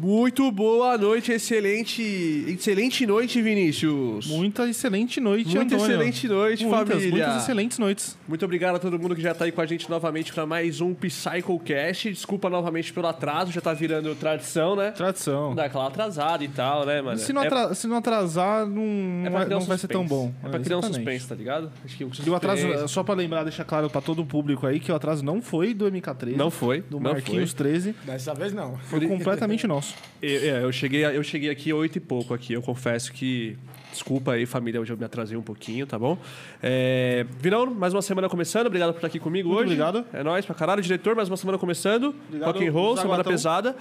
Muito boa noite, excelente, excelente noite, Vinícius. Muita excelente noite, Muito Antônio. excelente noite, muitas, família. Muitas excelentes noites. Muito obrigado a todo mundo que já tá aí com a gente novamente para mais um PsychoCast. Desculpa novamente pelo atraso, já tá virando tradição, né? Tradição. Dá aquela atrasada e tal, né, mano? Se não, É- atra- se não atrasar, não, é pra vai, criar não um vai ser tão suspense. bom. É pra criar um exatamente. suspense, É. tá ligado? Acho que o E o atraso, é, suspense- só pra lembrar, deixar claro pra todo o público aí que o atraso não foi do MK13. Não foi, Do não Marquinhos 13. Dessa vez não. Foi completamente nosso. Eu, é, eu cheguei, eu cheguei aqui oito e pouco aqui. Eu confesso que. Desculpa aí, família, hoje eu me atrasei um pouquinho, tá bom? É, Virão, mais uma semana começando. Obrigado por estar aqui comigo hoje. obrigado. É nóis pra caralho. Diretor, mais uma semana começando. Obrigado, Rock and roll, semana Zaguatão. pesada.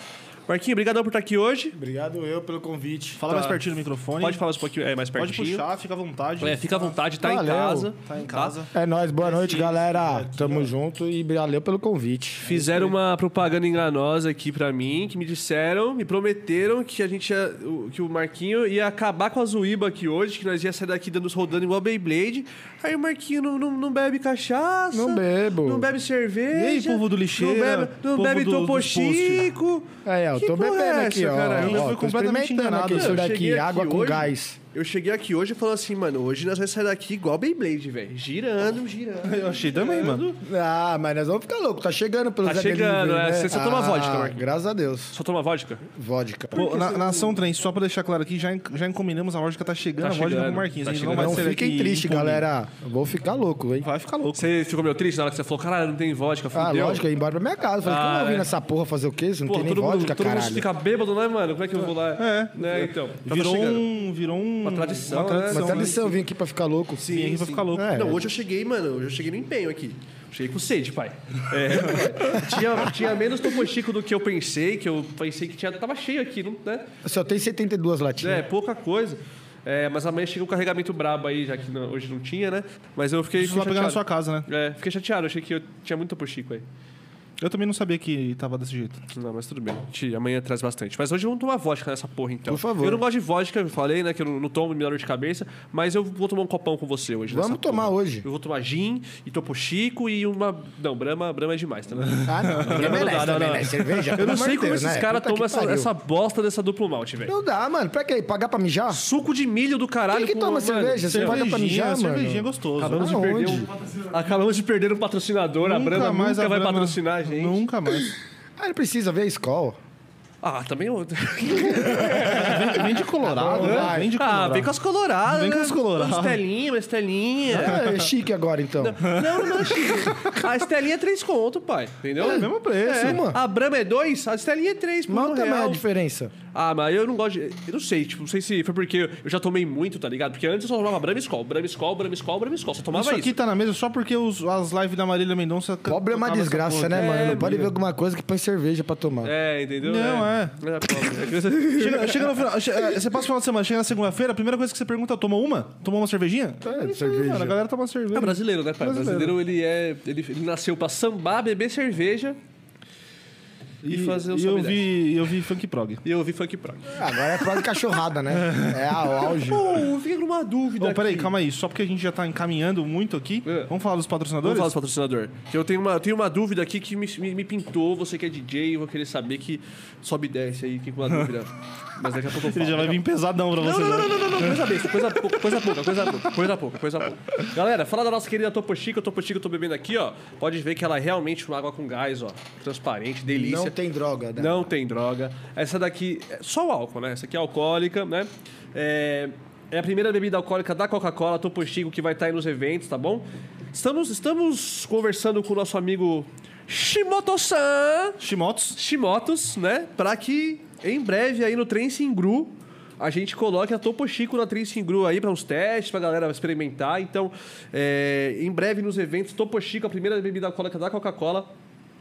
Marquinhos, obrigadão por estar aqui hoje. Obrigado eu pelo convite. Fala mais pertinho do microfone. Tá. Pode falar um pouquinho é, mais Pode pertinho. puxar, fica à vontade. É, fica à vontade, tá em Valeu, casa. Tá em casa. É nóis, boa noite, galera. é Tamo junto e valeu pelo convite. Fizeram uma propaganda enganosa aqui pra mim, que me disseram, me prometeram que a gente ia, o- que o Marquinho ia acabar com a Zuíba aqui hoje, que nós ia sair daqui dando os rodando igual Beyblade. Aí o Marquinho não, não, não bebe cachaça. Não bebo. Não bebe cerveja. E aí, povo do lixeira, Não bebe, não povo bebe do- Topo dos postes. Chico. É, eu Que né? tô porra bebendo é aqui, essa, ó. caralho? ó, fui tô completamente experimentando enganado. aqui Isso Eu cheguei daqui, água aqui com hoje- gás. Eu cheguei aqui hoje e falando assim, mano, hoje nós vamos sair daqui igual Beyblade, velho. Girando, girando. Eu achei também, mano. Ah, mas nós vamos ficar louco. Tá chegando pelo Tá Zé chegando, Delivery, é. né? Você só toma Ah, vodka, Marquinhos. Graças a Deus. Só toma vodka? Vodka. Pô, na, na ação trem, só pra deixar claro aqui, já, en- já encomendamos a vodka, tá chegando Tá a vodka chegando, com o Marquinhos. tá a gente não chegando. vai Não ser fiquem aqui tristes, impune. galera. Eu Vou ficar louco, hein? Vai ficar louco. Você ficou meio triste na hora que você falou, caralho, não tem vodka, fudeu. Ah, lógico, eu ia embora pra minha casa. Falei, Ah, como eu vim é. nessa porra fazer o quê? Você não Pô, tem nem todo, vodka, mundo, todo mundo caralho. fica bêbado, né, mano? Como é que eu vou lá? É. Né, então. Tá Virou chegando. um, virou um- Uma tradição, uma né? tradição, Uma Mas né? é lição, eu vim aqui pra ficar louco. Sim, aqui pra ficar louco. É. Não, hoje eu cheguei, mano, hoje eu cheguei no empenho aqui. Cheguei com sede, pai. É, tinha, tinha menos topo chico do que eu pensei, que eu pensei que tinha. Tava cheio aqui, não, né? Só tem 72 latinhas. É, pouca coisa. É, mas amanhã chega um carregamento brabo aí, já que não- hoje não tinha, né? Mas eu fiquei. Isso lá fiquei pegar na sua chateado. casa, né? É, fiquei chateado, achei que eu tinha muito topo chico aí. Eu também não sabia que tava desse jeito. Não, mas tudo bem. Ti- Amanhã traz bastante. Mas hoje vamos tomar vodka nessa porra, então. Por favor. Eu não gosto de vodka, eu falei, né? Que eu não, não tomo, me dá dor de cabeça. Mas eu vou tomar um copão com você hoje. Vamos nessa tomar porra. hoje. Eu vou tomar gin e topo chico e uma... Não, Brahma, Brahma é demais também. Ah, não. Ninguém Não, não merece dá, não, também, não. né? Cerveja, eu pelo não amor sei de como Deus, esses né? caras Puta que tomam essa, pariu. essa bosta dessa duplo malte, velho. Não dá, mano. Pra quê? Pagar pra mijar? Suco de milho do caralho. Quem que com- toma mano, cerveja? Você paga pra mijar, mano? cervejinha é gostoso. Acabamos de, Aonde? perder um, acabamos de perder um patrocinador. a Brahma nunca vai Brahma- patrocinar a gente. Nunca mais. Ah, ele precisa ver a escola. Ah, também outro. É, Vem de Colorado, Tá bom, né? Vem de Ah, Colorado. vem com as coloradas. Vem com né? as coloradas. Uma estelinha, uma estelinha. Ah, é chique agora, então. Não, não, Chico. A estelinha é 3 conto, pai. Entendeu? É, mesmo preço. É. mano. A Brahma é 2, a estelinha é 3. Mas Por um olha também a real. diferença. Ah, mas eu não gosto de... Eu não sei, tipo, não sei se foi porque eu já tomei muito, tá ligado? Porque antes eu só tomava Brahma Skol, Brahma Skol, Brahma Skol, Brahma Skol. Só tomava Isso isso. aqui tá na mesa só porque os- as lives da Marília Mendonça... ca- Pobre é uma tocava essa desgraça, porra. né, mano? É, Não pode ver alguma coisa que põe cerveja pra tomar. É, entendeu? tá. Não, é. pobre. Chega, chega no final... che- é, Você passa o final de semana, chega na segunda-feira, a primeira coisa que você pergunta é, tomou uma? Tomou uma cervejinha? É, Isso aí, cerveja. mano, a galera toma cerveja. É brasileiro, né, pai? Brasileiro, Brasileiro. ele é... Ele, ele nasceu pra sambar, beber cerveja e, fazer o e samba eu e desce. vi, eu vi funk prog. E eu ouvi funk prog. Agora é prova de cachorrada, né? É a- o auge. Pô, eu fiquei numa dúvida Ô, peraí, aqui. calma aí. Só porque a gente já tá encaminhando muito aqui, É. vamos falar dos patrocinadores? Vamos falar dos patrocinador. Que eu tenho uma, eu tenho uma dúvida aqui que me, me, me pintou. Você que é DJ, eu vou querer saber que sobe e desce aí, quem com uma dúvida. Mas daqui a pouco eu falo. Ele já vai vir pesadão pra né? Não, você. não, não, não, não, não, não, coisa besta, coisa pouca, coisa pouca, coisa pouca, coisa pouca, coisa pouca. Galera, fala da nossa querida Topo Chico, a Topo Chico eu tô bebendo aqui, ó. Pode ver que ela é realmente uma água com gás, ó. Transparente, delícia. Não tem droga, né? Não tem droga. Essa daqui é só o álcool, né? Essa aqui é alcoólica, né? É, é a primeira bebida alcoólica da Coca-Cola, Topo Chico, que vai estar aí nos eventos, tá bom? Estamos, estamos conversando com o nosso amigo Shimoto-san, Shimotos. Shimotos, né? Pra que em breve aí no Trem Singru a gente coloque a Topo Chico na Trem Singru aí pra uns testes, pra galera experimentar. Então, é, em breve nos eventos, Topo Chico, a primeira bebida alcoólica da Coca-Cola,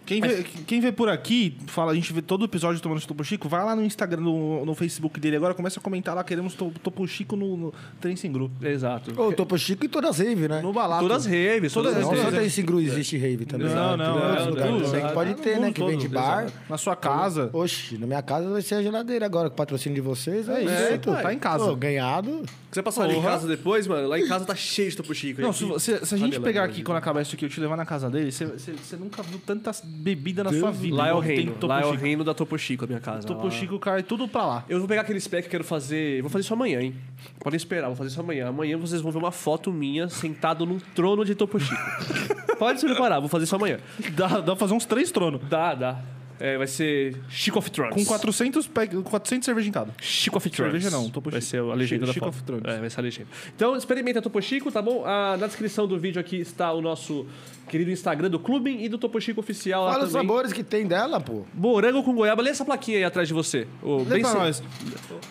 Quem vê, quem vê por aqui, fala, a gente vê todo episódio tomando Topo Chico, vai lá no Instagram, no, no Facebook dele agora, começa a comentar lá, queremos to, Topo Chico no, no Trem Sem Grupo. Exato. Ô, Topo Chico e todas rave, né? No balato. Todas as raves, todas, Não as só raves. tem esse gru existe rave também. Não, né? não, Tem é, não, outros não, lugares não, também que não, tá pode não, ter, não, né? Que vem de todo, bar. Na sua casa. Oxi, na minha casa vai ser a geladeira agora, com o patrocínio de vocês. É, é, isso, tá em casa. Pô, ganhado. Você passar ali em casa depois, mano, lá em casa tá cheio de Topo Chico. Não, Aqui- se, você- se a Sabe gente lá, pegar né? aqui quando acabar isso aqui eu te levar na casa dele, você- você você nunca viu tanta bebida na Deus sua do vida. Lá é o igual tem reino. Topo Lá é o Chico. reino da Topo Chico, a minha casa. Ah. Topo Lá- Chico cai tudo pra lá. Eu vou pegar aqueles packs que eu quero fazer. Vou fazer isso amanhã, hein? Podem esperar, vou fazer isso amanhã. Amanhã vocês vão ver uma foto minha sentado num trono de Topo Chico. Pode se preparar, vou fazer isso amanhã. Dá, dá pra fazer uns três tronos. Dá, dá. É, vai ser Chico of Thrones. Com 400, pack- 400 cervejas em cada. Chico of Thrones. Cerveja não, Topo Vai Chico. ser a legenda Chico da foto. of Thrones. É, vai ser a legenda. Então, experimenta Topo Chico, tá bom? Ah, na descrição do vídeo aqui está o nosso querido Instagram do clube e do Topo Chico oficial lá Olha os também. sabores que tem dela, pô. Morango com goiaba. Lê essa plaquinha aí atrás de você. Ô, Lê bem pra se- nós.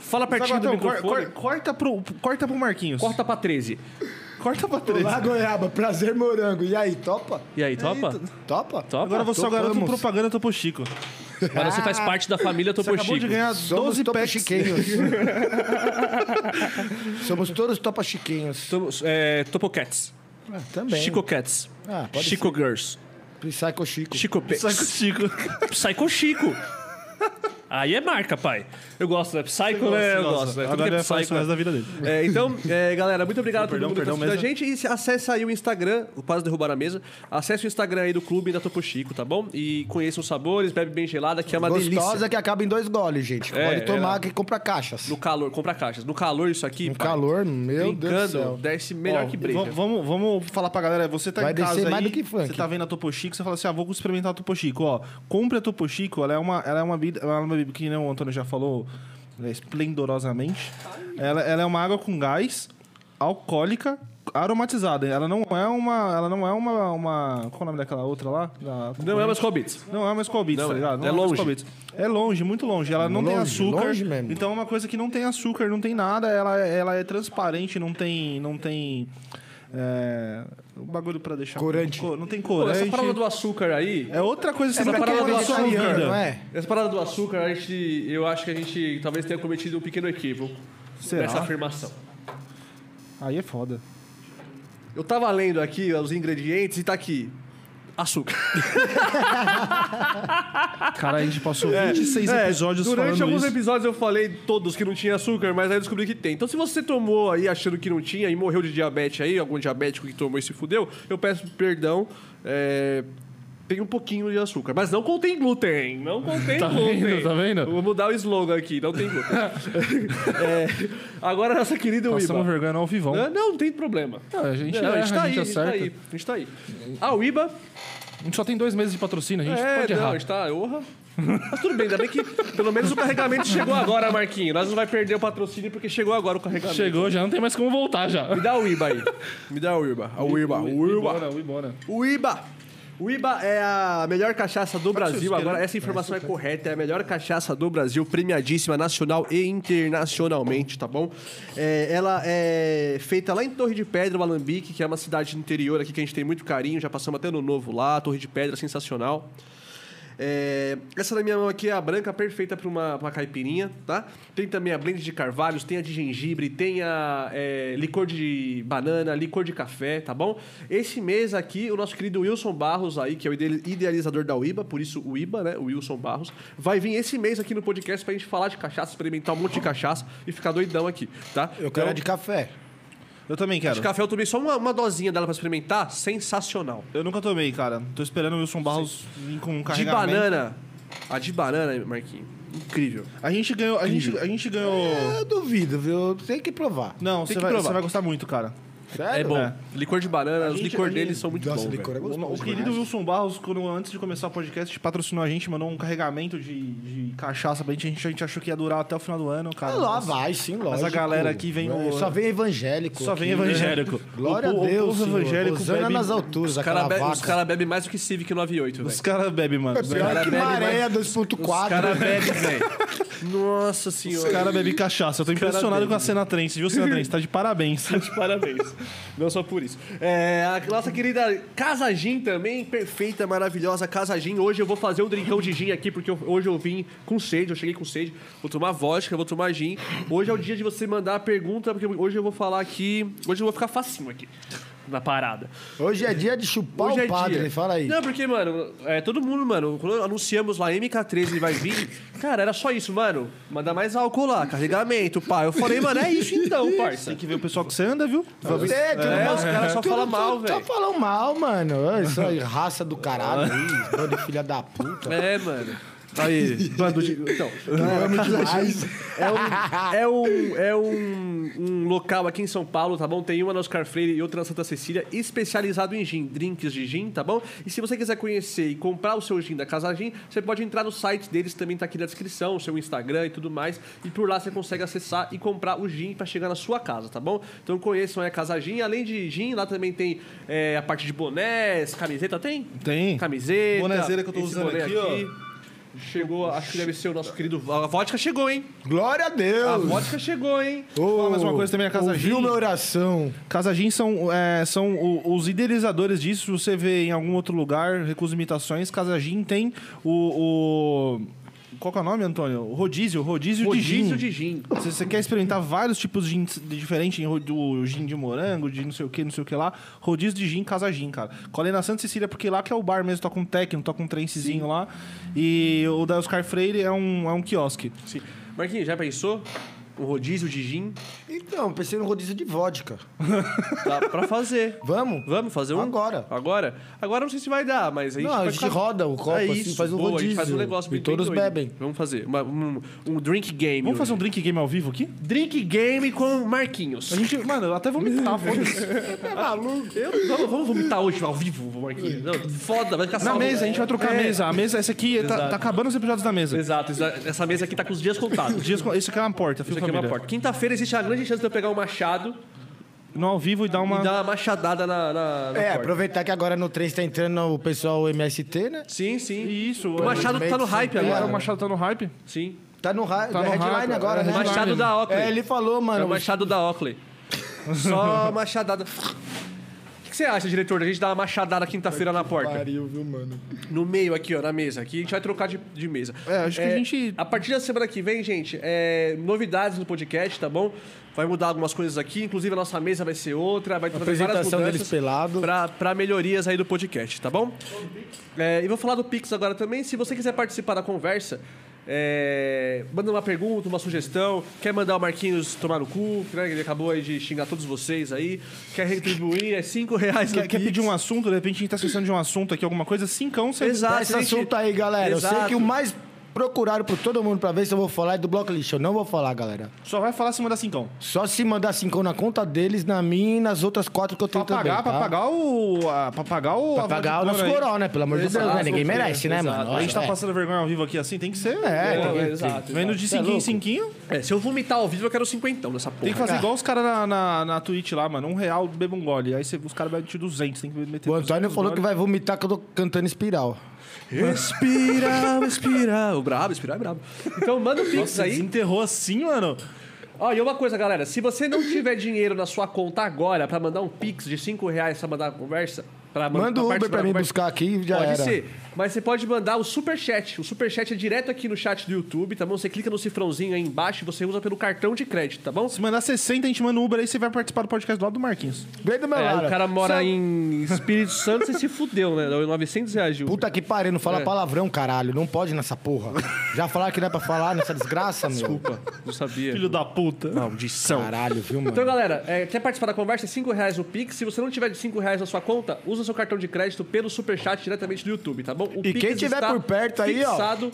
Fala pertinho do Sabatão, cor- microfone. um cor- corta, pro, corta pro Marquinhos. Corta pra 13. corta pra três. Olá, Goiaba, prazer morango. E aí, topa? E aí, topa? Topa? Topa? Agora você é o garoto Topamos. propaganda Topo Chico. Agora você faz parte da família Você Topo acabou Chico. de ganhar Somos 12 topa packs. chiquinhos. Somos todos topa chiquinhos. Somos, é, Topo Cats. Ah, também. Chico Cats. Ah, pode Chico Girls. Psycho Chico. Chico Pets. Saco Chico. Psycho Chico. Aí é marca, pai. Eu gosto, né? Psycho, né? Eu gosto, né? Tudo Agora que é ele vai psycho, falar isso mais né? da vida dele. É, então, é, galera, muito obrigado por todo Perdão, mundo perdão, que assistiu a mesa. gente. E se- acessa aí o Instagram, quase derrubaram a mesa. Acesse o Instagram aí do clube e da Topo Chico, tá bom? E conheça os sabores, bebe bem gelada, que é uma Gostosa delícia. que acaba em dois goles, gente. É, Pode tomar é. que compra caixas. No calor, compra caixas. No calor, isso aqui. Um pai, calor, meu Deus do Brincando, céu. desce melhor Ó, que breja. v- Vamos, vamos falar pra galera. Você tá Vai em casa descer mais aí, do que funk. você tá vendo a Topo Chico, você fala assim, ah, vou experimentar a Topo Chico. Ó, compre a Topo Chico, ela é uma, ela é uma, bebida- ela é uma bebida que né, o Antônio já falou né, esplendorosamente. Ela, ela é uma água com gás, alcoólica, aromatizada. Ela não é uma, ela não é uma, uma qual é o nome daquela outra lá? Da- Não é mais Hobbits. Não é uma Skull Beats, Não, tá ligado? é Não uma longe. Skull Beats. É longe, muito longe. Ela não tem Longe, açúcar. longe mesmo. Então é uma coisa que não tem açúcar, não tem nada. Ela, ela é transparente, não tem... Não tem... É, o bagulho pra deixar... Corante. Co- Não tem Pô, é, essa corante. parada do açúcar aí. É outra coisa que Essa você não tá parada querendo na do sua açúcar, vida. não né? é? Essa parada do açúcar, a gente, eu acho que a gente talvez tenha cometido um pequeno equívoco Será? nessa afirmação. Aí é foda. Eu tava lendo aqui os ingredientes e tá aqui. Açúcar. Cara, a gente passou 26 episódios É. durante falando alguns isso. episódios eu falei todos que não tinha açúcar, mas aí eu descobri que tem. Então se você tomou aí achando que não tinha e morreu de diabetes aí, algum diabético que tomou e se fudeu, eu peço perdão. É, Tem um pouquinho de açúcar, mas não contém glúten. Não contém Tá glúten. vendo? Tá vendo? Vou mudar o slogan aqui, não tem glúten. É, agora, nossa querida Passamos Uiba. vergonha ao vivão. Não, não tem problema. Não, a gente Não, erra, a gente tá acerta. aí, a gente tá aí. A Uiba A gente só tem dois meses de patrocínio, a gente é, pode não, errar. a gente tá. Orra. Mas tudo bem, ainda bem que pelo menos o carregamento chegou agora, Marquinhos. Nós não vai perder o patrocínio porque chegou agora o carregamento. Chegou, já não tem mais como voltar já. Me dá o IBA aí. Me dá o IBA. O IBA. O IBA. Uibona, Uibona. O IBA. O IBA é a melhor cachaça do Brasil. Agora, essa informação é correta. É a melhor cachaça do Brasil, premiadíssima nacional e internacionalmente, tá bom? É, ela é feita lá em Torre de Pedra, o Alambique, que é uma cidade do interior aqui que a gente tem muito carinho. Já passamos até no Novo lá. Torre de Pedra, sensacional. É, essa da minha mão aqui é a branca, perfeita para uma, pra uma caipirinha, tá? Tem também a blend de carvalhos, tem a de gengibre, tem a é, licor de banana, licor de café, tá bom? Esse mês aqui, o nosso querido Wilson Barros aí, que é o ide- idealizador da UIBA, por isso o IBA, né? O Wilson Barros, vai vir esse mês aqui no podcast pra gente falar de cachaça, experimentar um monte de cachaça e ficar doidão aqui, tá? Eu quero Então, a de café. Eu também quero. de café eu tomei só uma, uma dosinha dela pra experimentar, sensacional. Eu nunca tomei, cara. Tô esperando o Wilson Barros vir com um De carregamento. banana, a de banana, Marquinhos, incrível. A gente ganhou... A gente, a gente ganhou... Eu duvido, viu? Tem que provar. Não, Tem você que vai, provar. você vai gostar muito, cara. Sério? né? É bom. É. Licor de banana, os gente- licor a gente- deles são muito Nossa, bons. licor é velho. O, gostoso. o querido demais. Wilson Barros, quando, antes de começar o podcast, patrocinou a gente, mandou um carregamento de, de cachaça pra gente. A gente. a gente achou que ia durar até o final do ano, cara. Ah, lá Nossa. vai, sim, lógico. Mas a galera aqui vem o- Só vem evangélico. Só vem aqui, né? evangélico. Glória O po- a o Deus, povo Senhor. evangélico Hosana bebe- nas alturas, Os caras aquela be os vaca. cara bebem mais do que Civic 98, velho. Os caras bebem, mano. Os cara Pior que bebe maré Os 2.4. caras bebem, velho. Nossa senhora. caras bebem cachaça. Eu tô impressionado com a cena trance, viu, cena trance? Tá de parabéns. de parabéns. Não só por isso. É, a nossa querida Casa Gin também, perfeita, maravilhosa Casa Gin. Hoje eu vou fazer um drinkão de gin aqui, porque eu- hoje eu vim com sede, eu cheguei com sede. Vou tomar vodka, vou tomar gin. Hoje é o dia de você mandar a pergunta, porque hoje eu vou falar aqui... Hoje eu vou ficar facinho aqui. na parada. Hoje é dia de chupar Hoje o é padre, dia. fala aí. Não, porque, mano, é, todo mundo, mano, quando anunciamos lá MK13 ele vai vir, cara, era só isso, mano. Mandar mais álcool lá, carregamento, pá. Eu falei, mano, é isso então, parça. Tem que ver o pessoal que você anda, viu? Você, tu É, não- os caras só tu falam não- mal, Só velho. falam mal, mano. Ai, Isso aí, raça do caralho aí, bando de filha da puta. É, mano. Aí, mano, então, é um, é um, é um, um local aqui em São Paulo, tá bom? Tem uma na Oscar Freire e outra na Santa Cecília, especializado em gin, drinks de gin, tá bom? E se você quiser conhecer e comprar o seu gin da Casa Gin, você pode entrar no site deles, também tá aqui na descrição, o seu Instagram e tudo mais. E por lá você consegue acessar e comprar o gin pra chegar na sua casa, tá bom? Então conheçam a Casa Gin. Além de gin, lá também tem é, a parte de bonés, camiseta, tem? Tem. Camiseta. Bonezeira que eu tô esse usando boné aqui, ó. Chegou, acho que deve ser o nosso querido... A vodka chegou, hein? Glória a A Deus. vodka chegou, hein? Ô, Ah, mas uma coisa também, a Casa ouviu Gin- minha oração. Casagins são, é, são o- os idealizadores disso. Se você vê em algum outro lugar, recusa imitações. Casagin tem o, o- Qual que é o nome, Antônio? O rodízio, rodízio, Rodízio de de gin. gin. Se você quer experimentar vários tipos de gin de- diferente, em ro- do gin de morango, de não sei o que, não sei o que lá, rodízio de gin, casagin, cara. Colei na Santa Cecília, porque lá que é o bar mesmo, toca um técnico, toca um trencezinho lá. E o da Oscar Freire é um, é um quiosque. Sim. Marquinhos, já pensou? Um rodízio de gin? Então, pensei no rodízio de vodka. Dá pra fazer. Vamos? Vamos fazer um? Agora. Agora? Agora não sei se vai dar, mas a gente Não, a vai gente ficar- roda o copo É assim, isso, faz um boa, a gente faz um rodízio. negócio E bem todos doido. bebem. Vamos fazer uma- um, um drink game. Vamos fazer um hoje. drink game ao vivo aqui? um- drink game com Marquinhos. A gente, mano, eu até vomitar, foda-se. é Eu- vamos, vamos vomitar hoje ao vivo, Marquinhos. Não, foda, vai ficar Na salvo. mesa, a gente vai trocar a mesa. A mesa, essa aqui, tá, tá acabando os episódios da mesa. Exato, exa- essa mesa aqui tá com os dias contados. Dias, com- isso aqui é uma porta, Isso filho aqui é uma família. porta. Quinta-feira existe a grande chance de eu pegar um machado No ao vivo e dar uma... e dar uma machadada na, na, na É, porta. aproveitar que agora no 3 tá entrando o pessoal MST, né? Sim, sim. Isso, é. O Machado tá no hype Sim, agora. o Machado tá no hype. Sim. Tá no, ra- Tá no headline hype, agora, é, né? headline. Machado da Oakley. É, ele falou, É o mano. Machado da Oakley. Só machadada. O que você acha, diretor, da gente dar uma machadada quinta-feira na porta? Pariu, viu, mano? No meio aqui, ó, na mesa. Aqui a gente vai trocar de, de mesa. É, acho que a gente- A partir da semana que vem, gente, é, novidades no podcast, tá bom? Vai mudar algumas coisas aqui, inclusive a nossa mesa vai ser outra, vai trazer várias Apresentação mudanças deles pelado. pra, pra melhorias aí do podcast, tá bom? É, e vou falar do Pix agora também. Se você quiser participar da conversa, é, manda uma pergunta, uma sugestão, quer mandar o Marquinhos tomar no cu, né? Ele acabou aí de xingar todos vocês aí, quer retribuir, é 5 reais no Quer, quer Pix. pedir um assunto, de repente a gente tá esquecendo de um assunto aqui, alguma coisa, cincão, você... Exato, Esse a gente- assunto aí, galera. Eu sei Exato. que o mais procurado por todo mundo pra ver se eu vou falar é do Bloco Lixo. Eu não vou falar, galera. Só vai falar se mandar cincão. Só se mandar cinco na conta deles, na minha e nas outras quatro que eu Pra tenho pagar, também, pra tá? pagar o... A, pra pagar o... Pra a pagar o voadora nosso aí. coral, né? Pelo amor de Deus, Exato, né? Ninguém exato, merece, né, exato. mano? A gente tá É. passando vergonha ao vivo aqui assim, tem que ser... É, É, tem que- exato, Vendo exato. de Cê é cinquinho em louco? cinquinho, É, se eu vomitar ao vivo, eu quero 50 nessa porra. tem que fazer igual os caras na, na, na Twitch lá, mano. Um real, beba um gole. Aí você, os caras bebem de 200, tem que meter... O Antônio falou que vai vomitar que eu tô cantando espiral. Respira, respira. O brabo, respirar é brabo. Então manda o Pix aí. Desenterrou assim, mano. Ó, e uma coisa, galera. Se você não tiver dinheiro na sua conta agora pra mandar um Pix de 5 reais pra mandar a conversa... Pra man- Manda o pra Uber participar pra da mim conversa, buscar aqui e já tá pode era. ser. Mas você pode mandar o superchat. O superchat é direto aqui no chat do YouTube, tá bom? Você clica no cifrãozinho aí embaixo e você usa pelo cartão de crédito, tá bom? Se mandar 60, a gente manda um Uber aí, você vai participar do podcast do lado do Marquinhos. Vem do meu É, lado. o cara mora Cê- em Espírito Santo, você se fudeu, né? 900 reais de Uber. Puta que pariu, não É. fala palavrão, caralho. Não pode nessa porra. Já falaram que não é pra falar nessa desgraça, meu. Desculpa, não sabia. Filho da puta. Maldição. Caralho, viu, Então, mano? galera, é, quer participar da conversa? É 5 reais no Pix. Se você não tiver de 5 reais na sua conta, usa seu cartão de crédito pelo Superchat diretamente do YouTube, tá bom? O E quem tiver por perto aí, ó. fixado.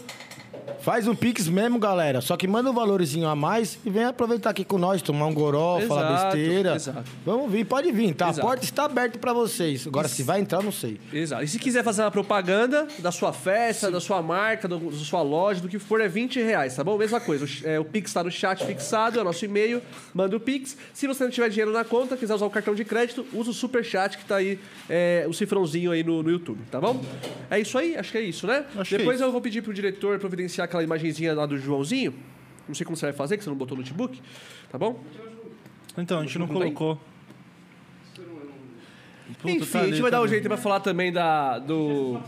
Faz um pix mesmo, galera. Só que manda um valorzinho a mais e vem aproveitar aqui com nós, tomar um goró, Exato, falar besteira. exato. Vamos vir, pode vir, tá? Exato. A porta está aberta pra vocês. Agora, se vai entrar, eu não sei. Exato. E se quiser fazer uma propaganda da sua festa, da sua marca, do- da sua loja, do que for, é 20 reais, tá bom? Mesma coisa. O, ch- é, o Pix tá no chat fixado, é o nosso e-mail, manda o Pix. Se você não tiver dinheiro na conta, quiser usar o cartão de crédito, usa o Superchat que tá aí, é, o cifrãozinho aí no, no YouTube, tá bom? É isso aí? Acho que é isso, né? Acho que é Depois isso. eu vou pedir pro diretor providenciar aquela imagenzinha lá do Joãozinho. Não sei como você vai fazer, que você não botou no notebook, tá bom? Então, a gente não Não tem? colocou. Puta, Enfim, tá a ali, gente vai tá dar um ali. jeito pra falar também da, do,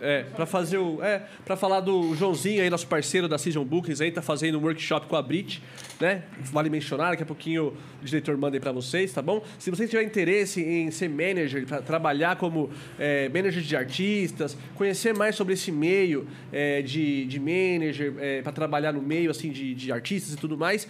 É, pra fazer o. É, pra falar do Joãozinho aí, nosso parceiro da Season Bookings aí, tá fazendo um workshop com a Brit, né? Vale mencionar, daqui a pouquinho o diretor manda aí pra vocês, tá bom? Se você tiver interesse em ser manager, pra trabalhar como é, manager de artistas, conhecer mais sobre esse meio é, de, de manager, é, pra trabalhar no meio assim de, de artistas e tudo mais.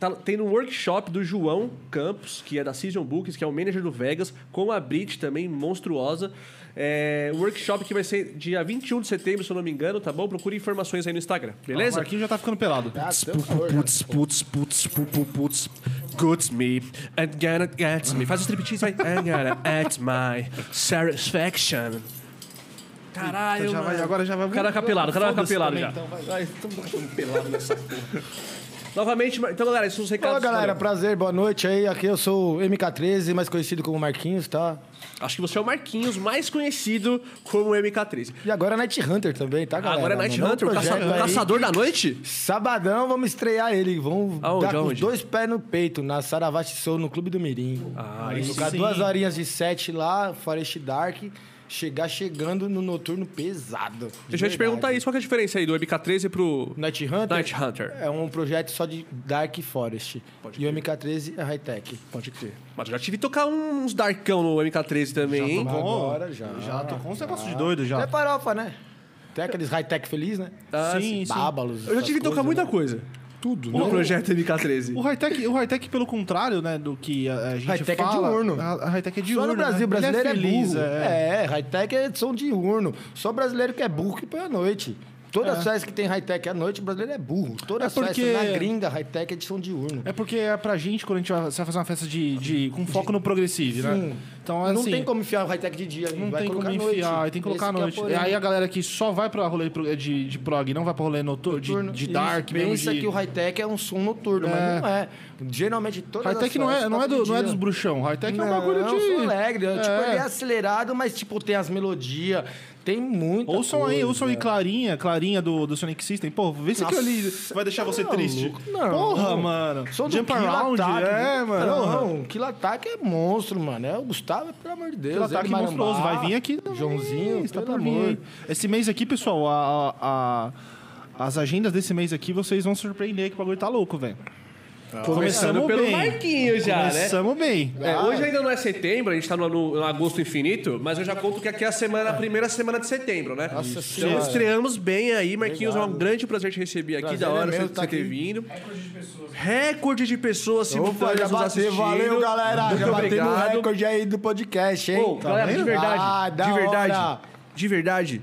Tá tendo um workshop do João Campos, que é da Season Books, que é o manager do Vegas, com a Brit também, monstruosa. É, um workshop que vai ser dia 21 de setembro, se eu não me engano, tá bom? Procure informações aí no Instagram, beleza? Aqui já tá ficando pelado. Putz, putz, putz, putz, putz, guts me, and gonna get me. Faz o striptease, vai. And gonna at my satisfaction. Então Caralho, Já vai- mano. agora já vai- O cara é capelado, o cara Foda-se capelado também, já. Ai, todo mundo capelado nessa porra. Novamente, então, galera, esses são os recados. Fala galera, Valeu. prazer, boa noite aí. Aqui eu sou o MK13, mais conhecido como Marquinhos, tá? Acho que você é o Marquinhos mais conhecido como MK13. E agora é Night Hunter também, tá, galera? Agora é Night Mandou um Hunter, o caça- projeto o aí. caçador da noite? Sabadão vamos estrear ele. Vamos Aonde, dar com os aonde? dois pés no peito na Saravate Soul, no Clube do Mirim. Ah, Vai Jogar duas horinhas de sete lá, Forest Dark. Chegar chegando no noturno pesado. De Deixa eu te verdade. perguntar isso, qual que é a diferença aí do MK13 pro né? Night Hunter Night Hunter? é um projeto só de Dark Forest. Pode e o MK13 é high-tech. Pode crer. Mas eu já tive que tocar uns darkão no MK13 também, hein? Agora já. Já tocou uns negócios de doido já. É farofa, né? Tem aqueles high-tech feliz, né? Ah, sim, sim. Bábalos. Eu já essas tive que tocar coisas, muita né? coisa Tudo, no projeto O MK13. high-tech, o high-tech, pelo contrário, né, do que a, a gente High-tech é fala... diurno. A, a high-tech é diurno, Só no Brasil, né? Ele brasileiro é, feliz, burro. é. É, high-tech é som diurno. Só brasileiro que é burro que põe à noite. Todas as festas que tem high-tech à noite, o brasileiro é burro. Todas É as porque- festas na gringa, high-tech é de som diurno. É porque é pra gente, quando a gente vai, você vai fazer uma festa de, de- com foco no progressivo, né? Então, assim, não tem como enfiar o high-tech de dia. Não vai tem como colocar à noite. enfiar, tem que colocar à Esse é o noite. porém. aí a galera que só vai pra rolê pro- é de, de prog, não vai pra rolê noturno, de, Noturno. de Isso, dark, mesmo Pensa de... que o high-tech é um som noturno, mas não é. Geralmente todas as High-tech não é, festas não, é tocam do- de não é dia. dos bruxão, high-tech é um Não, bagulho de... eu sou alegre. eu, Tipo, É. ele é acelerado, mas tipo, tem as melodias. Tem muita Ouçam aí, coisa. ouçam aí Clarinha, Clarinha do, do Sonic System. Pô, vê se aquilo ali vai deixar você Não, triste. Tá louco, não. Porra, mano. Som do Jump Kill Around, Attack, é, né? mano. Não, o Kill Attack é monstro, mano. É o Gustavo, pelo amor de Deus. Aquele ele ataque Marambá, monstruoso. Vai vir Ah, aqui. Joãozinho, está pelo por vir. amor. aí. Esse mês aqui, pessoal, a- a- a- as agendas desse mês aqui, vocês vão surpreender que o bagulho tá louco, velho. Começando pelo bem. Marquinho já, né? Começamos bem. Ah, É, Ah. hoje ainda não é setembro, a gente tá no, no agosto infinito, mas eu já conto que aqui é a semana, a primeira semana de setembro, né? Nossa então, Senhora. estreamos bem aí, Marquinhos, é um grande prazer te receber aqui, Prazer da é hora meu você, tá você ter aqui. vindo. Recorde de pessoas né? Opa, já simultâneas nos bateu, assistindo. valeu, galera. Muito já bateu no obrigado. recorde aí do podcast, hein? Ô, Tá galera, de vendo? verdade, Ah, da de verdade, hora. de verdade,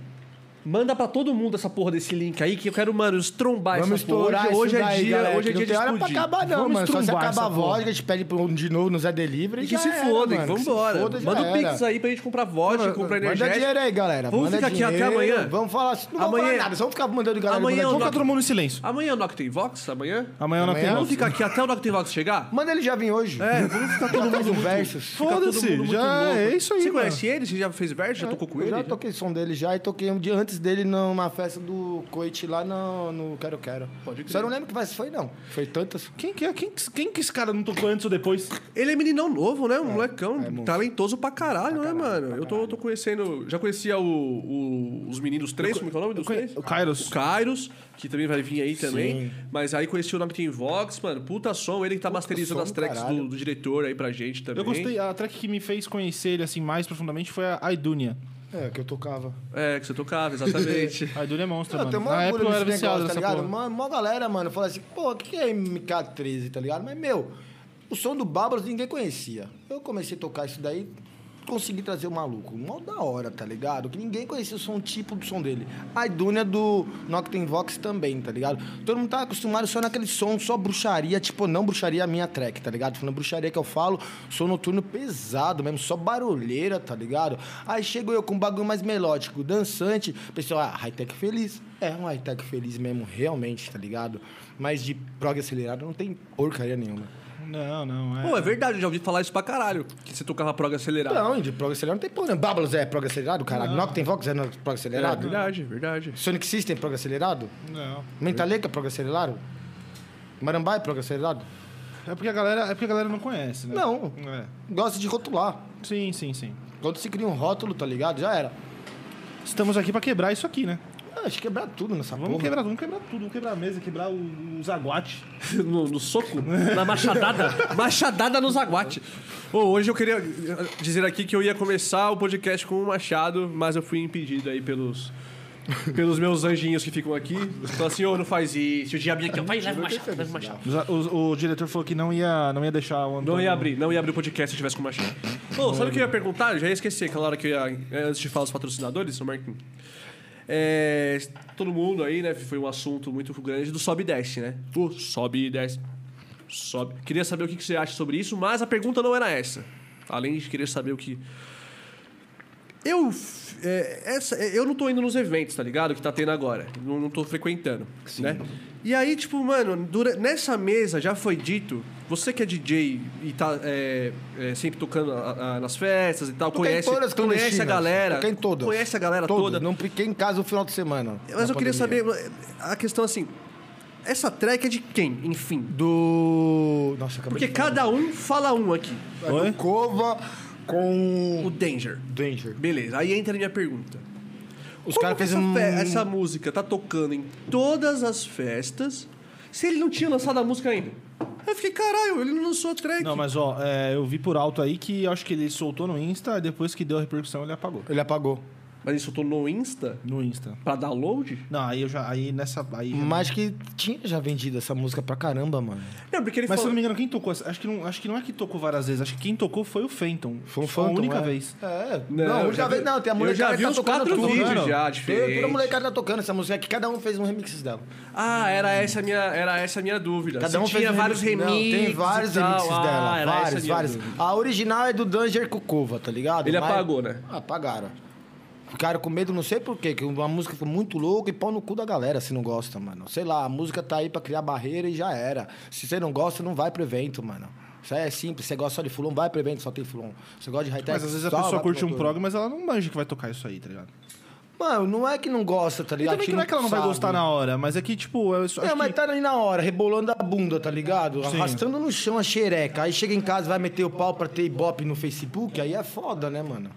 manda pra todo mundo essa porra desse link aí que eu quero, mano, trombar Vamos essa porra. estourar Hoje, hoje isso daí, é dia, galera, hoje é que dia de Não tem hora pra explodir. acabar, não, Vamos mano. Só se estrumbar acabar a essa porra. vodka, a gente pede pra um de novo no Zé Delivery. E e que já se era, fodem, mano. Que se vambora. foda, já Manda o era. Pix aí pra gente comprar vodka, comprar energético. Manda dinheiro aí, galera. Vamos Manda ficar aqui até dinheiro. amanhã. Vamos falar. Não vamos Amanhã- falar nada, só vamos ficar mandando galera. Amanhã mandar eu Vamos não- ficar todo mundo em silêncio. Amanhã é o Noctemvox? Amanhã? Amanhã não tem Vamos nosso. ficar aqui até o Noctemvox chegar? Manda ele já vir hoje. É, vamos ficar todo mundo um versus. fica todo mundo Foda-se, muito já louco. é isso aí, Você mano. conhece ele? Você já fez verso? Já tocou com É, Eu ele? já toquei som dele já e toquei um dia antes dele numa festa do Coit lá no, no Quero Quero. Pode crer. Só não lembro que festa foi, não. Foi tantas. Quem que, é? quem, quem que esse cara não tocou antes ou depois? Ele é meninão novo, né? Um molecão talentoso pra caralho, né, mano? Eu tô, tô conhecendo. Já conhecia o, o- os meninos três, como é que é o nome dos três? O Kairos. O Kairos, que também vai vir aí também. Mas aí conheci o Noctem Vox, mano. Puta som, ele que tá masterizando som as do tracks caralho. do, do diretor aí pra gente também. Eu gostei, a track que me fez conhecer ele assim mais profundamente foi a Aidunia. É, que eu tocava. É, que você tocava, exatamente. A Aidunia é monstro, Eu tenho mano. Ah, uma Na época eu era viciado tá nessa ligado? porra. Mó, mó galera, mano, fala assim, pô, o que, que é MK13, tá ligado? Mas, meu, o som do Bárbaros ninguém conhecia. Eu comecei a tocar isso daí, consegui trazer o maluco. Mó da hora, tá ligado? Que ninguém conhecia o som, o tipo do som dele. A Idúnia do Noctenvox também, tá ligado? Todo mundo tá acostumado só naquele som, só bruxaria, tipo, não bruxaria a minha track, tá ligado? Falando bruxaria que eu falo, som noturno pesado mesmo, só barulheira, tá ligado? Aí chego eu com um bagulho mais melódico, dançante, pessoal, ah, high-tech feliz. É um high-tech feliz mesmo, realmente, tá ligado? Mas de prog acelerado não tem porcaria nenhuma. Não, não, é. Pô, é verdade, eu já ouvi falar isso pra caralho. Que você tocava prog acelerado. Não, de prog acelerado não tem porra. nenhuma. Bablos é prog acelerado, caralho. Noctenvox é no- prog É acelerado. verdade, verdade. Sonic System é prog acelerado. Não. Mentaleca é prog acelerado. Marambá é prog acelerado. É porque a galera, é porque a galera não conhece, né? Não. É. Gosta de rotular. Sim, sim, sim. Quando se cria um rótulo, tá ligado? Já era. Estamos aqui pra quebrar isso aqui, né? Ah, acho que quebrar tudo nessa Vamos porra. quebrar, vamos quebrar tudo, vamos quebrar a mesa, quebrar o- os aguates. No, no soco? Na machadada? machadada no zaguate. Ô, hoje eu queria eh, dizer aqui que eu ia começar o podcast com o Machado, mas eu fui impedido aí pelos. Pelos meus anjinhos que ficam aqui. Falaram assim, ô, não faz isso. O diabinho aqui, ó, vai, leva o machado, leva o machado. Os a- os- o diretor falou que não ia, não ia deixar o Antônio. Não ia abrir, não ia abrir o podcast se eu tivesse com o Machado. Ô, sabe o que eu ia perguntar? Eu já ia esquecer aquela hora que eu ia. Antes de falar os patrocinadores, seu Marquinhos. É, todo mundo aí, né? Foi um assunto muito grande do sobe e desce, né? O sobe e desce. Sobe. Queria saber o que que você acha sobre isso, mas a pergunta não era essa. Além de querer saber o que. Eu. f- é, essa, é, eu não tô indo nos eventos, tá ligado? Que tá tendo agora. Não, não tô frequentando. Né? E aí, tipo, mano, dura- nessa mesa já foi dito. Você que é DJ e tá é, é, sempre tocando a- a- nas festas e tal, Toquei em conhece, todas as conhece a clandestinas. galera. Toquei em todas. Conhece a galera Todas. toda. Não fiquei em casa o final de semana. Mas na eu queria pandemia. saber, a questão assim, essa track é de quem, enfim? Do. Nossa, acabei Porque de cada um fala um aqui. falar. Do Cova com. O Danger. Danger. Beleza, aí entra a minha pergunta. Os Como caras que fez essa, um. fe- essa música tá tocando em todas as festas, se ele não tinha lançado a música ainda? Aí eu fiquei, caralho, ele não lançou a track. Não, mas ó, é, eu vi por alto aí que eu acho que ele soltou no Insta, depois que deu a repercussão ele apagou. Ele apagou. Mas ele soltou no Insta No Insta. pra download? Não, aí eu já. Aí nessa. Aí já- Mas que tinha já vendido essa música pra caramba, mano. Não, porque ele Mas falou. se eu não me engano, quem tocou? essa- Acho que não, acho que não é que tocou várias vezes, acho que quem tocou foi o Fenton. Foi um Só Phantom, A única é. vez. É. Não, Não, eu não, já já vi- vê, não tem a eu molecada já que vi tá uns tocando quatro tudo. vídeos Mano, já, tem- diferente. Toda molecada tá tocando essa música aqui, cada um fez um remix dela. Ah, era essa a minha, era essa a minha dúvida. Cada Se um tinha fez um vários remixes. Não, tem vários e tal. remixes Ah, era dela. essa a vários, minha vários. dúvida. A original é do Danger Kukova, tá ligado? Ele Mas- apagou, né? Apagaram. Ficaram com medo, não sei porquê, que uma música ficou muito louca e pau no cu da galera se não gosta, mano. Sei lá, a música tá aí pra criar barreira e já era. Se você não gosta, não vai pro evento, mano. Isso aí é simples. Você gosta só de fulon, vai pro evento, só tem fulon. Você gosta de high-tech, Mas às vezes a só vai pessoa pro curte um motor. prog, mas ela não manja que vai tocar isso aí, tá ligado? Mano, não é que não gosta, tá E ligado? também que não é que ela não vai sabe. gostar na hora, mas é que, tipo, eu só Não, acho mas que- tá ali na hora, rebolando a bunda, tá ligado? Arrastando no chão a xereca. Aí chega em casa, vai meter o pau pra ter ibope no Facebook, aí é foda, né, mano?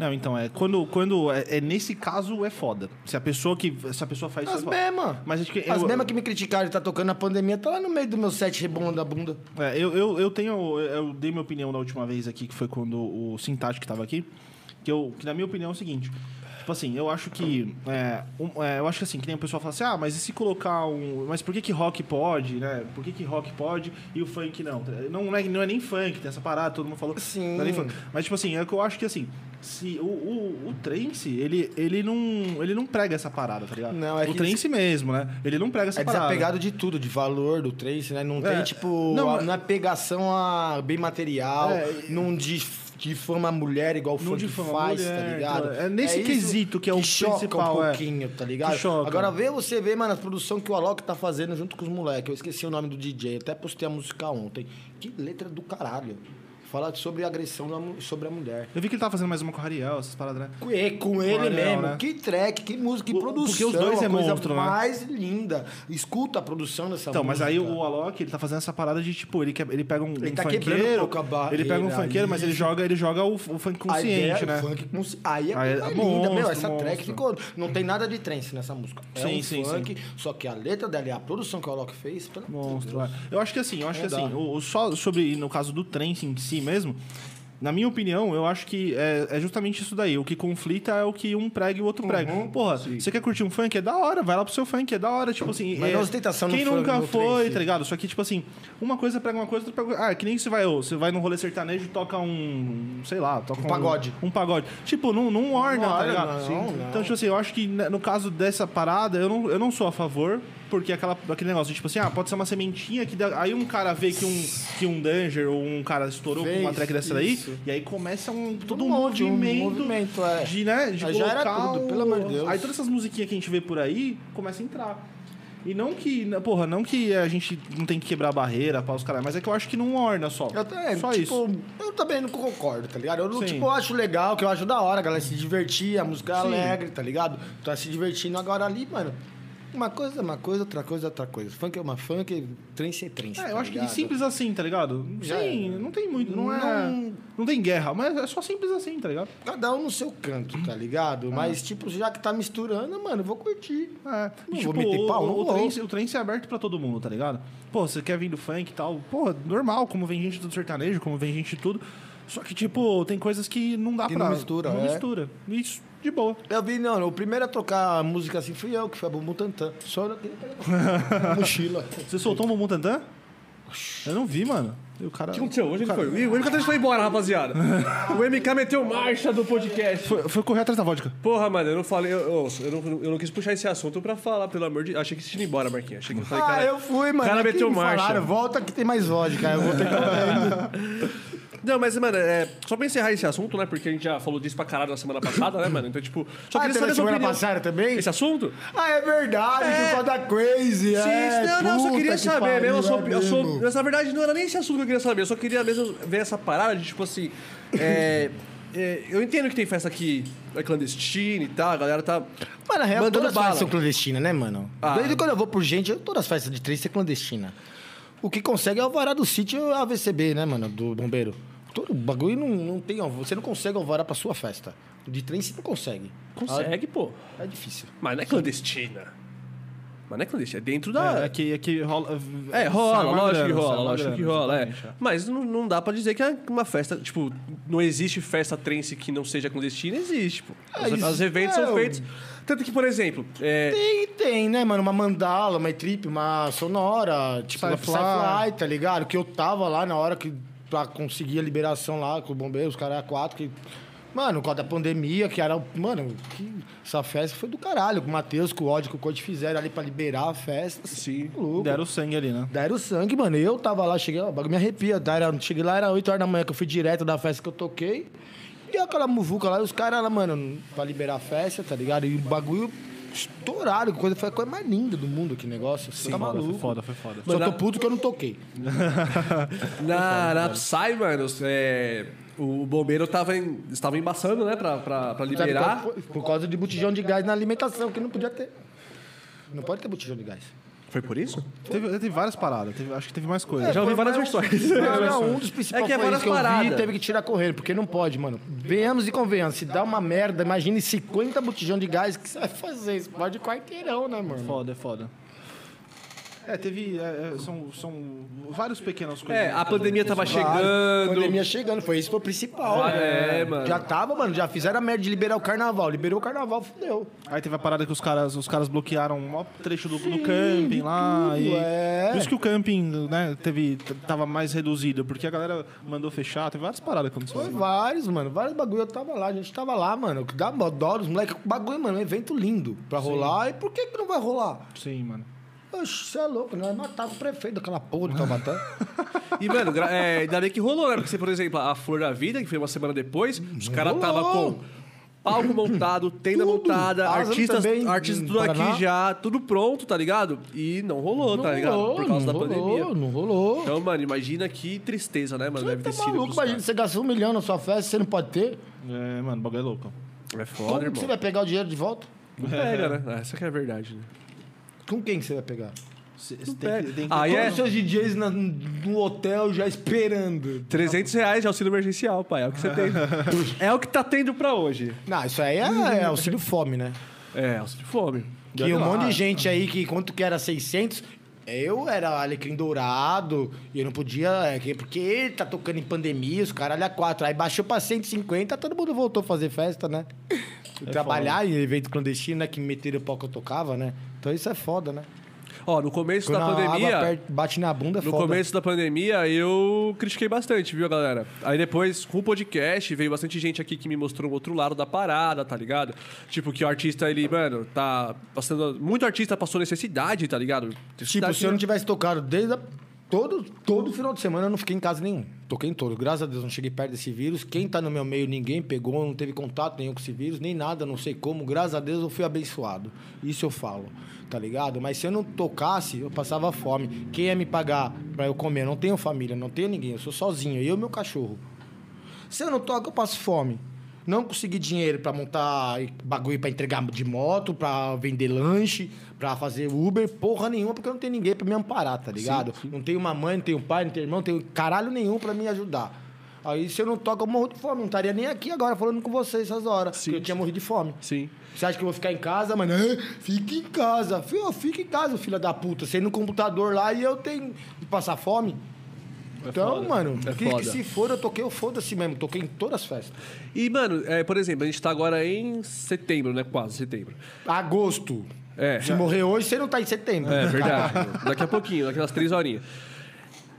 Não, então, é quando. quando é, é nesse caso é foda. Se a pessoa que. Se a pessoa faz As isso. é foda. mesmas. Mas acho que. As eu, mesmas que me criticaram de tá tocando na pandemia, tá lá no meio do meu set rebolando a bunda. É, eu, eu, eu tenho. Eu dei minha opinião da última vez aqui, que foi quando o Sintático tava aqui. Que, eu, que na minha opinião é o seguinte. Tipo assim, eu acho que. é, um- é, eu acho que assim, que nem o pessoal fala assim, ah, mas e se colocar um. Mas por que, que rock pode, né? Por que, que rock pode e o funk não? Não, não, é, não é nem funk, tem essa parada, todo mundo falou. Sim. Não é nem funk. Mas, tipo assim, é que eu acho que assim. Se o, o, o trance, ele, ele, não, ele não prega essa parada, tá ligado? Não, é o que- trance mesmo, né? Ele não prega essa É parada. desapegado de tudo, de valor do trace, né? Não É, tem, tipo, não, não, mas- não é pegação a bem material, É, não dif- difama a mulher igual o Não funk difama a faz, tá mulher, ligado? então, é nesse isso quesito que é o choca principal, um é. pouquinho, tá ligado? Que choca. Agora vê você vê, mano, a produção que o Alok tá fazendo junto com os moleques. Eu esqueci o nome do DJ, até postei a música ontem. Que letra do caralho. Fala sobre agressão da mu- sobre a mulher. Eu vi que ele tava fazendo mais uma com a Ariel, essas paradas, né? Com ele, com ele Olha, mesmo. né? Que track, que música, que O- produção. porque os dois a é coisa monstro, né? mais linda. Escuta a produção dessa Então, mas música. aí o Alok, ele tá fazendo essa parada de tipo, ele, quer, ele pega um, Ele um tá quebrando um funkeiro, pouco a barreira ele pega um funkeiro, mas ele aí. joga, ele joga o, o funk A ideia consciente, é né? Funk consci... Aí é, Aí é coisa linda, monstro, meu. Essa monstro. track ficou. Não tem nada de trance nessa música. É Sim, um sim, funk, só que a letra dela e a produção que o Alok fez. Pelo amor de Monstro, Deus. é. Eu acho que assim, eu acho Não que dá. assim, o, o só sobre no caso do trance em si mesmo, na minha opinião, eu acho que é, é justamente isso daí. O que conflita é o que um prega e o outro Uhum, prega. Porra, você quer curtir um funk? É da hora, vai lá pro seu funk, é da hora. Tipo assim, Mas é, não ostentação no quem funk, nunca no foi, trance. tá ligado? Só que, tipo assim, uma coisa prega uma coisa, outra prega Ah, que nem você vai, ô, você vai num rolê sertanejo e toca um, sei lá, toca Um pagode. Um, pagode. Tipo, não, não orna, tá orna, ligado? não, Sim. não. Então, tipo assim, eu acho que né, no caso dessa parada, eu não, eu não sou a favor, porque aquela, aquele negócio, de, tipo assim, ah, pode ser uma sementinha que dá- aí um cara vê que um, que um danger ou um cara estourou com uma Fez track dessa daí, isso. e aí começa um, todo Um um monte, um movimento, movimento, é. de, né, de Aí já era colocar tudo, o- pelo amor de Deus. Aí todas essas musiquinhas que a gente vê por aí, começa a entrar. E não que, na- porra, não que a gente não tem que quebrar a barreira para os caras, mas é que eu acho que não orna só. Eu, também, só tipo, isso. eu também não concordo, tá ligado? Eu não, Sim. tipo, eu acho legal, que eu acho da hora, a galera se divertir, a música é alegre, tá ligado? Tá se divertindo agora ali, mano. Uma coisa é uma coisa, outra coisa é outra coisa. Funk é uma funk, trance é trance. É, eu tá acho que ligado? simples assim, tá ligado? Já Sim, não tem muito, não, é. Não- um- Não tem guerra, mas é só simples assim, tá ligado? Cada um no seu canto, tá Ah. ligado? Mas, tipo, já que tá misturando, mano, eu vou curtir. É. E, Não tipo, vou meter o, pau, não o, vou. trance, o trance é aberto pra todo mundo, tá ligado? Pô, você quer vir do funk e tal, pô, normal, como vem gente do sertanejo, como vem gente de tudo. Só que, tipo, tem coisas que não dá Que pra. não mistura, Não é. mistura. Isso, de boa. Eu vi, não, o primeiro a tocar música assim fui eu, que foi a Bumbum Tantan. Só eu queria pegar uma mochila. Você soltou um bumbum tantã? Eu não vi, mano. E o cara. O que aconteceu? Hoje ele foi. Ih, O MK3 foi embora, rapaziada. o MK meteu marcha do podcast. Foi, foi correr atrás da vodka. Porra, mano, eu não falei. Eu, eu- eu não, eu não quis puxar esse assunto pra falar, pelo amor de Achei que você tinha ido embora, Marquinhos. Achei que eu falei, ah, cara. eu fui, mano. cara É que meteu me marcha. Falaram, volta que tem mais vodka. Eu vou ter Não, mas, mano, é, só pra encerrar esse assunto, né? Porque a gente já falou disso pra caralho na semana passada, né, mano? Então, tipo, só Ah, queria teve saber sua a semana opinião. passada também? Esse assunto? Ah, é verdade, É. que o da Crazy. é, Sim, não, não, eu só puta queria que saber pariu, mesmo. Eu sou, é eu sou- mesmo. mas, na verdade, não era nem esse assunto que eu queria saber. Eu só queria mesmo ver essa parada de, tipo assim. é, é, eu entendo que tem festa que é clandestina e tal, a galera tá. Mano, na real, Mandando todas as bala. festas são clandestinas, né, mano? Ah. Desde quando eu vou por gente, eu- todas as festas de três são clandestinas. O que consegue é o alvará do sítio e a AVCB, né, mano, do bombeiro. Todo bagulho não, não tem... alvo- Você não consegue alvará pra sua festa. De trem você não consegue. Consegue, pô. É difícil. Mas não é clandestina. Mas não é clandestina, é dentro da. É, é que, é que rola. É, rola, sai uma lógico que grana, sai rola, uma lógico que grana, rola, é. exatamente, Mas não, não dá pra dizer que é uma festa, tipo, não existe festa trance que não seja clandestina, existe, pô. Os, É, isso- os eventos é, são o- feitos. Tanto que, por exemplo, é, Tem, tem, né, mano? Uma mandala, uma trip, uma sonora, tipo, uma Sci-fi. sci-fi, tá ligado? Que eu tava lá na hora que pra conseguir a liberação lá com o bombeiro, os caras quatro que. Mano, com a da pandemia, que era. o- Mano, que- essa festa foi do caralho. Com o Matheus, com o ódio, com o Cote fizeram ali pra liberar a festa. Sim. Louco. Deram o sangue ali, né? Daí era o sangue, mano. Eu tava lá, cheguei, ó, o bagulho me arrepia. Daí era, cheguei lá, era 8 horas da manhã que eu fui direto da festa que eu toquei. E aquela muvuca lá, e os caras lá, mano, pra liberar a festa, tá ligado? E o bagulho estourado, coisa, foi a coisa mais linda do mundo aquele negócio. Você tá Foda, maluco. foi foda, foi foda. Só Mano, tô a- puto que eu não toquei. na, na Psy, mano, é, o bombeiro tava em- estava embaçando, né, pra, pra, pra Sabe liberar. qual foi? Por causa de botijão de gás na alimentação, que não podia ter. Não pode ter botijão de gás. Foi por isso? Teve, teve várias paradas, teve- acho que teve mais coisas. Eu já ouvi É, Foi várias mais- versões. Não, não, um dos principais É que é foi várias isso que eu paradas. vi, teve que tirar correndo, porque não pode, mano. Venhamos e convenhamos, se dá uma merda, imagine 50 botijão de gás, o que você vai fazer? Isso pode quarteirão, né, mano? Foda, é foda. É, teve. é, é, são, são vários pequenas coisas. É, a pandemia tava A chegando. pandemia chegando, foi isso, foi o principal. Ah, né? é, mano. Já tava, mano, já fizeram a merda de liberar o carnaval. Liberou o carnaval, fudeu. Aí teve a parada que os caras, os caras bloquearam o maior trecho do, do camping lá. e é. Por isso que o camping, né, teve, t- tava mais reduzido, porque a galera mandou fechar, teve várias paradas que Foi aconteceram. vários, mano, vários bagulho. Eu tava lá, a gente tava lá, mano. Que dá mó dó dos moleques. Bagulho, mano, é um evento lindo pra rolar. E por que, que não vai rolar? Sim, mano. Oxe, você é louco, nós matava o prefeito daquela porra de Taubaté. E, mano, gra- é, ainda bem que rolou, né? Porque, você, por exemplo, a Flor da Vida, que foi uma semana depois, os caras estavam com palco montado, tenda Hum, Tudo. montada, Asa artistas, também, artistas em tudo Paraná. aqui já, tudo pronto, tá ligado? E não rolou, tá ligado? Por causa da não pandemia. rolou, não rolou. Então, mano, imagina que tristeza, né, mano? Deve Tá ter sido. maluco, pros imagina, você gastou um milhão na sua festa, você não pode ter. É, mano, o bagulho é louco. caras. É Como foda, que você irmão. vai pegar o dinheiro de volta? Não pega, né? Ah, Essa que é a verdade, né? Com quem que você vai pegar? Cê- cê tem pega. que, tem que- Aí Todos é os seus DJs na- no hotel já esperando. 300 reais de auxílio emergencial, pai. É o que você tem. é o que tá tendo pra hoje. Não, isso aí é, é auxílio fome, né? É, auxílio fome. Que um monte de gente aí que quanto que era 600... Eu era alecrim dourado e eu não podia... é, que- Porque tá tocando em pandemia, os caralho a quatro. Aí baixou pra 150, todo mundo voltou a fazer festa, né? É Trabalhar em evento clandestino, né? Que me meteram o pau que eu tocava, né? Então isso é foda, né? Ó, no começo Quando da a pandemia. água per- bate na bunda, é No foda. começo da pandemia, eu critiquei bastante, viu, galera? Aí depois, com o podcast, veio bastante gente aqui que me mostrou o outro lado da parada, tá ligado? Tipo, que o artista, ele, mano, tá passando... Muito artista passou necessidade, tá ligado? Tipo, Necessidade se eu não tivesse tocado desde a- todo, todo final de semana, eu não fiquei em casa nenhum. Toquei em todo. Graças a Deus, não cheguei perto desse vírus. Quem tá no meu meio, ninguém pegou, não teve contato nenhum com esse vírus, nem nada, não sei como. Graças a Deus, eu fui abençoado. Isso eu falo, tá ligado? Mas se eu não tocasse, eu passava fome. Quem ia me pagar pra eu comer? Eu não tenho família, não tenho ninguém. Eu sou sozinho, eu e meu cachorro. Se eu não toco, eu passo fome. Não consegui dinheiro pra montar e- bagulho pra entregar de moto, pra vender lanche, pra fazer Uber, porra nenhuma, porque eu não tenho ninguém pra me amparar, tá ligado? Não tenho uma mãe, não tenho pai, não tenho irmão, não tenho caralho nenhum pra me ajudar. Aí se eu não toco, eu morro de fome. Não estaria nem aqui agora falando com vocês essas horas. Porque eu tinha morrido de fome. Sim. Você acha que eu vou ficar em casa, mano? Fica em casa. Filho, fica em casa, filha da puta. Você no computador lá e eu tenho de passar fome. então, foda. mano, É que- que, foda. se for, eu toquei o foda-se mesmo. Toquei em todas as festas. E, mano, é, por exemplo, a gente tá agora em setembro, né? Quase setembro. Agosto. É. Se morrer hoje, você não tá em setembro. É verdade. daqui a pouquinho, daqui umas três horinhas.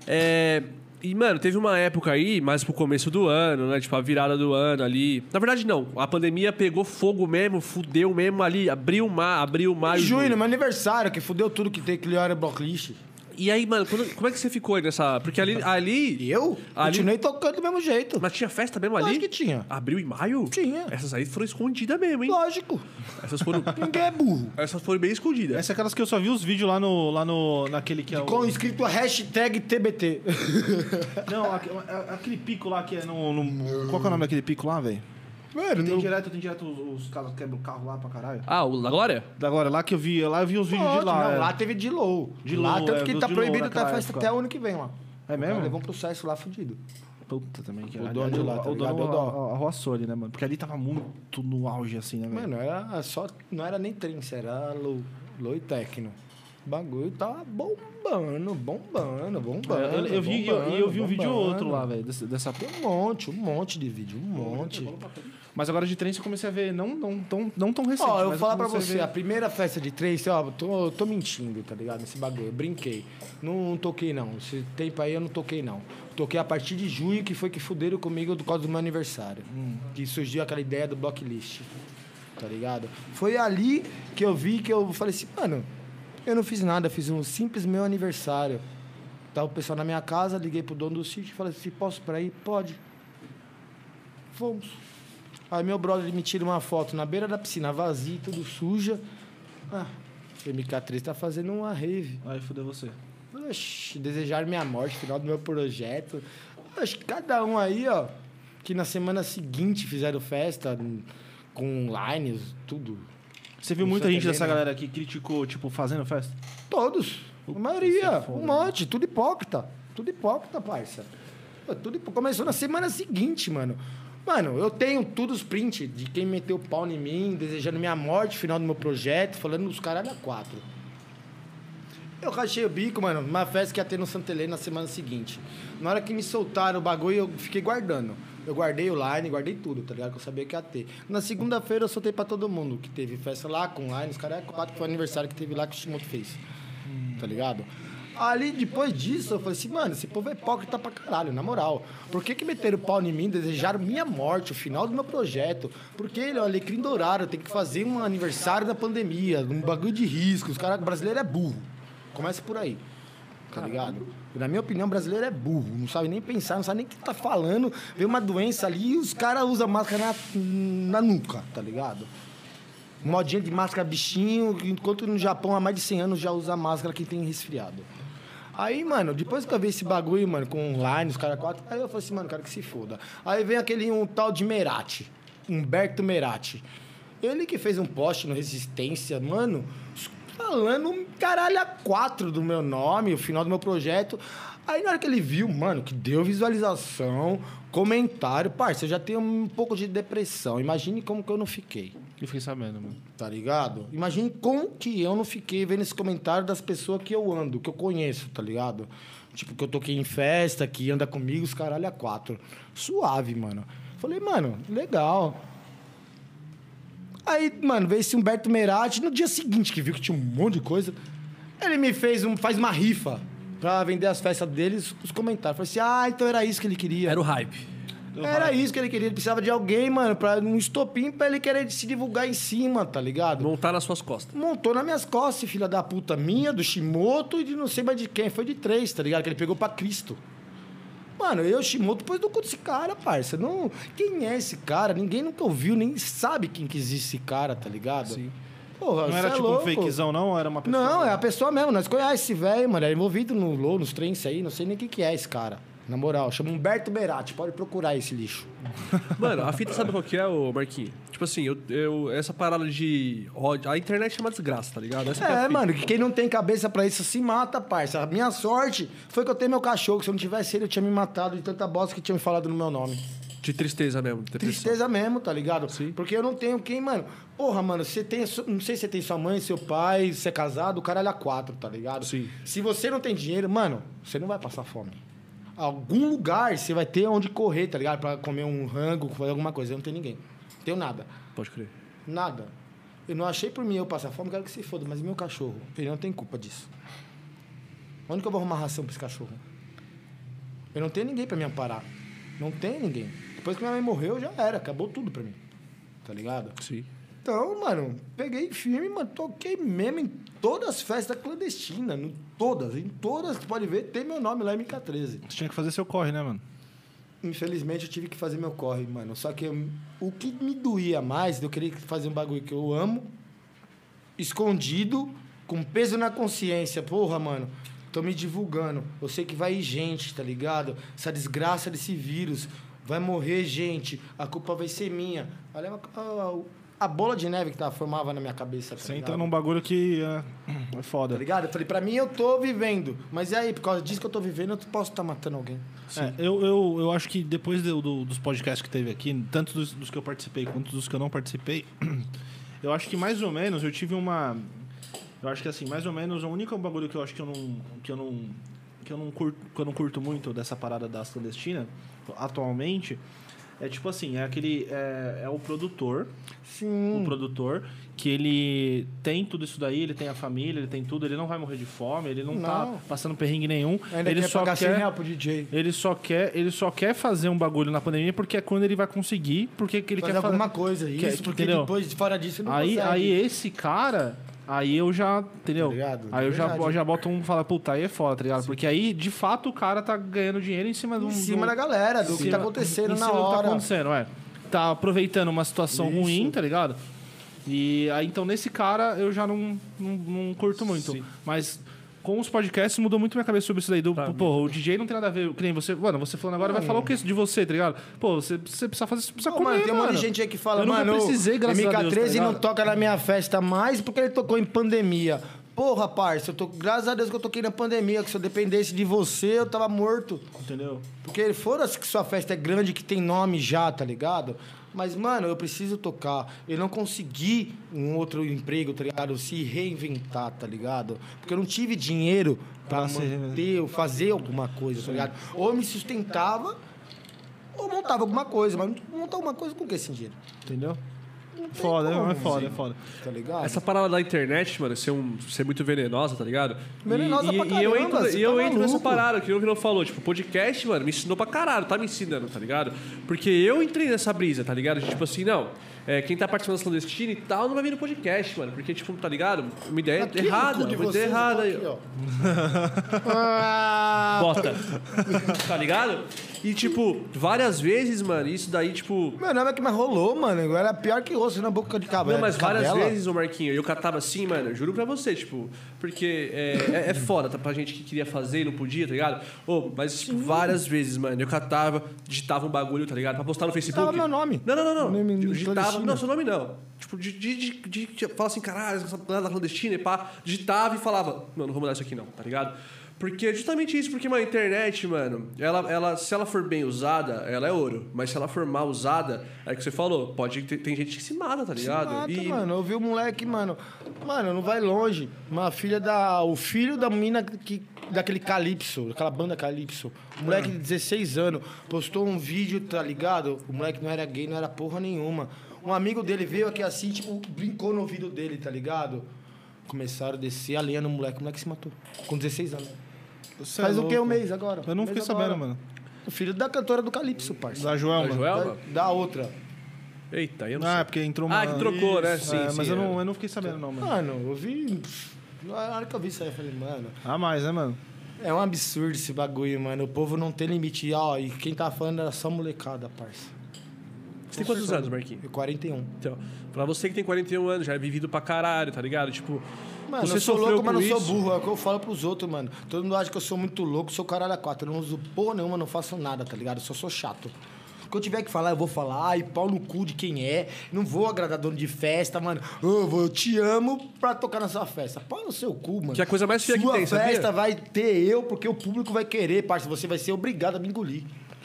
É, e, mano, teve uma época aí, mais pro começo do ano, né? Tipo, a virada do ano ali. Na verdade, não. A pandemia pegou fogo mesmo, fudeu mesmo ali. Abriu mar, abriu maio. Junho, né? meu aniversário, que fudeu tudo que tem que olhar o blocklist. E aí, mano, quando- como é que você ficou aí nessa. Porque ali. ali E eu Ali- continuei tocando do mesmo jeito. mas tinha festa mesmo ali? Lógico que tinha. Abril e maio? Tinha. Essas aí foram escondidas mesmo, hein? Lógico. Essas foram. Ninguém é burro. Essas foram bem escondidas. Essa é aquelas que eu só vi os vídeos lá no. Lá no naquele que é o. Com escrito a hashtag TBT. Não, aque- a- a- aquele pico lá que é no. no- Qual que é o nome daquele pico lá, velho? Mano, Tem não- direto, tem direto os, os caras quebram o carro lá pra caralho. Ah, o agora? Agora, lá que eu vi, lá eu vi os vídeos de Pode, lá. não, é. lá teve de low. De lá, low, tanto é, que viu tá de proibido low até a naquela festa época. até o ano que vem lá. É mesmo? Levou um processo lá fudido. Puta também, que O ali- dono de lá, ali- tá o ligado? dono Eu dou. a- a- arroaçou ali, né, mano? Porque ali tava muito no auge, assim, né, velho? Mano, era só. Não era nem trance, era low, low e techno. O bagulho tava bombando, bombando, bombando. É, Eu, eu vi, eu, bombando, eu vi um vídeo ou bombando. outro lá, velho, desse- dessa... Tem um monte, um monte de vídeo, um monte. é Mas agora de trem eu comecei a ver, não, não, tão, não tão recente, Ó, eu mas vou falar pra comecei você, a a ver- primeira festa de três, ó, eu tô, eu tô mentindo, tá ligado? Nesse bagulho, eu brinquei. Não toquei, não. Esse tempo aí eu não toquei, não. Toquei a partir de junho, que foi que fuderam comigo por causa do meu aniversário. Hum, Que surgiu aquela ideia do blocklist, tá ligado? Foi ali que eu vi, que eu falei assim, mano, eu não fiz nada, eu fiz um simples meu aniversário. Tava o pessoal na minha casa, liguei pro dono do sítio e falei assim, posso pra ir? Pode. Fomos. Aí meu brother ele me tira uma foto na beira da piscina, vazia, tudo suja. Ah, o MK3 tá fazendo uma rave. Aí fudeu você. Oxi, desejaram minha morte, final do meu projeto. Oxi, cada um aí, ó, que na semana seguinte fizeram festa hum, com online, tudo. Você viu Não muita sei gente também, dessa né? galera que criticou, tipo, fazendo festa? Todos. A maioria. um monte. Tudo hipócrita. Tudo hipócrita, parça. Pô, Tudo hipó- Começou na semana seguinte, mano. Mano, eu tenho todos os prints de quem meteu o pau em mim, desejando minha morte, final do meu projeto, falando nos caralho a quatro. Eu rachei o bico, mano, numa festa que ia ter no Santa Helena na semana seguinte. Na hora que me soltaram o bagulho, eu fiquei guardando. Eu guardei o line, guardei tudo, tá ligado? Que eu sabia que ia ter. Na segunda-feira eu soltei pra todo mundo que teve festa lá com line, os caras é quatro, que foi o aniversário que teve lá que o Shimoto fez. Tá ligado? Ali, depois disso, eu falei assim, mano, esse povo é hipócrita pra caralho, na moral. Por que, que meteram o pau em mim, desejaram minha morte, o final do meu projeto? Porque ele é o alecrim dourado, tem que fazer um aniversário da pandemia, um bagulho de risco. Os caras, brasileiro é burro. Começa por aí. Tá ligado? Na minha opinião, brasileiro é burro. Não sabe nem pensar, não sabe nem o que tá falando. Vê uma doença ali e os caras usam máscara na, na nuca, tá ligado? Modinha de máscara bichinho, enquanto no Japão há mais de 100 anos já usa máscara quem tem resfriado. Aí, mano, depois que eu vi esse bagulho, mano, com online, os caras quatro, aí eu falei assim, mano, quero que se foda. Aí vem aquele um tal de Merati, Humberto Merati. Ele que fez um post no Resistência, mano, falando um caralho a quatro do meu nome, o final do meu projeto. Aí na hora que ele viu, mano, que deu visualização, comentário, parça, eu já tenho um pouco de depressão. Imagine como que eu não fiquei. Eu fiquei sabendo, mano. Tá ligado? Imagine como que eu não fiquei vendo esse comentário das pessoas que eu ando, que eu conheço, tá ligado? Tipo, que eu toquei em festa, que anda comigo, os caralho a quatro. Suave, mano. Falei, mano, legal. Aí, mano, veio esse Humberto Merati no dia seguinte, que viu que tinha um monte de coisa. Ele me fez um. faz uma rifa pra vender as festas deles, os comentários. Falei assim, ah, então era isso que ele queria. Era o hype. Era isso que ele queria. Ele precisava de alguém, mano, pra um estopim pra ele querer se divulgar em cima, tá ligado? Montar nas suas costas. Montou nas minhas costas, filha da puta minha, do Shimoto e de não sei mais de quem. Foi de três, tá ligado? Que ele pegou pra Cristo. Mano, eu, Shimoto, depois do cu desse cara, parça. Não, quem é esse cara? Ninguém nunca ouviu, nem sabe quem que existe esse cara, tá ligado? Sim. Porra, Não cê era é tipo louco. um fakezão, não? Era uma pessoa... Não, é a pessoa mesmo. Nós conhecemos esse velho, mano. É envolvido no low, nos trens aí. Não sei nem o que, que é esse cara. Na moral, chama um Humberto Berati, pode procurar esse lixo. Mano, a fita sabe qual que é, ô Marquinhos? Tipo assim, eu, eu- essa parada de. ódio- A internet é uma desgraça, tá ligado? Essa que a É, fita. mano, que quem não tem cabeça pra isso se mata, parça. A minha sorte foi que eu tenho meu cachorro, que se eu não tivesse ele, eu tinha me matado de tanta bosta que tinha me falado no meu nome. De tristeza mesmo. de depressão. Tristeza mesmo, tá ligado? Porque eu não tenho quem, mano. Porra, mano, você tem. a su- Não sei se você tem sua mãe, seu pai, se é casado, o caralho a quatro, tá ligado? Sim. Se você não tem dinheiro, mano, você não vai passar fome. Algum lugar você vai ter onde correr, tá ligado? Pra comer um rango, fazer alguma coisa. Eu não tenho ninguém. Não tenho nada. Pode crer. Nada. Eu não achei por mim eu passar fome, quero que se foda, mas meu cachorro, ele não tem culpa disso. Onde que eu vou arrumar ração pra esse cachorro? Eu não tenho ninguém pra me amparar. Não tem ninguém. Depois que minha mãe morreu, já era, acabou tudo pra mim. Tá ligado? Sim. Então, mano, peguei firme, mano, toquei mesmo em todas as festas clandestinas, em todas, em todas, tu pode ver, tem meu nome lá em MK13. Você tinha que fazer seu corre, né, mano? Infelizmente eu tive que fazer meu corre, mano. Só que eu- o que me doía mais, eu queria fazer um bagulho que eu amo, escondido, com peso na consciência. Porra, mano, tô me divulgando. Eu sei que vai ir gente, tá ligado? Essa desgraça desse vírus. Vai morrer gente, a culpa vai ser minha. Olha é a, a- a bola de neve que tá, formava na minha cabeça. Tá Você ligado? entra num bagulho que é, é Tá foda. ligado? Eu falei, pra mim eu tô vivendo. Mas e aí, por causa disso que eu tô vivendo, eu posso estar matando alguém. É, eu, eu, eu acho que depois do- do- dos podcasts que teve aqui, tanto dos, dos que eu participei quanto dos que eu não participei, eu acho que mais ou menos eu tive uma. Eu acho que assim, mais ou menos, o único bagulho que eu acho que eu não. que eu não. que eu não curto, que eu não curto muito dessa parada das clandestinas, atualmente, é tipo assim, é aquele. É, é o produtor. Hum. O produtor, que ele tem tudo isso daí, ele tem a família, ele tem tudo, ele não vai morrer de fome, ele não, tá Não. passando perrengue nenhum. Ainda ele quer só pagar 100 quer. reais pro DJ. Ele só quer, ele só quer fazer um bagulho na pandemia porque é quando ele vai conseguir, porque que ele fazer quer fazer alguma coisa. Isso, Quer- porque entendeu? depois, fora disso, não Aí, consegue. aí esse cara, aí eu já, entendeu? Tá ligado? aí eu já, Verdade. eu já boto um e falo, puta, aí é foda, tá ligado? Porque aí, de fato, o cara tá ganhando dinheiro em cima de um. Em de um- cima da galera, do em que tá cima- acontecendo em cima na do que tá hora. acontecendo, é. Tá aproveitando uma situação ruim, tá ligado? E aí, então, nesse cara, eu já não, não, não curto muito. Mas com os podcasts mudou muito minha cabeça sobre isso daí. Do, pô, o DJ não tem nada a ver. Que nem você. Mano, você falando agora vai falar o que de você, tá ligado? Pô, você, você precisa fazer. Você precisa Pô, comer, mano, tem um monte de mano. gente aí que fala, eu nunca mano, precisei, graças a Deus. tá MK13 não ligado? toca na minha festa mais porque ele tocou em pandemia. Porra, parça, eu tô, graças a Deus que eu toquei na pandemia, que se eu dependesse de você, eu tava morto. Entendeu? Porque fora que sua festa é grande, que tem nome já, tá ligado? Mas, mano, eu preciso tocar. Eu não consegui um outro emprego, tá ligado? Se reinventar, tá ligado? Porque eu não tive dinheiro pra manter, ou fazer alguma coisa, tá ligado? Ou eu me sustentava, ou montava alguma coisa. Mas montar alguma coisa com o que esse dinheiro? Entendeu? Foda, como, é foda, é sim. foda. Tá ligado? Essa parada da internet, mano, ser, um, ser muito venenosa, tá ligado? Venenosa e, pra e- E eu caramba, entro, você e eu tá entro nessa maluco. parada, que o que não falou. Tipo, podcast, mano, me ensinou pra caralho, tá me ensinando, tá ligado? Porque eu entrei nessa brisa, tá ligado? De, tipo assim, não, é, quem tá participando da clandestina e tal não vai vir no podcast, mano. Porque, tipo, tá ligado? Uma ideia Aqui no errada, é cu de uma vocês, é ideia eu tô errada. aqui, ó. Bota. tá ligado? E, tipo, várias vezes, mano, isso daí, tipo, Meu nome é que mais rolou, mano. Eu era pior que osso na boca de cabelo. Não, mas várias vezes, o Marquinho, eu catava assim, mano, eu juro pra você, tipo, porque é, é, é foda, tá? Pra gente que queria fazer e não podia, tá ligado? Ô, mas tipo, várias vezes, mano, eu catava, digitava um bagulho, tá ligado? Pra postar no Facebook. meu nome. Não, não, não, Nem- não. nem Digitava. clandestina. Não, seu nome não. Tipo, de, de, de, de, de- fala assim, caralho, essa parada da clandestina e pá. Digitava e falava, mano, não vou mudar isso aqui não, tá ligado? Porque é justamente isso, porque, mano, a internet, mano, ela, ela, se ela for bem usada, ela é ouro. Mas se ela for mal usada, é o que você falou, pode ter, tem gente que se mata, tá ligado? Mata, e, mano. Eu vi o moleque, mano. Mano, não vai longe. Uma filha da. O filho da mina que, daquele Calypso, daquela banda Calypso. Um moleque de 16 anos. Postou um vídeo, tá ligado? O moleque não era gay, não era porra nenhuma. Um amigo dele veio aqui assim, tipo, brincou no ouvido dele, tá ligado? Começaram a descer a linha no moleque. O moleque se matou. Com 16 anos. Você é Faz o louco. que um mês agora? Eu não Um fiquei mês sabendo, agora. mano. O filho da cantora do Calypso, parça. Da Joelma. Da Joelma? Da, da outra. Eita, aí eu não Ah, sei. é porque entrou uma. Ah, que trocou, né? Sim, É, sim, mas eu, é. não, eu não fiquei sabendo, não, mano. Mano, eu vi. pff, Na hora que eu vi isso aí, eu falei, mano. Ah, mais, né, mano? É um absurdo esse bagulho, mano. O povo não tem limite. E, ó, e quem tá falando era só molecada, parça. Você tem quantos anos, Marquinhos? Eu 41. Então, pra você que tem 41 anos, já é vivido pra caralho, tá ligado? Tipo, Mano, Você eu sou sofreu louco, mas não com sou isso? burro. É o que eu falo pros outros, mano. Todo mundo acha que eu sou muito louco, sou caralho a quatro. Eu não uso porra nenhuma, não faço nada, tá ligado? Eu só sou chato. O que eu tiver que falar, eu vou falar. E pau no cu de quem é. Não vou agradar dono de festa, mano. Eu, vou, eu te amo pra tocar na sua festa. Pau no seu cu, mano. Que é a coisa mais feia que Sua tem, sabia? festa vai ter eu, porque o público vai querer, parça. Você vai ser obrigado a me engolir.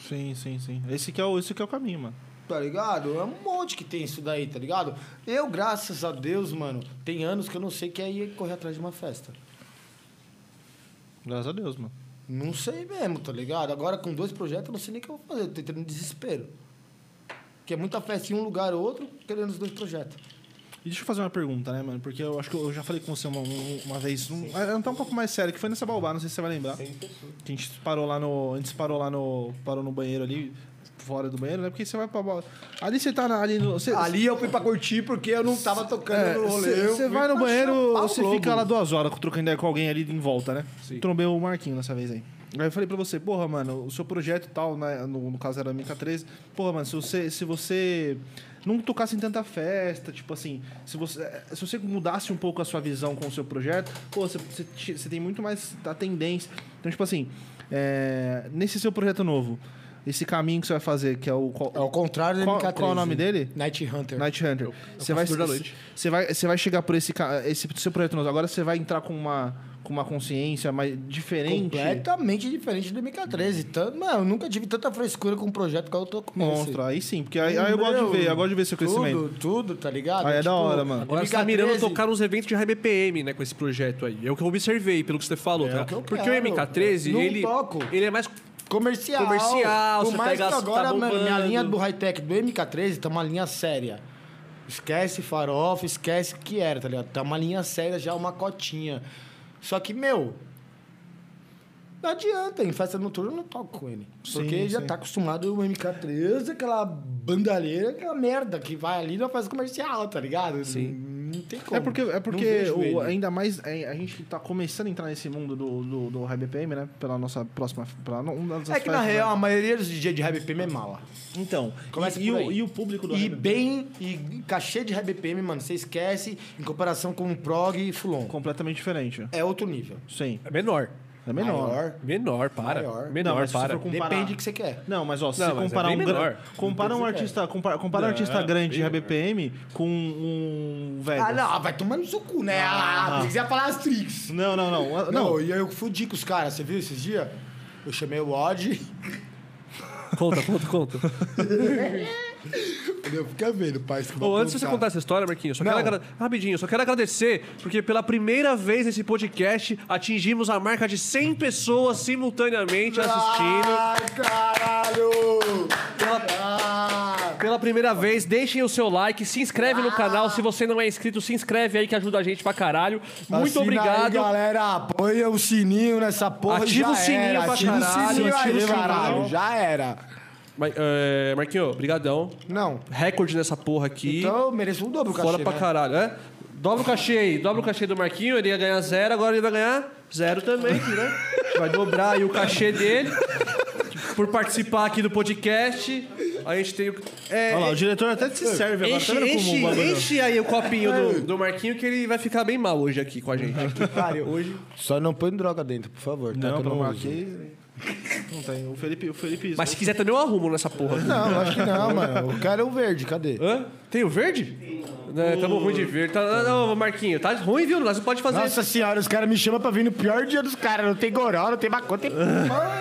Sim, sim, sim. Esse que é o, esse que é o caminho, mano. Tá ligado? É um monte que tem isso daí, tá ligado? Eu, graças a Deus, mano, tem anos que eu não sei que é ir correr atrás de uma festa. Graças a Deus, mano. Não sei mesmo, tá ligado? Agora com dois projetos eu não sei nem o que eu vou fazer. Eu tô entrando em desespero. Porque é muita festa em um lugar ou outro, querendo os dois projetos. E deixa eu fazer uma pergunta, né, mano? Porque eu acho que eu já falei com você uma, um- uma vez, um, era até um pouco mais sério, que foi nessa balbá, não sei se você vai lembrar. Que a gente parou lá no. A gente parou lá no. Parou no banheiro ali, fora do banheiro, né? Porque você vai pra balbá. Ali você tá na, ali no. Você, Ali eu fui pra curtir porque eu não tava tocando no rolê. Eu tá Você fui É, vai no pra banheiro, chapar o você globo. fica lá duas horas trocando ideia com alguém ali em volta, né? Trombei o Marquinho nessa vez aí. Aí eu falei pra você, porra, mano, o seu projeto e tal, né, no, no caso era a Mica 13, porra, mano, se você, se você não tocasse em tanta festa, tipo assim, se você, eh, se você mudasse um pouco a sua visão com o seu projeto, pô, você, você, ti- você tem muito mais a tendência. Então, tipo assim, eh, nesse seu projeto novo, esse caminho que você vai fazer, que é o... qual- É o contrário do Qual- MK13. qual é o nome dele? Night Hunter. Night Hunter. Você vai, caçador da noite. você vai, você vai chegar por esse, ca- esse seu projeto novo. Agora você vai entrar com uma, com uma consciência mais diferente. Completamente diferente do MK13. Tanto, mano, eu nunca tive tanta frescura com um projeto que eu tô com esse. Monstro, aí sim, porque aí, aí eu gosto de ver, eu gosto de ver seu crescimento. Tudo, tudo, tá ligado? Aí é da hora, mano. Agora você tá mirando tocar nos eventos de high BPM, né, com esse projeto aí. É o que eu observei, pelo que você falou, É cara. o que eu Porque quero. o MK13, Não ele, toco. ele é mais... Comercial. Comercial, Por você mais pega que as- tá agora, mano, minha bombando. linha do high-tech do MK13 tá uma linha séria. Esquece farofa, esquece o que era, tá ligado? Tá uma linha séria já, uma cotinha. Só que, meu. Não adianta, em festa noturna eu não toco com ele. Porque Sim, já sim. tá acostumado o MK13, aquela bandalheira, aquela merda que vai ali na festa comercial, tá ligado? Sim. Não, tem como. É porque, é Não porque vejo o- ele. ainda mais é, a gente que tá começando a entrar nesse mundo do, do, do High BPM, né? Pela nossa próxima. Pela, uma das É que na festas, né? real, a maioria dos DJ de High BPM é mala. Então, Começa e, e por o, aí. e o público do E High BPM? bem, e cachê de BPM, mano, você esquece em comparação com o prog e fulon. Completamente diferente. É outro nível. Sim, É menor. é menor. Maior. Menor, para. Maior. Menor, Não, mas se para. for com- Comparar. Depende do que você quer. Não, mas ó, se Não, você mas é comparar bem um grande. menor. Compara um artista, compara, compara um artista Não, é grande de bem RBPM com um Vegas. Ah, não, ah, vai tomar no seu cu, né? Ah. Ah, você ia falar as tricks. não, não, não. ah, Não, não. e aí eu fudi com os caras, você viu esses dias? Eu chamei o Odd, Conta, conta, conta. eu fica vendo, pai. isso que eu vou Ô, antes de você contar. contar essa história, Marquinhos, só Não. quero agra... rapidinho, só quero agradecer, porque pela primeira vez nesse podcast atingimos a marca de 100 pessoas simultaneamente assistindo. Ai, caralho! Pela, Ah, pela primeira vez, deixem o seu like, se inscreve no canal. Se você não é inscrito, se inscreve aí que ajuda a gente pra caralho. Muito assina Tá Aí, obrigado. galera, apoia o sininho nessa porra. Ativa já o sininho era. pra Ativa caralho, o sininho aí, ativa o caralho. sininho. Já era. Mar... é, Marquinhos, brigadão. Não. Recorde nessa porra aqui. Então eu mereço um dobro o cachê, Fora pra né? caralho, é? Dobra o cachê aí, dobra o cachê do Marquinho, ele ia ganhar zero, agora ele vai ganhar zero também, né? Vai dobrar aí o cachê dele por participar aqui do podcast. A gente tem o. É, Olha lá, o diretor até se serve agora. enche, tá vendo como o enche, bagulho- enche aí o copinho do, do Marquinho que ele vai ficar bem mal hoje aqui com a gente. Pariu. Só não põe droga dentro, por favor. tá? é? Não, Que eu pelo uso. aqui. Não tem. O Felipe. O Felipe Mas se quiser também eu arrumo nessa porra. aqui. Não, acho que não, mano. Eu quero o é um verde, cadê? Hã? Tem o verde? Não, tamo ruim de verde. Tá, não, Marquinho, tá ruim, viu? Nós não pode fazer Nossa senhora, os caras me chamam pra vir no pior dia dos caras. Não tem goró, não tem bacon, tem...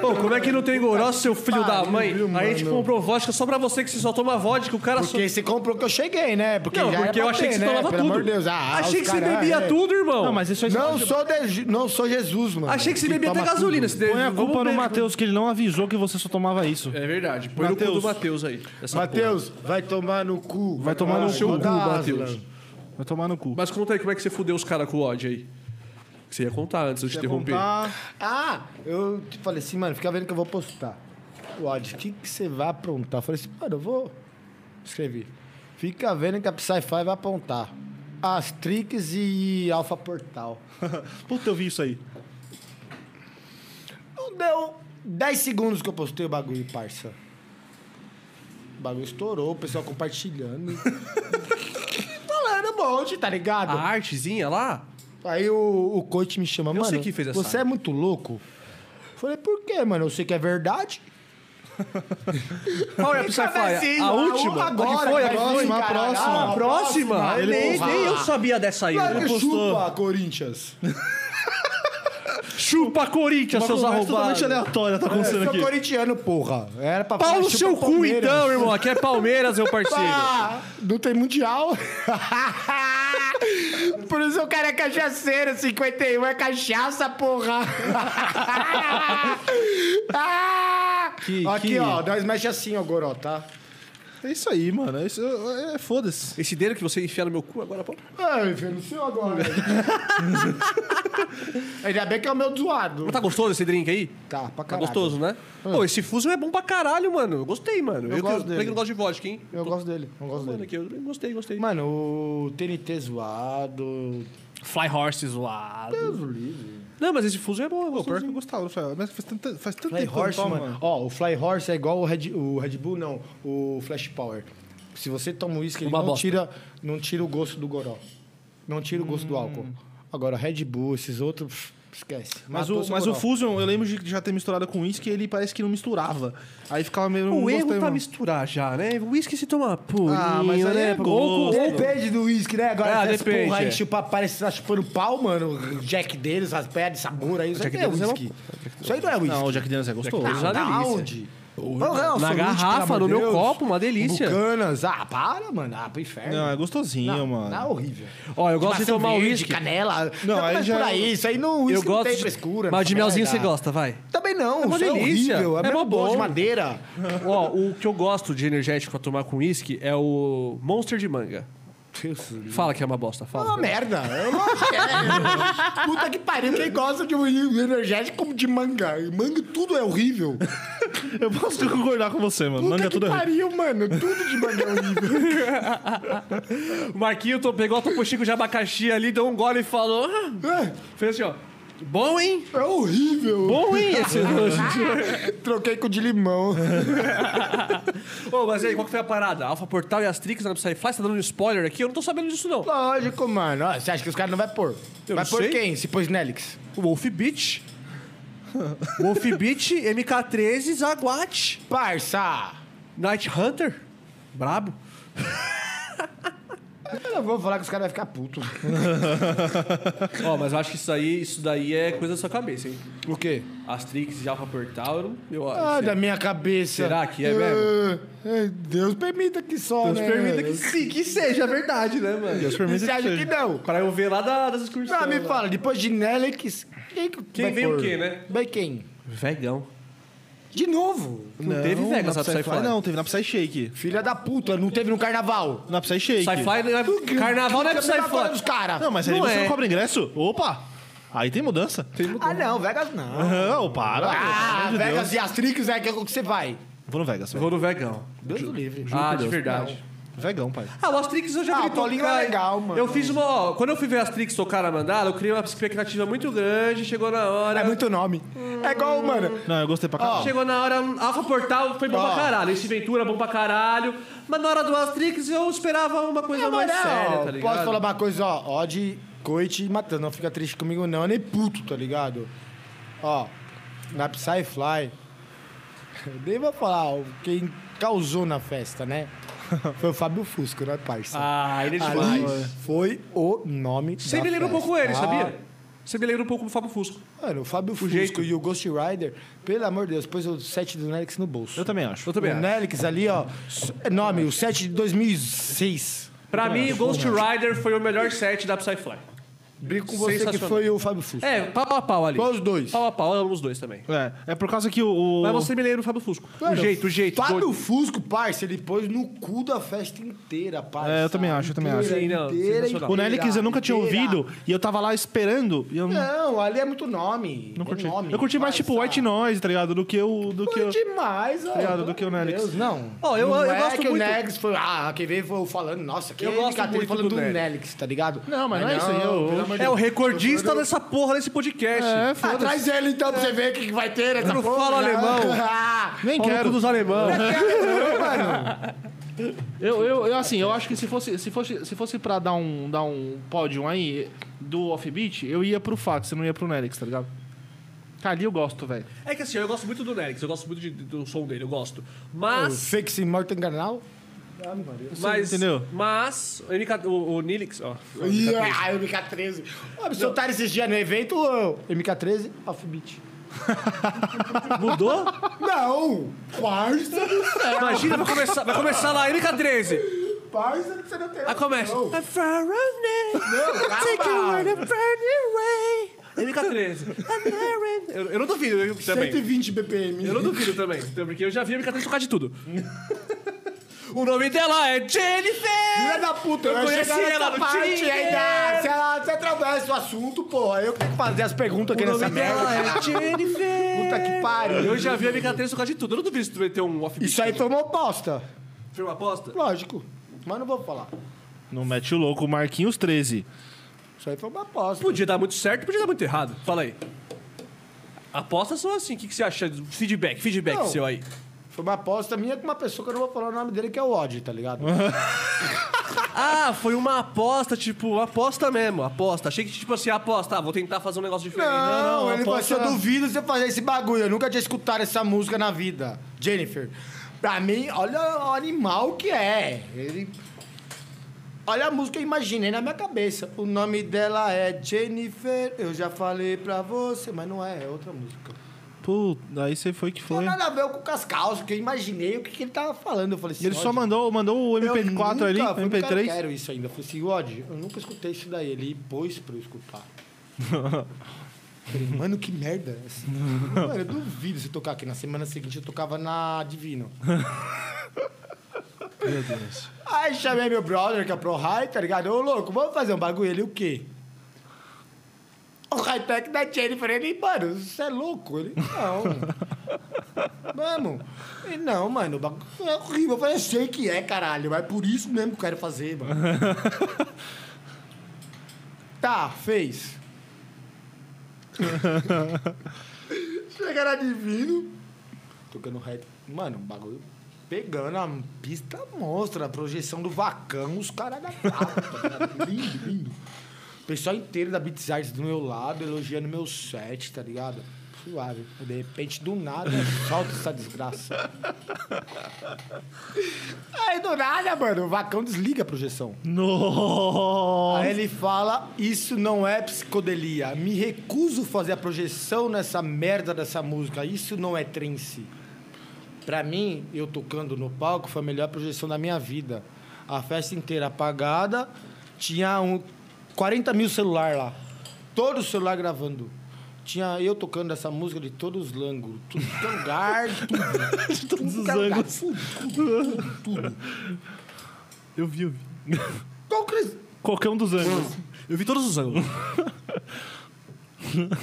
Pô, como é que não tem goró, seu filho da pariu, mãe? viu, a gente mano? comprou vodka só pra você que você só toma vodka, o cara só. Porque você comprou que eu cheguei, né? Porque Não, já era porque eu pra achei ter, que você né? tomava Pelo tudo. amor de Deus. Ah, achei os que você caras- bebia é. tudo, irmão. Não, mas isso aí Não sou, de- não sou Jesus, mano. Achei que você bebia toma até gasolina. tudo. Você Põe a culpa Vamos no ver. Matheus, que ele não avisou que você só tomava isso. É verdade. Põe no cu Matheus. do Matheus aí. essa porra. Mateus, vai tomar no cu. Ah, Vai tomar no seu cu, Mateus. Vai tomar no cu. Mas conta aí como é que você fudeu os caras com o ódio aí. Que você ia contar antes de eu te Quer interromper. contar? Ah, eu te falei assim, mano, fica vendo que eu vou postar. O Odd, o que, que você vai aprontar? Eu falei assim, mano, eu vou. Escrevi. Fica vendo que a Psy vai apontar. Astrix e Alpha Portal. Puta, eu vi isso aí. Não deu 10 segundos que eu postei o bagulho, parça. O bagulho estourou, o pessoal compartilhando. Falando um monte, tá ligado? A artezinha lá? Aí o, o coach me chama, Eu mano, sei quem fez essa você é muito louco? Eu Falei, por quê, mano? Eu sei que é verdade. Qual é a Psyfly? A última? Agora, a que foi? A que vai foi? vir, a caralho. próxima. A próxima? Ele nem, porra. nem eu sabia dessa aí. né? Claro Ele que postou. chupa, Corinthians. Chupa Corinthians, seus conversa totalmente arrombados. aleatória tá Eu acontecendo É, sou aqui. corintiano, porra. Era pra Pau falar, no chupa seu cu, Palmeiras. então, irmão. Aqui é Palmeiras, meu parceiro. Ah, não tem mundial. Por isso o cara é cachaceiro, 51 é cachaça, porra. Ah! Que- Aqui, que- ó, nós mexe assim, ó, Goró, tá? É isso aí, mano. É, isso- é- é- foda-se. Esse dedo que você enfia no meu cu agora, pô. Ai, filho, não sei agora. Ainda bem que é o meu zoado. Mas tá gostoso esse drink aí? Tá, Tá pra caralho. Ah. gostoso, né? Pô, esse fuso é bom pra caralho, mano. Eu gostei, mano. Eu, gosto que, dele. eu que não gosto de vodka, hein? Eu gosto dele, eu gosto Mano, dele. aqui, eu gostei, gostei. Mano, o TNT zoado. Fly Horse zoado. Deus o livre. Não, mas esse fuso é bom, é Pô, pior gostoso. que eu gostava. do Fly- Mas faz tanto, faz tanto Fly tempo que eu não Horse, tomo, mano. mano. Ó, o Fly Horse é igual o Red, o Red Bull, não. O Flash Power. Se você toma uísque, ele Uma não bosta. tira, não tira o gosto do goró. Não tira o Hum. gosto do álcool. Agora, Red Bull, esses outros, pff, esquece. Mas, Matou o, seu mas o goró. Fusion, eu lembro de já ter misturado com uísque ele parece que não misturava. Aí ficava meio... não O erro gostei, tá mano. misturar já, né? O uísque se toma purinho, Ah, mas aí né? é Ou gosto. com- Depende do uísque, né? Agora, Ah, essas depende, porra é. aí, chupa, parece que tá chupando pau, mano. Jack deles, raspé de sabor aí. Isso aí Jack não é Daniels é uma- uísque. Isso aí não é uísque. Não, o Jack Daniels é gostoso. Não, já é delícia. Aonde? Porra, Na Nelson, garrafa, pelo amor no de meu copo, uma delícia. Bucanas. Ah, para, mano. Ah, pro inferno. Não, é gostosinho, Não, mano. Não é horrível. Ó, eu gosto de maçã tomar verde, uísque. canela. Não, aí mas já- por aí. Isso aí não, Eu uísque não gosto tem de- frescura. Mas de não melzinho vai você dar. gosta, vai. Também não. É uma isso delícia. É, horrível. É é mó mesmo gosto de bom. madeira. Ó, o que eu gosto de energético pra tomar com uísque é o Monster de manga. Fala que é uma bosta, É uma fala. merda. Eu não quero. Puta que pariu. Quem gosta de um energético de manga? Manga tudo é horrível. Eu posso concordar com você, mano. Puta Manga que tudo é horrível. pariu, mano. Tudo de manga é horrível. O Marquinho to- pegou a topo chico de abacaxi ali, deu um gole e falou. "Ah", Fez assim, ó. Bom, hein? É horrível. Bom, hein? Esse doce. Troquei com o de limão. Ô, mas aí, qual que foi a parada? Alpha Portal e Astrix na Psyfly? Você tá dando spoiler aqui? Eu não tô sabendo disso, não. Lógico, mano. Ó, Você acha que os caras não vai pôr? Eu vai não pôr sei. quem? Se pôs Nelix. O Wolf Beach. Wolf Beach, MK13, Zaguate. Parça. Night Hunter. Brabo. Eu não vou falar que os caras vão ficar putos. Ó, mas eu acho que isso aí, isso daí é coisa da sua cabeça, hein? O quê? Astrix e Alpha Portal, eu não- eu acho. Ah, da minha cabeça. Será que é mesmo? Ah, ai, Deus permita que só, Deus né? permita que sim, que seja verdade, né, mano? Ah, Deus permita. Você acha que não? Pra eu ver lá da- das excursões. Não, me lá. fala, depois de Nelix, quem, que Quem vai vem o pôr? quê, né? Vai quem? Vegão. De novo. Não, teve Vega na essa Psyfly. Psyfly. Não, teve na Psy Shake. Filha da puta, não teve no carnaval. Na Psy Shake. Sci-fi não é... Carnaval não é Fica pela cola Sci-fi. dos caras. Não, mas aí Não você é. não cobra ingresso. Opa! Aí tem mudança. Ah, não, Vegas não. Não, para. Ah, pelo amor de Vegas Deus. e Astrix é que é o que você vai. Vou no Vegas. velho. Vou no Vegão. Deus o livre. ah, de Deus, verdade. Vegão, pai. Ah, o Astrix eu já Ah, vi o Paulinho tocar. é legal, mano. Eu fiz uma. ó, Quando eu fui ver Astrix tocar na Mandala, eu criei uma expectativa muito grande, chegou na hora. É muito nome. É igual, mano. Não, eu gostei pra caralho. Chegou na hora, Alpha Portal foi bom pra Ó. caralho. Esse Ventura bom pra caralho. Mas na hora do Astrix eu esperava uma coisa Na mais moral, séria, tá ligado? É, Posso falar uma coisa, ó. Ó de coite e matando. Não fica triste comigo, não. Nem puto, tá ligado? Ó, na Psyfly. eu Nem vou falar, ó, quem causou na festa, né? Foi o Fábio Fusco, né, parça? Ah, ele é Ali demais. foi o nome Você da me lembra um festa. pouco ele, Ah, sabia? Você me lembra um pouco do Fábio Fusco. Mano, o Fábio Fusco jeito. e o Ghost Rider, pelo amor de Deus, pôs o set do Nelix no bolso. Eu também acho. Eu também o acho. Nelix ali, ó. s- é Nome, o set de 2006. Pra mim, Ghost Rider foi o melhor set da Psyfly. Brigo com você que Sensacional. foi o Fábio Fusco. É, pau a pau ali. Qual os dois? Tá Pau a pau, eu amo os dois também. É, é por causa que o... Mas você me lembra do Fábio Fusco. Mano, o jeito, o jeito. Fábio Fusco, parça, ele pôs no cu da festa inteira, parça. É, eu também acho, eu também acho. Sim, não, sensacional. O Nelix eu nunca tinha inteira. ouvido e eu tava lá esperando e eu não, Não, ali é muito nome. não é curti. nome, eu curti mais tipo parça. White ah. Noise, tá ligado? Do que o... Do que Foi o... demais, ó. ligado? pelo Do que o amor de Nelix. Deus, Não. Ó, eu- não eu é gosto que muito- o Nelix foi... Ah, quem veio foi falando... Nossa, que Eu gosto MKT muito falando do do, Nelix. Nelix. tá ligado? Não, mas não é isso aí, eu- pelo amor de É o Deus. recordista dessa porra desse podcast. É, Ah, foda-se. traz ele então pra você ver o que que vai ter. né? Eu não falo alemão. Ah, Nem Pau no quero. cu dos alemão. não, mano. Eu, eu, eu, assim, eu acho que se fosse, se fosse, se fosse pra dar um, dar um pódio aí do offbeat, eu ia pro Fax, eu não ia pro Nelix, tá ligado? Cara, ali eu gosto, velho. É que assim, eu gosto muito do Nelix, eu gosto muito de- do som dele, eu gosto. Mas. Fix Immortal Canal? mas entendeu? Mas. O, NK, o, o Nilix, ó. Ah, MK13. Ô, me soltaram esses dias no evento, ô, MK13, offbeat. Mudou? Não! Parça do céu! Imagina, vai começar, vai começar lá, MK13. Parça que você não tem. Aí começa. noção. A far Take a word and burn it away. MK13. I'm married. Eu, eu não duvido eu também. 120 BPM. Eu não duvido também, então, porque eu já vi a MK13 tocar de tudo. o nome dela é Jennifer! Filha é da puta, Eu eu, conheci cheguei ela nessa no parte Tinder. ainda. Se ela se atravessa o assunto, porra, eu que tenho que fazer as perguntas aqui O nome nessa dela merda. é Jennifer! Puta que pariu. Eu já vi a MK13 tocar de tudo. Eu não duvido se tu vai ter um off Isso aí foi uma aposta. Foi uma aposta? Lógico. Mas não vou falar. Não mete o louco, Marquinhos 13. Isso aí foi uma aposta. Podia dar muito certo, podia dar muito errado. Fala aí. Apostas são assim. O que, que você acha? do Feedback, feedback Não. seu aí. Foi uma aposta minha com uma pessoa que eu não vou falar o nome dele, que é o Odd, tá ligado? Ah, foi uma aposta, tipo, aposta mesmo, aposta. Achei que, tipo assim, aposta, ah, vou tentar fazer um negócio diferente. Não, ele falou aposta. assim, eu duvido você fazer esse bagulho. Eu nunca tinha escutado essa música na vida. Jennifer. Pra mim, olha o animal que é. Ele... Olha a música, eu imaginei na minha cabeça. O nome dela é Jennifer. Eu já falei pra você, mas não é, é outra música. Pô, daí você foi que Não foi. tem nada a ver com o Cascaus, que eu imaginei o que, que ele tava falando. Eu falei assim, E ele só "Olha, mandou, mandou o eu MP4 nunca- ali, eu nunca MP3. quero isso ainda. Eu falei assim, Odd, eu nunca escutei isso daí. Ele pôs pra eu escutar. Eu falei, mano, que merda. é essa?" mano, eu duvido você tocar aqui. Na semana seguinte eu tocava na Divino. Meu Deus. Aí chamei meu brother, que é pro high, tá ligado? Ô, louco, vamos fazer um bagulho. Ele, o quê? O é high-tech da Jennifer. Ele, mano, você é louco? Ele, não. Vamos. Ele, não, mano, o bagulho é horrível. Eu falei, eu sei que é, caralho, mas é por isso mesmo que eu quero fazer, mano. tá, fez. Chega na Divino, tocando rap. Mano, o bagulho pegando a pista monstra, a projeção do vacão, os caras da tapa, lindo, lindo. O pessoal inteiro da Beats Arts do meu lado, elogiando meu set, tá ligado? Suave. De repente, do nada, solta essa desgraça. Aí, do nada, mano, o vacão desliga a projeção. Aí Ah, ele fala, isso não é psicodelia. Me recuso fazer a projeção nessa merda dessa música. Isso não é trance. Pra mim, eu tocando no palco foi a melhor projeção da minha vida. A festa inteira apagada, tinha um 40 mil celular lá. Todo o celular gravando. Tinha eu tocando essa música de todos os langos, tudo que é lugar, de tudo. um de todos os ângulos. Tudo, tudo, tudo. Eu vi, eu vi. Qual que- é Qualquer um dos ângulos. Eu vi todos os ângulos.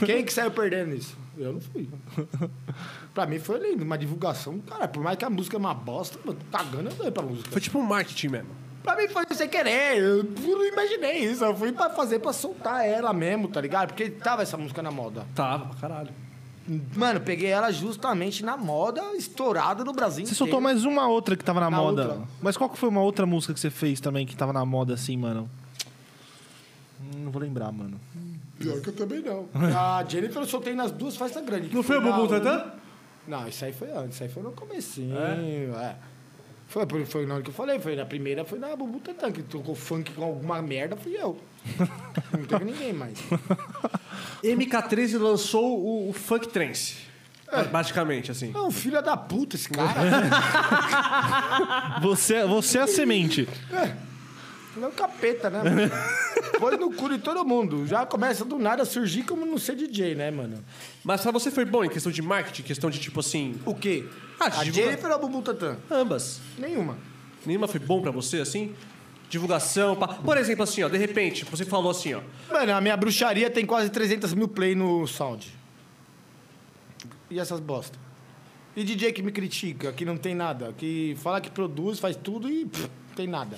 Quem é que saiu perdendo isso? Eu não fui. pra mim foi lindo, uma divulgação. Cara, por mais que a música é uma bosta, mano, tô cagando eu dei pra música. Foi tipo um marketing mesmo. Pra mim foi sem querer, eu não imaginei isso. Eu fui pra fazer pra soltar ela mesmo, tá ligado? Porque tava essa música na moda. Tava pra caralho. Mano, peguei ela justamente na moda, estourada no Brasil Você inteiro. soltou mais uma outra que tava na, Na moda. outra. Mas qual que foi uma outra música que você fez também que tava na moda assim, mano? Hum, Não vou lembrar, mano. Pior que eu também não. A Jennifer eu soltei nas duas festas grandes. que Não foi né? o na Bumbum U- Tantan? Não, isso aí foi antes, isso aí foi no comecinho. É. Foi, por- foi na hora que eu falei, foi na primeira, foi na Bubu Tantan, que tocou funk com alguma merda, fui eu. Não teve ninguém mais. MK13 lançou o, o Funk Trance. É. Basicamente, assim. Não, filho da puta esse cara. Você, você é a semente. Ele é um capeta, né? mano? Foi no cu de todo mundo. Já começa do nada a surgir como não ser DJ, né, mano? Mas pra você foi bom em questão de marketing, questão de tipo assim. O quê? Ah, a divulga- Jennifer ou a Bubu Tantan? Ambas. Nenhuma. Nenhuma foi bom pra você, assim? Divulgação, pá. Por exemplo, assim, ó, de repente, você falou assim, ó. Mano, a minha bruxaria tem quase 300 mil play no sound. E essas bosta. E DJ que me critica, que não tem nada, que fala que produz, faz tudo e pff, não tem nada.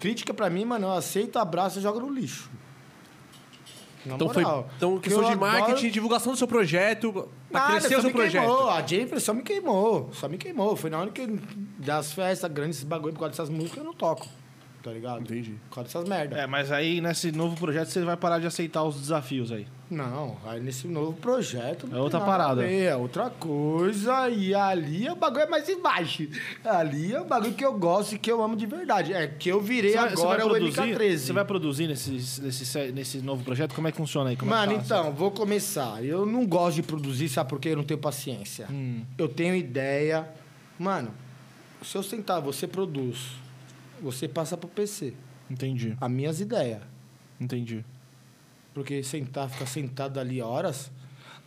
Crítica pra mim, mano, eu aceito, abraço e jogo no lixo. Na Então, foi, moral. então Que questão eu de adoro- marketing, divulgação do seu projeto, pra Nada, crescer só o seu me projeto. Queimou. A Jennifer só me queimou. Só me queimou. Foi na hora que eu- das festas grandes, esses bagulho, por causa dessas músicas, eu não toco. Tá ligado? Entendi. Por causa dessas merda. É, mas aí nesse novo projeto você vai parar de aceitar os desafios aí. Não, aí nesse novo projeto. não É outra tem nada a parada. ver, É outra coisa. E ali o bagulho é mais embaixo. Ali é o bagulho que eu gosto e que eu amo de verdade. É que eu virei Você vai- você vai agora o produzir- MK13. Você vai produzir nesse, nesse, nesse novo projeto? Como é que funciona aí? Como Mano, é que tá? então, vou começar. Eu não gosto de produzir, sabe por quê? Eu não tenho paciência. Hum. Eu tenho ideia. Mano, se eu sentar, você produz, você passa pro PC. Entendi, As minhas ideias. entendi. Porque sentar, ficar sentado ali horas.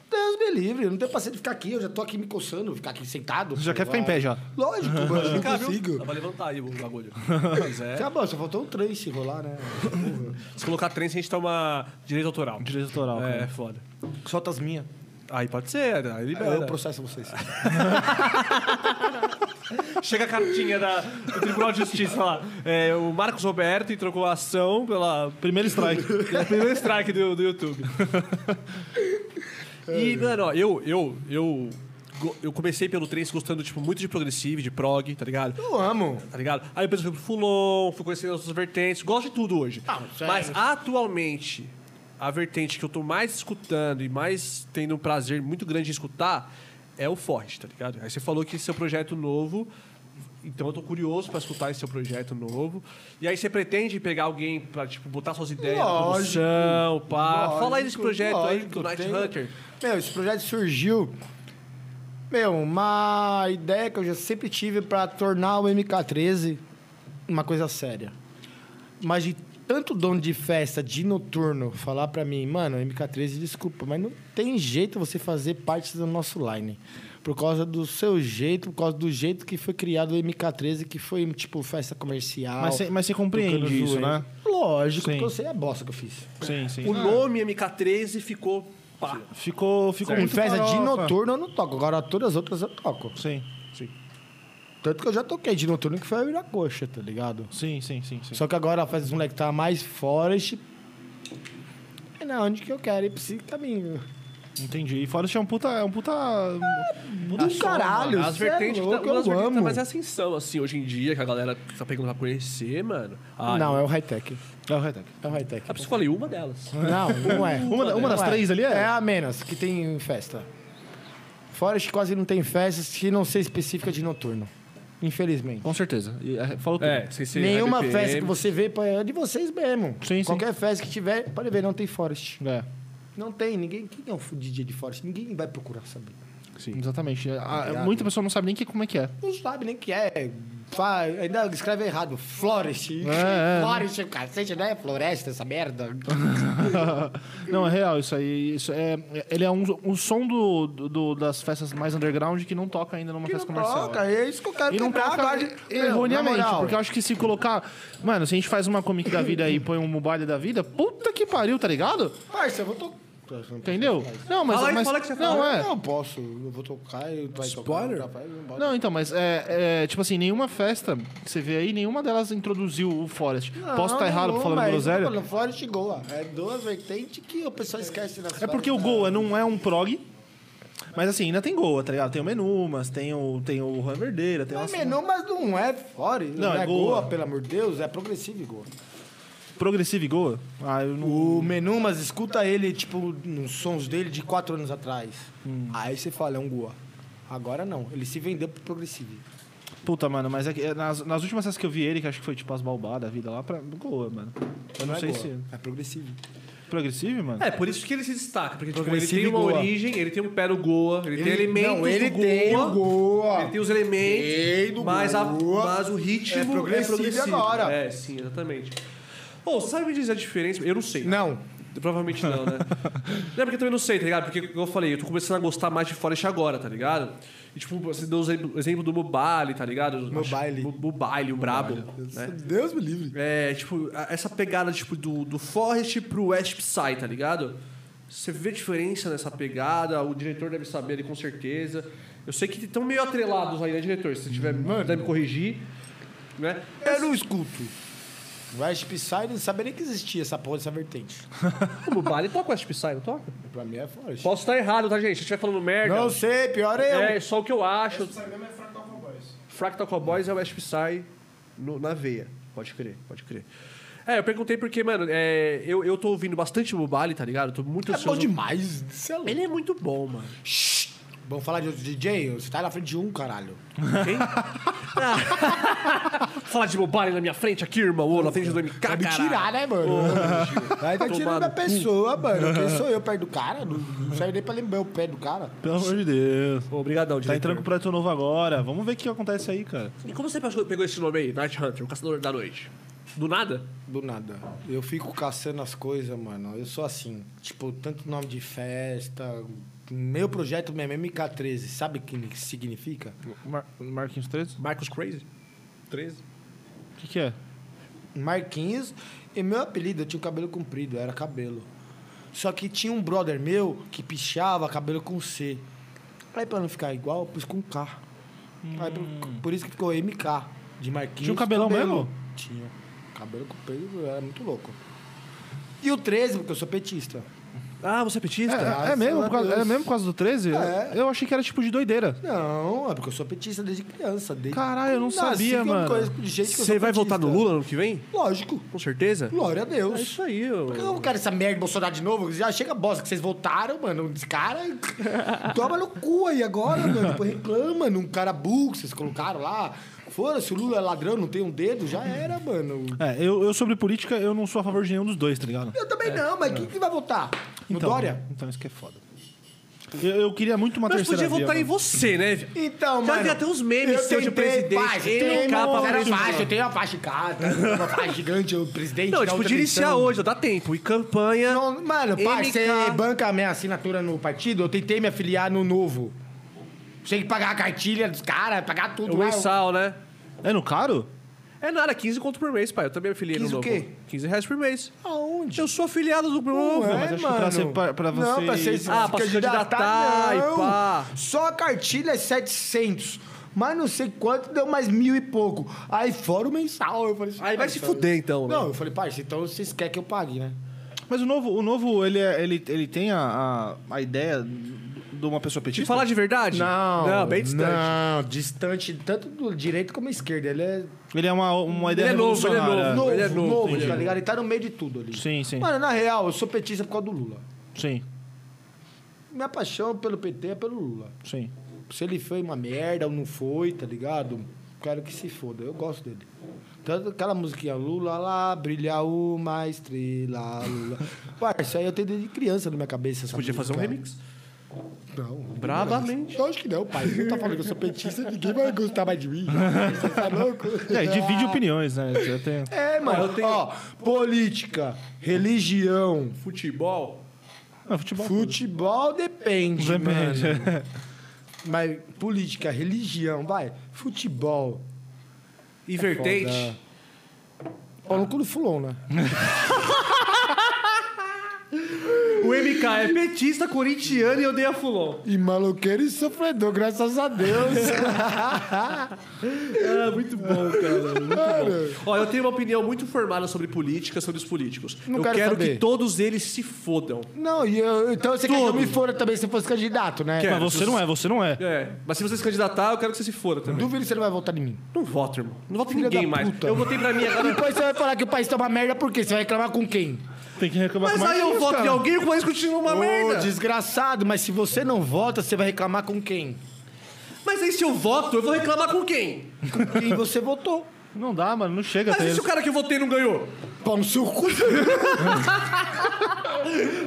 Deus me livre, eu não tenho paciência de ficar aqui, eu já tô aqui me coçando, ficar aqui sentado. Você já quer ficar em pé já? Lógico, mano, eu não Cara, viu? Dá consigo. pra levantar aí o bagulho. Se quiser. Acabou, só faltou um trem se rolar, né? Se colocar trem, a gente toma direito autoral. Direito autoral, É, cara. foda. Solta as minhas. Aí pode ser, né? aí libera. Eu processo vocês. Chega a cartinha da, do Tribunal de Justiça lá. É, o Marcos Roberto trocou a ação pela Primeiro strike. É o primeiro strike do, do YouTube. e, mano, ó, eu, eu, eu, go- eu comecei pelo trance gostando, tipo, muito de progressive, de prog, tá ligado? Eu amo. Tá ligado? Aí depois eu fui pro Fulon, fui conhecendo outras vertentes, gosto de tudo hoje. Ah, Mas atualmente, a vertente que eu tô mais escutando e mais tendo um prazer muito grande de escutar é o Forte, tá ligado? Aí você falou que esse seu projeto novo. Então eu tô curioso pra escutar esse seu projeto novo. E aí você pretende pegar alguém pra, tipo, botar suas ideias na Lógico. produção, pá. Lógico, Fala aí desse projeto aí lógico, do Night tem- Hunter. Meu, esse projeto surgiu. Meu, uma ideia que eu já sempre tive pra tornar o MK13 uma coisa séria. Mas de tanto dono de festa, de noturno, falar pra mim, mano, MK13, desculpa, mas não tem jeito você fazer parte do nosso line. Por causa do seu jeito, por causa do jeito que foi criado o MK13, que foi, tipo, festa comercial. Mas você- mas você tocando compreende isso, zoeira. né? Lógico, Sim. porque eu sei a bosta que eu fiz. Sim, sim. O nome MK13 ficou. Pá. Ficou, ficou Em muito festa de farofa. noturno eu não toco, agora todas as outras eu toco. Sim, Tanto que eu já toquei de noturno que foi a Viracoxa, tá ligado? sim, sim, sim. sim. Só que agora a festa dos moleques tá mais forest. É na onde que eu quero ir pra esse caminho. Entendi. E Forest é um puta... É um puta... Do caralho, As cê é vertentes louco, que tá, umas eu vertentes que tá amo. mais em ascensão, assim, hoje em dia, que a galera tá pegando pra conhecer, mano. Ah, não, eu... é o high-tech. É o Retec. É o high-tech. Ah, por isso que eu falei uma delas. Não, não é. Uma da- uma das Não três ali é? É a menos, que tem festa. Forest quase não tem festa, se não ser específica de noturno. Infelizmente. Com certeza. E, é, Falou tudo. É, sem ser Nenhuma RPM. festa que você vê pô, é de vocês mesmo. Sim, sim. Qualquer festa que tiver, pode ver, não tem forest. É, Não tem, ninguém. Quem é o DJ de forest? Ninguém vai procurar saber. exatamente. Ah, muita pessoa não sabe nem que, como é que é. Não sabe nem o que é. Fa- Ainda escreve errado. Florest. É, é. Florest, cacete, não é floresta essa merda. não, é real isso aí. Isso é, ele é um, um som do, do- das festas mais underground que não toca ainda numa festa comercial. é isso que eu quero E não quebrar, toca guarda- erroneamente, Meu, na moral, porque eu acho que se colocar... Mano, se a gente faz uma comic da vida aí e põe um mobile da vida, puta que pariu, tá ligado? Parça, eu vou tocar. Entendeu? Não, mas... Fala aí, mas- fala que você não, fala. é. Não posso, eu vou tocar e vai Spoiler? tocar. Spoiler? Não, então, mas é, é, tipo assim, nenhuma festa que você vê aí, nenhuma delas introduziu o Forest. Posso estar errado falando groselha? Forest e Goa. É duas vertentes que o pessoal esquece nas É porque o festas. Goa não é um prog. Mas assim, ainda tem Goa, tá ligado? Tem o Menumas, tem o, tem o Juan Verdeira, tem Não é umas menor, mas não é fora. Não, Não, é, é Goa, Goa. pelo amor de Deus, é progressivo Goa. Progressive Goa. Ah, eu não. O menu, mas escuta ele, tipo, nos sons dele de quatro anos atrás. Aí você fala, é um Goa. Agora não, ele se vendeu pro progressivo. Puta, mano, mas é que, é, nas, nas últimas vezes que eu vi ele, que acho que foi tipo as balbadas, a vida lá pra Goa, mano. Eu não, é sei Goa, se. É progressivo. Progressive, mano? É, por isso que ele se destaca, porque tipo, ele Progressive tem uma Goa. origem, ele tem um pé no Goa, ele, tem elementos não, ele do Goa, tem o Goa. ele tem os elementos, Tem do mas, a- Goa. mas o ritmo É progressivo agora. É, sim, exatamente. Pô, sabe me dizer a diferença? Eu não sei. Não. Provavelmente não, né? não, porque eu também não sei, tá ligado? Porque, como eu falei, eu tô começando a gostar mais de Forest agora, tá ligado? E, tipo, você deu o exemplo- exemplo do Mobile, tá ligado? Mobile. Mo- Mobile, o brabo. Né? Deus me livre. É, tipo, a- essa pegada, tipo, do, do Forest pro West Psy, tá ligado? Você vê a diferença nessa pegada, o diretor deve saber ali com certeza. Eu sei que estão meio atrelados aí, né, diretor? Se tiver, deve me corrigir, né? Eu não escuto. O West Psy não sabia nem que existia essa porra, essa vertente. Como o Bali toca o West Psy, não toca? Pra mim é forte. Posso estar errado, tá, gente? Se eu estiver falando merda. Não sei, pior é eu. é só o que eu acho. Essa mesmo é Fractal Cowboys. Fractal Cowboys é o West Psy no- na veia. Pode crer, pode crer. É, eu perguntei porque, mano, é, eu, eu tô ouvindo bastante Bubali, tá ligado? Eu tô muito É bom ansioso. demais. Você é louco. Ele é muito bom, mano. Vamos falar de outro DJ? Você tá na frente de um, caralho. Falar de Bubali na minha frente aqui, irmão, ou na frente do MK, Vai me caralho. tirar, né, mano? Vai tá Tomar tirando no da cu. pessoa, mano. Quem sou eu perto do cara? Não, não serve nem pra lembrar o pé do cara. Pelo amor de Deus. Obrigadão, Tá diretor. entrando com o projeto novo agora. Vamos ver o que acontece aí, cara. E como você pegou pegou esse nome aí, Night Hunter, o Caçador da Noite? Do nada? Do nada. Eu fico caçando as coisas, mano. Eu sou assim. Tipo, tanto nome de festa. Meu projeto mesmo, é MK13, sabe o que significa? Mar Marquinhos 13? Marcos Crazy? 13? O que, que é? Marquinhos. E meu apelido, eu tinha o cabelo comprido, era cabelo. Só que tinha um brother meu que pichava cabelo com C. Aí pra não ficar igual, eu pus com K. Aí por, por isso que ficou MK de Marquinhos. Hum. Tinha um cabelão mesmo? Tinha. Cabelo comprido, era muito louco. E o 13, porque eu sou petista. Ah, você é petista? Graças É, é mesmo? a Por causa, Deus. é mesmo por causa do 13? É. Eu achei que era tipo de doideira. Não, é porque eu sou petista desde criança. Desde... Caralho, eu não Nasci sabia, que é eu mano. conheço do jeito que eu Você sou vai votar no petista. Lula ano que vem? Lógico. Com certeza? Glória a Deus. É isso aí, ô. Por que eu quero essa merda de Bolsonaro de novo? Já chega a bosta que vocês votaram, mano. Esse cara. Toma no cu aí agora, mano. Depois reclama num cara burro que vocês colocaram lá. Fora, se o Lula é ladrão, não tem um dedo, já era, mano. É, eu, eu sobre política, eu não sou a favor de nenhum dos dois, tá ligado? Eu É, também não, mas quem que vai votar? No Dória? Então isso que é foda. Eu, eu queria muito uma Mas terceira podia via, votar em mano. você, né? vi- Então, Já mano. vi até uns memes eu seu de tentei, presidente. Faz, Ele tem capa um monte de presidente. faixa, eu tenho uma faixa em casa, uma faixa gigante, o presidente. Não, da tipo, outra de iniciar eleição. hoje, ó, dá tempo. E campanha. Não, mano, pai, MK. você banca a minha assinatura no partido? Eu tentei me afiliar no novo. Tinha que pagar a cartilha dos caras, pagar tudo. o lá. mensal, né? É no caro? É nada, 15 conto por mês, pai. Eu também afiliei 15 no o novo. quê? 15 reais por mês. Aonde? Eu sou afiliado do novo. Ué, mas acho que pra, mano. ser, pra, pra você... Não, pra ser Ah, pra se candidatar e não. pá. Só a cartilha é 700. Mas não sei quanto, deu mais mil e pouco. Aí fora o mensal. Eu falei assim, Aí vai "Pai, se isso fuder, então, né? Não, eu falei, parça, então vocês querem que eu pague, né? Mas o novo, o novo ele, é- ele, ele tem a, a, a ideia de uma pessoa De petista? falar de verdade? Não, bem distante. tipo, Não, distante tanto do direito como esquerda. Ele é Ele é uma, uma ideia é novo, ele é revolucionária. novo. novo, ele é novo, novo, entendi. tá ligado? Ele tá no meio de tudo ali. Sim, sim. Mano, na real, eu sou petista por causa do Lula. Sim, Minha paixão pelo PT é pelo Lula. sim. Se ele foi uma merda ou não foi, tá ligado? Quero que se foda, eu gosto dele. Tanto aquela musiquinha Lula lá, brilha uma estrela, Lula. Parça, aí eu tenho desde criança na minha cabeça. Essa Podia fazer um música. remix. Não. Bravamente. Eu acho que não, pai. Você tá falando que eu sou petista, ninguém vai gostar mais de mim. Você tá louco? É, e divide opiniões, né? Eu tenho- É, mano. Ó, política, religião, Futebol. Ah, futebol. Futebol depende, Depende. é. mano. Mas política, religião, vai. Futebol. É E vertente. Ó, no cu do fulon, né? O MK é petista, corintiano e odeia Fulon. E maloqueiro e sofredor, graças a Deus. É, Ah, muito bom, cara. Muito bom. Ó, eu tenho uma opinião muito formada sobre política, sobre os políticos. Não eu quero saber. que todos eles se fodam. não, e eu, então você quer que eu Tudo. me fora também se eu fosse candidato, né? Quero. Mas você não é, você não é. É, mas se você se candidatar, eu quero que você se foda também. Duvido que você não vai votar em mim. Não voto, irmão. Não voto em Filha ninguém da mais. puta. Eu votei pra mim agora. Depois você vai falar que o país tá uma merda, por quê? Você vai reclamar com quem? Tem que reclamar Mas com aí eu Marquinhos, voto cara. em alguém e o país continua uma Ô, merda. desgraçado, mas se você não vota, você vai reclamar com quem? Mas aí se eu voto, eu vou reclamar com quem? Com quem você votou. Não dá, mano. Não chega Mas até e se eles. o cara que eu votei não ganhou? Pau no seu cu.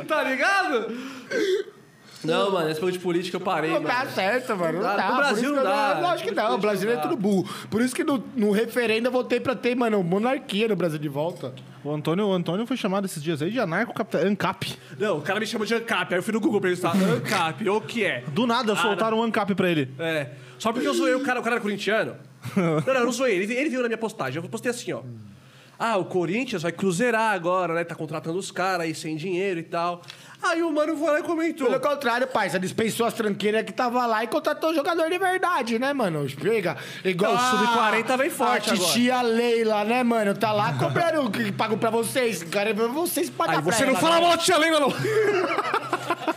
Tá ligado? Não, mano, esse bagulho de política eu parei, Não mano. dá certo, mano. Não dá. dá. No Por Brasil isso que eu dá. não- Lógico que No não. O Brasil brasileiro é dá. tudo burro. Por isso que no, no referendo eu votei pra ter, mano, monarquia no Brasil de volta. O Antônio, o Antônio foi chamado esses dias aí de anarco-capital... ANCAP. Não, o cara me chama de ANCAP. Aí eu fui no Google perguntar, ANCAP, o que é? Do nada, soltaram um ANCAP pra ele. É. Só porque eu zoei o cara, o cara era corintiano. Não, não, eu não zoei. Ele, ele viu na minha postagem. Eu postei assim, ó. Ah, o Corinthians vai cruzeirar agora, né? Tá contratando os caras aí sem dinheiro e tal. Aí o mano foi lá e comentou. Pelo contrário, parça, dispensou as tranqueiras que tava lá e contratou o jogador de verdade, né, mano? Pega, igual Não, o Sub-40 vem forte a titia Leila, né, mano? Tá lá cobrando, que pagam pra vocês, cara, pra vocês pagar Aí pra você ela, não fala né? mal de Leila, não.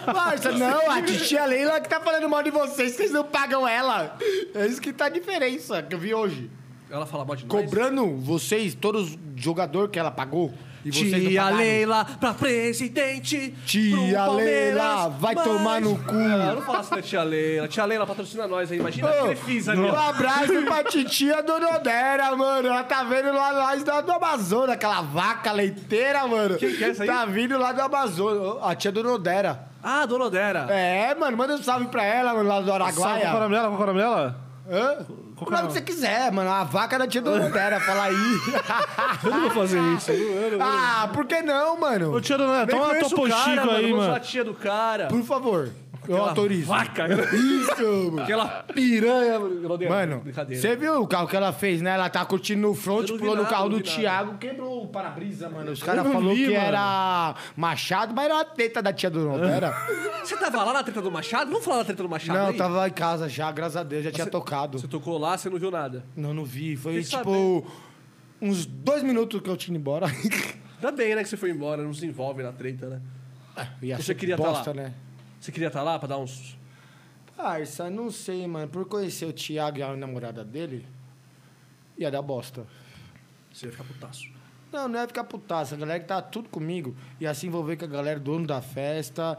Parça, não, a titia Leila que tá falando mal de vocês, vocês não pagam ela. É isso que tá a diferença que eu vi hoje. Ela fala mal de nós. Cobrando vocês, todos os jogador que ela pagou. E vocês não Tia pagaram. Leila pra presidente. Tia pro Palmeiras, Leila, vai tomar no cu. Não, não fala assim da tia Leila. Tia Leila patrocina nós aí. Imagina a Crefisa ali. Um ó. abraço pra titia Dona Odera, mano. Ela tá vendo lá, lá da- do Amazonas, aquela vaca leiteira, mano. que é isso aí? Tá vindo lá do Amazonas. A tia Dona Odera. Ah, Dona Odera. É, mano, manda um salve pra ela, mano, lá do Sabe qual é o ah. Araguaia. nome dela? Qual é o nome dela? Hã? O nome que você quiser, mano. A vaca da tia Dona Odera, fala aí. Eu não vou fazer isso. ah, por que não, Ô, mano? tia Nem Dona, né? toma uma conheço o topo cara, chico aí, Não sou a mano. tia do cara. Por favor. Eu autorizo. Vaca. Isso, mano. Aquela piranha. Mano, Mano, brincadeira. você viu o carro que ela fez, né? Ela tá curtindo no Eu front, não vi pulou no nada, carro eu não do vi nada. Thiago, quebrou o para-brisa, mano. Os caras não falaram vi, que mano. era machado, mas era a teta da tia do Ronaldo, era? Você tava lá na treta do Machado? Vamos falar da treta do Machado não, aí? eu tava em casa já, graças a Deus, já tinha tocado. Você tocou lá, você não viu nada. Não, não vi. Foi, Fiquei tipo, uns dois minutos que eu tinha ido embora. Ainda bem, né, que você foi embora. Não se envolve na treta, né? Ia Você ser queria tá bosta, lá. né? Você queria estar lá pra dar uns... Parça, não sei, mano. Por conhecer o Thiago e a namorada dele, ia dar bosta. Você ia ficar putaço. Não, não é ficar putaça. A galera que tá tudo comigo ia se envolver com a galera, dono da festa.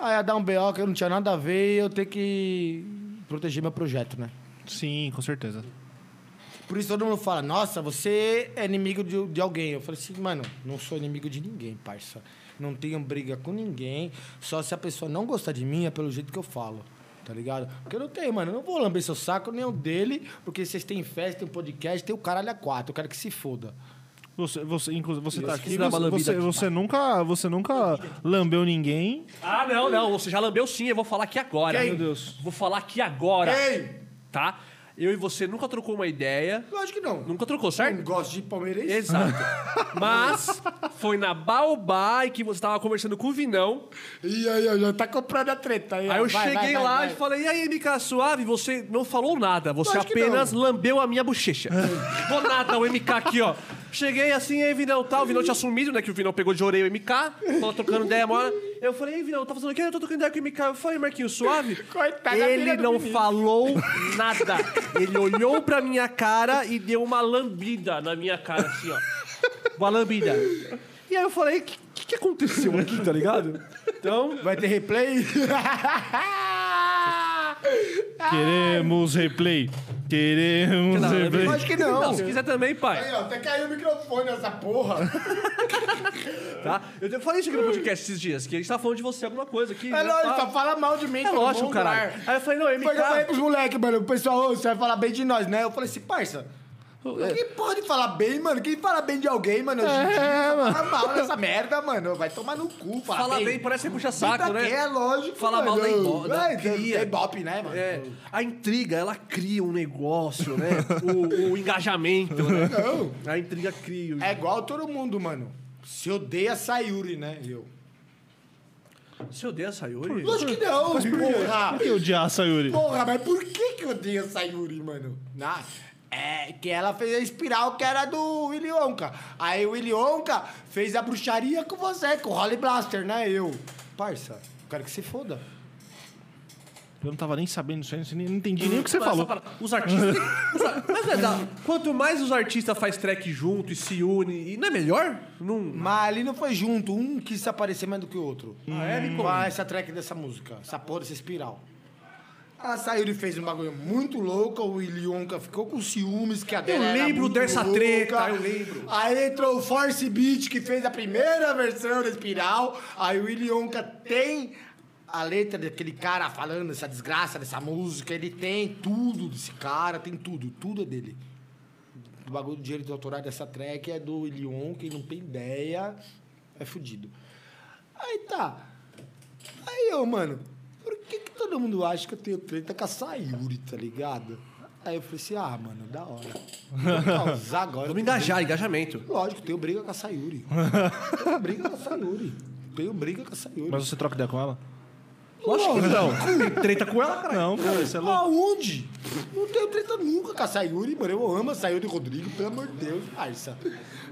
Aí ia dar um BO que eu não tinha nada a ver e eu ter que proteger meu projeto, né? Sim, com certeza. Por isso todo mundo fala, nossa, você é inimigo de, de alguém. Eu falei assim, mano, não sou inimigo de ninguém, parça. Não tenho briga com ninguém. Só se a pessoa não gostar de mim é pelo jeito que eu falo. Tá ligado? Porque eu não tenho, mano. Eu não vou lamber seu saco nem o dele, porque vocês têm festa, tem podcast, tem o caralho a quatro. Eu quero que se foda. Você, você, inclusive, você tá aqui, dar uma você, lambida você, aqui, você nunca, você nunca lambeu ninguém. Ah, não, não. Você já lambeu sim, eu vou falar aqui agora. Quem? Meu Deus. Vou falar aqui agora. Ei! Tá? Eu e você nunca trocou uma ideia. Lógico que não. Nunca trocou, Não certo? gosto de palmeirense. Exato. Mas foi na Baobá e que você tava conversando com o Vinão. E aí, ó, já tá comprando a treta. ó. Aí eu Vai, cheguei vai, lá vai, e vai. falei, e aí, MK Suave, você não falou nada, você Lógico que apenas lambeu a minha bochecha. Do nada, o MK aqui, ó. Cheguei assim, e aí, Vinão, tal, o Vinão tinha assumido, né, que o Vinão pegou de orelha o MK, tava trocando ideia, mora. Eu falei, ei, Vinão, tá fazendo o quê? Eu tô trocando ideia com o MK. Eu falei, Marquinhos, suave? Coitada da Ele filha do não menino. falou nada. Ele olhou pra minha cara e deu uma lambida na minha cara, assim, ó. Uma lambida. E aí eu falei, o que, que aconteceu aqui, tá ligado? Então, Vai ter replay? Queremos replay. Queremos Não, replay. Lógico que não. se quiser também, pai. Aí, ó, até caiu o microfone nessa porra. Tá? Eu te- falei isso aqui no podcast esses dias, que a gente tava falando de você alguma coisa aqui. É né? lógico, Ah, só fala mal de mim. É lógico, caralho. tá- Aí eu falei, não, Foi o que eu falei MK. pros moleques, mano. O pessoal, ô, você vai falar bem de nós, né? Eu falei assim, parça. é. Quem pode falar bem, mano? Quem fala bem de alguém, mano? Hoje em dia, fala mal nessa merda, mano. Vai tomar no cu, fala, Fala bem, bem parece que puxa pra saco, quê? né? É lógico, Fala mal da Ibo- da- É, cria. é Ibope, né, mano? É, a intriga, ela cria um negócio, né? O, o engajamento, né? A intriga cria. É igual todo mundo, mano. Se odeia Sayuri, né? Eu. Você odeia a Sayuri? Lógico que não, porra! é Que odiar a Sayuri. Porra, mas por que que odeia Sayuri, mano? Nossa. É, que ela fez a espiral que era do Willy Wonka. Aí o Willy Wonka fez a bruxaria com você, com o Holly Blaster, né? Eu. Parça, quero que se foda. Eu não tava nem sabendo isso aí, não sei nem- não entendi nem o que você Mas essa falou. parada, Os artistas. os ar- mas é da- quanto mais os artistas faz track junto e se une, e não é melhor? Não. Mas ali não foi junto, um quis se aparecer mais do que o outro. Ah, é, Nico? Ah, essa track dessa música, essa porra dessa espiral. A Sayuri fez um bagulho muito louco, o Ilionka ficou com ciúmes, que a dela era lembro muito dessa louca. treta, eu lembro. Aí entrou o Force Beat, que fez a primeira versão da espiral. Aí o Ilionka tem a letra daquele cara falando essa desgraça dessa música, ele tem tudo desse cara, tem tudo, tudo é dele. O bagulho do direito autoral dessa track é do Ilion, quem não tem ideia é fudido. Aí tá. Aí eu, mano, por que, que todo mundo acha que eu tenho treta com a Sayuri, tá ligado? Aí eu falei assim, ah, mano, da hora. Vou causar agora. Vamos engajar, engajamento. Lógico, tenho briga com a Sayuri. Tenho briga com a Sayuri. tenho briga com a Sayuri. Mas você troca ideia com ela? Lógico que não. Treta com ela, cara? Não, cara, você é louco. Aonde? Não tenho treta nunca com a Sayuri, mano. Eu amo a Sayuri Rodrigo, pelo amor de Deus, parça.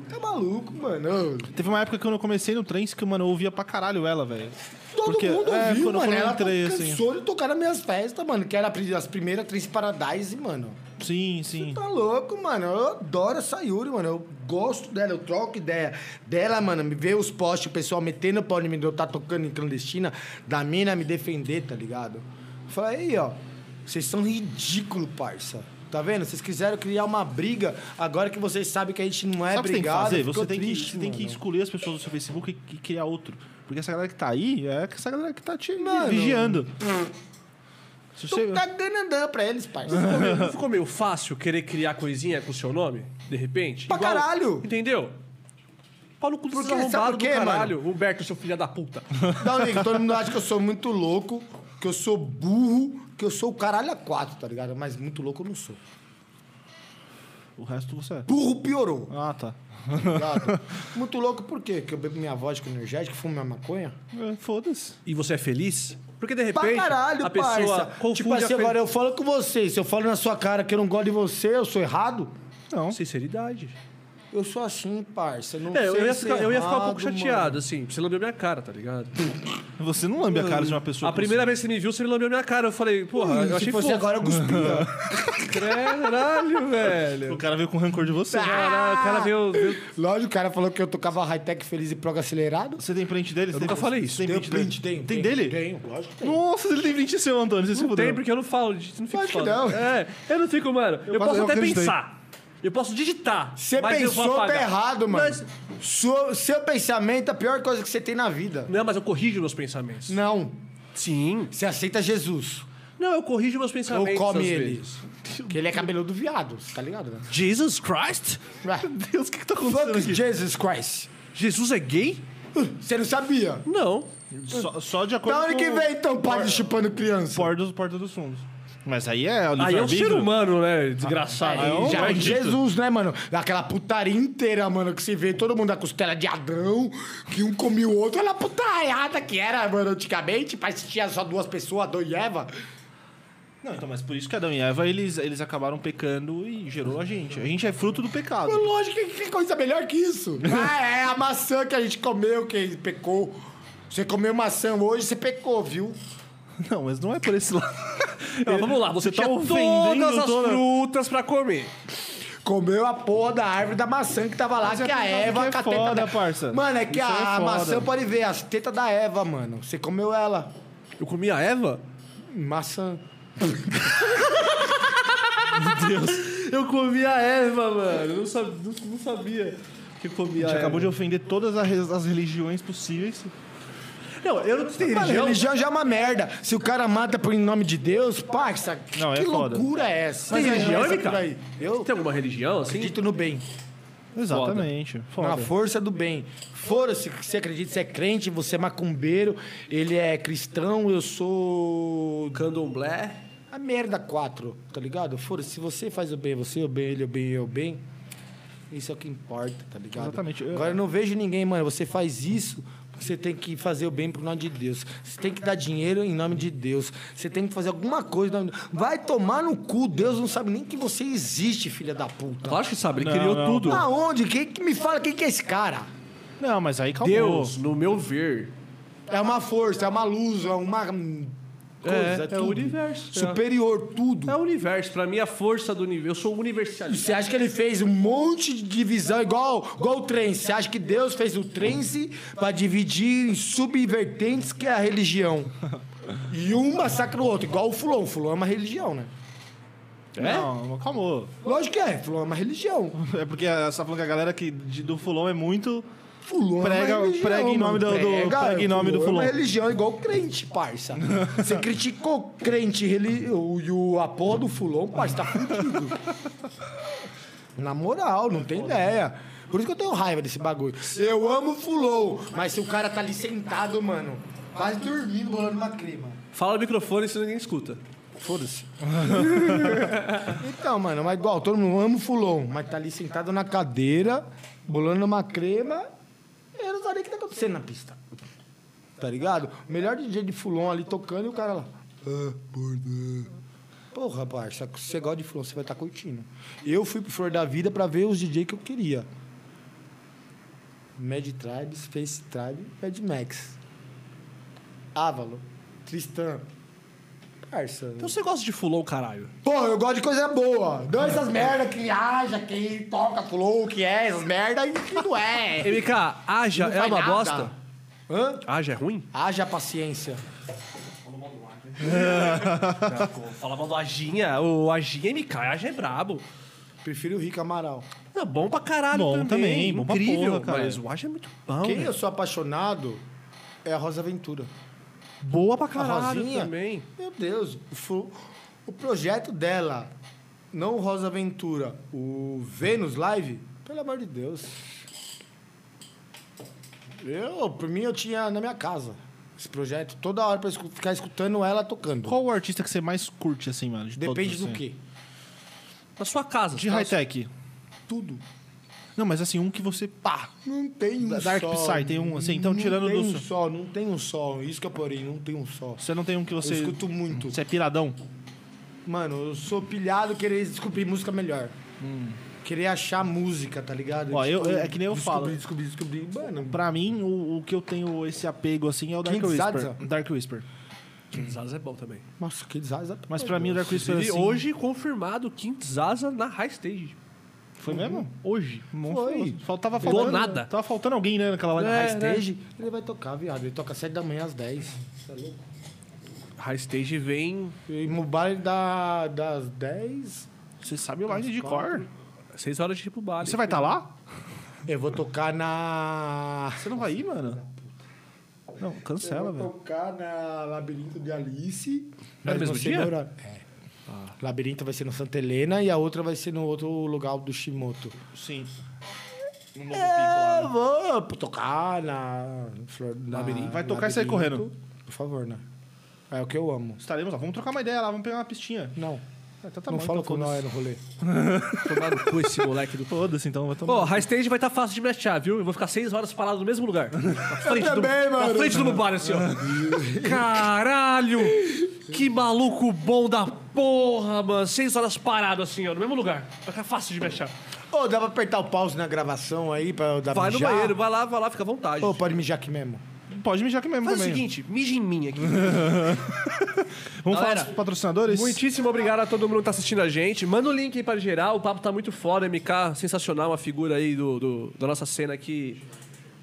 Tá maluco, mano. Teve uma época que eu comecei no trens que, mano, eu ouvia pra caralho ela, velho. Todo mundo é, ouviu, quando, mano. quando eu ela entrei, tá assim. cansou de tocar nas minhas festas, mano. Que era a pri- as primeiras Três Paradise, mano. Sim, sim. Tá louco, mano. Eu adoro a Sayuri, mano. Eu gosto dela, eu troco ideia dela, mano. Me ver os posts, o pessoal metendo pau em mim, de eu tá tocando em clandestina, da mina me defender, tá ligado? Eu falei, aí, ó, vocês são ridículos, parça. Tá vendo? Vocês quiseram criar uma briga agora que vocês sabem que a gente não é Sabe o que tem que brigado. fazer? ficou Você tem, triste, que, você tem que mano. escolher as pessoas do seu Facebook e, e criar outro. Porque essa galera que tá aí é essa galera que tá te Mano. vigiando. Se Tô você... cagando andando pra eles, parça. Ficou meio- Não ficou meio fácil querer criar coisinha com o seu nome, de repente? Pra caralho! Entendeu? Paulo cu Porque desses sabe arrombado do o quê, mano? caralho. Humberto, seu filho da puta. Dá um link, todo mundo acha que eu sou muito louco, que eu sou burro, que eu sou o caralho a quatro, tá ligado? Mas muito louco eu não sou. O resto você é. Burro piorou, Ah, tá. tá ligado? muito louco por quê? Porque eu bebo minha vodka energética, fumo minha maconha? É, Foda-se. E você é feliz? Porque de Pra repente caralho, a pessoa parça. confunde Tipo assim, a fe- agora eu falo com você, se eu falo na sua cara que eu não gosto de você, eu sou errado? Não. sinceridade. Eu sou assim, parça. Não É, eu sei ia, se ficar, eu ia ficar um pouco errado, chateado, mano. assim. Você lambeu minha cara, tá ligado? Você não lambe a cara de uma pessoa. A que primeira vez que você me viu, você me lambeu minha cara. Eu falei, porra, eu Se achei fosse fofo. agora, eu cuspia. Caralho, você- O velho. Ah! cara veio com rancor de você. Ah! Caralho, o cara veio... veio- Lógico, o cara falou que eu tocava high-tech feliz e prog acelerado. Você tem print dele? Eu nunca falei isso. Tem Tenho print, print, dele? tenho, Tem tenho, dele? Tenho, lógico que tenho. Nossa, ele tem print seu, Antônio. Você se Não fudeu. tem, porque eu não falo disso. Não fico Lógico que falando. não. É, eu não fico, mano. Eu, Eu posso quase- eu até acreditei. pensar. Eu posso digitar. Você mas eu vou pensou, tá apagar. errado, mano. Mas- Sua- seu pensamento é a pior coisa que você tem na vida. Não, mas eu corrijo meus pensamentos. Não. Sim. Você aceita Jesus. Não, eu corrijo meus Ou pensamentos. come às ele. vezes. Que ele é cabeludo viado, você tá ligado? Né? Jesus Christ? Ué, Deus, o que, que tá acontecendo Fuck aqui? Jesus Christ. Jesus é gay? Você não sabia? Não. Só, só de acordo Da onde com que vem, então, padre chupando criança? Porta dos, porta dos fundos. Mas aí é o Aí é um livre-arbítrio. ser humano, né? Desgraçado. Aí é um Já é maldito. Jesus, né, mano? Aquela putaria inteira, mano, que se vê todo mundo da costela de Adão, que um comia o outro. Olha a putaiada que era, mano, antigamente. Parece que tinha só duas pessoas, Adão e Eva. Não, então, mas por isso que Adão e Eva, eles, eles acabaram pecando e gerou a gente. A gente é fruto do pecado. Mas Lógico, que, que coisa melhor que isso? Ah, é a maçã que a gente comeu, que pecou. Você comeu maçã hoje, você pecou, viu? Não, mas não é por esse lado. Não, vamos lá, você, Você tá tinha ofendendo todas as toda- frutas pra comer. Comeu a porra da árvore da maçã que tava lá, Mas é que a por causa que Eva... é com a teta foda, da- parça. Mano, é que Isso a, aí é a foda. maçã, pode ver, as tetas da Eva, mano. Você comeu ela. Eu comi a Eva? Maçã. Eu comi a Eva, mano. Eu não, sab... não, não sabia que eu comia A a Eva. gente acabou de ofender todas as, as religiões possíveis. Não, eu não tenho Mano, religião. religião já é uma merda. Se o cara mata por em nome de Deus, parça, Não, que é foda. loucura é essa? Mas Que religião, essa MK? por aí? Eu Tem alguma religião, um assim? acredito no bem. Exatamente. Foda. Na força do bem. Fora, se você acredita, você é crente, você é macumbeiro, ele é cristão, eu sou. Candomblé. A merda 4, tá ligado? Fora, se você faz o bem, você, o bem, ele, o bem, eu, o bem. Isso é o que importa, tá ligado? Exatamente. Eu- Agora eu não vejo ninguém, mano. Você faz isso, você tem que fazer o bem pro nome de Deus. Você tem que dar dinheiro em nome de Deus. Você tem que fazer alguma coisa. em nome de- Vai tomar no cu, Deus não sabe nem que você existe, filha da puta. Claro que sabe, ele criou não. tudo. Aonde? Quem que me fala quem que é esse cara? Ah, Não, mas aí calma. Deus, no meu ver, É uma força, é uma luz, é uma hum, coisa. é, é o tudo. universo. Superior, tudo. É o universo. Pra mim, a força do universo. Eu sou um universalista. Você acha que ele fez um monte de divisão igual, igual o trance? Você acha que Deus fez o trance pra dividir em subvertentes que é a religião? E um massacra o outro, igual o fulão. O fulão é uma religião, né? É? Não, calma. Lógico que é, fulão é uma religião. É porque você tá falando que a galera que, de- do Fulon é muito. Fulão é Prega- uma religião. prega em nome do- mano. do- prega em nome do fulão. É uma religião igual crente, parça. Você criticou crente reli- o- e o, a porra do fulão, parça, tá fudido. Na moral, não tem ideia. Por isso que eu tenho raiva desse bagulho. Eu amo fulão, mas se o cara tá ali sentado, mano, quase dormindo, bolando uma crema. Fala no microfone, senão ninguém escuta. Foda-se. então, mano, mas igual, todo mundo ama o fulon, mas tá ali sentado na cadeira, bolando uma crema, eu não sei nem o que tá acontecendo na pista. tá ligado? O melhor DJ de fulon ali tocando e o cara lá. Ah, bordão. Porra, parça, você gosta de fulon, você vai estar curtindo. Eu fui pro Flor da Vida pra ver os DJ que eu queria. Mad Tribes, Face Tribe, Mad Max. Ávalo, Tristan. Parça. Então você gosta de fulon, caralho. Porra, eu gosto de coisa boa. Não essas merda que aja, que toca flow, que é, essas merda e que não é. MK, Aja Não é faz uma nada. bosta? Hã? Aja é ruim? Haja paciência. Fala mal do Ajinha. O Ajinha MK, Aja é brabo. Prefiro o Rico Amaral. É bom pra caralho Bom também. também, bom pra Incrível, porra, cara. mas o Aja é muito bom. Quem né? eu sou apaixonado é a Rosa Ventura. Boa pra A caralho Rosinha? também. Meu Deus, o, fu- o projeto dela, não o Rosa Ventura, o Vênus Live, pelo amor de Deus. Eu, por mim, eu tinha na minha casa esse projeto. Toda hora pra eu escu- ficar escutando ela tocando. Qual o artista que você mais curte, assim, mano? de Depende todos, do assim? quê? Na sua casa. De high-tech. Tudo. Não, mas assim, um que você... Pá! Não tem um Da- Dark só. Psy, tem um, assim, então, não tirando tem do um seu- só, não tem um só. Isso que eu porém, não tem um só. Você não tem um que você... Eu escuto muito. Você é piradão? Mano, eu sou pilhado querer descobrir música melhor. Querer achar música, tá ligado? Hum. Ó, eu- é que nem eu descobri, falo. Descobri, descobri, Mano, Pra mim, o, o que eu tenho esse apego, assim, é o Dark Quem Whisper. sabe, Dark Whisper. Quintzaza é bom também. nossa, que desastre. Mas pra mim, o Dark Whisper, E assim... hoje confirmado Quintzaza na High Stage. Foi mesmo? Hoje. Foi. Faltava Do faltando... nada. Tava faltando alguém, né, naquela live. É, High stage, ele vai tocar, viado. Ele toca às 7 da manhã às 10. Isso é louco. High Stage vem E no baile da, das 10. Você sabe o line de cor. seis horas de ir pro bar. Você vai estar tá lá? Eu vou tocar na. Você não vai ir, mano? Não, cancela, eu vou velho. tocar na Labirinto de Alice. É no mas mesmo não sei dia? no horário. É. Ah. Labirinto vai ser no Santa Helena e a outra vai ser no outro lugar do Shimoto. Sim. É, vou tocar na. Flor, na né? Labirinto. Vai tocar e sair correndo. Por favor, né? É o que eu amo. Estaremos lá. Vamos trocar uma ideia lá, vamos pegar uma pistinha. Não, Ah, Então tá não bom, falo então, com não é foda-se. no rolê. tomar no cu esse moleque do... Foda-se, então. Vai tomar. Pô, High Stage vai estar tá fácil de me achar, viu? Eu vou ficar seis horas parado no mesmo lugar. Na frente também, do, Na mano. frente do Mubar, assim, ó. Caralho! Que maluco bom da porra, mano. Seis horas parado, assim, ó, no mesmo lugar. Vai ficar fácil de me achar. Ô, dá pra apertar o pause na gravação aí pra eu dar Vai no mijar? banheiro, vai lá, vai lá, fica à vontade. Ô, pode mijar aqui mesmo. Pode mijar aqui mesmo Faz o também. seguinte, mija em mim aqui. Vamos Galera, falar dos patrocinadores? Muitíssimo obrigado a todo mundo que tá assistindo a gente. Manda o link aí pra geral. O papo tá muito foda. MK, sensacional. Uma figura aí do, do- da nossa cena aqui.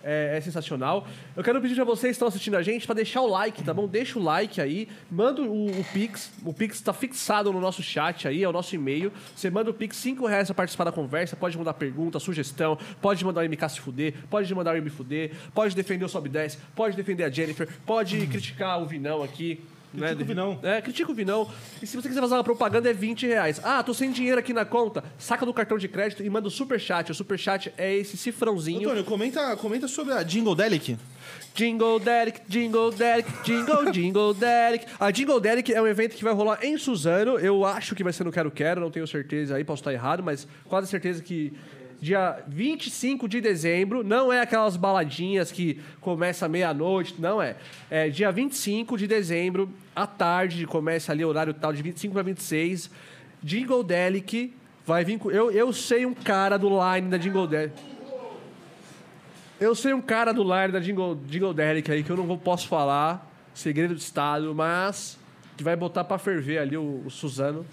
É, é sensacional. Eu quero pedir pra vocês que estão assistindo a gente pra deixar o like, tá bom? Deixa o like aí, manda o, o Pix. O Pix tá fixado no nosso chat aí, é o nosso e-mail. Você manda o Pix 5 reais pra participar da conversa, pode mandar pergunta, sugestão, pode mandar o MK se fuder, pode mandar o M fuder, pode defender o Sob 10, pode defender a Jennifer, pode criticar o Vinão aqui. né? Critica o Vinão. É, critica o Vinão. E se você quiser fazer uma propaganda, é 20 reais. Ah, tô sem dinheiro aqui na conta. Saca do cartão de crédito e manda o superchat. O superchat é esse cifrãozinho. Antônio, comenta, comenta sobre a Jingle Delic. Jingle Derek, Jingle Derek, Jingle, Jingle Derek. A Jingle Derek é um evento que vai rolar em Suzano. Eu acho que vai ser no Quero Quero, não tenho certeza aí, posso estar errado, mas quase certeza que dia 25 de dezembro, não é aquelas baladinhas que começa meia-noite, não é. É dia 25 de dezembro, à tarde, começa ali o horário tal de 25 para 26. Jingle Delic vai vir com... Eu, eu sei um cara do line da Jingle Delic. Eu sei um cara do line da Jingle, Jingle Derrick aí que eu não vou, posso falar, segredo de Estado, mas que vai botar pra ferver ali o, o Suzano.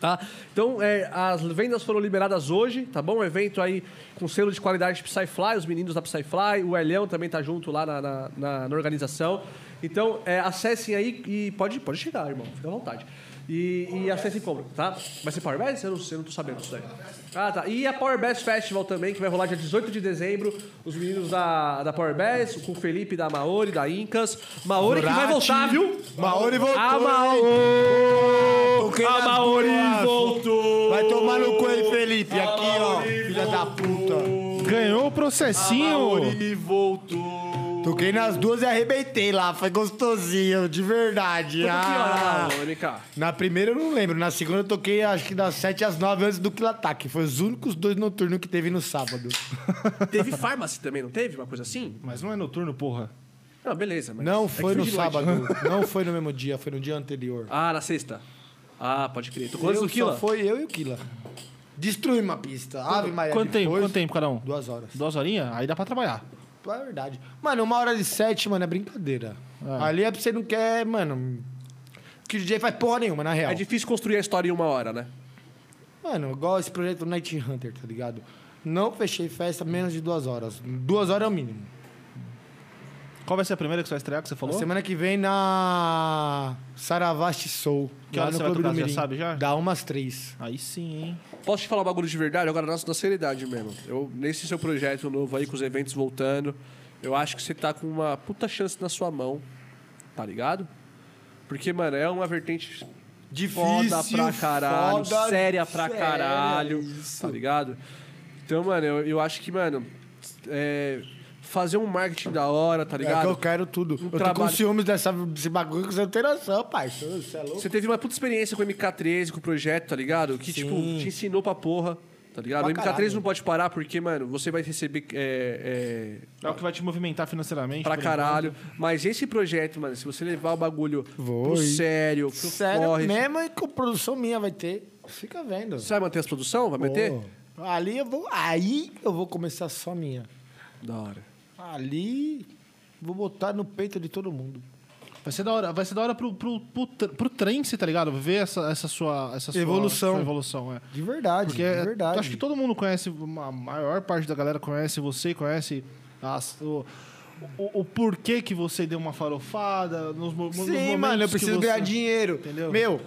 Tá? Então, é, as vendas foram liberadas hoje, tá bom? O evento aí com selo de qualidade Psyfly, os meninos da Psyfly, o Elhão também tá junto lá na, na, na- na organização. Então, é, acessem aí e pode, pode chegar, irmão, fica à vontade. E, e acessem e compra, tá? Vai ser Power Bass? Eu não sei, eu não tô sabendo disso daí. Ah, tá. E a Power Bass Festival também, que vai rolar dia 18 de dezembro. Os meninos da, da Power Bass, com o Felipe da Maori, da Incas. Maori que vai Dorati. voltar, viu? Maori Ah, A voltou. Maori! A Maori voltou! Vai tomar no cu aí, Felipe. Aqui, ó. Filha da puta. Ganhou o processinho. Maori voltou! Toquei nas duas e arrebentei lá. Foi gostosinho, de verdade. Ah. Ô, MK. Na primeira eu não lembro, na segunda eu toquei acho que das 7 às 9 antes do Kill Ataque. Foi os únicos dois noturnos que teve no sábado. Teve Pharmacy também, não teve? Uma coisa assim? Mas não é noturno, porra. Não, beleza, mas. Não É que foi no de noite. sábado. Não foi no mesmo dia, foi no dia anterior. Ah, na sexta. Ah, pode crer. Tô com Eu quantos do só Kila? Foi eu e o Kila. Destruí uma pista. Ave Maria. Quanto tempo, É, depois, quanto tempo cada um? Duas horas. Duas horinhas? Aí dá pra trabalhar. É verdade. Mano, uma hora de sete, mano, é brincadeira. Ali é pra você não quer, mano. Que o DJ faz porra nenhuma, na real. É difícil construir a história em uma hora, né? Mano, igual esse projeto Night Hunter, tá ligado? Não fechei festa menos de duas horas. Duas horas é o mínimo. Qual vai ser a primeira que você vai estrear, que você falou? Semana que vem na Saravasti Soul. Que lá hora no você vai Clube tocar, do já Mirim. sabe já? Dá umas três. Aí sim, hein? Posso te falar um bagulho de verdade? Agora, nossa, na seriedade mesmo. Eu, nesse seu projeto novo aí, com os eventos voltando, eu acho que você tá com uma puta chance na sua mão, tá ligado? Porque, mano, é uma vertente Difícil, foda pra caralho, foda, séria pra séria, caralho, isso. tá ligado? Então, mano, eu, eu acho que, mano, é, fazer um marketing da hora, tá É que ligado? eu quero tudo. eu tô com trabalho. ciúmes dessa, desse bagulho que você não tem noção, parceiro. Você é louco? Você teve uma puta experiência com o MK13, com o projeto, tá ligado? Que, tipo, te ensinou pra porra, tá ligado? Pra o MK13 não pode parar porque, mano, você vai receber é, é, É o que vai te movimentar financeiramente. pra por Tipo, caralho. Mas esse projeto, mano, se você levar o bagulho pro sério, pro Sério corre... mesmo e com produção minha vai ter. Fica vendo. Você vai manter as produção? Vai meter? Pô, Ali eu vou. Aí eu vou começar só minha. Da hora. Ali vou botar no peito de todo mundo. Vai ser da hora, vai ser da hora pro, pro, pro, tr- pro trance, tá ligado? Ver essa, essa sua essa sua- Evolução. sua evolução, é. De verdade, Porque de verdade. acho que todo mundo conhece, a maior parte da galera conhece você, conhece as- o, o, o porquê que você deu uma farofada nos, mo- nos Sim, um momentos mano, eu que preciso você- ganhar dinheiro. Entendeu? Meu.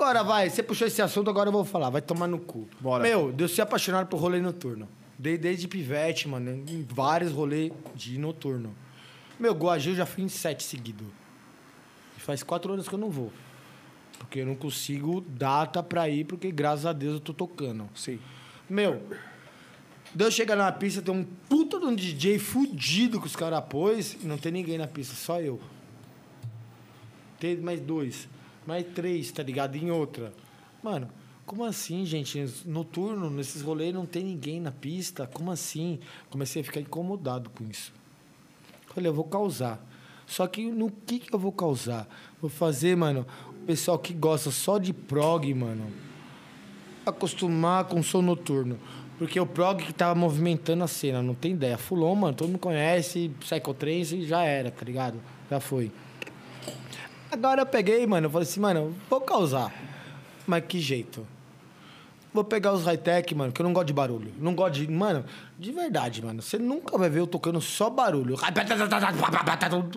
Agora vai, você puxou esse assunto, agora eu vou falar. Vai tomar no cu. Bora. Meu, eu sou apaixonado por rolê noturno. Dei desde pivete, mano, em vários rolês de noturno. Meu, Guajê eu já fui em sete seguido. E faz quatro anos que eu não vou. Porque eu não consigo data pra ir, porque graças a Deus eu tô tocando. Sim. Meu, Deus chega na pista, tem um puta de um DJ fudido que os caras pôs, e não tem ninguém na pista, só eu. Tem mais dois, mais três, tá ligado? Em outra. Mano, como assim, gente? Noturno, nesses rolês não tem ninguém na pista? Como assim? Comecei a ficar incomodado com isso. Falei, eu vou causar. Só que no que, que eu vou causar? Vou fazer, mano, o pessoal que gosta só de prog, mano, acostumar com som noturno. Porque é o prog que tava movimentando a cena, não tem ideia. Fulon, mano, todo mundo conhece, Psychotrance, já era, tá ligado? Já foi. Agora eu peguei, mano, eu falei assim, mano, vou causar. Mas que jeito? Vou pegar os high-tech, mano, que eu não gosto de barulho. Não gosto de. Mano, de verdade, mano. Você nunca vai ver eu tocando só barulho.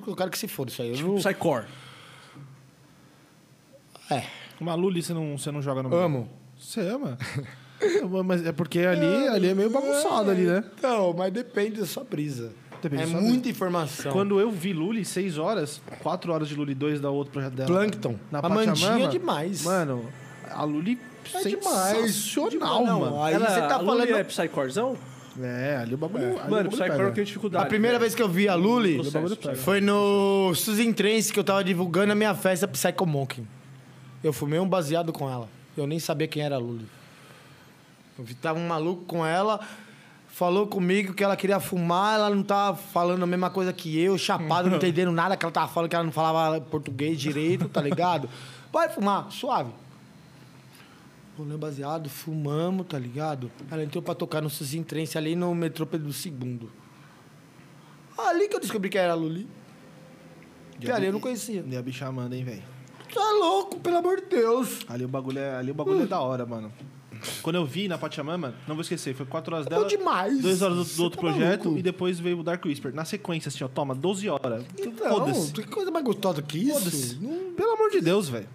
Eu quero que se foda isso aí. Eu não... Psycore. É, exemplo. Uma Lully você não, você não joga no amo. Você ama? Mas é porque ali, ali é meio bagunçado ali, né? Não, Então, mas depende da sua brisa. Depende é da sua muita Então. informação. Quando eu vi Lully, 6 horas, 4 horas de Lully 2 da outro projeto dela. Plankton. Na A Mandinha Pachamama, é demais. Mano, a Lully É sensacional, demais. Não, mano. Aí você tá a Lully falando. é Psycorezão? É, ali o bagulho. ali o Mano, bagulho Psycore pega. eu tenho dificuldade. A primeira velho. vez que eu vi a Luli Processo, pega. foi no Susan Trance que eu tava divulgando a minha festa Psycho Monkey. Eu fumei um baseado com ela. Eu nem sabia quem era a Luli. Eu vi- tava um maluco com ela, falou comigo que ela queria fumar, ela não tava falando a mesma coisa que eu, chapado, não entendendo nada que ela tava falando, que ela não falava português direito, tá ligado? Vai fumar, suave. Rolê baseado, fumamos, tá ligado? Ela entrou pra tocar no Susan Trance ali no metrô Pedro II. Ali que eu descobri que era a Luli. Que ali eu não conhecia. E a bicha manda, hein, velho. Tá louco, pelo amor de Deus. Ali o bagulho, é, ali o Hum. bagulho é da hora, mano. Quando eu vi na Pachamama, não vou esquecer, foi 4 horas dela. bom Tá É demais. 2 horas do, do Você outro tá projeto maluco? e depois veio o Dark Whisper. Na sequência, assim, ó, toma, 12 horas. Então, Foda-se. tem coisa mais gostosa que isso? Foda-se. Não Pelo amor de Deus, velho.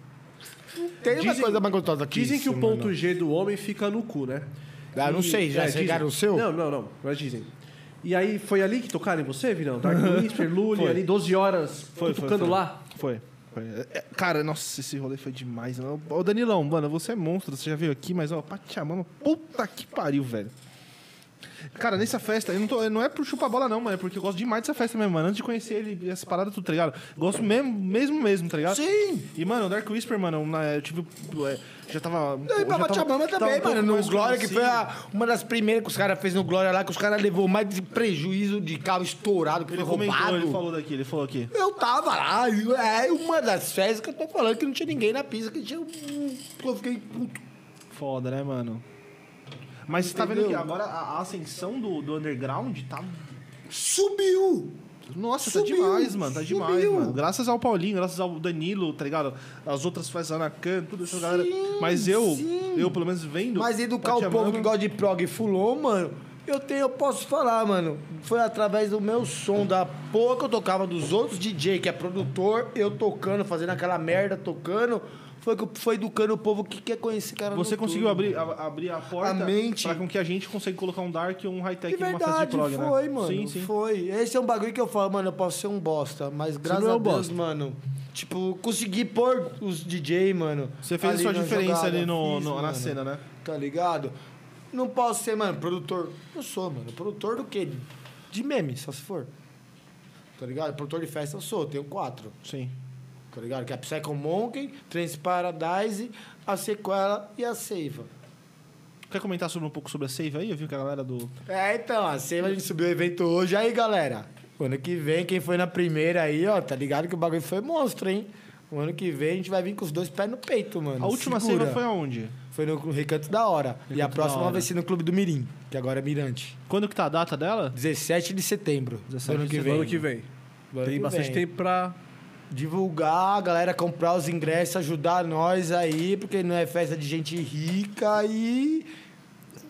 tem mais coisa mais gostosa que Dizem isso. que o ponto G do homem fica no cu, né? né? é, Ah, não sei, já dizem. chegaram o seu? Não, não, não. Mas dizem. E aí, foi ali que tocaram em você, Virão? Dark Whisper, Lully, ali 12 horas Foi, foi, tocando foi. lá. Foi. Foi. É, Cara, nossa, esse rolê foi demais. né? Ô, Danilão, mano, você é monstro, você já veio aqui, mas, ó, Pachamama, puta que pariu, velho. Cara, nessa festa, eu não, tô- não é por chupar bola, não, mano. É porque eu gosto demais dessa festa mesmo, mano. Antes de conhecer ele e essa parada tudo, tá ligado? Gosto mesmo, mesmo, mesmo, tá ligado? Sim. E, mano, o Dark Whisper, mano, na- eu tive. é, já tava. um E pra bater a mama Então, também, mano. No Glória, que foi a. a- uma das primeiras que os caras fez no Glória lá, que os caras levou mais de prejuízo de carro estourado, que Ele foi comentou, roubado. ele falou daqui, ele falou aqui. Eu tava lá, e é uma das festas que eu tô falando que não tinha ninguém na pista, que tinha um. Eu fiquei puto. Foda, né, mano? Mas você tá vendo que agora a a ascensão do, do underground tá. Subiu! Nossa, Subiu, tá demais, mano. Tá demais, subiu. mano. Graças ao Paulinho, graças ao Danilo, tá ligado? As outras faz Anacan, tudo isso, galera. Mas eu, sim. eu pelo menos vendo. Mas educar Tati o povo Amaro- que gosta de prog e fulon, mano, eu tenho, eu posso falar, mano. Foi através do meu som, da porra que eu tocava dos outros DJ, que é produtor, eu tocando, fazendo aquela merda, tocando. Foi que eu- foi educando o povo que quer conhecer cara Você noturno. conseguiu abrir a, abrir a porta A mente. pra com que a gente consiga colocar um dark e um high-tech De numa festa de verdade, prog, né? foi, mano. Sim, sim. Foi. Esse é um bagulho que eu falo, mano, eu posso ser um bosta, mas graças não é a um Deus, bosta. mano. Tipo, consegui pôr os DJ, mano. Você fez a ali sua na diferença jogada. ali no, Fiz, no- na mano. cena, né? Tá ligado? Não posso ser, mano, produtor. Eu sou, mano. Produtor do quê? De meme, só se for. Tá ligado? Produtor de festa eu sou, eu tenho quatro. Sim. Tá ligado? Que é a Psycho Monkey, Trans Paradise, a sequela e a Seiva. Quer comentar sobre um pouco sobre a save aí? Eu vi que a galera do. É, então, a Seiva a gente subiu o evento hoje. Aí, galera, o ano que vem, quem foi na primeira aí, ó, tá ligado que o bagulho foi monstro, hein? O ano que vem a gente vai vir com os dois pés no peito, mano. A última Segura. save foi aonde? Foi no Recanto da Hora. e a Recanto da próxima Hora. vai ser no Clube do Mirim, que agora é Mirante. Quando que tá a data dela? 17 de setembro. 17 ano de que setembro. vem. Ano que vem. Ano Tem que bastante vem. tempo pra. Divulgar, a galera comprar os ingressos, ajudar nós aí, porque não é festa de gente rica e.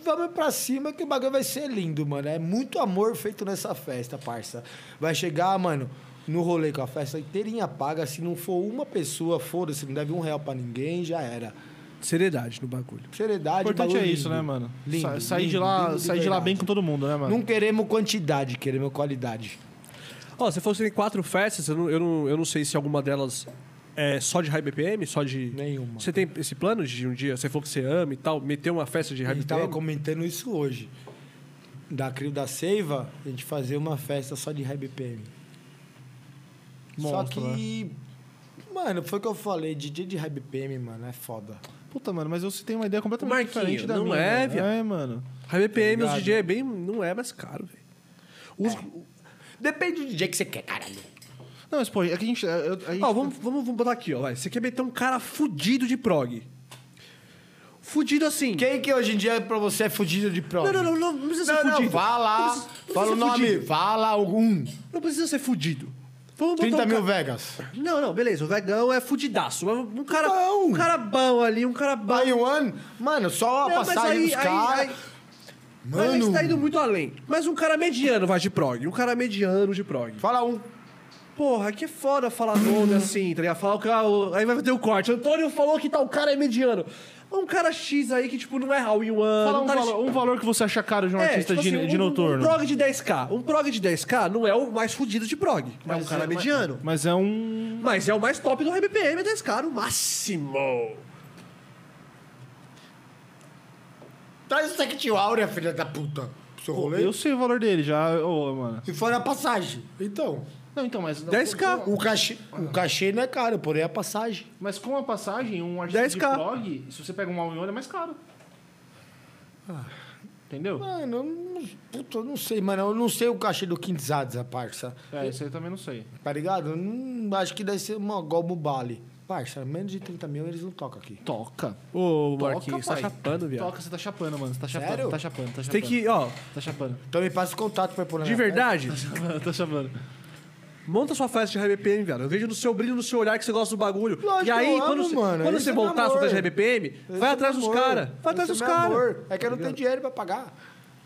Vamos pra cima que o bagulho vai ser lindo, mano. É muito amor feito nessa festa, parça. Vai chegar, mano, no rolê com a festa inteirinha paga. Se não for uma pessoa, foda-se, não deve um real pra ninguém, já era. Seriedade no bagulho. Seriedade, O importante bagulho é isso, lindo. né, mano? Lindo, Sa- sair lindo, de lá, lindo de sair de lá verdade. bem com todo mundo, né, mano? Não queremos quantidade, queremos qualidade. Ó, se fossem quatro festas, eu não, eu, não, eu não sei se alguma delas é só de high BPM, só de. Nenhuma. Você tem esse plano de um dia, você falou que você ama e tal, meter uma festa de A high gente tava BPM? comentando isso hoje. Da Crio da Seiva, a gente fazer uma festa só de High BPM. só Monstro, que. Mano, foi o que eu falei, DJ de High BPM, mano, é foda. Puta, mano, mas você tem uma ideia completamente Marquinho, diferente da não minha. é, mano. viado? É, mano. High BPM, os Tá ligado? DJ é bem. Não é mais caro, velho. Os- Depende do DJ que você quer, caralho. Não, mas, pô, é que a gente... é, eu- a gente- Ó, vamos, vamos, vamos botar aqui, ó. Vai. Você quer meter um cara fudido de prog. Fudido assim. Quem que hoje em dia pra você é fudido de prova? Não, não, não, não, não precisa ser Não, não, fudido. vá lá, Não precisa- não fala o precisa ser nome, fudido. fala algum. Não precisa ser fudido. Vamos botar 30 um mil ca- Vegas. Não, não, beleza. O vegão é fudidaço. mas Um cara, Não. um cara bom ali, um cara bom. Buy one, mano, só a Não, mas passagem aí- dos aí- aí- caras. Mas aí Mano. você tá indo muito além. Mas um cara mediano vai de prog. Um cara mediano de prog. Fala um. Porra, que foda falar nome assim, tá ligado? Falar que, ah, o- aí vai ter o corte. Antônio falou que tal cara é mediano. Um cara X aí que, tipo, não é Raul Yuan. Fala não um, tá- valor, um valor que você achar caro de um É, artista tipo de, assim, de um- noturno. Um prog de 10k. Um prog de 10k não é o mais fudido de prog. é um cara mediano. Mas é um... Mas é o mais top do RBPM, é 10k no máximo. Traz o Sect Áurea, filha da puta. pro Seu rolê. Eu sei o valor dele já, ô, mano. E fora a passagem. Então, Não, então, mas... 10k. o cachê, o cachê não é caro, porém é a passagem. Mas com a passagem, um artista 10K. de prog, se você pega um all in one, é mais caro. Entendeu? Mano, eu não, puta, eu não sei, mano. Eu não sei o cachê do Quintzadza, parça. É, isso aí eu também não sei. Tá ligado? Eu não- acho que deve ser uma Golbo Bali. Parça, menos de 30 mil eles não tocam aqui. Toca. Ô, Toca, Marquinhos, tá pai. chapando, viado. Toca, você tá chapando, mano. Você tá chapando, Sério? tá chapando, tá chapando. Tem que, ó, Tá chapando, Então me passa o contato pra eu pôr na de minha verdade, tá chapando. monta sua festa de RBPM, velho. Eu vejo no seu brilho, no seu olhar que você gosta do bagulho. Lógico, e aí, eu quando, amo, você, mano. quando Esse você é meu voltar a sua festa de amor. RBPM, festa. vai Esse atrás é dos meu amor. caras. Vai atrás Esse dos é meu caras. amor. É que eu não tenho dinheiro pra pagar.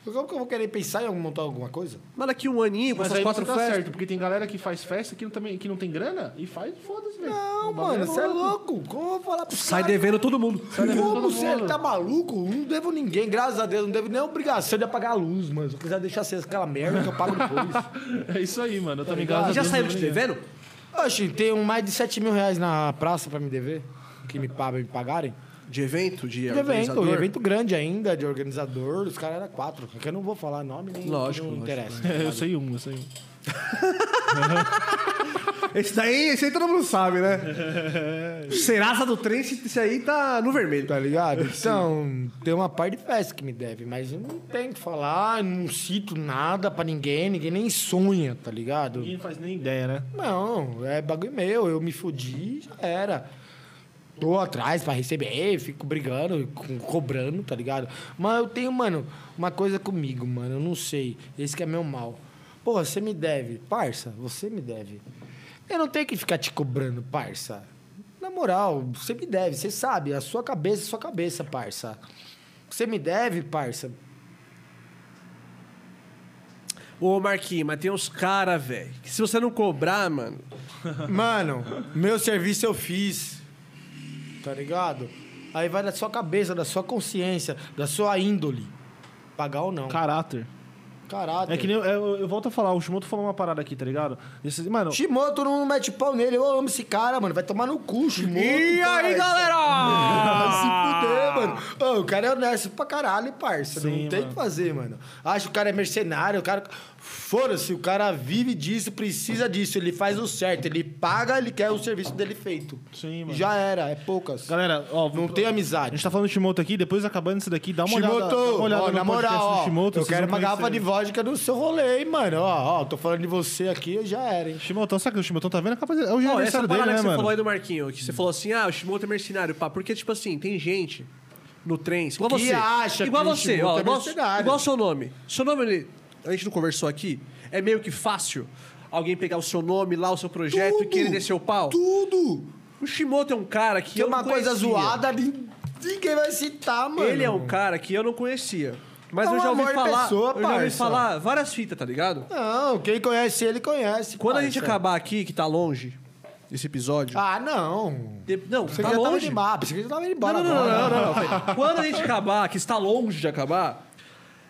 Como que eu vou querer pensar em montar alguma coisa? Mas daqui um aninho, com Mas essas aí quatro você tá festas. certo, porque tem galera que faz festa que não, também, que não tem grana e faz, foda-se, velho. Não, O bagulho mano, você é louco. Como eu vou falar pro Sai cara? devendo todo mundo. Como todo você mundo. tá maluco? Não devo ninguém, graças a Deus. Não devo nem obrigação de apagar a luz, mano. Se eu quiser deixar acesa aquela merda que eu pago depois. É isso aí, mano. Eu Tá também ligado? gasto. Já saiu te devendo? Oxe, tem um mais de 7 mil reais na praça pra me dever? Que me, pa- me pagarem? De evento? De, De evento, organizador? um evento grande ainda, de organizador, os caras eram quatro. É Que eu não vou falar nome nem Lógico, não lógico. interessa. Eu sei um, eu sei um. Esse daí, esse aí todo mundo sabe, né? Serasa do trem, esse esse aí tá no vermelho. Tá ligado? Então, tem uma parte de festa que me deve, mas eu não tenho que falar, não cito nada pra ninguém, ninguém nem sonha, tá ligado? Ninguém faz nem ideia, né? Não, é bagulho meu, eu me fudi, já era. Tô atrás pra receber, fico brigando, co- cobrando, tá ligado? Mas eu tenho, mano, uma coisa comigo, mano, eu não sei. Esse que é meu mal. Porra, você me deve, parça, você me deve. Eu não tenho que ficar te cobrando, parça. Na moral, você me deve, você sabe, a sua cabeça é sua cabeça, parça. Você me deve, parça. Ô, Marquinhos, mas tem uns caras, velho, que se você não cobrar, mano... Mano, meu serviço eu fiz. Tá ligado? Aí vai da sua cabeça, da sua consciência, da sua índole. Pagar Um ou não. Caráter. Caralho. É que nem eu, eu- eu volto a falar, o Shimoto falou uma parada aqui, tá ligado? Esse- mano, Shimoto não mete pau nele. Eu amo esse cara, mano. Vai tomar no cu, Shimoto. E aí, parça. galera? Ah, Se fuder, mano. Ô, o cara é honesto pra caralho, parça. Sim, não tem o que fazer, mano. Acho que o cara é mercenário, o cara. Fora-se, o cara vive disso, precisa disso. Ele faz o certo. Ele paga, ele quer o serviço dele feito. Sim, mano. Já era, é poucas. galera, ó, Não vamos- tem A amizade. gente tá falando do Shimoto aqui, depois acabando isso daqui, dá uma olhada. Shimoto, dá uma olhada ó, no podcast na moral, do ó, Shimoto, eu vocês quero vão uma garrafa conhecer. de vodka no seu rolê, hein, mano. Ó, ó, tô falando de você aqui, eu já era, hein. Shimotão, sabe que o Shimotão tá vendo? Capaz- É o Ó, aniversário essa dele, parada que né, você mano? falou aí do Marquinho, que você falou assim, ah, o Shimoto é mercenário, pá. Porque, tipo assim, tem gente no trem, igual Que você. acha igual que o você, Shimoto ó, é igual, mercenário. igual seu nome. Seu nome, ele- a gente não conversou aqui, é meio que fácil alguém pegar o seu nome lá, o seu projeto e Tudo, querer descer o pau. Tudo! O Shimoto é um cara que Tem eu não uma coisa conhecia. zoada ali, ninguém vai citar, mano. Ele é um cara que eu não conhecia. Mas É eu um já ouvi amor de falar, pessoa, eu já ouvi parça. falar várias fitas, tá ligado? Não, quem conhece ele, conhece. Quando a parça. gente acabar aqui, que tá longe, esse episódio. Ah, não. de- Não, Você tá já tava longe. de tá mapa, você já tava indo embora Não, não, não, agora. não, não, não, não. Quando a gente acabar, que está longe de acabar,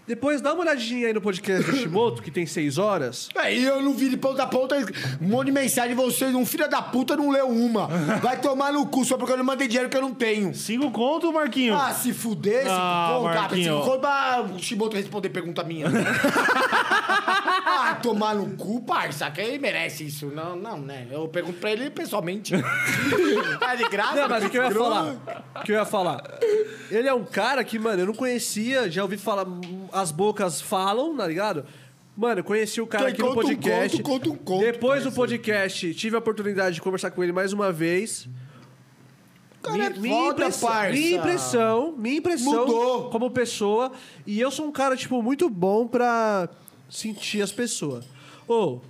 depois dá uma olhadinha aí no podcast do Shimoto, que tem seis horas. Aí eu não vi de ponta a ponta um monte de mensagem de vocês. Um filho da puta não leu uma. Vai tomar no cu só porque eu não mandei dinheiro que eu não tenho. Cinco conto, Marquinho. Ah, se fuder, se Ah, for, cara, se Marquinho. for pra o Shimoto responder pergunta minha. ah, tomar no cu, parça, quem merece isso? Não, não, né? Eu pergunto pra ele pessoalmente. tá de graça? Não, mas o que eu ia falar? O que eu ia falar? Ele é um cara que, mano, eu não conhecia, já ouvi falar, as bocas falam, tá ligado? Mano, eu conheci o cara Quem aqui no conta um podcast. conto, conta um conto, Depois do podcast, tive a oportunidade de conversar com ele mais uma vez. cara é minha, foda, impressão, parça. minha impressão, minha impressão Mudou. como pessoa. E eu sou um cara, tipo, muito bom pra sentir as pessoas. Ô,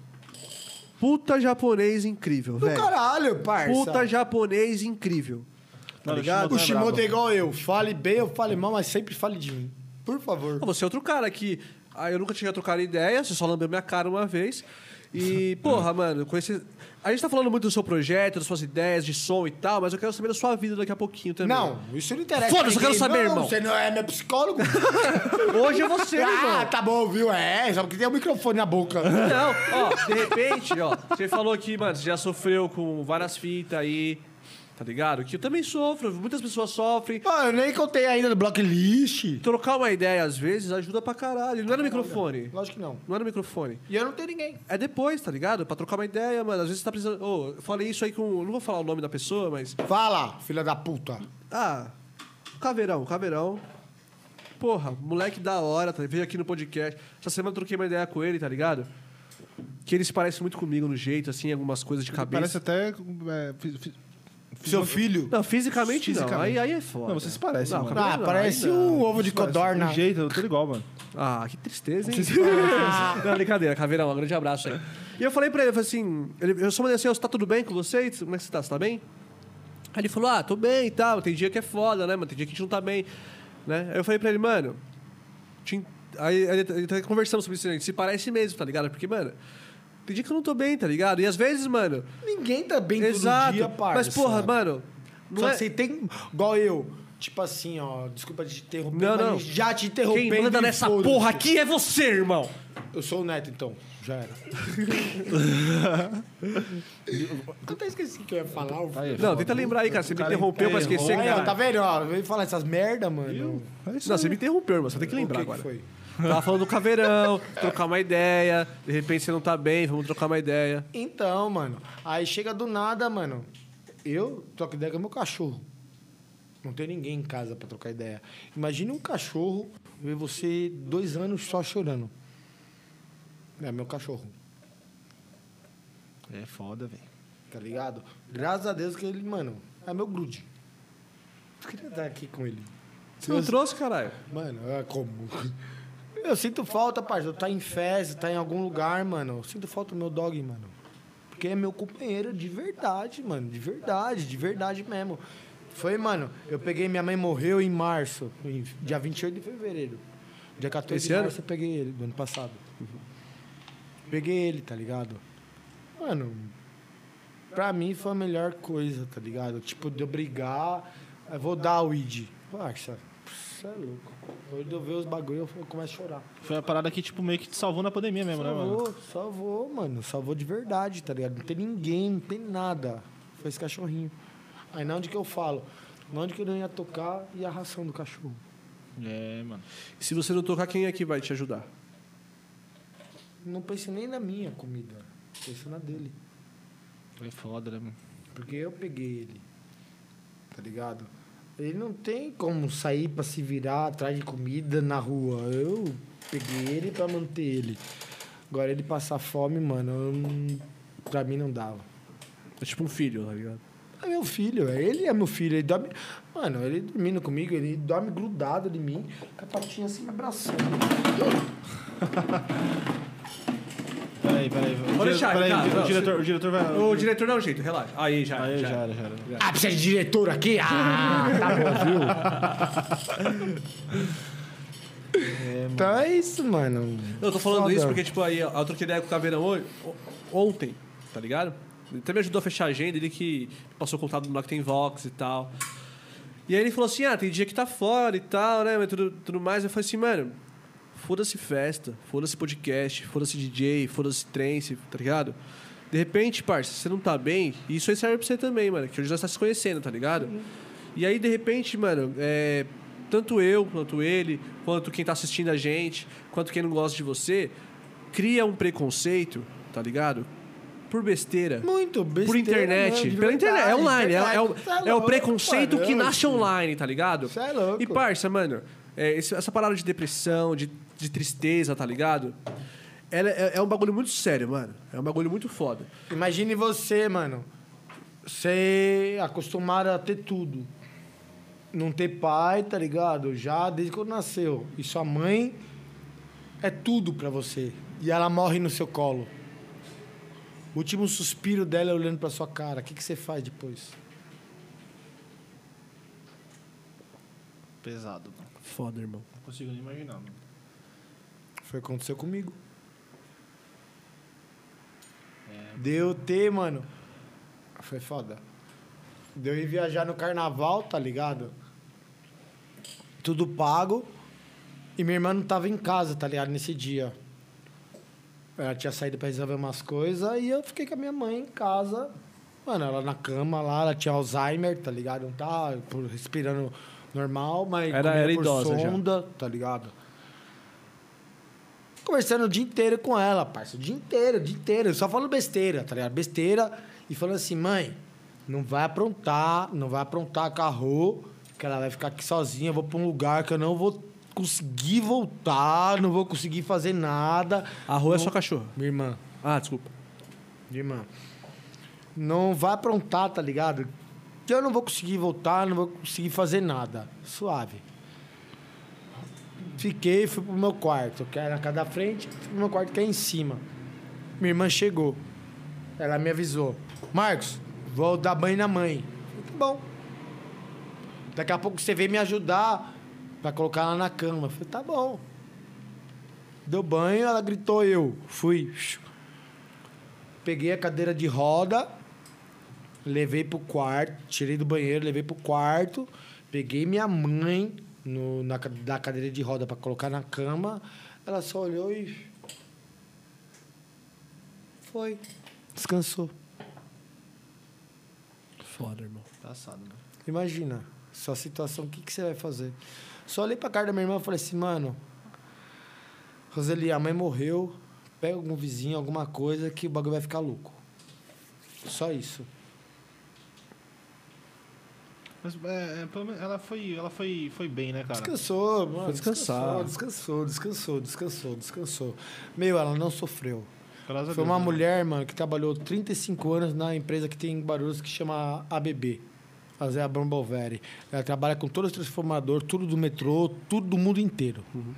puta japonês incrível, Do velho. caralho, parça. Puta japonês incrível. Tá ligado? o Shimoto é igual eu. Fale bem ou fale mal, mas sempre fale de mim. Por favor. Ah, Você é outro cara que. Ah, eu nunca tinha trocado ideia, você só lambeu minha cara uma vez. E, porra, mano, com esse... a gente tá falando muito do seu projeto, das suas ideias de som e tal, mas eu quero saber da sua vida daqui a pouquinho também. Não, isso não interessa. Foda-se, eu pra quero ninguém. saber, não, irmão. Você não é meu psicólogo? Hoje é você, ah, irmão. tá bom, viu? É, só porque tem o microfone na boca. Não, ó, de repente, ó, você falou que, mano, você já sofreu com várias fitas aí, tá ligado? Que eu também sofro, muitas pessoas sofrem. Ah, eu nem contei ainda do blocklist. Trocar uma ideia, às vezes, ajuda pra caralho. Não é no microfone. Lógico que não. Não é no microfone. E eu não tenho ninguém. É depois, tá ligado? Pra trocar uma ideia, mano. Às vezes você tá precisando. Ô, eu falei isso aí com. eu Não vou falar o nome da pessoa, mas. Fala, filha da puta. Ah, Caveirão, Caveirão. Porra, moleque da hora, tá? veio aqui no podcast. Essa semana eu troquei uma ideia com ele, tá ligado? Que ele se parece muito comigo no jeito, assim, algumas coisas de cabeça. Parece até. é, fi- fi- Seu filho. Não, fisicamente, não. Aí, Fisicamente. aí é foda. Não, você se parece, mano. cabelo Ah, não, parece ainda. um ovo de codorna. né? O jeito, tudo igual, mano. Ah, que tristeza, hein? não, brincadeira, Caveirão, um grande abraço aí. E eu falei pra ele, eu falei assim, ele, eu só mandei assim, ó, você tá tudo bem com você? Como é que você tá? Você tá bem? Aí ele falou, ah, tô bem e tal, tem dia que é foda, né, mano? Tem dia que a gente não tá bem, né? Aí eu falei pra ele, mano, te en- aí aí ele tá conversando sobre isso, né? se parece mesmo, tá ligado? Porque, mano, tem dia que eu não tô bem, tá ligado? E às vezes, mano, Ninguém tá bem exato, todo dia, parça. mas porra, mano... Só Não é... que você tem... Igual eu. Tipo assim, ó. Desculpa te interromper, Não, mas não. já te Quem interrompendo. manda e nessa foda-se. porra aqui é você, irmão. Eu sou o Neto, então. Já era. eu até esqueci o que eu ia falar. o- Não, tenta lembrar Tá aí, cara. Você me interrompeu pra esquecer, Aí, ó, tá cara. vendo? Ó, vem falar essas merda, mano. Não, você me interrompeu, irmão. Você tem que Hum. O que lembrar agora. que foi? Tava falando do caveirão, trocar uma ideia. De repente você não tá bem, vamos trocar uma ideia. Então, mano. Aí chega do nada, mano. Eu troco ideia com meu cachorro. Não tem ninguém em casa pra trocar ideia. Imagina um cachorro ver você dois anos só chorando. É meu cachorro, É foda, velho. tá ligado? Graças a Deus que ele, mano, é meu grude. Eu queria estar aqui com ele. Você não trouxe, caralho. Mano, é como? Eu sinto falta, parceiro. Tá em festa, tá em algum lugar, mano. Eu sinto falta do meu dog, mano. Porque é meu companheiro de verdade, mano. De verdade, de verdade mesmo. Foi, mano, eu peguei, minha mãe morreu em março, em dia 28 de fevereiro. Dia 14 Esse de ano? março eu peguei ele, do ano passado. Peguei ele, tá ligado? Mano, pra mim foi a melhor coisa, tá ligado? Tipo, de eu brigar, eu vou dar o ID. Parça, você é louco. Hoje eu ver os bagulho, eu começo a chorar. Foi a parada que, tipo, meio que te salvou na pandemia mesmo, né, mano? Salvou, salvou, mano. Salvou de verdade, tá ligado? Não tem ninguém, não tem nada. Foi esse cachorrinho. Aí na onde que eu falo? Na onde que eu não ia tocar e a ração do cachorro. É, mano. Se você não tocar, quem é que vai te ajudar? Não pensei nem na minha comida. Pensei na dele. É foda, né, mano? Porque eu peguei ele. Tá ligado? Ele não tem como sair pra se virar atrás de comida na rua. Eu peguei ele pra manter ele. Agora ele passar fome, mano, eu não- pra mim não dava. É tipo um filho, tá ligado? É meu filho, é ele é meu filho. Ele dorme. Mano, ele dormindo comigo, ele dorme grudado de mim, com a patinha assim me abraçando. Peraí, peraí. O Pode dire- deixar, peraí, Ricardo, o não, diretor, o diretor vai... O diretor dá um jeito, relaxa. Aí, já, Aí, já. já era, já era. Ah, precisa de diretor aqui? Ah, tá bom, viu? então é isso, mano. Não, eu tô falando Foda. isso porque, tipo, aí, ó, eu troquei ideia com o Caveirão hoje- o- ontem, tá ligado? Ele até me ajudou a fechar a agenda, ele que passou o contato do Noctem Vox e tal. E aí ele falou assim: ah, tem dia que tá fora e tal, né? Mas tudo, tudo mais. Eu falei assim, mano, foda-se festa, foda-se podcast, foda-se DJ, foda-se trance, tá ligado? De repente, parça, você não tá bem, e isso aí serve pra você também, mano, que hoje nós tá se conhecendo, tá ligado? E aí, de repente, mano, é, tanto eu, quanto ele, quanto quem tá assistindo a gente, quanto quem não gosta de você, cria um preconceito, tá ligado? Por besteira. Muito besteira, Por internet. mano, de Pela internet. É verdade, online. de É, é o, verdade. Cê é o louco, preconceito mano. que nasce online, tá ligado? Cê é louco. E parça, mano, é, esse- essa parada de depressão, de, de tristeza, tá ligado? Ela é, é um bagulho muito sério, mano. É um bagulho muito foda. Imagine você, mano. Você é acostumado a ter tudo. Não ter pai, tá ligado? Já desde quando nasceu. E sua mãe é tudo pra você. E ela morre no seu colo. O último suspiro dela é olhando pra sua cara. O que, que você faz depois? Pesado, mano. Foda, irmão. Não consigo nem imaginar, mano. Foi o que aconteceu comigo. É. Deu ter, mano. Foi foda. Deu ir viajar no carnaval, tá ligado? Tudo pago. E minha irmã não tava em casa, tá ligado? Nesse dia. Ela tinha saído pra resolver umas coisas e eu fiquei com a minha mãe em casa. Mano, ela na cama lá, ela tinha Alzheimer, tá ligado? Não tá por- respirando normal, mas Era- comia era por idosa já. sonda, tá ligado? Conversando o dia inteiro com ela, parceiro. O dia inteiro, o dia inteiro. Só falando besteira, tá ligado? Besteira. E falando assim, mãe, não vai aprontar, não vai aprontar carro, que ela vai ficar aqui sozinha, eu vou pra um lugar que eu não vou conseguir voltar, não vou conseguir fazer nada. A rua é sua cachorra. Minha irmã. Ah, desculpa. Minha irmã. Não vai aprontar, tá ligado? Que eu não vou conseguir voltar, não vou conseguir fazer nada. Suave. Fiquei, fui pro meu quarto, que era na casa da frente, fui pro meu quarto que é em cima. Minha irmã chegou. Ela me avisou. Marcos, vou dar banho na mãe. Falei, Tá bom. Daqui a pouco você vem me ajudar pra colocar ela na cama. Eu Falei, tá bom. Deu banho, ela gritou eu. Fui. Peguei a cadeira de roda, levei pro quarto, tirei do banheiro, levei pro quarto, peguei minha mãe no, na, ca- da cadeira de roda pra colocar na cama. Ela só olhou e Foi. Descansou. Foda, irmão. Passado, Tá mano. Imagina, sua situação, o que, que você vai fazer? Só olhei pra cara da minha irmã e falei assim, mano, Roseli, a mãe morreu, pega algum vizinho, alguma coisa, que o bagulho vai ficar louco. Só isso. Mas é, é, pelo menos ela foi, ela foi, foi bem, né, cara? Descansou, mano. Foi descansar. Descansou, descansou, descansou, descansou. Meu, ela não sofreu. Graças a Foi Deus, é uma né? mulher, mano, que trabalhou 35 anos na empresa que tem em Barulhos que chama ABB. Fazer a Bramboveri. Ela trabalha com todos os transformadores, tudo do metrô, tudo do mundo inteiro. Uhum.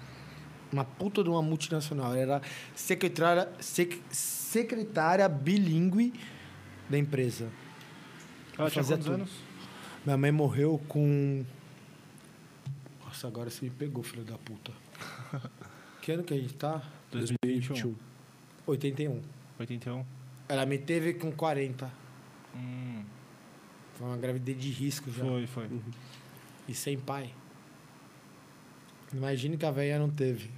Uma puta de uma multinacional. Ela era secretária, sec- secretária bilíngue da empresa. Ela tinha fazia quantos tudo. anos? Minha mãe morreu com. Nossa, agora você me pegou, filho da puta. que ano que a gente tá? 2021. 81. 81. Ela me teve com 40. Hum, Foi uma gravidez de risco já. foi, foi. Uhum. E sem pai. Imagine que a velha não teve.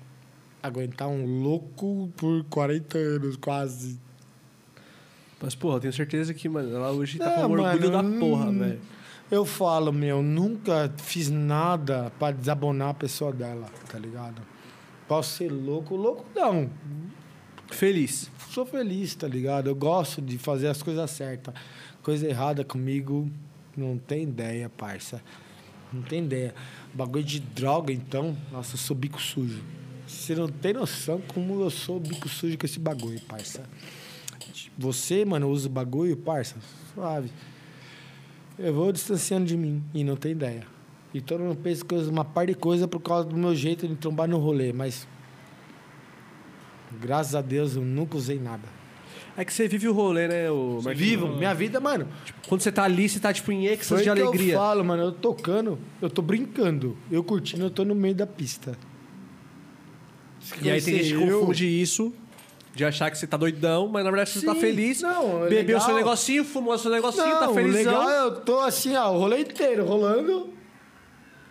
Aguentar um louco por 40 anos, quase. Mas, porra, eu tenho certeza que, mano, ela hoje tá É, com um orgulho mano, da porra, hum. velho. Eu falo, meu, nunca fiz nada pra desabonar a pessoa dela, tá ligado? Posso ser louco? Louco não. Feliz. Sou feliz, tá ligado? Eu gosto de fazer as coisas certas. Coisa errada comigo, não tem ideia, parça. Não tem ideia. Bagulho de droga, então, nossa, eu sou bico sujo. Você não tem noção como eu sou bico sujo com esse bagulho, parça. Você, mano, usa o bagulho, parça, suave. Eu vou distanciando de mim e não tem ideia. E todo mundo pensa que eu uso uma par de coisa por causa do meu jeito de trombar no rolê, mas graças a Deus eu nunca usei nada. É que você vive o rolê, né, o Marquinhos? Vivo, minha vida, mano. Quando você tá ali, você tá, tipo, em êxtase Foi de que eu alegria. falo, mano, eu tocando, eu tô brincando. Eu curtindo, eu tô no meio da pista. E aí tem Conhecer gente que eu- confunde isso, de achar que você tá doidão, mas na verdade você tá Sim, feliz. não, é bebeu legal. seu negocinho, fumou seu negocinho, Não, tá felizão. legal, eu tô assim, ó, o rolê inteiro rolando.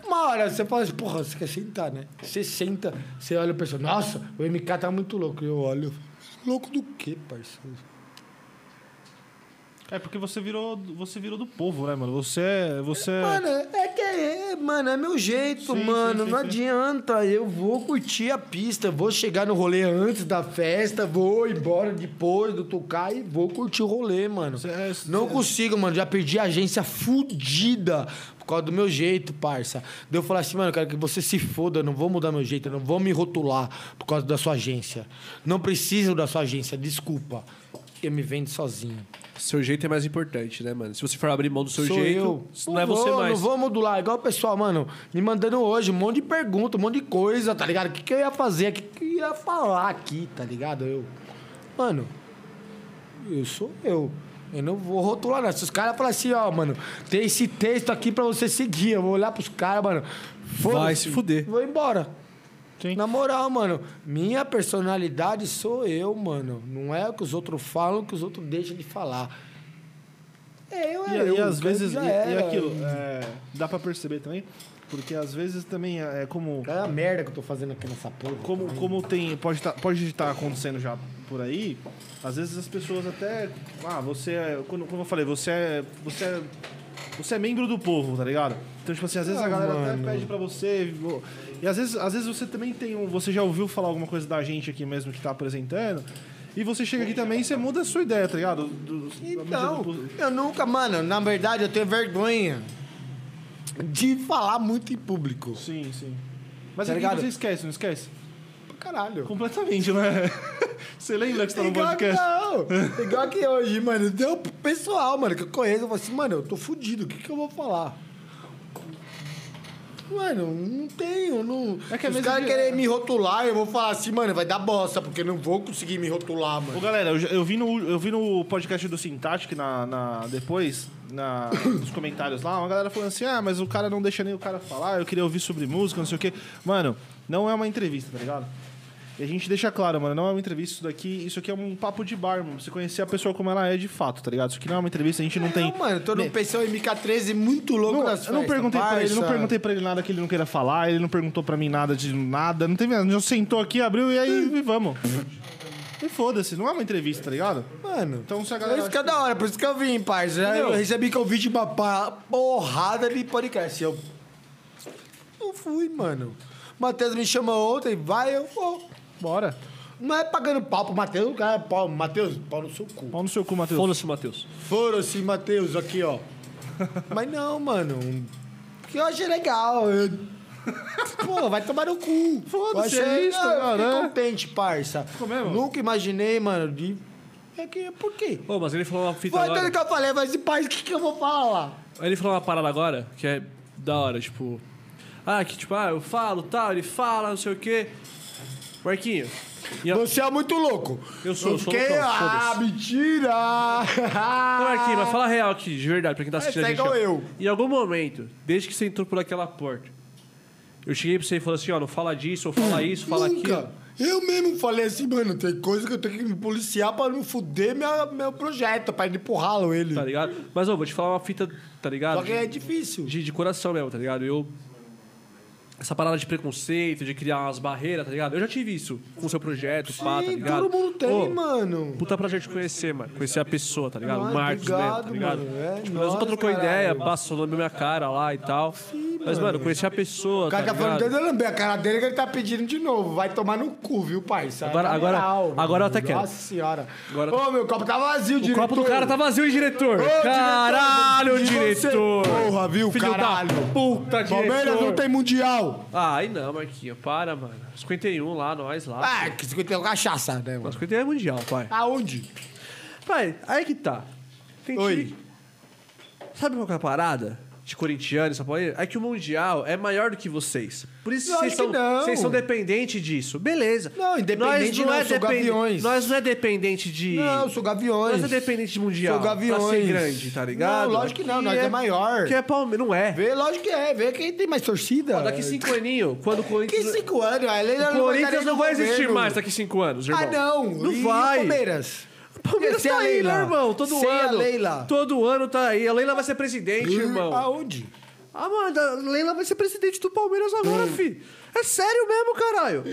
Uma hora você fala assim, porra, você quer sentar, né? Você senta, você olha o pessoal, nossa, o MK tá muito louco. Eu olho, louco do quê, parceiro? É porque você virou, você virou do povo, né, mano? Você é. Você é- Mano, é que é, mano, é meu jeito, Sim, mano. sim, sim, não sim. adianta. Eu vou curtir a pista, vou chegar no rolê antes da festa, vou embora depois do tocar e vou curtir o rolê, mano. Cê é- cê não é- consigo, mano. Já perdi a agência fudida por causa do meu jeito, parça. Deu falar assim, mano, eu quero que você se foda, eu não vou mudar meu jeito, eu não vou me rotular por causa da sua agência. Não preciso da sua agência, desculpa. Eu me vendo sozinho. Seu jeito é mais importante, né, mano? Se você for abrir mão do seu Sou jeito, eu. isso não, é você vou, Não mais. vou modular. Igual o pessoal, mano, me mandando hoje um monte de pergunta, um monte de coisa, tá ligado? O que, que eu ia fazer? O que, que eu ia falar aqui, tá ligado? Eu. Mano, eu sou eu. Eu não vou rotular, não. Se os caras falarem assim, ó, mano, tem esse texto aqui pra você seguir, eu vou olhar pros caras, mano. Vai foda-se, se fuder. Vou embora. Sim. Na moral, mano, minha personalidade sou eu, mano. Não é o que os outros falam, o que os outros deixam de falar. É, eu, E, é eu. e às cara vezes. E, já e era. aquilo. é, dá pra perceber também. Porque às vezes também é é como. É a merda que eu tô fazendo aqui nessa porra. Como, como tem. Pode estar pode tá acontecendo já por aí. Às vezes as pessoas até. Ah, você é. Quando, como eu falei, você é. Você é. Você é membro do povo, tá ligado? Então, tipo assim, às Ah, vezes a galera até pede pra você. vo- E às vezes, às vezes você também tem um. Você já ouviu falar alguma coisa da gente aqui mesmo que tá apresentando. E você chega aqui também e você muda a sua ideia, tá ligado? Do- do- Então, do- do- eu nunca, mano, na verdade eu tenho vergonha de falar muito em público. Sim, sim. Mas Tá aqui ligado? você esquece, não esquece? Pra caralho. Completamente, né? Você lembra que você tá no Igual que, podcast? não. Igual que hoje, mano. Deu pro pessoal, mano, que eu conheço. Eu falo assim, mano, eu tô fudido, o que, que eu vou falar? Mano, não tenho. Não... É que é Os mesmo caras de- querem me rotular, eu vou falar assim, mano, vai dar bosta, porque eu não vou conseguir me rotular, mano. Ô, galera, eu, já- eu vi, no, eu vi no podcast do Sintático na, na- depois, na- nos comentários lá, uma galera falando assim: ah, mas o cara não deixa nem o cara falar, eu queria ouvir sobre música, não sei o quê. Mano, não é uma entrevista, tá ligado? E a gente deixa claro, mano, não é uma entrevista isso daqui, isso aqui é um papo de bar, mano. Você conhecer a pessoa como ela é de fato, tá ligado? Isso aqui não é uma entrevista, a gente não tem. Eu, mano, tô num pensão MK13 muito louco Não, nas festas. eu não perguntei pra ele, não parça. perguntei pra ele nada que ele não queira falar, ele não perguntou pra mim nada de nada, não teve nada. Ele sentou aqui, abriu e aí e vamos. E foda-se, não é uma entrevista, tá ligado? Mano. Então se a É galera. isso que é da hora, por isso que eu vim, parça. Eu recebi convite de uma pa- porrada de podcast. Eu. Eu fui, mano. O Matheus me chamou ontem, vai, eu vou. Bora. Não é pagando pau pro Matheus, o cara é pau. Matheus, pau no seu cu. Pau no seu cu, Matheus. Foda-se, Matheus. Foram-se, Matheus, aqui, ó. Mas não, mano. Que eu achei legal. Eu- Pô, vai tomar no cu. Foda-se, Eu achei- é isso, Ah, eu cara, fiquei é. contente, parça. mesmo? Nunca imaginei, mano, de... É que, por quê? Ô, mas ele falou uma fita Foi tudo agora. que eu falei, mas pai, o que, que eu vou falar lá? Ele falou uma parada agora que é da hora, tipo. Ah, que tipo, ah, eu falo tal, ele fala, não sei o quê. Marquinho, Você é muito louco. eu sou, eu sou Que? loucão, Ah, foda-se. é mentira! Não, Ah. Marquinho, mas fala real aqui, de verdade, pra quem tá assistindo tá a gente. igual ó. eu. Em algum momento, desde que você entrou por aquela porta, eu cheguei pra você e falei assim, ó, não fala disso, ou fala isso, fala Nunca. aquilo. Eu mesmo falei assim, mano, tem coisa que eu tenho que me policiar pra não fuder minha, meu projeto, pra empurrá-lo ele. Tá ligado? Mas, ô, vou te falar uma fita, tá ligado? Só que é difícil. de, de coração mesmo, tá ligado? Eu. Essa parada de preconceito, de criar umas barreiras, tá ligado? Eu já tive isso com o seu projeto, pá, tá Sim, ligado? todo mundo tem, Ô, mano. Puta tá prazer te conhecer, mano. Conhecer a pessoa, tá ligado? Ah, o Marcos obrigado, mesmo, tá ligado? mano. É tipo, nóis, nós nunca trocou caralho. ideia, passou na minha cara lá e tal. Mas, mano, conhecer a pessoa, O cara tá tá falando, ligado? eu lambei a cara dele que ele tá pedindo de novo. Vai tomar no cu, viu, pai? Isso é Agora- na agora- moral, agora mano. eu até quero. Nossa senhora. Agora- Ô, meu copo tá vazio, O diretor. copo do cara tá vazio, hein, diretor? Ô, diretor, Caralho, de você, diretor! Porra, viu, Filho caralho. da puta, diretor! Palmeiras não tem mundial. Ah, aí não, Marquinhos, para, mano. 51 lá, nós lá. Ah, que 51 cachaça, né, mano? Mas 51 é mundial, pai. Aonde? Pai, aí que tá. Tem Oi. time- Sabe qual que é a parada? De corintiano, São Paulo? É que o Mundial é maior do que vocês. Por isso Lógico vocês são, que não. vocês são dependentes disso. Beleza. é Não, independente não, sou Gaviões. Nós não é dependente de... Não, eu sou Gaviões. Nós não é dependente de Mundial. Sou Gaviões. Pra ser grande, tá ligado? Não, lógico que não, Aqui nós é maior. Que é Palmeiras, não é. Ah, Vê, lógico que é. Vê quem tem mais torcida. Daqui cinco aninhos, quando o Que Corinthians... cinco anos? A Leila O Corinthians não vai existir governo. mais daqui cinco anos, irmão. Ah, não. Não E vai. o Palmeiras. Palmeiras Sem tá a aí, Leila. né, irmão? Todo Sem a ano. Leila. Todo ano tá aí. A Leila vai ser presidente, irmão. Aonde? Ah, mano, a Leila vai ser presidente do Palmeiras agora, Hum. fi. É sério mesmo, caralho.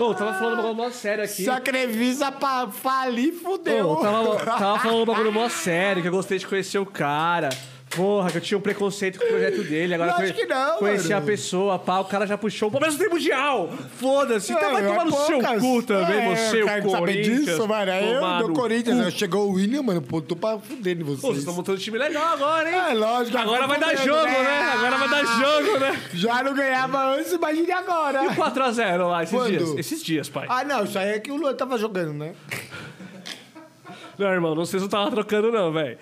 Ô, tava falando um bagulho mó sério aqui. Se a Crevisa pra falir, fudeu. Ô, tava, tava falando um bagulho mó sério, que eu gostei de conhecer o cara. Porra, que eu tinha um preconceito com o projeto dele. Agora Lógico conhe- que não, conheci a mano. pessoa, pá, o cara já puxou. O Palmeiras não tem mundial! Foda-se! Então vai É, tomar no seu poucas. cu também, É, você, eu o quero saber Corinthians. disso, mano. É Eu tomar do no Corinthians. cu. né? Chegou o William, mano. Pô, tô pra fuder em Pô, vocês vocês. estão montando um time legal agora, hein? É, lógico. Agora vai dar jogo, né? Agora vai dar Ah. jogo, né? Já não ganhava antes, imagine agora. 4x0 lá esses Quando? dias. Esses dias, pai. Ah, não. Isso aí é que o Luan tava jogando, né? Não, irmão, não sei se eu tava trocando, não, velho.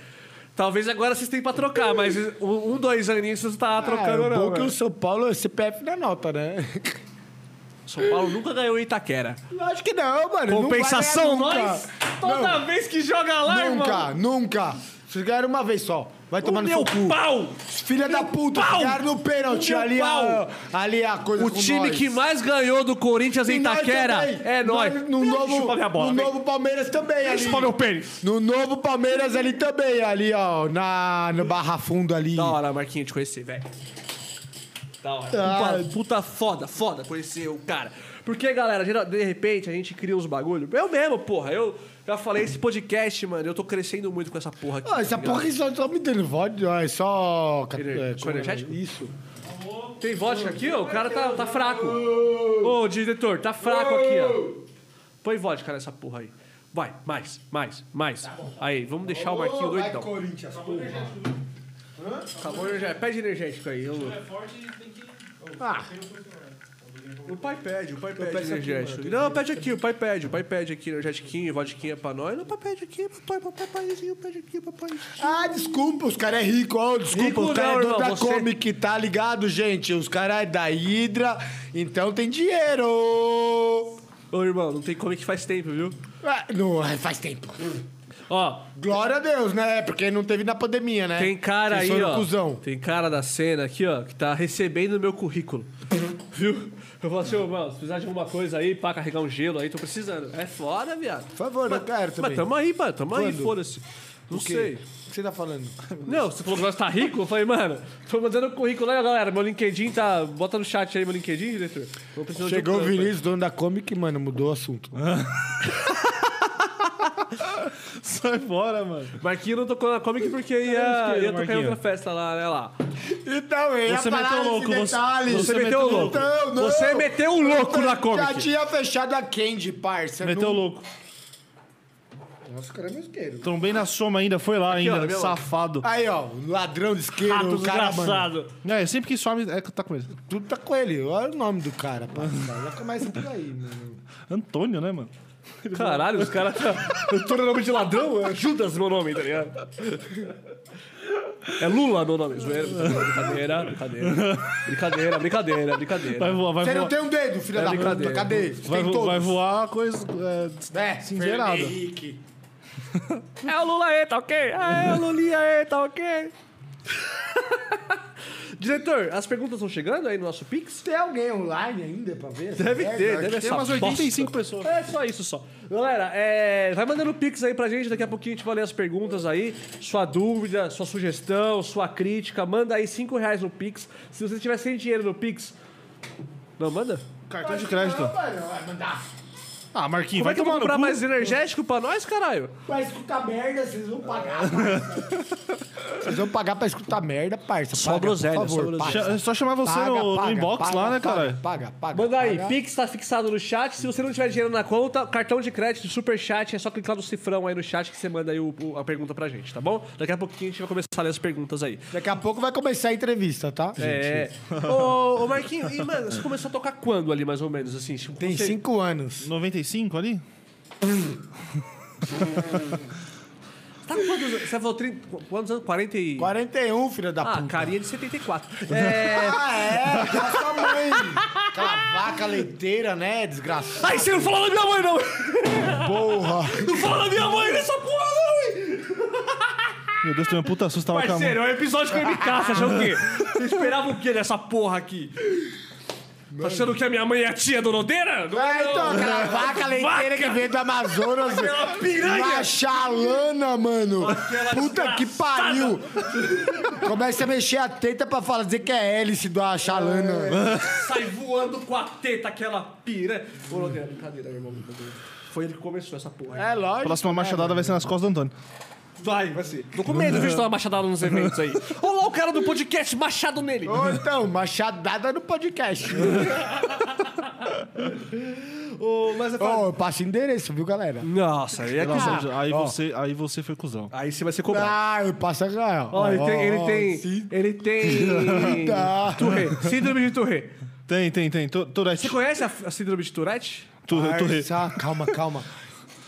Talvez agora vocês tenham pra trocar, mas um, um, dois aninhos vocês não tava trocando, é, não. bom que o velho. São Paulo é CPF na nota, né? São Paulo nunca ganhou em Itaquera. Lógico que não, mano. Não vai Compensação, ganhar nunca. nós? Toda vez que joga lá, Nunca, irmão. nunca. Vocês ganharam uma vez só. Vai tomar no Meu seu cu. é pau! Filha da puta, pau! ganharam no pênalti. Meu Ali a, pau! ali a coisa O com time nós. que mais ganhou do Corinthians em E nós Itaquera também. é nós. No novo, Chupa minha bola, no vem. novo Palmeiras também. Ali. Chupa meu pênis. No novo Palmeiras ali também. Ali, ó. Na, no Barra Fundo ali. Da hora, Marquinho, te conhecer, velho. Da hora. Ah. Puta, puta foda, foda conhecer o cara. Porque, galera, geral- de repente a gente cria uns bagulho. Eu mesmo, porra, eu já falei esse podcast, mano. Eu tô crescendo muito com essa porra aqui. Ah, essa tá ligado? porra que só tá me dando vodka. É só... Ener- só é, como é? energético? Isso. Tem vodka aqui, ó. O cara tá, tá fraco. Ô, diretor, tá fraco aqui, ó. Põe vodka nessa porra aí. Vai, mais, mais, mais. Aí, vamos deixar o Marquinho doidão. Corinthians, né? Acabou o energético. Pede energético aí. Eu... Ah. O pai pede, o pai pede energético. não, pede aqui, o pai pede, o pai pede aqui energétiquinho, vodquinha pra nós. Não, o pai pede aqui, papai, papai, papaizinho, pede aqui, papai. Ah, desculpa, os caras é rico, ó, desculpa, Rico os caras não, é dono irmão, da você- Comic, tá ligado, gente? Os caras é da Hydra, então tem dinheiro. Ô, irmão, não tem como é que faz tempo, viu? Ah, Não, é, faz tempo. Ó, Glória a Deus, né? Porque não teve na pandemia, né? tem cara Vocês aí, foram ó. cuzão. Tem cara da cena aqui, ó, que tá recebendo meu currículo. viu? Eu falo assim, ô, irmão, se precisar de alguma coisa aí pra carregar um gelo aí, tô precisando. É foda, viado. Por favor, eu quero também. Mas tamo aí, mano, tamo aí, Quando? foda-se. Não sei. O que você tá falando? Não, você falou que nós tá rico? Eu falei, mano, tô mandando currículo aí, galera. Meu LinkedIn tá. Bota no chat aí meu LinkedIn, diretor. Tô precisando de um Chegou o trampo. Vinícius, dono da Comic, mano, mudou o assunto. Sai fora, mano. Marquinho não tocou na Comic porque ia, esquerda, ia tocar em Marquinho? outra festa lá, né? Lá. Então, ele Você meteu o louco, você- Você meteu o louco. Você meteu o louco na Já Comic. tinha fechado a Candy, parça. É Meteu não... louco. Nossa, o cara é mesqueiro. Trombei na soma ainda, foi lá ó, na ainda. minha Safado. Aí, ó, ladrão de isqueiro, o tá cara, mano. É, sempre que some, é que tá com ele. Tudo tá com ele. Olha o nome do cara, parça. Já começa por aí, mano. Antônio, né, mano? Caralho, os caras. Tá... Eu tô no nome de ladrão, é Judas meu nome, tá ligado? É Lula meu nome. Zoeira, brincadeira, brincadeira. Brincadeira, brincadeira, Vai brincadeira. voar, vai voar. Você É não tem um dedo, filha da puta. brincadeira. Cadê? Você Vai, tem vo- todos. vai voar coisa. É, É, Cinzeirada. Fernando Henrique. É o Lula aí, tá ok? É o Lulinha aí, tá ok? Diretor, as perguntas estão chegando aí no nosso Pix? Tem alguém online ainda pra ver? essa Deve merda? ter, deve É, tem essa umas bosta. 85 pessoas. É só isso só. Galera, é, vai mandando pix aí pra gente, daqui a pouquinho a gente vai ler as perguntas aí, sua dúvida, sua sugestão, sua crítica, manda aí 5 reais no pix. Se você tiver sem dinheiro no pix, não manda? Cartão de crédito. Não, mano, vai mandar. Ah, Marquinhos, Como é vai que eu vou tomar no comprar cu. mais energético pra nós, caralho? Pra escutar merda, vocês vão pagar. parça. vocês vão pagar pra escutar merda, parça. Só Paga, groselha, só por favor, groselha. parça. Cha- É só chamar você Paga, no, no paga, inbox paga, lá, né, paga, cara? Paga, paga. Manda aí, paga. Pix tá fixado no chat. Se você não tiver dinheiro na conta, cartão de crédito, super chat, é só clicar no cifrão aí no chat que você manda aí o- o- a pergunta pra gente, tá bom? Daqui a pouquinho a gente vai começar a ler as perguntas aí. Daqui a pouco vai começar a entrevista, tá? É. ô, ô, Marquinho, e, mano, você começou a tocar quando ali, mais ou menos, assim? Tipo, Tem você- cinco anos. 95 ali? Tá com quantos anos? Você falou 30, qu- quantos anos? 40 e... 41, filha da Ah, puta. carinha de 74. É... Ah, é? Da sua mãe. Aquela vaca leiteira, né? Desgraçada. Ai, você não falou da minha mãe, não! Porra. Não falou da minha mãe nessa porra, não, hein? Meu Deus, tem uma puta susto. Tava com a mão. Parceiro, é um episódio com o MK, você achou o quê? Você esperava o quê dessa porra aqui? Tá achando que a minha mãe é a tia do Nodeira? Não, É, então, aquela vaca leiteira Vaca. que veio do Amazonas. Aquela piranha. Machalana, mano. Aquela Puta que pariu. Começa a mexer a teta pra falar, dizer que é hélice da chalana. Sai voando com a teta, aquela pira. Ô, Nodeira, brincadeira, meu irmão. brincadeira. Foi ele que começou essa porra. É lógico. Próxima machadada vai ser nas costas do Antônio. Vai, vai ser. Tô com medo de uma machadada nos eventos aí. Olha lá o cara do podcast, machado nele. Ou então, machadada no podcast. Ô, mas é Ô, eu passo endereço, viu, galera? Nossa, aí é que... Nossa, aí, você, aí você foi cuzão. Aí você vai ser cobrado. Ah, eu passo agora. Ó, ele Ó, tem... Ele ó, tem... sim. Ele tem... Tá. Tourette. Síndrome de Tourette. Tem, tem, tem. Tu- Tourette. Você conhece a, a síndrome de Tourette? Tu- Tourette. Parça, calma, calma.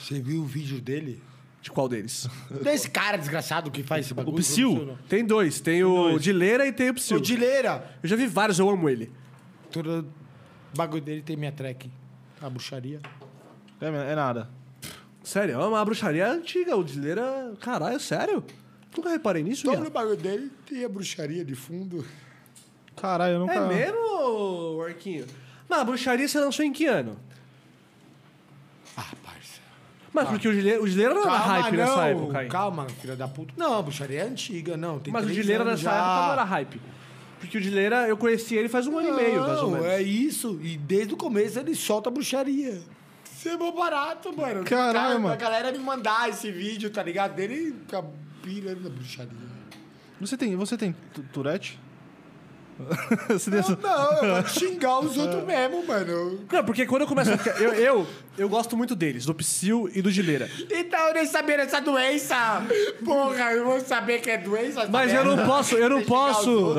Você viu o vídeo dele? De qual deles? Desse cara desgraçado que faz esse bagulho. O Psyu. Tem dois. Tem o de Leira e tem o Psyu. O Dileira. Eu já vi vários, eu amo ele. Todo bagulho dele tem minha track. A bruxaria. É, é nada. Sério, é uma bruxaria antiga. O de Leira... Caralho, sério? Nunca reparei nisso, Todo viado? bagulho dele tem a bruxaria de fundo. Caralho, eu nunca... É mesmo, Orquinho? Mas a bruxaria você lançou em que ano? Ah, parça. Mas porque o Gileira, o Gileira não era hype nessa época aí. Ah. Calma, filha da puta. Não, a bruxaria é antiga, não. Tem Mas o três Gileira anos nessa já. época não era hype. Porque o Gileira, eu conheci ele faz um ano e meio, mais ou Não, menos. é isso. E desde o começo ele solta a bruxaria. Isso é bom barato, Caralho, mano. Cara, mano. A galera me mandar esse vídeo, tá ligado? Dele fica pirando na bruxaria. Você tem, você tem tu- Tourette? Você tem essa- Não, eu vou xingar os outros mesmo, mano. Não, porque quando eu começo a ficar- eu, eu, eu gosto muito deles, do Psyu e do Gileira. Então eu nem sabia dessa doença. Porra, eu vou saber que é doença. essa Mas eu merda. não posso, eu não posso.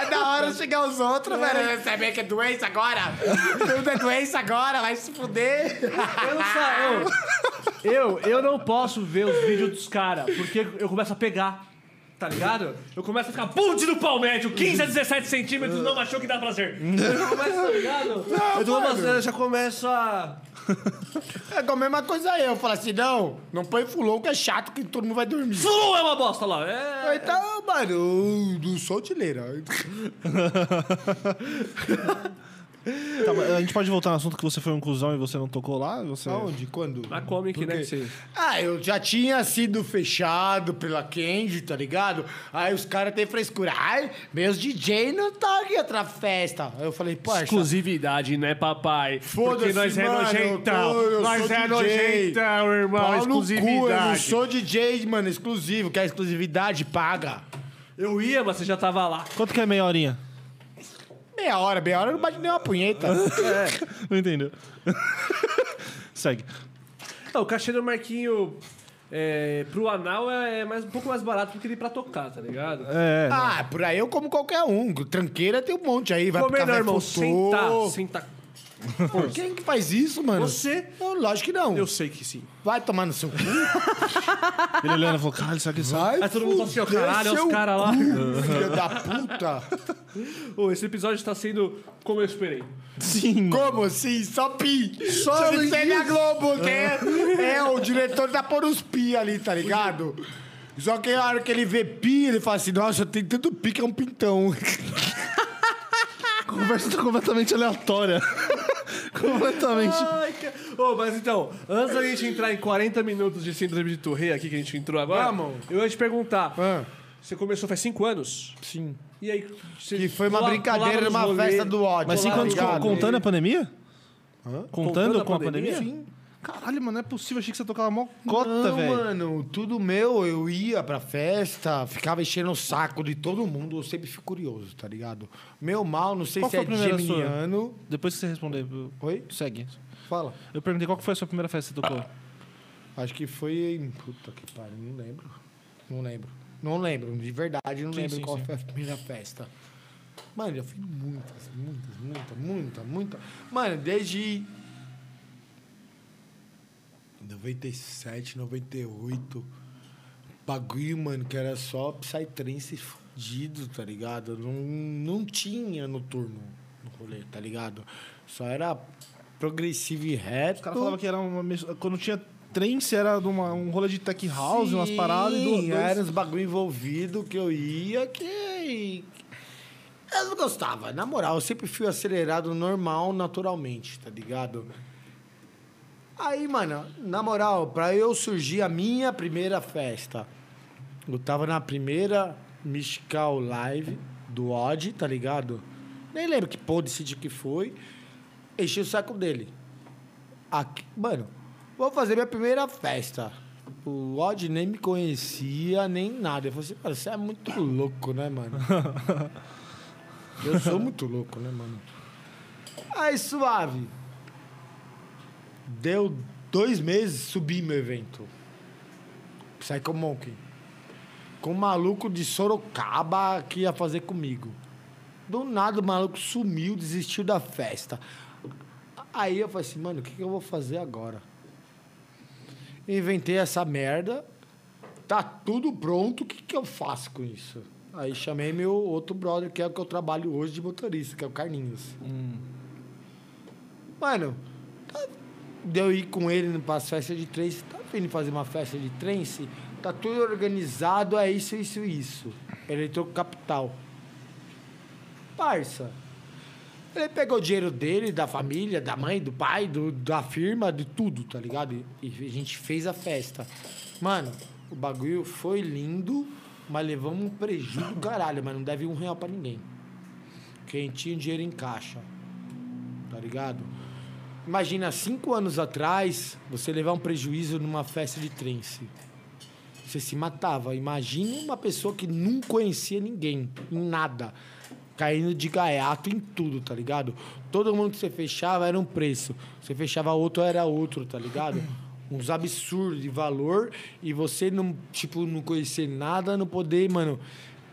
É da hora chegar os outros, velho. Eu saber que é doença agora. Tudo é doença agora, vai se fuder. Eu não sa- eu, eu, eu não posso ver os vídeos dos caras, porque eu começo a pegar. Tá ligado? Eu começo a ficar bunde do pau médio, 15 a 17 centímetros, não achou que dá prazer. Eu começo, tá ligado? eu, tô uma- eu já começo a. É a mesma coisa eu. Eu falo assim, não, não põe fulon que é chato que todo mundo vai dormir. Flu é uma bosta lá. É. Então, mano, eu não sou tileira. Tá, mas a gente pode voltar no assunto que você foi um cuzão e você não tocou lá? Você... Aonde? Quando? Na Comic, né? que você- Ah, eu já tinha sido fechado pela Candy, tá ligado? Aí os caras têm frescura. Ai, meus DJ não tá aqui outra festa. Aí eu falei, poxa. Exclusividade, né, papai? Porque Foda-se, nós é mano, nojentão. eu- eu nós sou é DJ. nojentão, irmão. Pau no cu, eu não exclusividade. sou DJ, mano, exclusivo. Quer exclusividade? Paga. eu ia, mas você já tava lá. Quanto que é meia horinha? Meia hora, meia hora eu não bate nem uma punheta. Não entendeu. Segue. Não, o cachê do Marquinho é, pro anal é mais, um pouco mais barato do que ele pra tocar, tá ligado? É, ah, por aí eu como qualquer um. Tranqueira tem um monte aí. Vai Ou pro melhor, café irmão, sentar, Fotô. sentar. Pô, Quem que faz isso, mano? Você? Eu, lógico que não. Eu sei que sim. Vai tomar no seu cu. ele olhando e falou, caralho, isso é aqui só... Vai Aí todo mundo fala assim, ó, fuder caralho, olha seu os caras lá. cu, Filho da puta. Ô, esse episódio tá sendo como eu esperei. Sim. Como assim? Só pi. Só isso. tem a Globo, que é, é, o diretor tá pondo os pi ali, tá ligado? Só que a hora que ele vê pi, ele fala assim, nossa, tem tanto pi que é um pintão. Conversa completamente aleatória. completamente. Ai, cara. Ô, mas então, antes da gente entrar em 40 minutos de síndrome de Tourette aqui que a gente entrou agora, Vamos. eu ia te perguntar. Ah. Você começou faz 5 anos? Sim. E aí, você Que foi uma pula- brincadeira pulava nos numa rolê. festa do ódio. Mas cinco anos co- Obrigado. contando a pandemia? Contando, Contando a com a pandemia? pandemia? Sim. Caralho, mano, não é possível. Achei que você tocava mó cota, Não, velho. mano, tudo meu, eu ia pra festa, ficava enchendo o saco de todo mundo, eu sempre fico curioso, tá ligado? Meu mal, não sei Qual se foi é a primeira sua? geminiano. Depois que você responder, eu- Oi? segue. Fala. Eu perguntei qual que foi a sua primeira festa que você tocou. Acho que foi em. Puta que pariu, não lembro. Não lembro. Não lembro, de verdade, não Sim, lembro sim, qual sim. foi a primeira festa. Mano, eu fiz muitas, muitas, muitas, muita, muita. Mano, desde. 97, 98. Bagulho, mano, que era só psytrance fudido, tá ligado? Não, não tinha noturno no rolê, tá ligado? Só era progressivo e reto. Os caras falavam que era uma. mes- Quando tinha trance, era de uma- um rolê de tech house, umas Sim, paradas e duas. dois- Era uns bagulho envolvido que eu ia que. Eu não gostava. Na moral, eu sempre fui acelerado normal, naturalmente, tá ligado? Aí, mano, na moral, pra eu surgir a minha primeira festa, eu tava na primeira Mystical Live do Odd, tá ligado? Nem lembro que pô de sítio que foi. Enchi o saco dele. Aqui- mano, vou fazer minha primeira festa. O Odd nem me conhecia, nem nada. Eu falei assim, mano, você é muito louco, né, mano? Eu sou muito louco, né, mano? Aí, suave. Deu dois meses, subi meu evento. Psycho Monkey. Com um maluco de Sorocaba que ia fazer comigo. Do nada o maluco sumiu, desistiu da festa. Aí eu falei assim, mano, o que, que eu vou fazer agora? Inventei essa merda, tá tudo pronto, o que, que eu faço com isso? Aí chamei meu outro brother, que é o que eu trabalho hoje de motorista, que é o Carlinhos. Mano, tá, de eu ir com ele para as festas de trance, tá vindo fazer uma festa de trance? Tá tudo organizado, é isso, isso, isso. Ele entrou com capital. Parça, ele pegou o dinheiro dele, da família, da mãe, do pai, do- da firma, de tudo, tá ligado? E, e a gente fez a festa. Mano, o bagulho foi lindo, mas levamos um prejuízo do caralho, mas não deve um real pra ninguém. Quem tinha dinheiro em caixa, tá ligado? Imagina, cinco anos atrás, você levar um prejuízo numa festa de trance. Você se matava. Imagina uma pessoa que não conhecia ninguém, em nada. Caindo de gaiato em tudo, tá ligado? Todo mundo que você fechava era um preço. Você fechava outro, era outro, tá ligado? Uns absurdos de valor e você não, tipo, não conhecer nada, não poder, mano.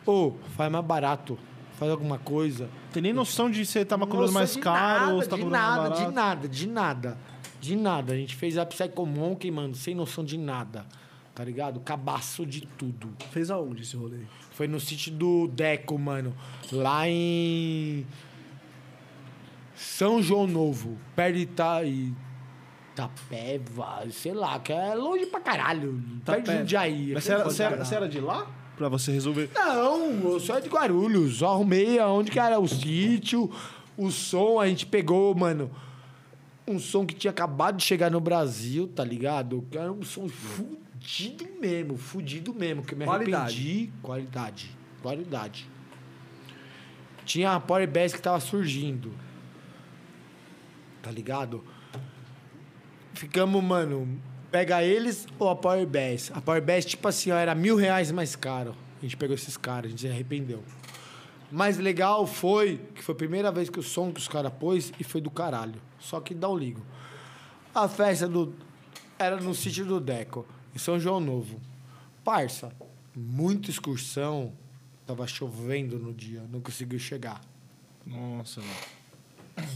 Ô, faz mais barato. Faz alguma coisa. Tem nem noção de se tava cobrando Nossa, mais de caro nada, ou se tá de cobrando mais nada, barato. de nada, de nada. De nada. A gente fez a Psycho Monkey, mano, sem noção de nada. Tá ligado? Cabaço de tudo. Fez aonde esse rolê? Foi no sítio do Deco, mano. Lá em. São João Novo. Perto de Itaí. Tapeva, sei lá, que é longe pra caralho. Perto de Jundiaí. é Mas você era, Não, você era- você era de lá? Pra você resolver. Não, eu sou de Guarulhos. Só arrumei aonde que era o sítio. O som a gente pegou, mano. Um som que tinha acabado de chegar no Brasil, tá ligado? Era um som fudido mesmo, fudido mesmo. Que eu me Qualidade. arrependi. Qualidade. Qualidade. Tinha a Power Bass que tava surgindo. Tá ligado? Ficamos, mano. Pega eles ou a Power Bass? A Power Bass, tipo assim, ó, era mil reais mais caro. A gente pegou esses caras, a gente se arrependeu. Mas legal foi que foi a primeira vez que o som que os caras pôs e foi do caralho. Só que dá um ligo. A festa do era no sítio do Deco, em São João Novo. Parça, muita excursão. Tava chovendo no dia, não conseguiu chegar. Nossa, mano.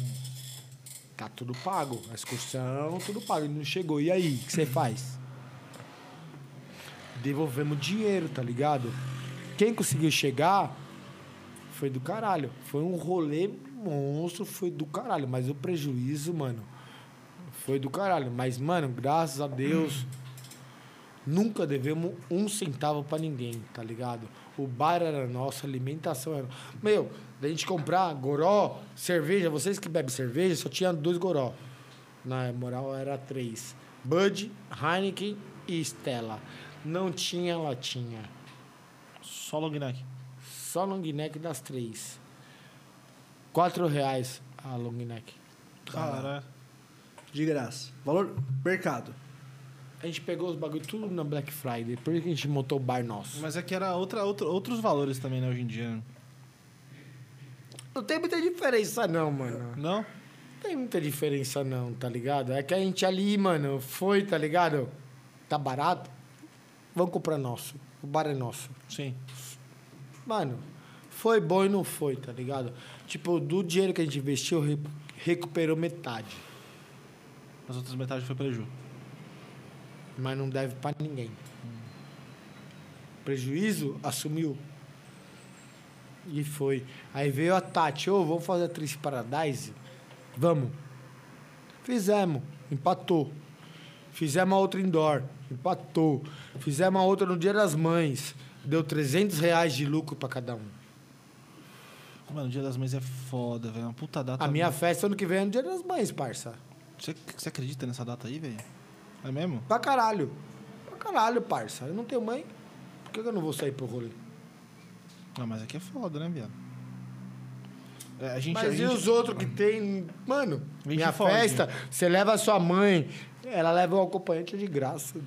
Tá tudo pago. A excursão, tudo pago. Ele não chegou. E aí, o que você faz? Devolvemos dinheiro, tá ligado? Quem conseguiu chegar foi do caralho. Foi um rolê monstro, foi do caralho. Mas o prejuízo, mano, foi do caralho. Mas, mano, graças a Deus, nunca devemos um centavo pra ninguém, tá ligado? O bar era nosso, a alimentação era. Meu, da gente comprar goró, cerveja, vocês que bebem cerveja, só tinha dois goró. Na moral, era três: Bud, Heineken e Stella. Não tinha latinha. Só long neck. Só long neck das três. Quatro reais a long neck. Caralho. De graça. Valor mercado. A gente pegou os bagulho tudo na Black Friday. Por isso que a gente montou o bar nosso. Mas é que era outra, outra- outros valores também, né, hoje em dia. né? Não tem muita diferença, não, mano. Não? tem muita diferença não, tá ligado? É que a gente ali, mano, foi, tá ligado? Tá barato? Vamos comprar nosso. O bar é nosso. Sim. Mano, foi bom e não foi, tá ligado? Tipo, do dinheiro que a gente investiu, re- recuperou metade. As outras metades foi preju. Mas não deve pra ninguém. Prejuízo, assumiu. E foi. Aí veio a Tati, ô, vamos fazer a Trice Paradise? Vamos. Fizemos, empatou. Fizemos a outra indoor, empatou. Fizemos a outra no Dia das Mães. Deu 300 reais de lucro pra cada um. Mano, o Dia das Mães é foda, velho. É uma puta data. A minha festa ano que vem é no Dia das Mães, parça. Você, você acredita nessa data aí, velho? É mesmo? Pra caralho. Pra caralho, parça. Eu não tenho mãe. Por que que eu não vou sair pro rolê? Ah, mas aqui é foda, né, viado? É, a gente, a Mas e gente- os outros que tem. Mano, Vixe, minha fode. festa, você leva a sua mãe, ela leva um acompanhante de graça.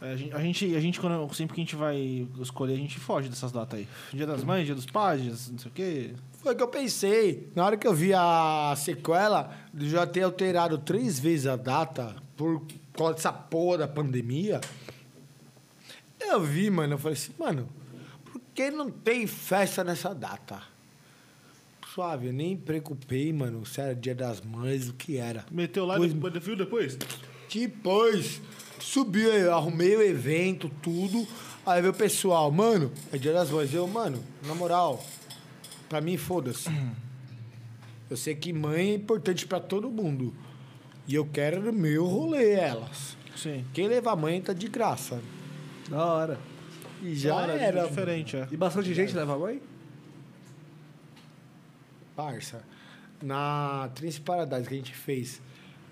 É, A gente, a gente, a gente quando, sempre que a gente vai escolher, a gente foge dessas datas aí. Dia das mães, dia dos pais, não sei o quê. Foi o que eu pensei. Na hora que eu vi a sequela, de já ter alterado três vezes a data por causa dessa porra da pandemia. Eu vi, mano, eu falei assim, mano, por que não tem festa nessa data? Suave, eu nem preocupei, mano, se era dia das mães, o que era. Meteu lá Pois- no Battlefield depois? Depois, subi, eu arrumei o evento, tudo. Aí veio o pessoal, mano, é dia das mães. Eu, mano, na moral, pra mim, foda-se. Eu sei que mãe é importante pra todo mundo. E eu quero no meu rolê elas. Sim. Quem levar mãe tá de graça. Da hora. E já Cara, era, é diferente, é. E bastante gente leva a mãe? parça. Na Trins Paradise que a gente fez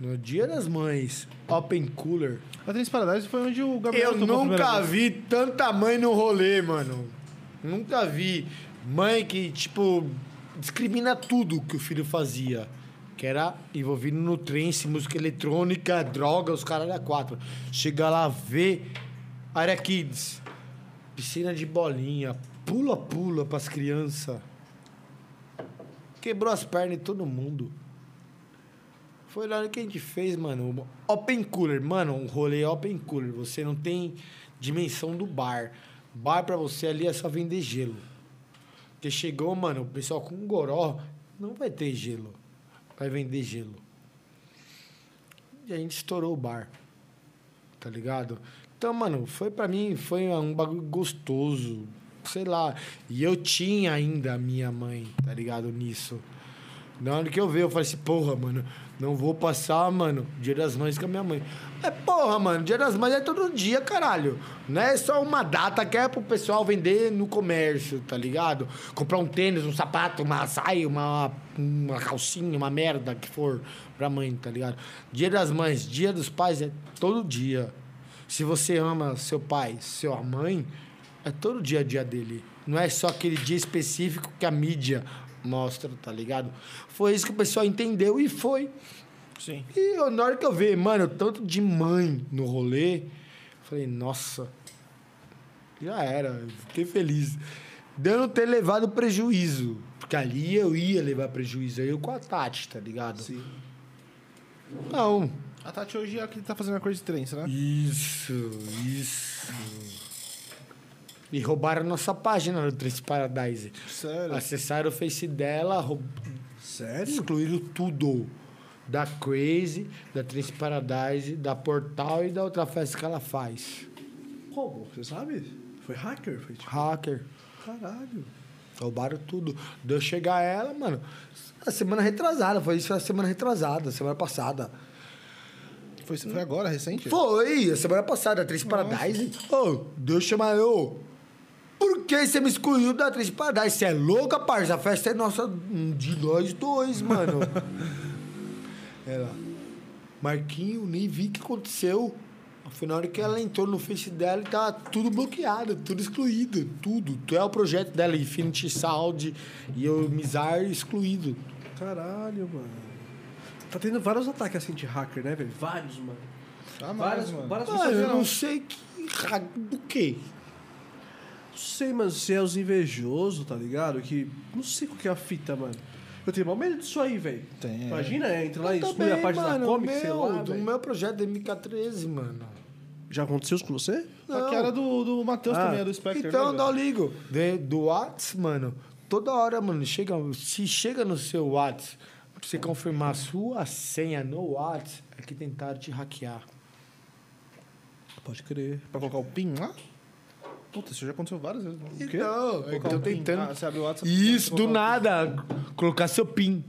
no Dia das Mães, Open Cooler. A Três Paradise foi onde o Gabriel Eu tocou a primeira nunca vez. vi tanta mãe no rolê, mano. Nunca vi mãe que, tipo, discrimina tudo que o filho fazia. Que era envolvido no trance, música eletrônica, droga, os caras da quatro. Chega lá, vê área kids, piscina de bolinha, pula-pula pras crianças. Quebrou as pernas em todo mundo. Foi na hora que a gente fez, mano. Open cooler, mano, um rolê open cooler. Você não tem dimensão do bar. Bar pra você ali é só vender gelo. Porque chegou, mano, o pessoal com goró não vai ter gelo. Vai vender gelo. E a gente estourou o bar. Tá ligado? Então, mano, foi pra mim, foi um bagulho gostoso. Sei lá. E eu tinha ainda a minha mãe, tá ligado? Nisso. Na hora que eu ver, eu falei assim, porra, mano, não vou passar, mano, Dia das Mães com a minha mãe. É porra, mano, Dia das Mães é todo dia, caralho. Não é só uma data que é pro pessoal vender no comércio, tá ligado? Comprar um tênis, um sapato, uma saia, uma, uma calcinha, uma merda que for pra mãe, tá ligado? Dia das Mães, Dia dos Pais é todo dia. Se você ama seu pai, sua mãe, é todo dia a dia dele. Não é só aquele dia específico que a mídia mostra, tá ligado? Foi isso que o pessoal entendeu e foi. Sim. E eu, na hora que eu vi, mano, tanto de mãe no rolê, eu falei, nossa, já era, eu fiquei feliz. De eu não ter levado prejuízo. Porque ali eu ia levar prejuízo, eu com a Tati, tá ligado? Sim. Não. A Tati hoje é a que tá fazendo a cor de trens, né? Isso, isso. E roubaram nossa página no Trans Paradise. Sério. Acessaram o Face dela, roub... Sério? excluíram tudo. Da Crazy, da Trans Paradise, da Portal e da outra festa que ela faz. Como? Você sabe? Foi hacker? Foi tipo, Hacker. caralho. Roubaram tudo. Deu chegar ela, mano. A semana retrasada, foi isso a semana retrasada, semana passada. Foi, foi agora, recente? Foi, a semana passada, Atriz Paradise. Ô, Deus chamar eu. Por que você me excluiu da Atriz Paradise? Você é louca, parça? A festa é nossa hum, de nós dois, mano. ela. Marquinho, nem vi o que aconteceu. Foi na hora que ela entrou no Face dela e tava tudo bloqueado, tudo excluído, tudo. Tu é o projeto dela, Infinity Sound e o Mizar excluído. Caralho, mano. Tá tendo vários ataques assim de hacker, né, velho? Vários, mano. Tá mais, Vários, mano. várias Mano, pessoas. eu Não não sei que, do que. Não sei, mano, se é os invejosos, tá ligado? Que. Não sei qual que é a fita, mano. Eu tenho mal medo disso aí, velho. Tem, é. Imagina, é, entra lá e Também, exclui a parte mano, da comic, sei meu, lá. Do velho. meu projeto é da MK13, mano. Já aconteceu isso com você? Só que era do, do Matheus também, é do Spectre. então, né, dá o velho? ligo. De- do Whats, mano, toda hora, mano, chega, se chega no seu Whats, pra você confirmar a sua senha no Whats, é que tentaram te hackear. Pode crer. Pra colocar o PIN lá? Puta, isso já aconteceu várias vezes. né? Então, é que Colocar estão o PIN. Ah, tentando. você abre o WhatsApp. Isso, do colocar o nada, colocar seu PIN. PIN.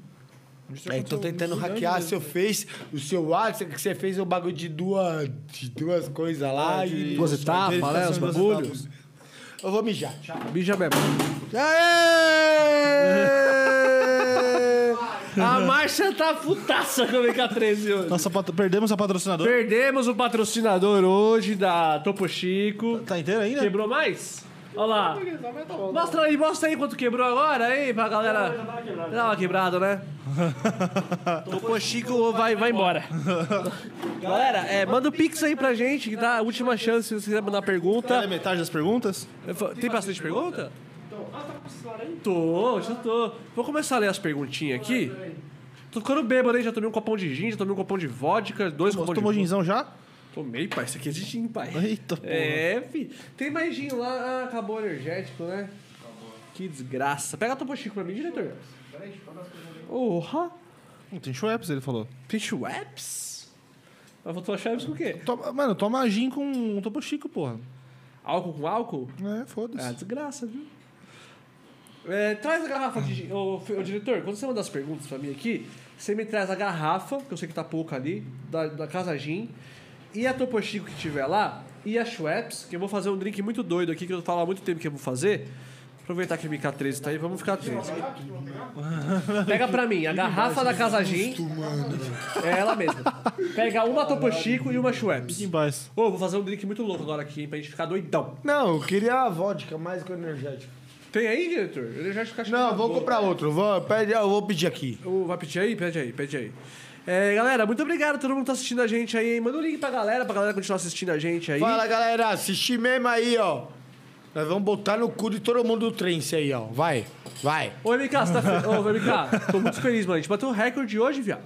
Isso já É, aconteceu estão tentando um milhão de hackear vezes. seu Face, o seu WhatsApp, que você fez o bagulho de duas, de duas coisas lá. e... Duas etapas, né? Os duas bagulhos. Eu vou mijar. Tchau. Bija mesmo. Aê! É! A marcha tá putaça com a MK13 hoje. Nossa, patro- perdemos a patrocinadora. Perdemos o patrocinador hoje da Topo Chico. Tá inteira ainda? Quebrou mais? Olha lá. Mostra aí, mostra aí quanto quebrou agora, hein, pra galera. Dá uma quebrada, né? Topo Chico vai, vai embora. Galera, é, manda o pix aí pra gente, que dá a última chance se você quiser mandar É pergunta. metade das perguntas? Eu fa- Tem bastante pergunta? Tô, já tô. Vou começar a ler as perguntinhas aqui. Tô ficando bêbado, hein? Já tomei um copão de gin, já tomei um copão de vodka, dois Você copões tomou de vodka. ginzão um já? Tomei, pai. Isso aqui é de gin, pai. Eita, porra. É, fi. Tem mais gin lá. Ah, acabou o energético, né? Que desgraça. Pega a Topo Chico pra mim, diretor. Porra. Não, Tem Schweppes, ele falou. Fish Waps? Mas vou tomar Schweppes com o quê? Toma- mano, toma gin com um topo chico, porra. Álcool com álcool? É, É uma foda-se. desgraça, viu? É, traz a garrafa de gin. Ô, fi- ô, diretor, quando você manda as perguntas pra mim aqui, você me traz a garrafa, que eu sei que tá pouca ali, da, da Casa Gin, e a Topo Chico que tiver lá, e a Schweppes, que eu vou fazer um drink muito doido aqui, que eu falo há muito tempo que eu vou fazer. Aproveitar que o MK13 tá aí, vamos ficar atentos. Pega pra mim a garrafa da Casa Gin. É ela mesma. Pega uma Topo Chico e uma Schweppes. Em paz. Ô, vou fazer um drink muito louco agora aqui, hein, pra gente ficar doidão. Não, eu queria a vodka mais que o energético. Tem aí, diretor? Ele já fica Não, vou tá boa. comprar outro. Vou, pede, eu vou pedir aqui. Ô, Vai pedir aí? Pede aí, pede aí. É, galera, muito obrigado. Todo mundo que tá assistindo a gente aí, hein? Manda um link pra galera, pra galera continuar assistindo a gente aí. Fala, galera. Assisti mesmo aí, ó. Nós vamos botar no cu de todo mundo do trense aí, ó. Vai, vai. Ô, MK, você tá fe... Ô, MK, tô muito feliz, mano. A gente bateu o recorde hoje, viado.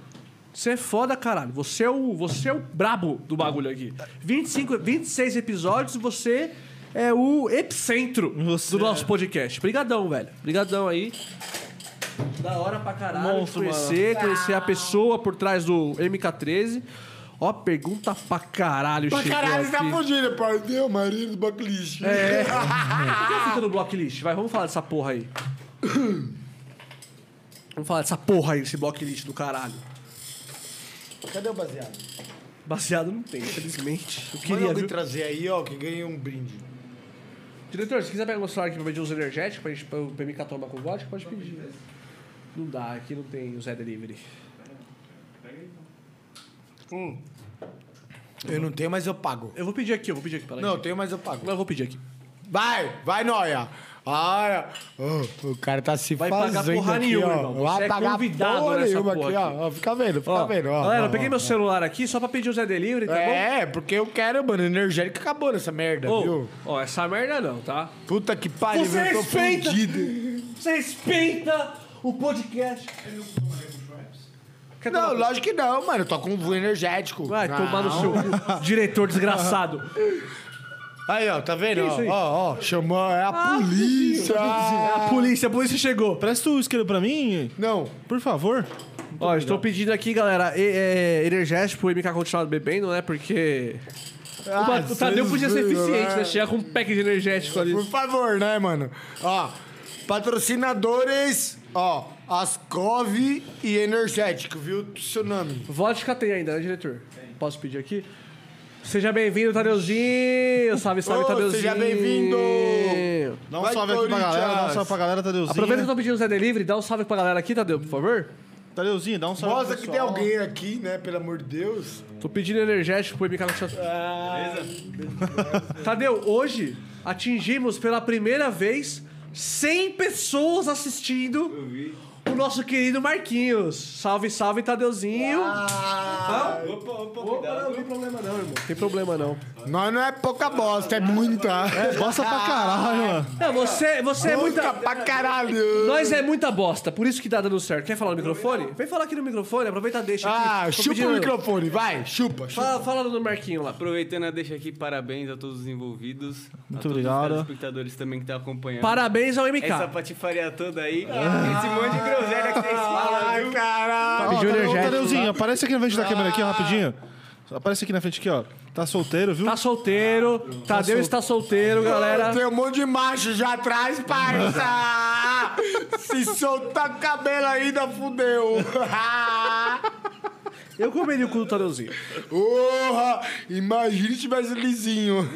Você é foda, caralho. Você é o, você é o brabo do bagulho aqui. 25, 26 episódios, você é o epicentro Você do nosso podcast. Obrigadão, velho. Obrigadão aí. Da hora pra caralho Monstro, de conhecer, conhecer a pessoa por trás do MK13. Ó, pergunta pra caralho, Pra chegou caralho, você tá aqui. fugindo. Perdeu o marido do baclist. É. Ah. Por que a fita do blocklist? Vai, vamos falar dessa porra aí. Vamos falar dessa porra aí, desse bloco elite do caralho. Cadê o baseado? Baseado não tem, infelizmente. Eu Manda queria, alguém viu? trazer aí, ó, que ganhei um brinde. Diretor, se quiser pegar meu celular aqui pra pedir uns energéticos, pra, gente, pra o PMK tomar com vodka, pode pedir. Não dá, aqui não tem o Zé Delivery. Eu não tenho, mas eu pago. Eu vou pedir aqui, eu vou pedir aqui, peraí. Não, eu tenho, mas eu pago. Não, eu vou pedir aqui. Vai, vai, Noia. Olha, Ô, o cara tá se Vai pagar fazendo porra aqui, nenhuma, ó. irmão. Vai Você é pagar convidado porra nessa nenhuma porra aqui, aqui. ó. Fica vendo, fica tá Ó, vendo, ó. galera, ó, eu peguei ó. meu celular aqui só pra pedir o Zé Delivery, tá bom? É, porque eu quero, mano, energético acabou nessa merda, Ô, viu? ó, essa merda não, tá? Puta que pariu, Você eu tô respeita! fudido. Você respeita o podcast. Quer tomar- Não, lógico que não, mano. Eu tô com um energético. Vai não. tomar no seu cu, diretor desgraçado. Aí, ó, tá vendo? isso Ó, aí? Ah, ó, ó, chamou, é a polícia. É É A polícia, a polícia chegou. Presta o isqueiro pra mim, Não, por favor. Ó, estou pedindo aqui, galera, e- é, energético pro MK continuar bebendo, né? Porque. o, Ba- o Tadeu podia ser eficiente, né? Chegar com um pack de energético ali. Por favor, né, mano? Ó, patrocinadores, ó, Ascov e Energético, viu? Tsunami. Vodka tem ainda, né, diretor? Posso pedir aqui? Seja bem-vindo, Tadeuzinho! Salve, salve, Ô, Tadeuzinho! seja bem-vindo! Dá um Vai, salve aqui pra galera, dá um Corinthians. salve pra galera, Tadeuzinho. Aproveita que eu tô pedindo o Zé Delivery, dá um salve pra galera aqui, Tadeu, por favor. Tadeuzinho, dá um salve Mostra pro que tem pessoal. alguém aqui, né? Pelo amor de Deus. Tô pedindo energético pro MK continuar. Ah. Tadeu, hoje atingimos pela primeira vez 100 pessoas assistindo o nosso querido Marquinhos. Salve, salve, Tadeuzinho! Ah. Opa, opa, cuidado. não tem problema não, irmão. Tem problema não. Nós não é pouca bosta, é muita. É Bosta pra caralho, mano. Não, você, você é muita... pra caralho. Nós é muita bosta, por isso que dá dando certo. Quer falar no microfone? Vem falar aqui no microfone, aproveita e deixa aqui. Ah, Tô chupa pedindo- o microfone, vai, chupa, Ah. chupa. Fala, fala no Marquinho lá. Aproveitando a deixa aqui, parabéns a todos os envolvidos. a todos obrigado. Os telespectadores também que estão acompanhando. Parabéns ao MK. Essa patifaria toda aí. Esse monte de groselha que vocês falam. Ai, caralho. Ó, Pediu Tadeu- energético, Tadeuzinho, aparece aqui na frente da câmera Ah. aqui, ó, rapidinho. Aparece aqui na frente aqui, ó. Tá solteiro, viu? Tá solteiro, Tadeu está solteiro, galera. Tem um monte de macho já atrás, parça. Se soltar o cabelo ainda, fudeu. Eu comeria o cu do Tadeuzinho. Porra! Imagina se tivesse lisinho.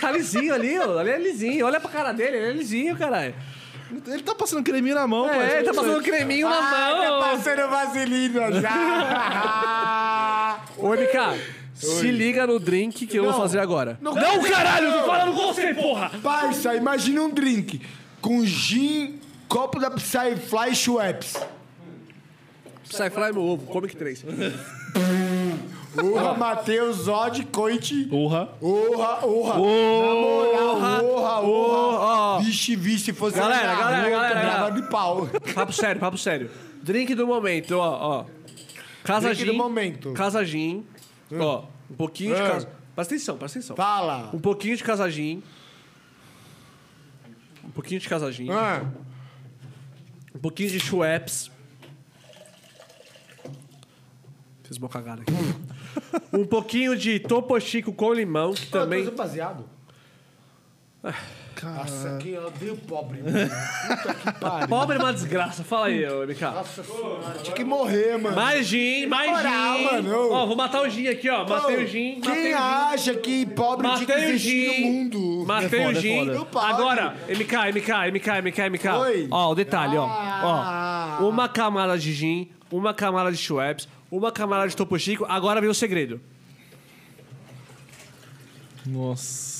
Tá lisinho ali, ó. Ali é lisinho. Olha pra cara dele, ele é lisinho, caralho. Ele tá passando creme na mão, É, ele tá passando um creminho Ah, na Tá mão. passando vaselina já. Ô, MK, se liga no drink que eu vou fazer agora. não- caralho, tô falando com você, porra! Parça, imagina um drink com gin, copo da Psyfly e Schweppes. Sai fly meu ovo, come que três. Urra, Matheus, Zod, Coit. Porra. Urra, urra. Urra, urra, urra. Vixe, vixe, se fosse Galera, na galera, rua, eu galera, quebrava galera. de pau. Papo sério, papo sério. Drink do momento, ó, ó. Casa Drink gin. do momento. Casa gin. Ó, um pouquinho de casa... Presta atenção, presta atenção. Fala. Um pouquinho de casajim. Um pouquinho de casajim. Ah, Um pouquinho de Schweppes. Fiz uma cagada aqui. um pouquinho de Topo Chico com limão, que eu também. tô baseado. Nossa, que eu odeio pobre. mano. Puta que pariu. Pobre é uma desgraça. Fala aí, ô, MK. Nossa senhora, tinha que morrer, mano. Mais gin, mais Moral, gin. mano. Ó, vou matar o gin aqui, ó. Matei o gin. Quem matei o gin. acha que pobre tinha que Matei o existir Gin. no mundo? Matei o foda, é Gin. foda. Não pode. Agora, MK, MK, MK, MK, MK. Oi. Ó, o detalhe, ó. Ah. ó. Uma camada de Gin, uma camada de Schweppes, uma camada de Topo Chico. Agora vem o segredo. Nossa.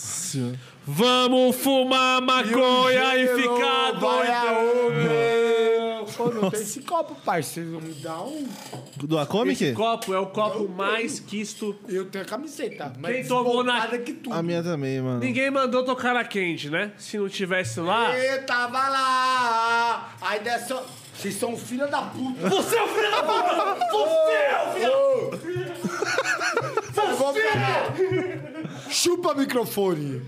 Vamos fumar maconha e, Gelo, ficar vai doido. a Uber. Pô, não tem esse copo, parceiro. Me dá um. Do Acomic? Esse copo é o copo mais quisto. Eu tenho a camiseta. Mas Quem tomou na- desmontada que tudo. A minha também, mano. Ninguém mandou tocar na Candy, né? Se não tivesse lá... Eu tava lá. Aí dessa. Vocês são filha da puta. Você é o filho da puta! Você é o filho é um Eu vou falar. Chupa microfone.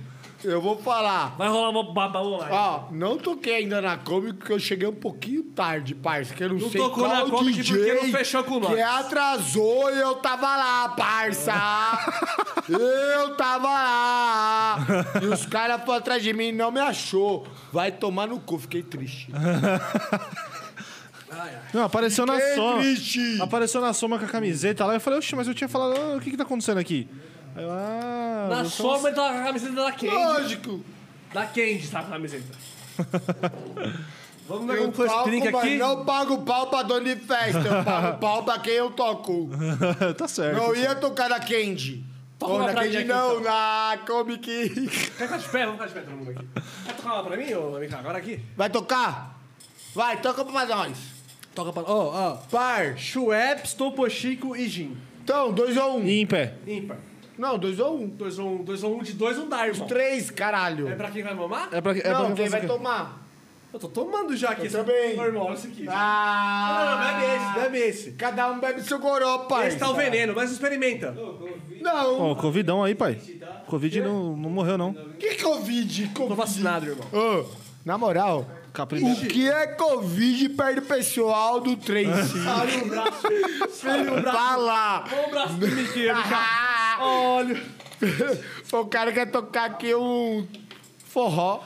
Eu vou falar. Vai rolar uma baba online. Ó, não toquei ainda na Comic porque eu cheguei um pouquinho tarde, parça. Que eu não, Não sei tocou qual na Comic DJ porque não fechou com nós. Que atrasou e eu tava lá, parça. eu tava lá. E os caras foram atrás de mim e não me achou. Vai tomar no cu, fiquei triste. Ai, ai. Não, apareceu na soma. triste. Apareceu na soma com a camiseta lá. Eu falei, oxe, mas eu tinha falado, ah, o que que tá acontecendo aqui? Aí eu, ah, Na você- soma ele tava com a camiseta da Candy. Lógico. Da Candy tava com a camiseta. Vamos ver Eu como que eu toco, explico mas um aqui. não pago pau pra dono de festa. Eu pago pau pra quem eu toco. tá certo. Não ia tocar na Candy. Toca Ou uma na pra Candy mim aqui, não, então. na Comic. Quer ficar de pé? Vamos ficar de pé todo mundo aqui. Quer tocar uma pra mim, ô Mica? Agora aqui. Vai tocar? Vai, toca pra nós. Toca pra... Ó, ó. Par, Schweppes, Topo Chico e Gin. Então, 2 ou 1. Um. Em pé. Ímpar. Não, 2 ou 1. Um. 2 ou 1, 2 ou 1 de 2 não dá, irmão. 3, caralho. É pra quem vai mamar? É pra, é pra não, fazer quem vai o quê? tomar? Eu tô tomando já aqui. Eu também. Ô, irmão, olha isso aqui. Não, não, Ah! bebe esse, bebe esse. Cada um bebe seu goró, pai. Esse tá o veneno, mas experimenta. Não, Ó, Covidão aí, pai. Covid não, não morreu, não. que Covid? Tô Covid. vacinado, irmão. Ô, na moral, o que é Covid perto do pessoal do Tracy? Olha o braço. Olha o braço. Fala! Olha o braço do Miqueiro, Ah. cara. Olha. o cara quer tocar aqui um forró.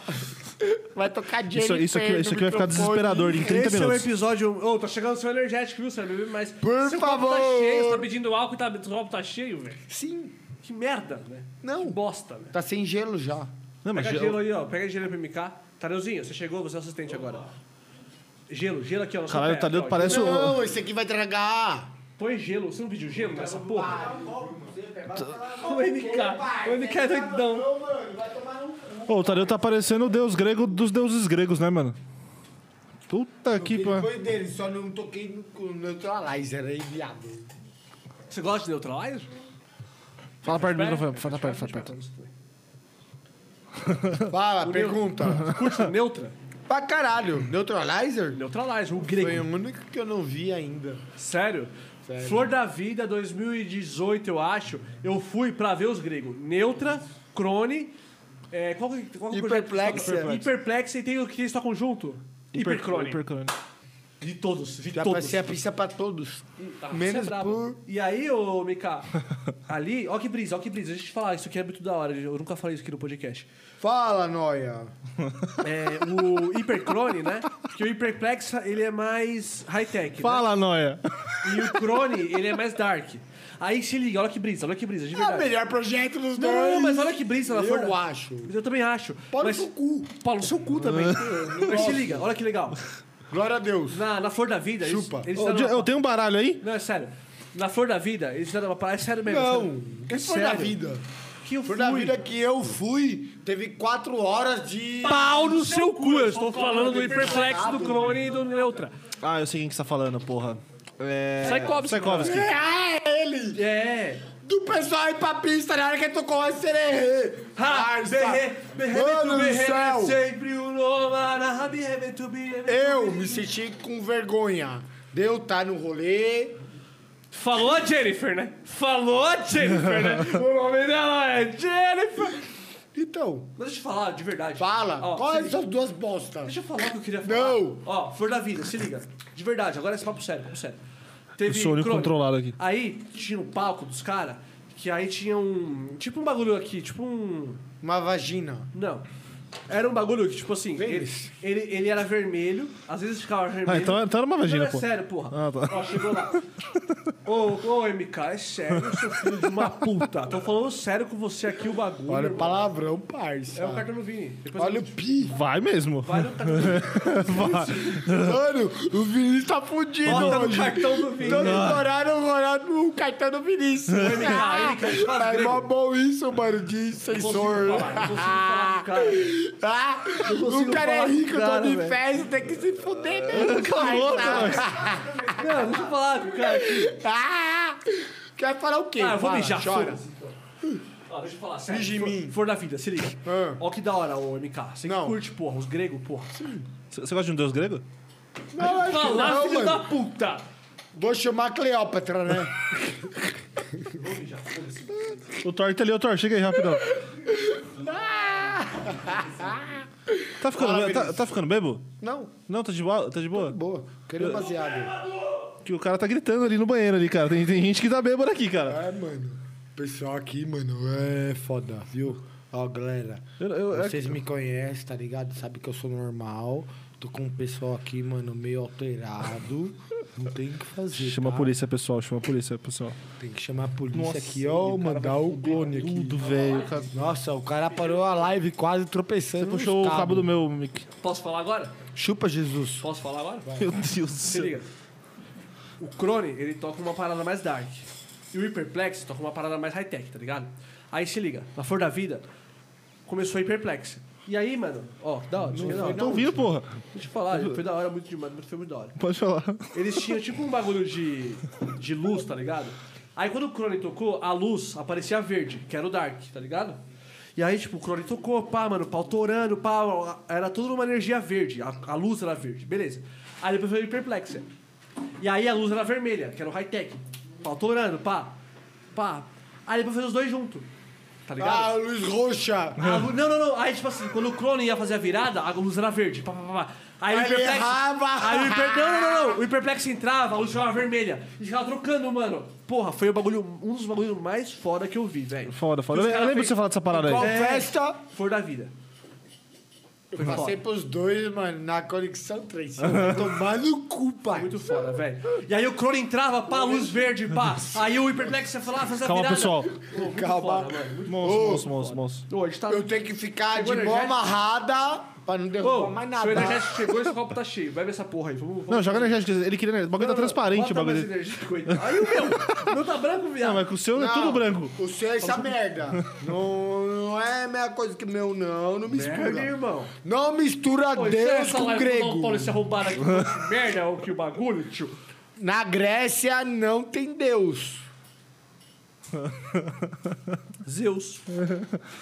Vai tocar Jennifer Isso, isso, aqui, isso aqui vai ficar no microfone. desesperador em 30 Esse é o minutos. episódio. Ô, tá chegando o seu energético, viu, Sérgio? Mas. Por seu copo Tá favor. cheio, você tá pedindo álcool e tá, o copo tá cheio, velho. Sim, Que merda, né? não. Que bosta, né? Tá sem gelo já. Não, mas Pega eu- gelo aí, ó. Pega gelo aí pra MK. Tadeuzinho, você chegou, você é o assistente agora. Gelo, gelo aqui, ó. no seu Caralho, pé, o Tadeu aqui, ó. parece o. Não, esse aqui vai tragar. Põe gelo, você não pediu gelo nessa porra? Tá. O MK, o MK é doidão. Ô, o Tadeu tá parecendo o deus grego dos deuses gregos, né, mano? Puta que pariu. Foi dele, só não toquei no, com o neutralizer aí, viado. Você gosta de neutralizer? Fala perto do microfone, fala perto, fala perto. Fala, pergunta. Curte neutra? pra caralho, neutralizer? Neutralizer, o Foi o grego. único que eu não vi ainda. Sério? Flor da Vida 2018, eu acho. Eu fui pra ver os gregos. Neutra, Crone. É, qual, que- qual que é o projeto que eles Hiperplexa. tocam? Hiperplexa e tem o que eles tocam junto? Hipercrone. Hipercrone. De todos, de Já todos. passei a pista pra todos. Tá, Menos você é brabo. por- E aí, ô Mika, ali, ó que brisa, ó que brisa. Deixa eu te falar, isso aqui é muito da hora. Eu nunca falei isso aqui no podcast. Fala, Noia. É, o hipercrone, né? Porque o hiperplexa, ele é mais high-tech. né? Fala, noia. E o crone, ele é mais dark. Aí se liga, olha que brisa, olha que brisa, de É o verdade. melhor projeto dos Não, dois. não, não, mas olha que brisa lá fora. Eu acho. Mas eu também acho. Pau no mas, seu cu. Paulo, seu cu também. mas se liga, olha que legal. Glória a Deus. Na, na Flor da Vida, Chupa. eles... eles Ô, fizeram Eu uma- tenho um baralho aí? Não, é sério. Na Flor da Vida, eles fizeram uma parada... É sério mesmo. Não, sério. que foi da Sério. vida? Que eu Foi fui. da vida que eu fui, teve quatro horas de... Pau no seu cu, eu estou falando do hiperflex, do clone e do neutra. Ah, eu sei quem que você tá falando, porra. É. Tchaikovsky. Tchaikovsky. Ah, é ele! É. Do pessoal ir pra pista né? na hora que tocou a sererê. Ha, Parça. berre, berre, ah, tá. Mano berre, do céu, sempre o nome, arabe, rebetu, berre. eu me senti com vergonha. Deu tá no rolê, Falou a Jennifer, né? Falou a Jennifer, né? o nome dela é Jennifer. Então, Mas deixa eu falar, de verdade. fala. Ó, Qual se é liga. essas duas bostas? Deixa eu falar o que eu queria falar. Não. Ó, Flor da Vida, se liga. De verdade, agora é esse papo sério, papo sério. Teve Eu sou o único crônica. controlado aqui. Aí tinha um palco dos caras, que aí tinha um... Tipo um bagulho aqui, tipo um... Uma vagina. Não. Era um bagulho que, tipo assim, ele, Vênus. ele, ele era vermelho, às vezes ficava vermelho. Ah, então, então era uma vagina, Não, é pô. sério, porra. Ah, tá. Ó, chegou lá. Ô, ô, MK, é sério, seu filho de uma puta. Tô falando sério com você aqui o bagulho. Olha o irmão. palavrão, É o parça. cartão do Vini. Depois Olha o pi. Vai mesmo. Vai no cartão do Vini. Mano, o Vinícius tá fudido Bota no hoje. cartão do Vini. Todos estouraram o Ronaldo no cartão do Vinícius. Ah, ele quer falar é grego. mó bom isso, mano, de Não consigo sensor. falar, não consigo falar com o cara. Ah, consigo o cara é falar rico, com o cara, dono de velho. festa, tem que se fuder mesmo. parça. Não, deixa eu falar com o cara aqui. Ah, quer falar o quê? Ah, eu vou Fala, mijar, chora. foda-se. Ó, deixa eu falar, sério. Mija em For- mim. For da vida, se liga. Ah. Ó que da hora, ô MK. Você que Não. curte, porra, os gregos, porra. Você você gosta de um deus grego? Não, acho que Falar, não, filho mano. da puta! Vou chamar a Cleópatra, né? O Thor tá ali, o Thor, chega aí rapidão. tá, ficando, Fala, be- tá, tá ficando bebo? Não, Não, tá de boa? Tá de boa? boa. Queria um baseado. Que o cara tá gritando ali no banheiro ali, cara. Tem, tem gente que tá bêbado aqui, cara. É, mano. O pessoal aqui, mano, é foda, viu? Ó, galera. Eu- eu- é- Vocês me conhecem, tá ligado? Sabe que eu sou normal. Tô com um pessoal aqui, mano, meio alterado. Não tem o que fazer. Chama a tá? polícia, pessoal. Chama a polícia, pessoal. Tem que chamar a polícia aqui, ó, mandar o clone aqui. tá Tudo, velho. O cara- Nossa, o cara parou a live quase tropeçando. Você puxou o cabo do meu mic. Posso falar agora? Chupa, Jesus. Posso falar agora? Meu Deus Se do céu. liga. O Crone, ele toca uma parada mais dark. E o Hyperplex toca uma parada mais high-tech, tá ligado? Aí se liga, na Flor da Vida, começou o Hyperplex. E aí, mano, ó, da hora. Não, não, Tô ouvindo, porra. deixa eu falar, foi da hora, muito demais, foi muito da hora. Pode falar. Eles tinham tipo um bagulho de, de luz, tá ligado? Aí quando o Crone tocou, a luz aparecia verde, que era o Dark, tá ligado? E aí, tipo, o Crone tocou, pá, mano, pau torando, pá, era tudo uma energia verde, a, a luz era verde, beleza. Aí depois foi o Hyperplexa. E aí a luz era vermelha, que era o high-tech, pau torando, pá, pá. Aí depois fez os dois juntos, tá ligado? Ah, Luiz Roxa! A lu- não, não, não. Aí, tipo assim, quando o clone ia fazer a virada, a luz era verde. Pá, pá, pá, pá. Aí, o Aí ele hiperplex. errava. Aí o hiper, não, não, não, não. O hiperplex entrava, a luz ficava vermelha. E ficava trocando, mano. Porra, foi o bagulho, um dos bagulhos mais foda que eu vi, velho. Foda, foda. Que os Eu- eu cara lembro fez- de você falar dessa parada aí. Qual É. Festa! For da vida. Eu passei pros dois, mano, na conexão 3. Tomar no cu, pai. Muito foda, velho. E aí o clone entrava, pá, luz verde, pá. Aí o hiperplex ia falar, fazer a Calma, virada. pessoal. Pô, muito Calma. Foda, mano. Muito- Moço, moço, moço, moço. Ô, a gente tá. Eu tenho que ficar Chegou de mão energético? amarrada pra não derrubar Ô, mais seu nada. energético chegou, esse copo tá cheio. Bebe essa porra aí. Vamos, vamos. Não, joga energético. Ele queria. O bagulho tá transparente, o Bota mais bagulho dele. energético aí. Aí o meu, o meu tá branco, viado. Não, mas com o seu é tudo branco. O seu é essa merda. não, não é a mesma coisa que o meu, não. Não mistura. Merda, irmão. Não mistura Pô, isso é Deus essa com live do Dom grego. Paulo se arrombaram aqui. que merda, o que o bagulho, tio. Na Grécia não tem Deus. Zeus.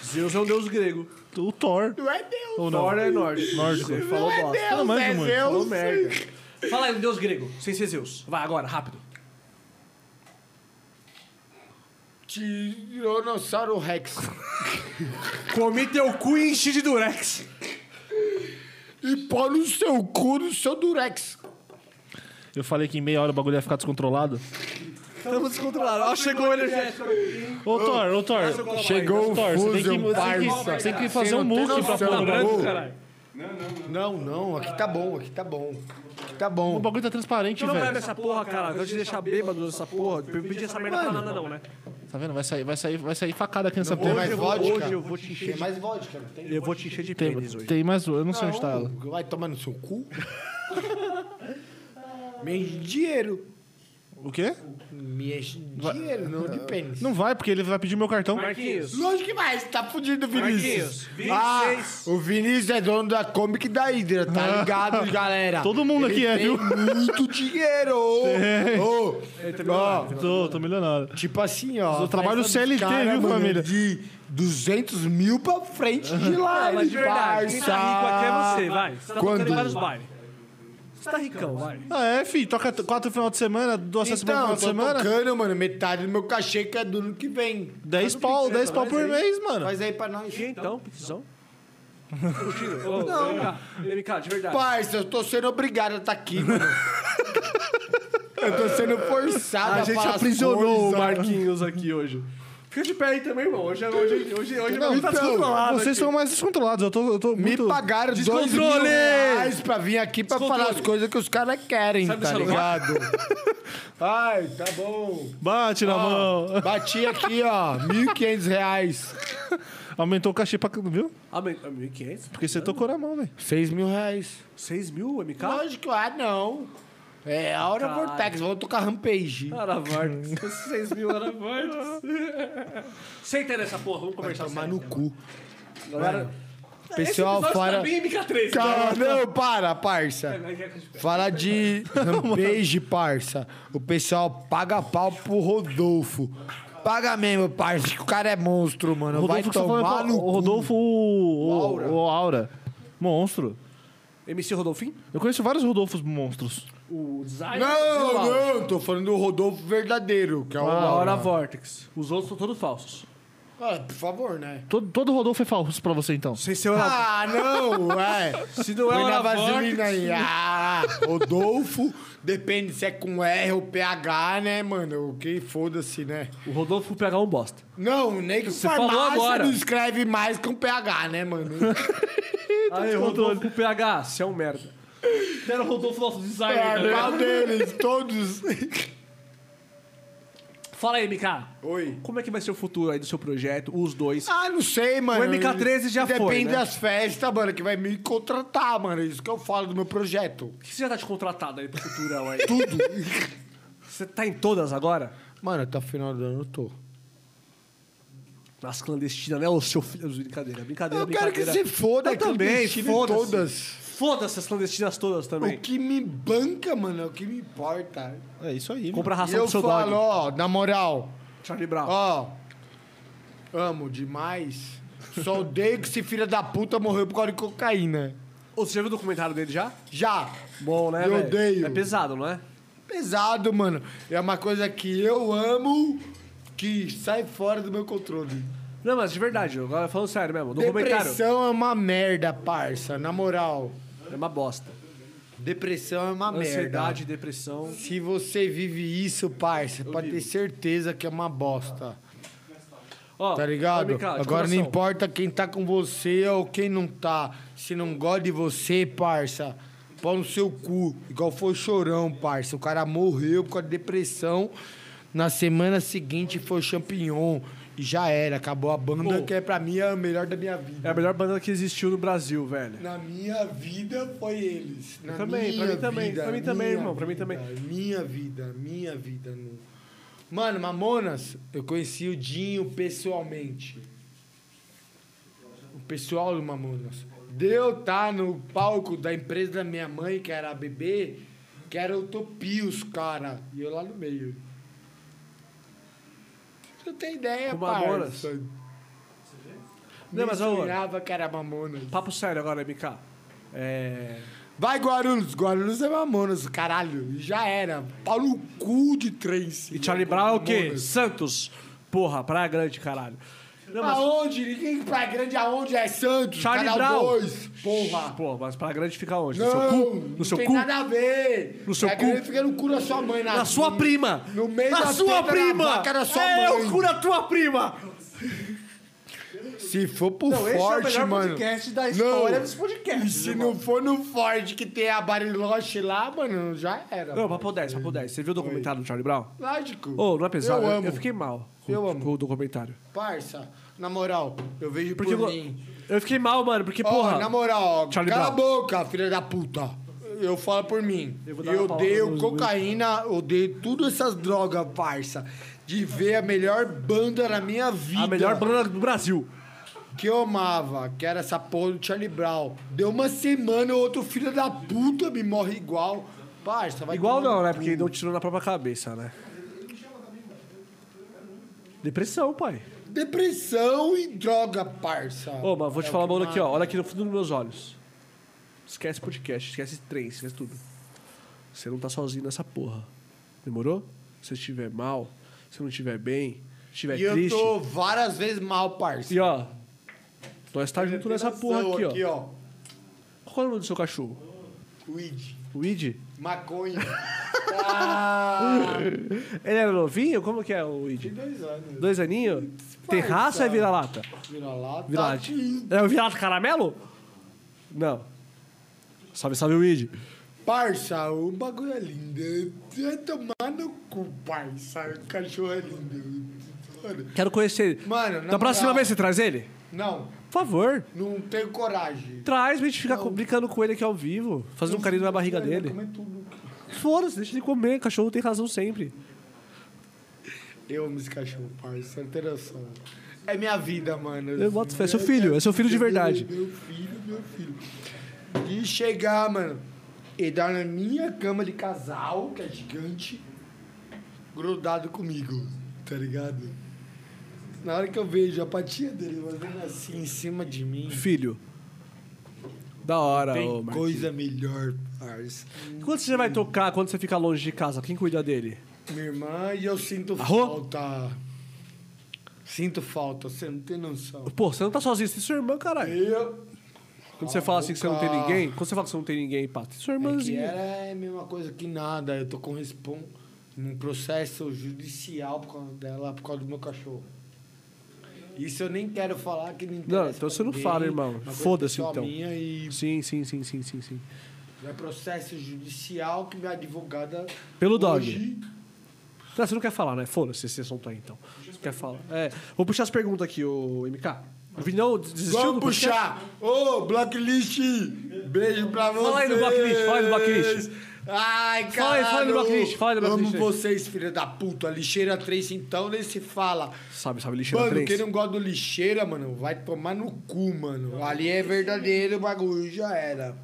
Zeus é um deus grego. O Thor. Não é Deus. Ou não? Thor é norte. Nórdico. Falou Não é bosta. não Deus, manjo é muito. Falou Deus. merda. Fala aí um deus grego, sem ser Zeus. Vai, agora, rápido. Tiranossauro Rex. Comi teu cu e enchi de durex. E pôr no seu cu, no seu durex. Eu falei que em meia hora o bagulho ia ficar descontrolado. Estamos descontrolados. Ó, chegou o energético. Ô, Thor, ô, Thor. Chegou o Thor, você tem que, Fusion, você tem que- parça. você tem que Você fazer não um tem multi pra noção, pôr o mano. né? branco. Não, não, aqui tá bom, aqui tá bom. Aqui tá O bom. bagulho tá transparente, Não bebe velho. essa porra, cara. Eu vou te deixar bêbado dessa porra. Permite essa merda pra nada, não, né? Tá vendo? Vai sair, vai sair, vai sair facada aqui nessa Tem porra. mais eu vou- vodka? hoje eu vou te encher Tem de- mais vodka, não tem? Eu vou te encher de Tem, pênis hoje. tem mais Eu não sei onde tá ela. Não, Vai tomar no seu cu? Me enche de dinheiro. O quê? Me enche de dinheiro, não de pênis. Não vai, porque ele vai pedir meu cartão. Marquinhos. Lógico que vai, você tá fudido, Vinícius. Marquinhos, Ah, 26. o Vinícius é dono da Comic da Hydra, tá ligado, galera? Todo mundo aqui é, Tem viu? muito dinheiro. Ô, ó, Tô, tô milionário. tipo assim, ó. Eu trabalho festa dos CLT, viu, mano, família? De 200 mil pra frente de lá, Mas de verdade, É quem tá rico aqui é você, parça. vai. Você tá Quando? tocando em vários bailes. Você tá ricão, vai. Ah, é, fi. Toca t- quatro no final de semana, é duas sessões no final Então, eu de tô semana. tocando, mano, metade do meu cachê que é do ano que vem. Dez pau, dez pau por mês, mano. Faz aí pra nós. E então, pizzão? Curtindo? Ô, MK, MK, de verdade. Parça, eu tô sendo obrigado a estar aqui, mano. eu tô sendo forçado a, falar as né? coisas. Marquinhos aqui hoje. Fica de pé aí também, irmão. Hoje, é- hoje, hoje, hoje Não, tá então, descontrolado vocês aqui. são mais descontrolados. Eu tô, eu tô Me muito... pagaram dois mil Descontrole! reais pra vir aqui pra Descontrole. falar as coisas que os caras querem, Sabe tá esse ligado? Ai, tá bom. Bate na mão. Ó, bati aqui, ó, 1.500 reais. Aumentou o cachê pra... Viu? Ah, mas- ah, 1.500? Porque você tocou na mão, velho. 6 mil reais. 6 mil, MK? Lógico, ah, não. É Aura Caralho. Vortex, vou tocar Rampage. Era Vortex. 6 mil era Vortex. Senta nessa porra, vamos conversar Tomar sério. no cu. Galera, Pessoal esse episódio fora- Tá bem MK3. Cara, não, para, parça. Fala de rampage, parça. O pessoal paga pau pro Rodolfo. Paga mesmo, parça, que o cara é monstro, mano. Vai Rodolfo que você falou, tomar pô, no o cu. Rodolfo o, o- o Aura. Monstro. MC Rodolfin? Eu conheço vários Rodolfos monstros. O design. é Não, não, tô falando do Rodolfo verdadeiro, que é o A Laura. hora Vortex. Os outros são todos falsos. Ah, por favor, né? Todo, todo Rodolfo é falso pra você, então. Sem ser hora Ah, não, é. Se não é Põe na hora vaselina Vortex. aí. Ah, Rodolfo, depende se é com R ou PH, né, mano? O que foda-se, né? O Rodolfo pegar um bosta. Não, nem que Você falou farmácia agora. não escreve mais com PH, né, mano? Aí, Rodolfo PH, você é um merda. Era o Rodolfo, nosso designer. tá É, ligado? qual deles? Todos. Fala aí, MK. Oi. Como é que vai ser o futuro aí do seu projeto, os dois? Ah, não sei, mano. O MK13 já Depende foi, Depende né? das festas, mano, que vai me contratar, mano. É Isso que eu falo do meu projeto. O que você já tá de contratado aí pro futurão aí? Tudo. Você tá em todas agora? Mano, até o final do ano eu tô. Nas clandestinas, né? Ô, seu filho. Brincadeira, brincadeira, Eu quero que brincadeira. se foda, Eu também, clandestino em foda-se. todas. Foda-se as clandestinas todas também. O que me banca, mano, é o que me importa. É isso aí, mano. Compra E ração eu pro seu falo, dog. ó, na moral, Charlie Brown. ó. Amo demais. Só odeio que esse filho da puta morreu por causa de cocaína. Ô, você já viu o documentário dele já? Já. Bom, né, Eu velho? odeio. É pesado, não é? Pesado, mano. É uma coisa que eu amo que sai fora do meu controle. Não, mas de verdade, agora falando sério mesmo. O documentário Depressão é uma merda, parça. Na moral. é uma bosta. Depressão é uma merda. Ansiedade, depressão. Se você vive isso, parça, pode ter certeza que é uma bosta. Ó, Tá ó, ligado? Mica, de Agora não coração. importa quem tá com você ou quem não tá. Se não gosta de você, parça, põe no seu cu. Igual foi o chorão, parça. O cara morreu por causa de depressão. Na semana seguinte foi o champignon. E já era, acabou a banda, que é pra mim a melhor da minha vida. É a melhor banda que existiu no Brasil, velho. Na minha vida foi eles. Na também, pra mim também, pra mim também, minha irmão, pra mim vida, também. Minha vida, minha vida. no- Mano, Mamonas, eu conheci o Dinho pessoalmente. O pessoal do Mamonas. Deu tá no palco da empresa da minha mãe, que era a BB, que era Utopios, cara. E eu lá no meio. Você não tem ideia, Com Mamonas? parça. Não, mas, ô, sonhava que era Mamonas. papo sério agora, MK. É. Vai, Guarulhos. Guarulhos é Mamonas, caralho. Já era. Pau no cu de trens. E Charlie Brown é o quê? Santos. Porra, Praia Grande, caralho. Não, mas. Aonde? Ninguém pra grande aonde é Santos. Charlie Canal Brown. dois, Porra. Pô, mas Praia Grande fica onde? Não, No seu cu? No não seu tem cu? nada a ver. No seu Pra cu? grande Fica no cu da sua mãe. Na, Na sua prima! No meio na da sua teta da prima! vaca da sua é, mãe. o cu da tua prima! Se for pro esse é o Forte, melhor mano. podcast da história não. dos podcasts, E se irmão. não for no Forte que tem a Bariloche lá, mano, já era. Não, papo 10, papo 10. Você viu o documentário do Charlie Brown? Lógico. Ô, não é pesado? Eu amo. fiquei mal com, Eu amo. com o documentário. Parça, na moral, eu vejo Porque por eu, mim. eu fiquei mal, mano, porque, Ó, porra... na moral, ó, Charlie cala Brown. a boca, filha da puta. Eu falo por mim. Eu Eu, vou dar uma palavra odeio nos cocaína, odeio tudo essas drogas, parça. De ver a melhor banda na minha vida. a melhor banda do Brasil. Que eu amava, que era essa porra do Charlie Brown. Deu uma semana, outro filho da puta me morre igual. Parça, vai Igual tomar no não, né? cu. Porque não tirou na própria cabeça, né? Depressão, pai. Depressão e droga, parça. Ô, mas vou te É o falar que uma aqui, ó. mata. Olha aqui no fundo dos meus olhos. Esquece podcast, esquece trem, esquece tudo. Você não tá sozinho nessa porra. Demorou? Se você estiver mal, se não estiver bem, estiver E eu triste. tô várias vezes mal, parça. E ó, nós tá junto nessa porra aqui, ó. Aqui, ó. Qual é o nome do seu cachorro? Weed. O Id? Maconha. ah, Ele era novinho? Como que é o Id? dois anos. Dois aninhos? Tem raça ou é vira-lata? Vira lá, tá Vira-lata. aqui. É o vira-lata caramelo? Não. Salve, salve, Id. Parça, o bagulho é lindo. Vai tomar no cu, parça. O cachorro é lindo. Mano, Quero conhecer ele. Mano, na da próxima moral- vez você traz ele? Não, Por favor. não tenho coragem. Traz pra gente ficar co- brincando com ele aqui ao vivo. Fazer um carinho na barriga Ele vai dele. comer tudo. Foda-se, deixa ele comer. Cachorro tem razão sempre. Eu amo esse cachorro, parça. Você não tem noção. É minha vida, mano. Eu boto fé. É seu filho, é seu filho de verdade. Meu filho, meu filho. De chegar, mano, e dar na minha cama de casal, que é gigante, grudado comigo, tá ligado? Na hora que eu vejo a patinha dele fazendo assim em cima de mim, Filho. Da hora, ô, tem Marquinhos. coisa melhor, parça. Quando você vai tocar, quando você fica longe de casa, quem cuida dele? Minha irmã, e eu sinto Arro? falta. Sinto falta, você não tem noção. Pô, você não tá sozinho, você tem sua irmã, caralho. Eu Quando você fala assim que você não tem boca. ninguém, quando você fala que você não tem ninguém, pá, tem sua É que irmãzinha. era é a mesma coisa que nada. Eu tô com respon... num processo judicial por causa dela, por causa do meu cachorro. Isso eu nem quero falar que não interessa então pra você não ninguém, fala, irmão. uma coisa Foda-se, pessoal então. minha e Sim, sim, sim, sim, sim, sim. É processo judicial que minha advogada. Pelo dog. hoje- Não, você não quer falar, né? Foda-se esse assunto aí, então. Quer falar? É. Vou puxar as perguntas aqui, o MK. O Vinão desistiu Vamos do podcast? puxar! Ô, Blacklist! Beijo pra vocês! Fala aí do Blacklist, fala aí do Blacklist. Ai, Fala aí, cara! fala aí do Blacklist, fala aí do Blacklist. Amo vocês, filha da puta. Lixeira 3, então, nem se fala. Sabe, sabe, lixeira Mano, quem 3. não gosta do lixeira, mano, vai tomar no cu, mano. Ali é verdadeiro, o bagulho já era.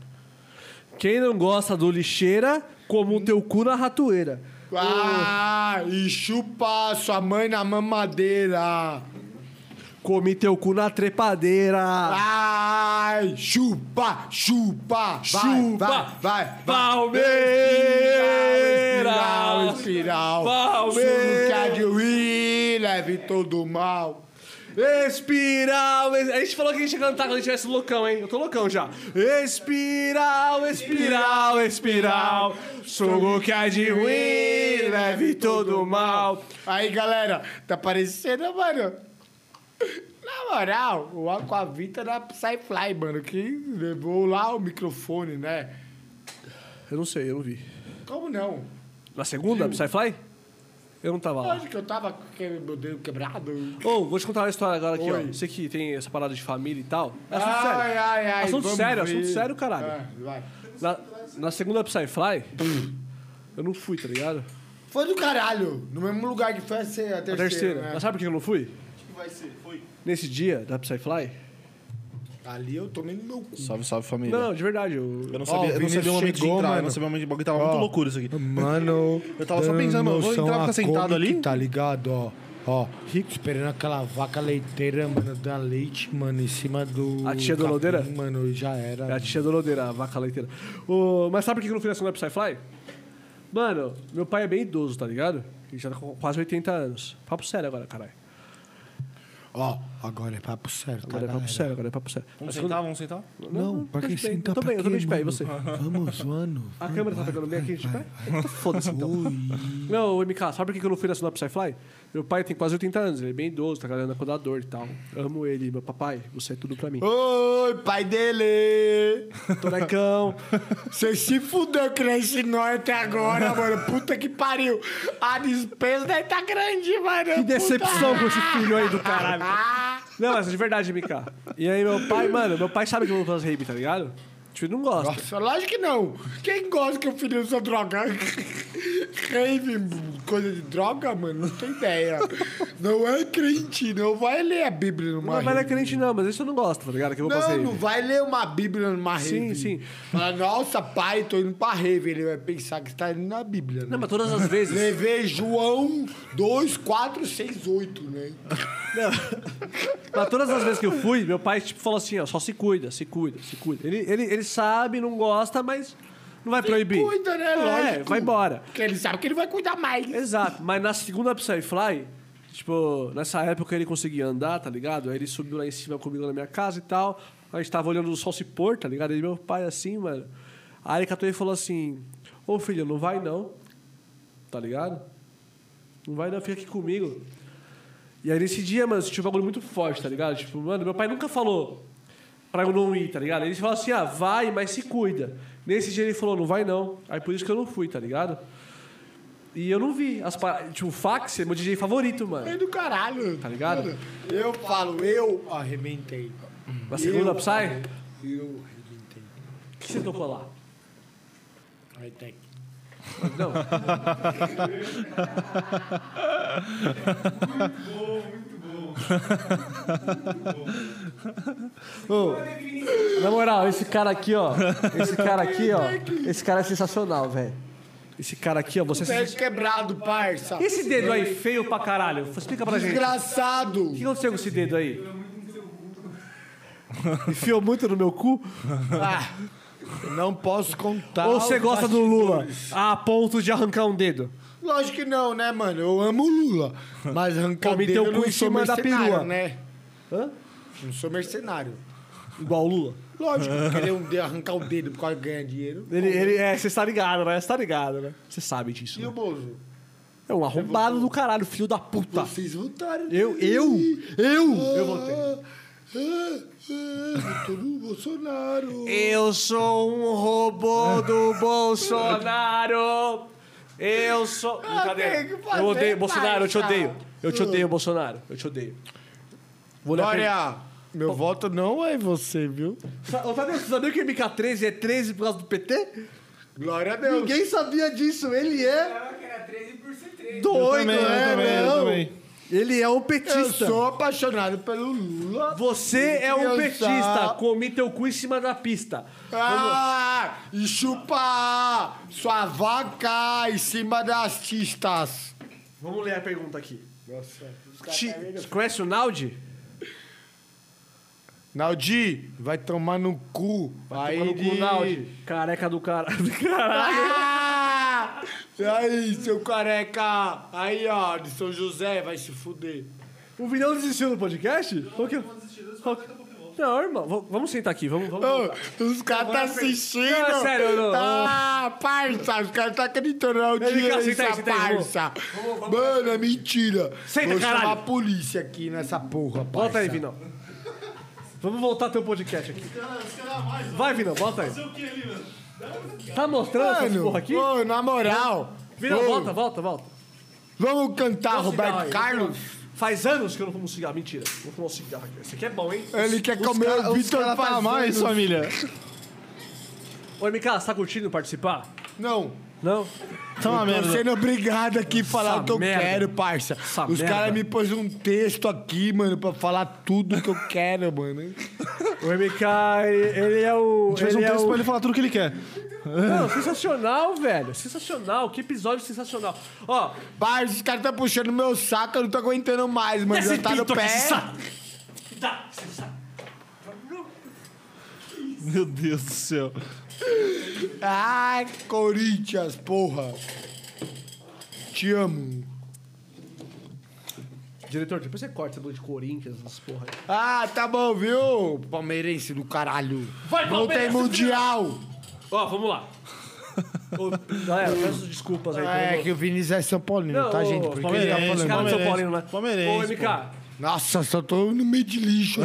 Quem não gosta do lixeira, como o teu cu na ratoeira. Ah, e chupa sua mãe na mamadeira. Comi teu cu na trepadeira. Ai, chupa, chupa, Chupa, vai, vai, vai. Palmeiras! Espiral, espiral. Palmeiras! Suca de Wii, leve todo o mal. Espiral, es- a gente falou que a gente ia cantar quando a gente tivesse loucão, hein? Eu tô loucão já. Espiral, espiral, espiral. Sugo que há de ruim, leve todo o mal. Aí, galera, tá parecendo, mano... Na moral, o Aquavita da Psyfly, mano, que levou lá o microfone, né? Eu não sei, eu não vi. Como não? Na segunda, Psyfly? Eu não tava lá. Lógico que eu tava com aquele meu dedo quebrado. Ô, vou te contar uma história agora aqui, ó. Oi. Você que tem essa parada de família e tal. É assunto sério. ai, ai. assunto vamos sério, ver. assunto sério, caralho. É, vai. Na, na segunda Psyfly, Hum. eu não fui, tá ligado? Foi do caralho. No mesmo lugar que foi a terceira. A A terceira, terceira. né? Mas sabe por que eu não fui? Nesse dia da Psyfly? Ali eu tomei no meu cu. Salve, salve, família. Não, de verdade. Eu... Eu não Ó, o sabia, eu não sabia Vinícius o momento de chegou, entrar, eu mano. não sabia o momento de bagulho. Tava muito loucura isso aqui. Mano. Eu tava só dando pensando, mano, eu vou noção entrar e ficar a sentado como ali? que Tá ligado, ó. Ó, rico esperando aquela vaca leiteira, mano, dar leite, mano, em cima do. A tia do capim, Lodeira? Mano, já era. É a tia Dorodeira, a vaca leiteira. Ô, mas sabe por que eu não fui na segunda Psyfly? Mano, meu pai é bem idoso, tá ligado? Ele já tá com quase 80 anos. Papo sério agora, caralho. Ó, agora é papo certo. Agora é papo sério, agora é papo sério. Vamos sentar, vamos sentar? Não, pra que tô de bem, sentar Tô pra bem, eu tô quê, bem de pé, e mano? você? Vamos, mano. A câmera tá pegando bem aqui de pé? Então Foda-se então. Não, ô, MK, sabe por que que eu não fui na Sinop Psyfly? Meu pai tem quase 80 anos, ele é bem idoso, tá galera com dor e tal. Amo ele, meu papai, você é tudo pra mim. Oi, pai dele! Tonecão. Você se fudeu que nesse norte agora, mano. Puta que pariu. A despesa daí tá grande, mano. Ah, Que decepção com esse filho aí do caralho. Não, mas de verdade, MK. E aí meu pai, mano, meu pai sabe que eu vou fazer rave, tá ligado? Tipo, ele não gosta. Nossa, lógico que não. Quem gosta que o filho usa droga? Rave, coisa de droga, mano, não tem ideia. Não é crente, não vai ler a Bíblia numa Meu pai não é rave. crente não, mas isso eu não gosto, tá ligado? Que eu vou Não, fazer não rave. vai ler uma Bíblia numa rave. Sim, sim. Fala, nossa, pai, tô indo pra rave. Ele vai pensar que você tá indo na Bíblia, né? Não, mas todas as vezes... Levei é João 2, 4, 6, 8, né? Mas todas as vezes que eu fui, meu pai tipo, falou assim, ó, só se cuida, se cuida, se cuida. Ele, ele, ele sabe, não gosta, mas não vai proibir. Cuida, né? É, Lógico. vai embora. Porque ele sabe que ele vai cuidar mais. Exato, mas na segunda Psyfly, tipo, nessa época ele conseguia andar, tá ligado? Aí ele subiu lá em cima comigo na minha casa e tal. A gente tava olhando o sol se pôr, tá ligado? E meu pai assim, mano. Aí ele catou e falou assim: Ô filho, não vai não, tá ligado? Não vai não, fica aqui comigo. E aí nesse dia, mano, tinha um bagulho muito forte, tá ligado? Tipo, mano, meu pai nunca falou pra eu não ir, tá ligado? Ele falou assim, ah, vai, mas se cuida. Nesse dia ele falou, não vai não. Aí por isso que eu não fui, tá ligado? E eu não vi. As pa- Tipo, o Fax é meu DJ favorito, É mano. do caralho. Tá ligado? Mano, Eu falo, eu arrebentei. Na segunda Eu- Psy, Eu arrebentei. o que você tocou lá? Aí tem. Não. Ô, na moral, esse cara aqui, ó. Esse cara aqui, ó. Esse cara é sensacional, velho. Esse cara aqui, ó. Você. Pé é quebrado, parça. E esse dedo aí feio pra caralho? Explica pra gente. O Desgraçado. que aconteceu com esse dedo aí? Enfiou muito no meu cu? Não posso contar. Ou você os gosta do Lula bastidores. a ponto de arrancar um dedo? Lógico que não, né, mano? Eu amo o Lula. Mas arrancar Come dele teu eu não cu em sou cima da mercenário, perua. né? Hã? Não sou mercenário. Igual o Lula. Lógico, querer um de- arrancar o dedo por causa de ganhar dinheiro. Ele, ele, é, você tá ligado, né? Você tá ligado, né? Você sabe disso. E o né? Bozo? É um Tá. arrombado do caralho, filho da puta. Vocês votaram. Eu, eu, eu, eu votei. Ah, Eu sou um robô do Bolsonaro. Eu sou. Brincadeira. tem que fazer Eu odeio, Bolsonaro, eu te mais, odeio. Eu Hum. te odeio, Bolsonaro. Eu te odeio. Vou olhar pra ele. Dória, meu voto não é em você, viu? Sa- Ô, Tadeu, você sabia que MK13 é 13 por causa do PT? Glória a Deus. Ninguém sabia disso. Ele é Falava que era 13 por ser 13. doido, também, eu né, também, eu não? também. Ele é um Eu petista. sou apaixonado pelo Lula. Você é um Eu petista. sa- Comi teu cu em cima da pista. Ah, e chupa sua vaca em cima das tistas. Vamos ler a pergunta aqui. Nossa. Conhece o Naldi? Naldi, vai tomar no cu. Vai Mano, com o Naldi. Careca do cara. Caralho. Ah! E aí, seu careca? Aí, ó, de São José, vai se fuder. O Vinão desistiu do podcast? Qual que... é? Qual que... Não, irmão. v- Vamos sentar aqui. Vamos, vamos. voltar. Ô, os caras tá assistindo. Não, é sério, não. Ah, parça, os caras tá acreditando na audiência, senta aí, tá, senta aí, parça. Mano, é mentira. Senta, Vou chamar caralho. a polícia aqui nessa porra, parça. Volta aí, Vinão. Vamos voltar teu podcast aqui. Vai, Vinão. Volta aí. Tá mostrando essas Mano, porra aqui? ô, na moral. Vinão, ô, volta, volta, volta. Vamos Dá cantar um cigarro Roberto aí. Carlos? Faz anos que eu não fumo cigarro. Mentira. Vou fumar um cigarro aqui. Esse aqui é bom, hein? Ele quer comer o Vitor Tá mais, Pazano. família. Ô, MK, você tá curtindo participar? Não. Não? Então, Tá uma Tô merda. sendo obrigado aqui a falar Essa o que eu merda. quero, parça. Essa Os merda. caras me pôs um texto aqui, mano, pra falar tudo que eu quero, mano. O MK, ele, ele é o... Fez um ele é texto o- pra ele falar tudo o que ele quer. Não, sensacional, velho. Sensacional. Que episódio sensacional. Ó, Parça, os caras tá puxando meu saco, eu não tô aguentando mais, mano. Já tá no pé. Meu Deus do céu. Ai, Corinthians, porra. Te amo. Diretor, depois você corta essa bola de Corinthians, essas porra aí. Ah, tá bom, viu? Palmeirense do caralho. não tem mundial. Ó, vamos lá. Ô, galera, peço desculpas aí. É, que o Vinícius é São Paulino, tá, gente? Porque é ele tá Palmeirense, falando. cara do São Palmeirense, Paulino, né? Palmeirense, Ô, MK, Nossa, só tô no meio de lixo.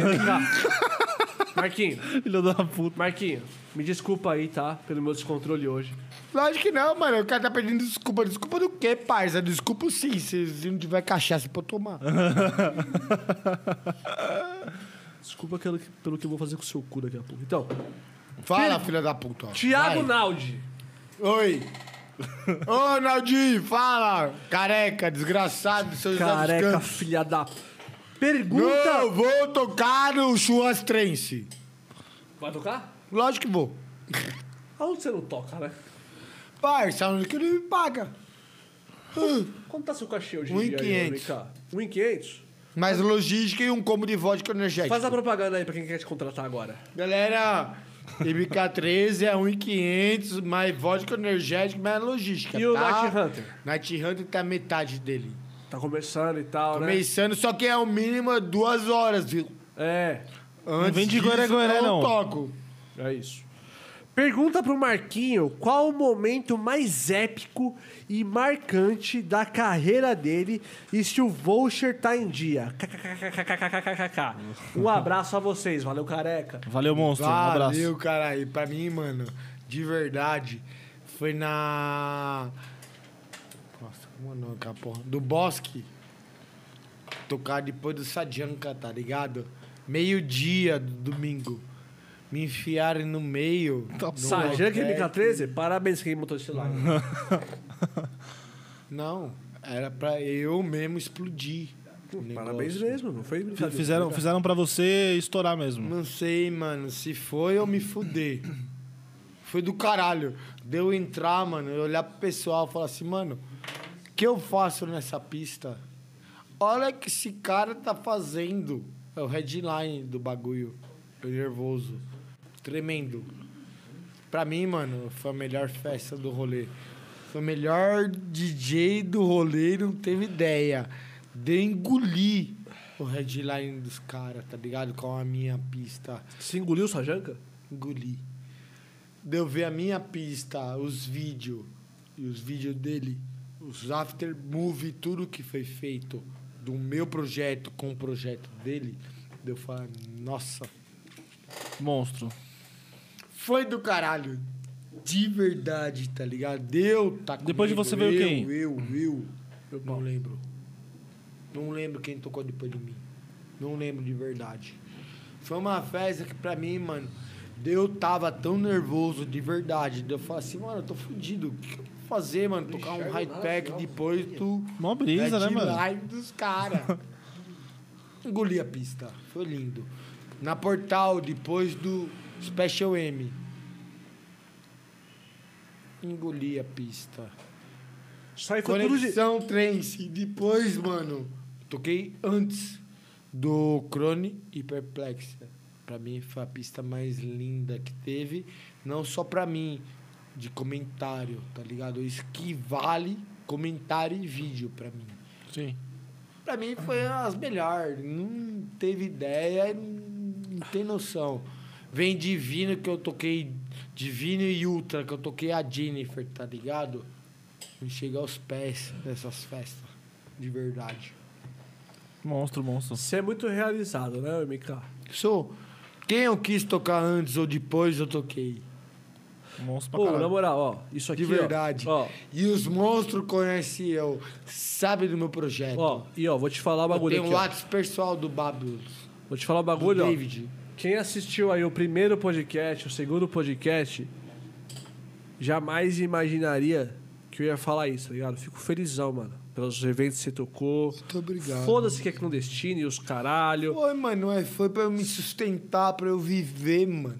Marquinho, Filho da puta. Marquinho, me desculpa aí, tá? Pelo meu descontrole hoje. Lógico que não, mano. O cara tá pedindo desculpa. Desculpa do quê, parça? Desculpa sim, se, se não tiver cachaça pra eu tomar. Desculpa pelo que, pelo que eu vou fazer com o seu cu daqui a pouco. Então, Fala, filha da puta. Thiago Naldi. Oi. Ô, Naldinho, fala. Careca, desgraçado, seu José dos Careca, Campos. filha da... tá Pergunta... Não, vou tocar no Churrastrense. Vai tocar? Lógico que vou. Aonde você não toca, né? Parça, onde que ele me paga? Hum. Quanto tá seu cachê hoje em dia? 1.500. 1.500? Mais logística e um combo de vodka energético. Faz a propaganda aí pra quem quer te contratar agora. Galera, MK13 é 1,500, mais vodka energético, mais logística, E o tá? Night Hunter? Night Hunter tá metade dele. Né? Tá começando e tal, né? Começando, só que é o mínimo é duas horas, viu? É, Antes vem de disso, Guaraguaré, eu não. toco. é isso. Pergunta pro Marquinho qual o momento mais épico e marcante da carreira dele e se o voucher tá em dia. KKKKKKKKK. Um abraço a vocês, valeu careca. Valeu, monstro. Um abraço. Valeu, cara. E pra mim, mano, de verdade, foi na... Nossa, como é o nome daquela porra? Do Bosque. Tocar depois do Sadianca, tá ligado? Meio-dia, do domingo. Me enfiaram no meio. Tá no é Sajank motel. MK13, parabéns quem montou esse live. Não, era pra eu mesmo explodir. o Parabéns negócio. mesmo, não foi brincadeira. Fizeram, fizeram pra você estourar mesmo. Não sei, mano, se foi eu me fuder. Foi do caralho. Deu entrar, mano, eu olhar pro pessoal e falar assim, mano, o que eu faço nessa pista? Olha o que esse cara tá fazendo. É o headline do bagulho. Tô nervoso. Tremendo. Pra mim, mano, foi a melhor festa do rolê. Foi o melhor DJ do rolê, não teve ideia. De engolir o headline dos caras, tá ligado? Com a minha pista. Você engoliu o Sajanka? Engoli. Deu ver a minha pista, os vídeos e os vídeos dele, os after movie, tudo que foi feito do meu projeto com o projeto dele, Deu falar, nossa. Monstro. Foi do caralho. De verdade, tá ligado? Deu, tá comigo. Depois de você veio eu, quem? Eu, eu, eu. Não lembro. Não lembro quem tocou depois de mim. Não lembro de verdade. Foi uma festa que pra mim, mano, eu tava tão nervoso de verdade. Eu falei assim, mano, eu tô fudido. O que que eu vou fazer, mano? Tocar um high-tech depois do. Mó brisa, né, de mano? live É dos caras. Engoli a pista. Foi lindo. Na Portal, depois do Special M. Engoli a pista. Só aí foi tudo de... Conexão Trance. Depois, mano, toquei antes do Crone e Perplexa. Pra mim foi a pista mais linda que teve. Não só pra mim, de comentário, tá ligado? Isso que vale comentário e vídeo pra mim. Sim. Pra mim foi as melhores. Não teve ideia, não tem noção. Vem Divino que eu toquei. Divino e Ultra, que eu toquei a Jennifer, tá ligado? Não chega aos pés dessas festas. De verdade. Monstro, monstro. Você é muito realizado, né, MK? Sou. Quem eu quis tocar antes ou depois, eu toquei. Monstro pra Pô, na caralho. moral, ó, isso aqui. De verdade. Ó, E os monstros conhecem eu. Sabe do meu projeto. ó, ó, e ó, vou te falar o eu bagulho tenho aqui. o ó. WhatsApp pessoal do Babylon. Vou te falar o Do bagulho, ó. David. Quem assistiu aí o primeiro podcast, o segundo podcast, jamais imaginaria que eu ia falar isso, tá ligado? Fico felizão, mano. Pelos eventos que você tocou. Muito obrigado. Foda-se que é clandestino e os caralho. Foi, mano, é, foi pra eu me sustentar, pra eu viver, mano.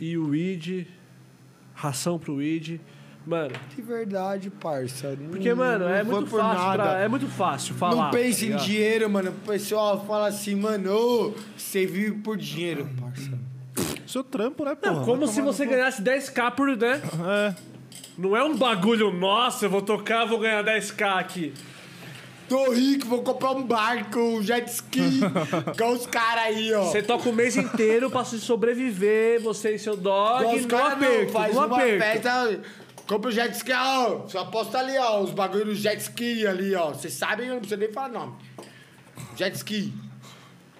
E o Id. Ração pro Id. Mano, De verdade, parça. Não- porque, mano, é não foi muito por fácil. nada. pra- é muito fácil falar. não pense tá em ligado? dinheiro, mano. O pessoal fala assim, mano, ô, você vive por dinheiro, parça. Seu trampo, né, pô? Não, como se você ganhasse 10k por, né? Não é um bagulho, nossa, eu vou tocar, vou ganhar 10k aqui. Tô rico, vou comprar um barco, um jet ski, com os caras aí, ó. Você toca o mês inteiro pra se sobreviver, você e seu dog, né? Com os no caras aperto, não, faz no uma um aperto. festa, compra o jet ski, ó. Só aposta ali, ó, os bagulho do jet ski ali, ó. Vocês sabem, eu não preciso nem falar nome. Jet ski.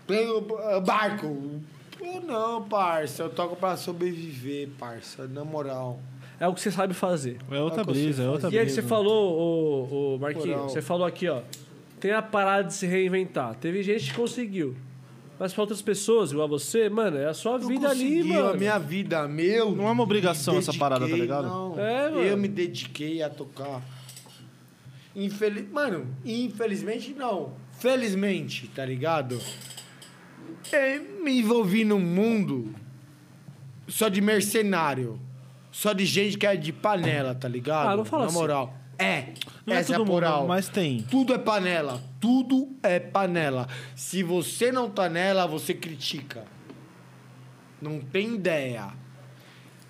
Tem o ah, barco. Pô, não, parça. Eu toco pra sobreviver, parça. Na moral. É o que você sabe fazer. É outra brisa, é outra E aí que brisa. você falou, ô, ô Marquinhos, Moral. você falou aqui, ó. Tem a parada de se reinventar. Teve gente que conseguiu. Mas pra outras pessoas, igual a você, mano, é a sua Eu vida ali, consegui, mano. A minha vida, meu. Não é uma obrigação essa dediquei, parada, tá ligado? Não. É, mano. Eu me dediquei a tocar. Infeliz... Mano, infelizmente não. Felizmente, tá ligado? Eu me envolvi num mundo só de mercenário. Só de gente que é de panela, tá ligado? Ah, não fala Na assim. moral. É. Não é essa é a todo moral. mundo, mas tem. Tudo é panela. Tudo é panela. Se você não tá nela, você critica. Não tem ideia.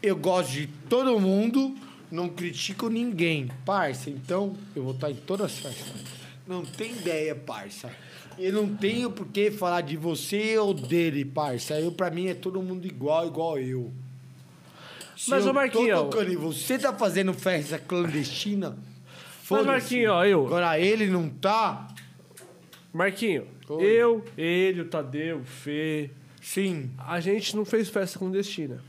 Eu gosto de todo mundo, não critico ninguém. Parça, então eu vou estar em todas as festas. Não tem ideia, parça. Eu não tenho por que falar de você ou dele, parça. Eu, pra mim, é todo mundo igual, igual eu. Se Mas, ô, eu Marquinho, tô tocando e você tá fazendo festa clandestina, Mas, foda-se. Marquinho, ó, eu. Agora ele não tá? Marquinho, Oi. eu, ele, o Tadeu, o Fê. Sim. A gente não fez festa clandestina.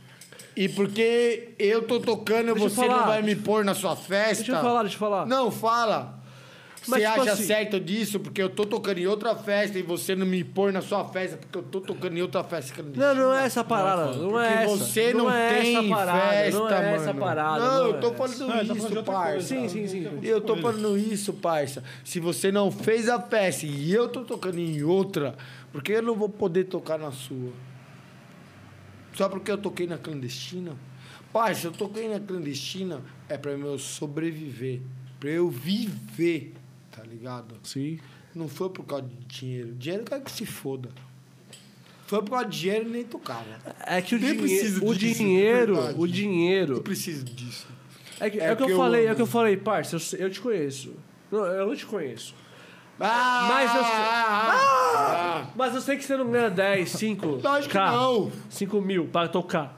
E porque eu tô tocando, Deixa eu você falar. não vai me pôr na sua festa? Deixa eu falar, deixa eu falar. Não, fala. Mas, você tipo acha assim- certo disso? Porque eu tô tocando em outra festa e você não me pôr na sua festa porque eu tô tocando em outra festa. que eu Não, não é essa parada. Não, é Porque essa. você não, é tem essa parada, festa, não é mano. essa parada. Não, eu é tô essa. falando isso, parça. Sim, sim, sim. Eu tô falando isso, parça. Se você não fez a festa e eu tô tocando em outra, por que eu não vou poder tocar na sua? Só porque eu toquei na clandestina? Parça, eu toquei na clandestina é pra eu sobreviver. Pra eu viver, tá ligado? Sim. Não foi por causa de dinheiro. Dinheiro eu quero que se foda. Foi por causa de dinheiro e nem tocava. É que o, Nem dinhe- preciso o disso, dinheiro, verdade. o dinheiro, Eu preciso disso. é que, é É o que eu, que eu- falei, é o que eu falei, parça, eu, sei- eu te conheço. Não, eu não te conheço. Ah, Mas eu- ah, ah, Mas eu sei que você não ganha 10, 5, Lógico que K, não. 5 mil pra tocar.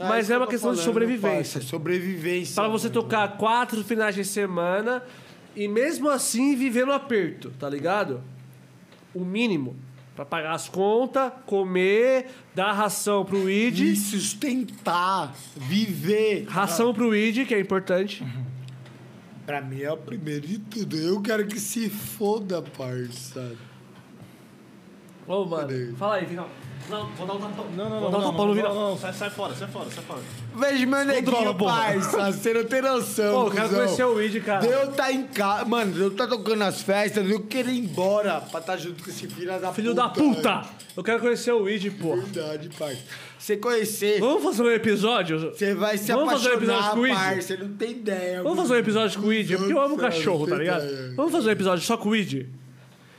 Ah, Mas isso é que uma eu tô questão de falando, sobrevivência. parça, Sobrevivência. Pra você mano. tocar quatro finais de semana e mesmo assim viver no aperto, tá ligado? O mínimo. Pra pagar as contas, comer, dar ração pro De Id. sustentar, viver. Ração pro Id, que é importante. Pra mim é o primeiro de tudo. Eu quero que se foda, parça. Ô, mano. Fala aí, Vinão. Não, vou dar um tapão. Não, não, não. vou dar um não, tapão no não, Vinão. não, não, sai, sai fora, sai fora, sai fora. Veja meu neguinho, porra. parça. Você não tem noção, Pô, eu quero cuzão. conhecer o Id, cara. Deus tá em casa. Mano, Deus tá tocando nas festas. Eu quero ir embora pra estar junto com esse filho da Filho da puta. puta! Eu quero conhecer o Id, pô. Verdade, parça. Você conhecer, Vamos fazer um episódio? você vai se Vamos fazer um apaixonar, episódio com o Id? parça. Você não tem ideia. Vamos fazer um episódio com o Id, é porque eu amo cachorro, tá ligado? Vamos fazer um episódio só com o Id.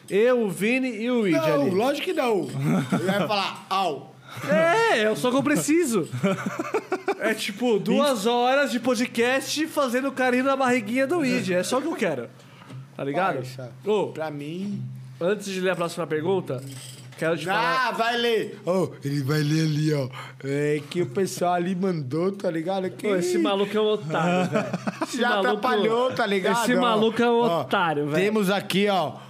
Eu, o Vini e o Id Não, ali. lógico que não. Ele vai falar, au. É, é só que eu preciso. É tipo duas horas de podcast fazendo carinho na barriguinha do Id. É só o que eu quero. Tá ligado? Parça. Ô, Pra mim... antes de ler a próxima pergunta, quero te falar. Ah, vai ler. Ô, ele vai ler ali, ó. É que o pessoal ali mandou, tá ligado? Que... Pô, esse maluco é um otário, velho. Esse Já maluco- atrapalhou, tá ligado? Esse Ó, maluco é um ó, otário, velho. Temos aqui, ó,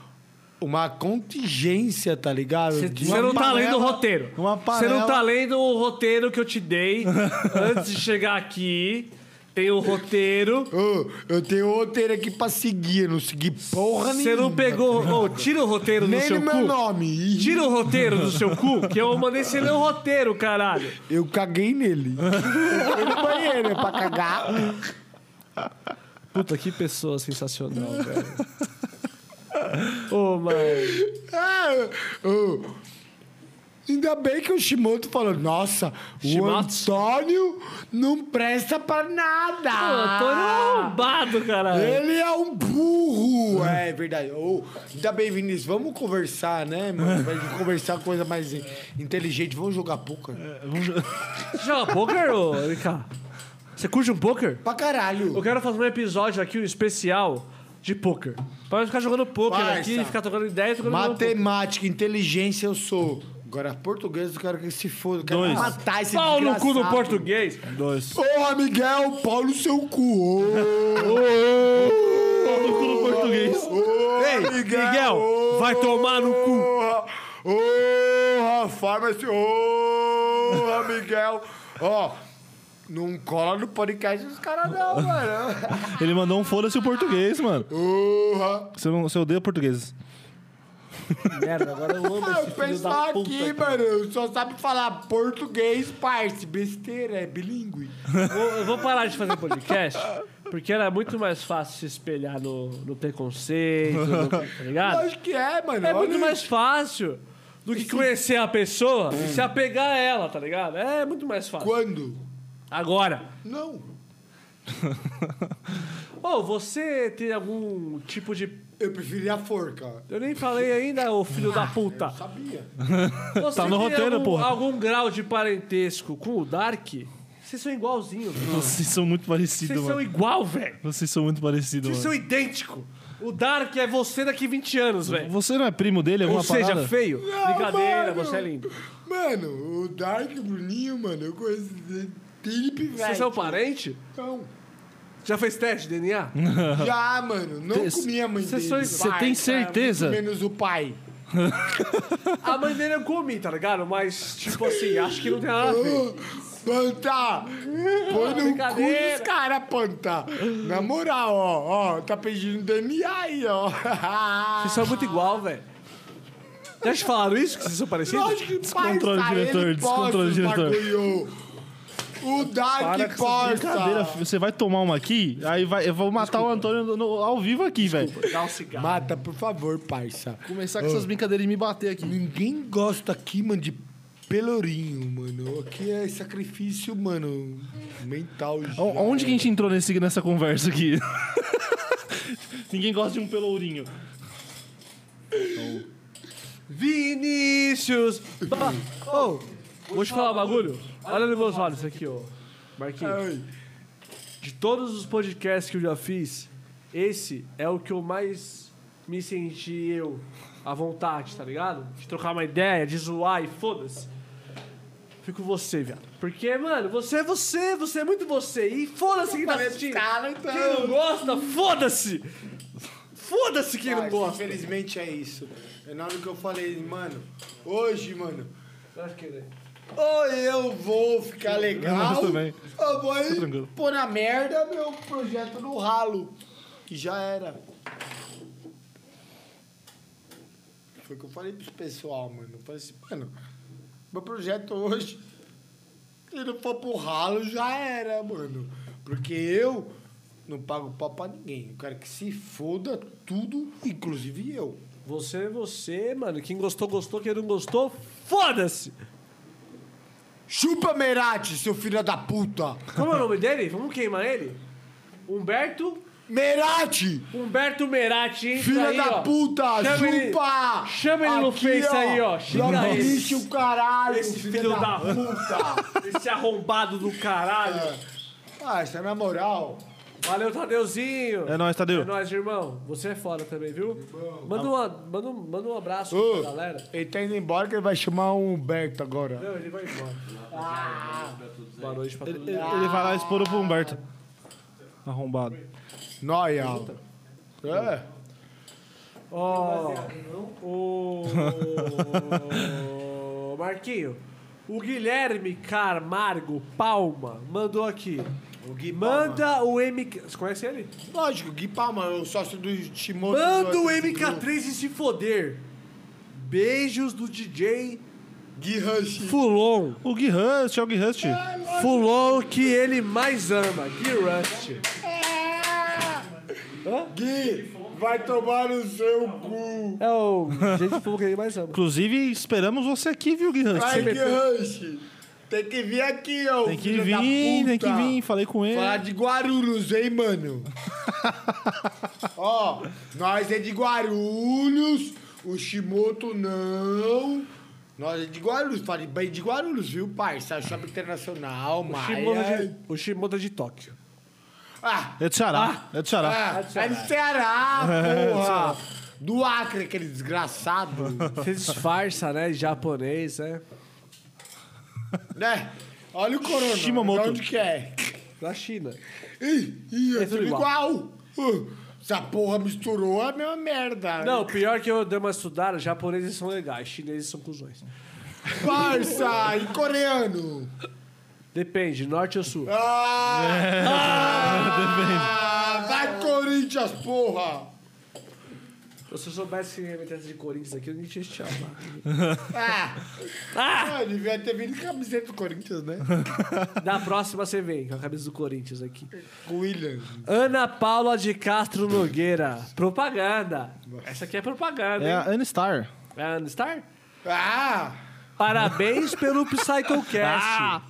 uma contingência, tá ligado? Você De você uma não tá panela- lendo o roteiro. uma Você não panela- tá lendo o roteiro que eu te dei antes de chegar aqui. Tem o roteiro. Ô, eu tenho roteiro aqui pra seguir, eu não segui porra Você nenhuma. não pegou. Ô, tira o roteiro do nem seu no meu cu. nome. Ih, Tira o roteiro do seu cu, que eu mandei você ler o roteiro, caralho. Eu caguei nele. eu fui no banheiro pra cagar. Puta, que pessoa sensacional, velho. Ô, mano. Ah, ô. Ainda bem que o Shimoto falou, nossa, Shimoto? o Antônio não presta pra nada. Ô, Antônio é um arrombado, caralho. Ele é um burro! É, verdade. Ô, ainda bem, Vinícius, vamos conversar, né, mano? Vamos conversar coisa mais in- inteligente. Vamos jogar poker. Você joga um poker, ô, Ricardo? Você curte um poker? Pra caralho. Eu quero fazer um episódio aqui, um especial de poker. Pra nós ficar jogando poker Parça. aqui, ficar tocando ideia e tocando Matemática, inteligência eu sou. Agora, português eu quero que se foda. Eu Quero Dois. matar esse Pau no cu do desgraçado. É português. Dois. Porra, Miguel, pau no seu cu. Pau no cu do português. Ei, Miguel, vai tomar no cu. Porra, porra, farmácia, porra, Miguel. Ó, não cola no podcast dos caras não, mano. Ele mandou um foda-se o português, mano. Porra. Você, não, você odeia português. Ah, o pessoal aqui, mano, só sabe falar português, parce. Besteira, é bilíngue. Vou- Eu vou parar de fazer podcast, porque era muito mais fácil se espelhar no, no preconceito, no- tá ligado? Acho que é, mano. É olha muito isso. mais fácil do que conhecer a pessoa e se apegar a ela, tá ligado? É muito mais fácil. Quando? Agora, Não. ô, você tem algum tipo de Eu preferia a forca. Eu nem falei ainda, ô filho da puta. Sabia. Você Tá no tem roteiro, algum, porra. algum grau de parentesco com o Dark? Vocês são igualzinhos. velho. Vocês são muito Vocês parecidos, são mano. igual, velho. Vocês são muito parecidos, Vocês mano. são idênticos. O Dark é você daqui 20 anos, velho. Você não é primo dele, alguma Ou seja, parada? feio. Brincadeira, mano. você é lindo. Mano, o Dark Bruninho, mano, eu conheço ele. Felipe, Vocês velho. são é parente? Então, Já fez teste de DNA? Já, mano, não Tem- comia a mãe Cê dele. só- Você tem certeza? Menos o pai. A mãe é dele eu um comi, tá ligado? Mas, tipo assim, acho que não tem nada a ver. Pantar! Põe no cu Brincadeira. dos caras, Pantar. Na moral, ó, ó, tá pedindo DNA aí, ó. Vocês são é muito igual, velho. Já te falaram isso? Que vocês são parecidos? Lógico que Descontrole, parça, diretor, ele descontrole, posta os diretor. bagulho. O Para Dark com essa brincadeira, Porta. filho. Você vai tomar uma aqui, aí vai, eu vou matar o Antônio no- no- ao vivo aqui, velho. Dá um cigarro. Mata, por favor, parça. Começar com essas brincadeiras e me bater aqui. Ninguém gosta aqui, mano, de pelourinho, mano. Aqui é sacrifício, mano, mental. O- Onde que a gente entrou nesse, nessa conversa aqui? Ninguém gosta de um pelourinho. Vinícius! Ba- Ô, vou te falar um bagulho. Olha nos meus olhos aqui, ô. Marquinhos. De todos os podcasts que eu já fiz, esse é o que eu mais me senti eu à vontade, tá ligado? De trocar uma ideia, de zoar e foda-se. Fico você, viado. Porque, mano, você é você, você é muito você. E foda-se quem tá assistindo. Cara, então. Quem não gosta, foda-se! Foda-se quem não Mas, gosta. Infelizmente é isso. É na hora que eu falei, mano, hoje, mano, ou eu vou ficar legal, tudo bem. ou vou aí tranquilo. pôr na merda meu projeto no ralo. Que já era. Foi o que eu falei pro pessoal, mano. Eu falei assim, mano, meu projeto hoje, se não for pro ralo, já era, mano. Porque eu não pago pau pra ninguém. Eu quero que se foda tudo, inclusive eu. Você é você, mano. Quem gostou, gostou. Quem não gostou, foda-se. Chupa Merati, seu filho da puta! Como é o nome dele? Vamos queimar ele? Humberto. Merati! Humberto Merati, hein? Filha Aí, da ó. puta! Chama ele- chupa! chama ele no Face aí, ó. Xinga Chama ele. bicho, o caralho! Esse filho filho da puta! Esse arrombado do caralho. ah, isso é na moral. Valeu, Tadeuzinho. É nóis, É Tadeu. nóis, irmão. Você é foda também, viu? Manda, uma, manda, um, manda um abraço Ô. pra galera. Ele tá indo embora que ele vai chamar o Humberto agora. Não, ele vai embora. Boa noite pra todos. Ele, ele vai lá expor o pro Humberto. Arrombado. Noia! É? Ó, o... o Marquinho, o Guilherme Carmargo Palma mandou aqui. O Gui Manda o MK... Você conhece ele? Lógico, Gui Palma, o sócio do Timóteo. Manda o do- MK3 se foder. Beijos do DJ Gui Rush. Fulon. O Gui Hust, é o Gui Hust. Fulon que ele mais ama. Gui Rust. Gui, vai tomar no seu cu! É o gente Fulon que ele mais ama. Inclusive, esperamos você aqui, viu, Gui Vai, Hust? Gui Rush! Tem que vir aqui, ó! Tem que filho da vir, tem que puta. vir. Falei com ele. Falar de Guarulhos, hein, mano? Ó, nós é de Guarulhos, o Shimoto não. Nós é de Guarulhos, falei bem de Guarulhos, viu, parça? Shopping Internacional, Shimoda Maia. de- o Shimoda de Tóquio. Ah, É do Ceará. É do Ceará. ah, é do Ceará, porra! Do Acre, aquele desgraçado, Você disfarça, né? Japonês, né? né? Olha o corona, Shimamoto. de onde que é? Da China. Ih, ih, é tudo tudo igual. Uh, Essa porra misturou a mesma merda. Não, pior que eu dei uma estudada, japoneses são legais, chineses são cuzões. Parça, e coreano? Depende, norte ou sul. Ah, É. Tá ah, vai Corinthians, porra! Se eu soubesse que ia meter essa de Corinthians aqui, eu nem tinha te chamado. Ah, ah, devia ter vindo com a camiseta do Corinthians, né? Da próxima você vem, com a cabeça do Corinthians aqui. Com o William. Ana Paula de Castro Nogueira. Propaganda. Essa aqui é propaganda, É hein? a Anistar. É a Anstar? Ah, Parabéns pelo PsychoCast.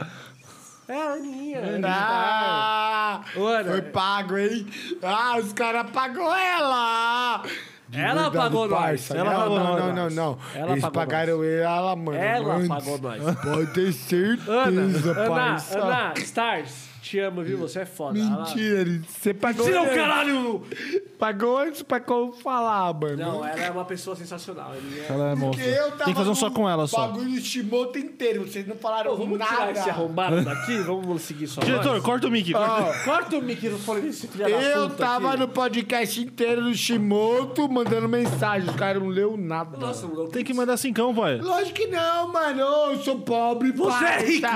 É a Aninha. ah, Ô, Ana, foi pago, hein? Ah, os caras pagou ela! De Ela verdade, pagou nós. parça. Ela não, pagou não, nós. não, não, não. Ela Eles pagou pagaram ela, mano. ela antes. pagou nós. Pode ter Ana, certeza, Ana, parça. Ana, Stars, te amo, viu? Você é foda. Mentira, você pagou Tira o antes. caralho! Pagou antes pra como falar, mano. Não, ela é uma pessoa sensacional. Ele é... Ela é Porque monstro. eu tava Tem que fazer um só no com ela, só. bagulho do Shimoto inteiro, vocês não falaram Pô, vamos tirar nada. esse arrombado daqui? Vamos seguir só Diretor, corta o mic. corta. nós? Corta o microfone desse filho da Eu puta tava aqui. no podcast inteiro do Shimoto mandando mensagem, os caras não leu nada. Nossa, mano, Tem que mandar cincão, pai. Lógico que não, mano. Eu sou pobre, Você é rico.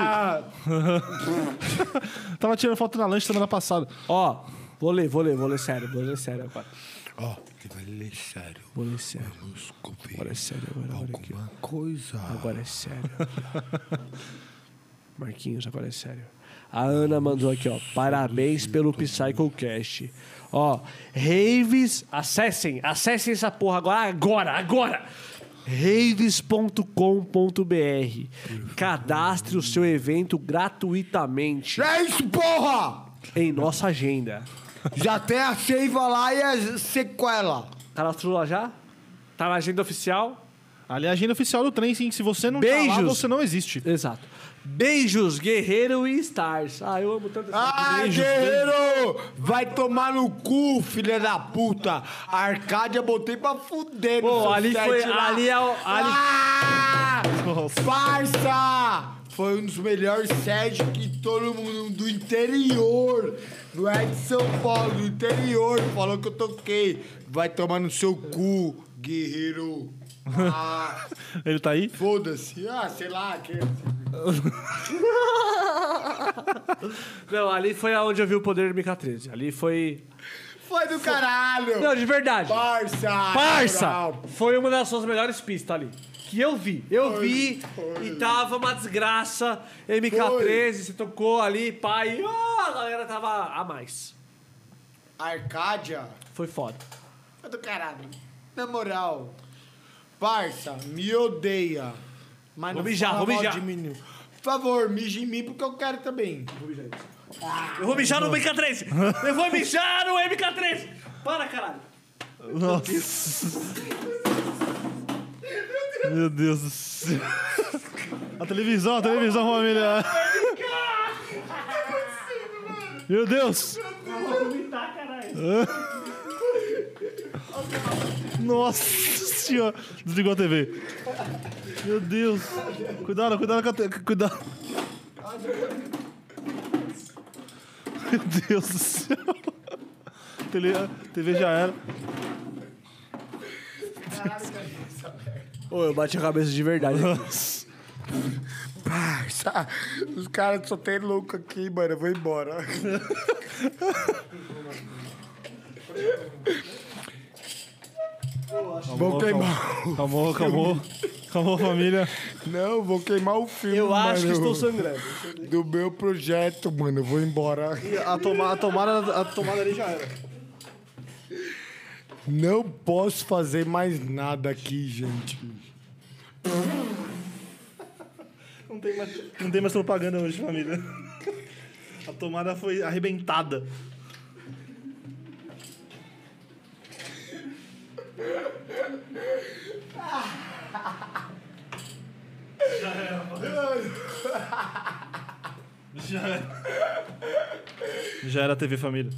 Tava tirando foto na lanche semana passada. Ó, vou ler, vou ler, vou ler sério, vou ler sério agora. Ó, que vai ler sério. Vou ler sério, Vamos conferir agora é sério, agora, agora aqui. alguma coisa. Agora é sério. Marquinhos, agora é sério. A Ana mandou aqui, ó. Parabéns pelo PsychoCast. Ó, raves, acessem, acessem essa porra agora, agora, agora. raves.com.br. Cadastre o seu evento gratuitamente É isso, porra! em nossa agenda. Já tem a seiva lá e a sequela. Cadastrou lá já? Tá na agenda oficial? Ali é a agenda oficial do trem, sim. Se você não tá lá, Beijos. você não existe. Exato. Beijos, Guerreiro e Stars. Ah, eu amo tanto essa Ah, guerreiro! Vai tomar no cu, filha da puta! A Arcádia botei pra fuder, Pô, no seu ali set foi- lá. ali é o- ali- Ah! Parça! Foi um dos melhores sets que todo mundo do interior, não é de São Paulo, do interior, falou que eu toquei. Vai tomar no seu cu, guerreiro. Ah, Ele tá aí? foda-se. Ah, sei lá, que... Não, ali foi onde eu vi o poder do MK13. Ali foi. Foi do caralho. Não, de verdade. Parça! Parça! moral. Foi uma das suas melhores pistas ali. Que eu vi. Eu vi e tava uma desgraça. MK13, você tocou ali, pai. Ah, a galera tava a mais. Arcádia. Foi foda. Foi do caralho. Na moral. Parça, me odeia. Mas Vou mijar, fala vou mal mijar. de mim, não. Por favor, mija em mim porque eu quero também. Eu vou mijar no MK13! Eu vou mijar no MK13! Para, caralho! Meu Deus do céu. A televisão, a televisão, família. Meu Deus. Nossa senhora. Desligou a TV. Meu Deus. Cuidado, cuidado com a te... Cuidado. Meu Deus do céu. Tele... TV já era. Ô, eu bati a cabeça de verdade. Parça, os caras só tem louco aqui, mano. Eu vou embora. Vou queimar. Calmou, calmou. Calmou, família. Não, vou queimar o filme. Eu acho que mano, estou sangrando. Do meu projeto, mano. Eu vou embora. A, toma, a, tomada, a tomada ali já era. Não posso fazer mais nada aqui, gente. Não tem mais, não tem mais propaganda hoje, família. A tomada foi arrebentada. Já era. Já era a TV Família.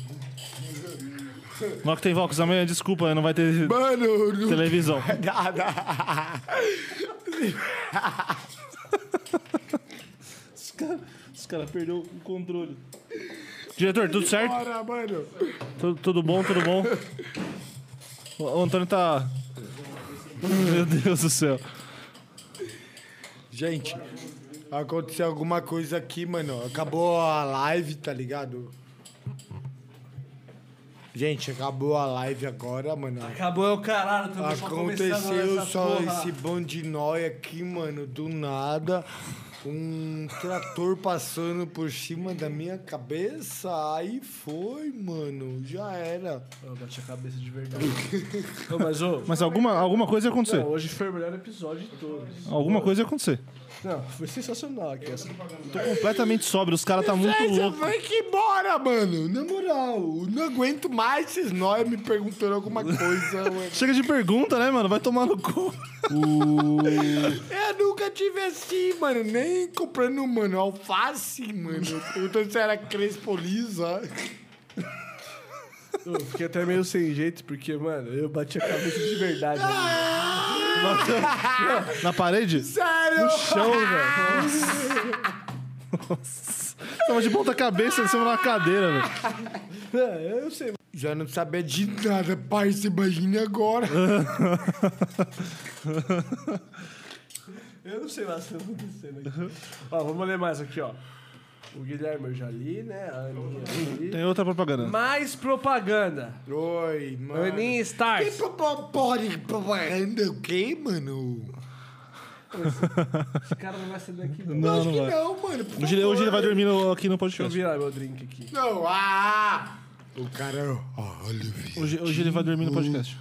Noctem Vox, amanhã, desculpa, não vai ter Mano, não televisão. nada. Os caras perderam o controle. Diretor, tudo certo? Bora, mano. Tudo, tudo bom, tudo bom. O, o Antônio tá. Meu Deus do céu. Gente, aconteceu alguma coisa aqui, mano. Acabou a live, tá ligado? Gente, acabou a live agora, mano. Acabou o caralho, tô só começando Aconteceu essa só porra. esse bonde de nóia aqui, mano, do nada. Um trator passando por cima da minha cabeça. Aí foi, mano. Já era. Eu bati a cabeça de verdade. Ô, mas, ô, Mas alguma, alguma coisa ia acontecer. não, hoje foi o melhor episódio de todos. Alguma coisa ia acontecer. Não, foi sensacional aqui. Essa... Tô completamente sóbrio, os caras tá muito Gente, eu louco. vou que embora, mano. Na moral, eu não aguento mais esses nóia me perguntando alguma coisa, mano. Chega de pergunta, né, mano? Vai tomar no cu. Eu nunca tive assim, mano. Nem comprando, mano, alface, mano. Perguntando se era crespo lisa. Eu fiquei até meio sem jeito, porque, mano, eu bati a cabeça de verdade. né? mano. Na parede? Sério? Chão, velho. Nossa. Tava de ponta cabeça em cima de uma cadeira, velho. É, eu sei. Já não sabia de nada, parça. Imagina agora. Eu não sei mais o que tá acontecendo aqui. ó, vamos ler mais aqui, ó. O Guilherme eu já li, né? A Aninha eu já li. Tem outra propaganda. Mais propaganda. Oi, mano. Aninha Que Stars. pro- pro- porra, propaganda o quê, mano? Esse cara não vai sair daqui, não. é. Não, Acho não que vai. não, mano. por Hoje, ele- hoje ele vai favor. dormir no- aqui no Deixa eu podcast. virar meu drink aqui. Não, ah! O cara. Olha, filho. Hoje, hoje ele vai dormir no podcast.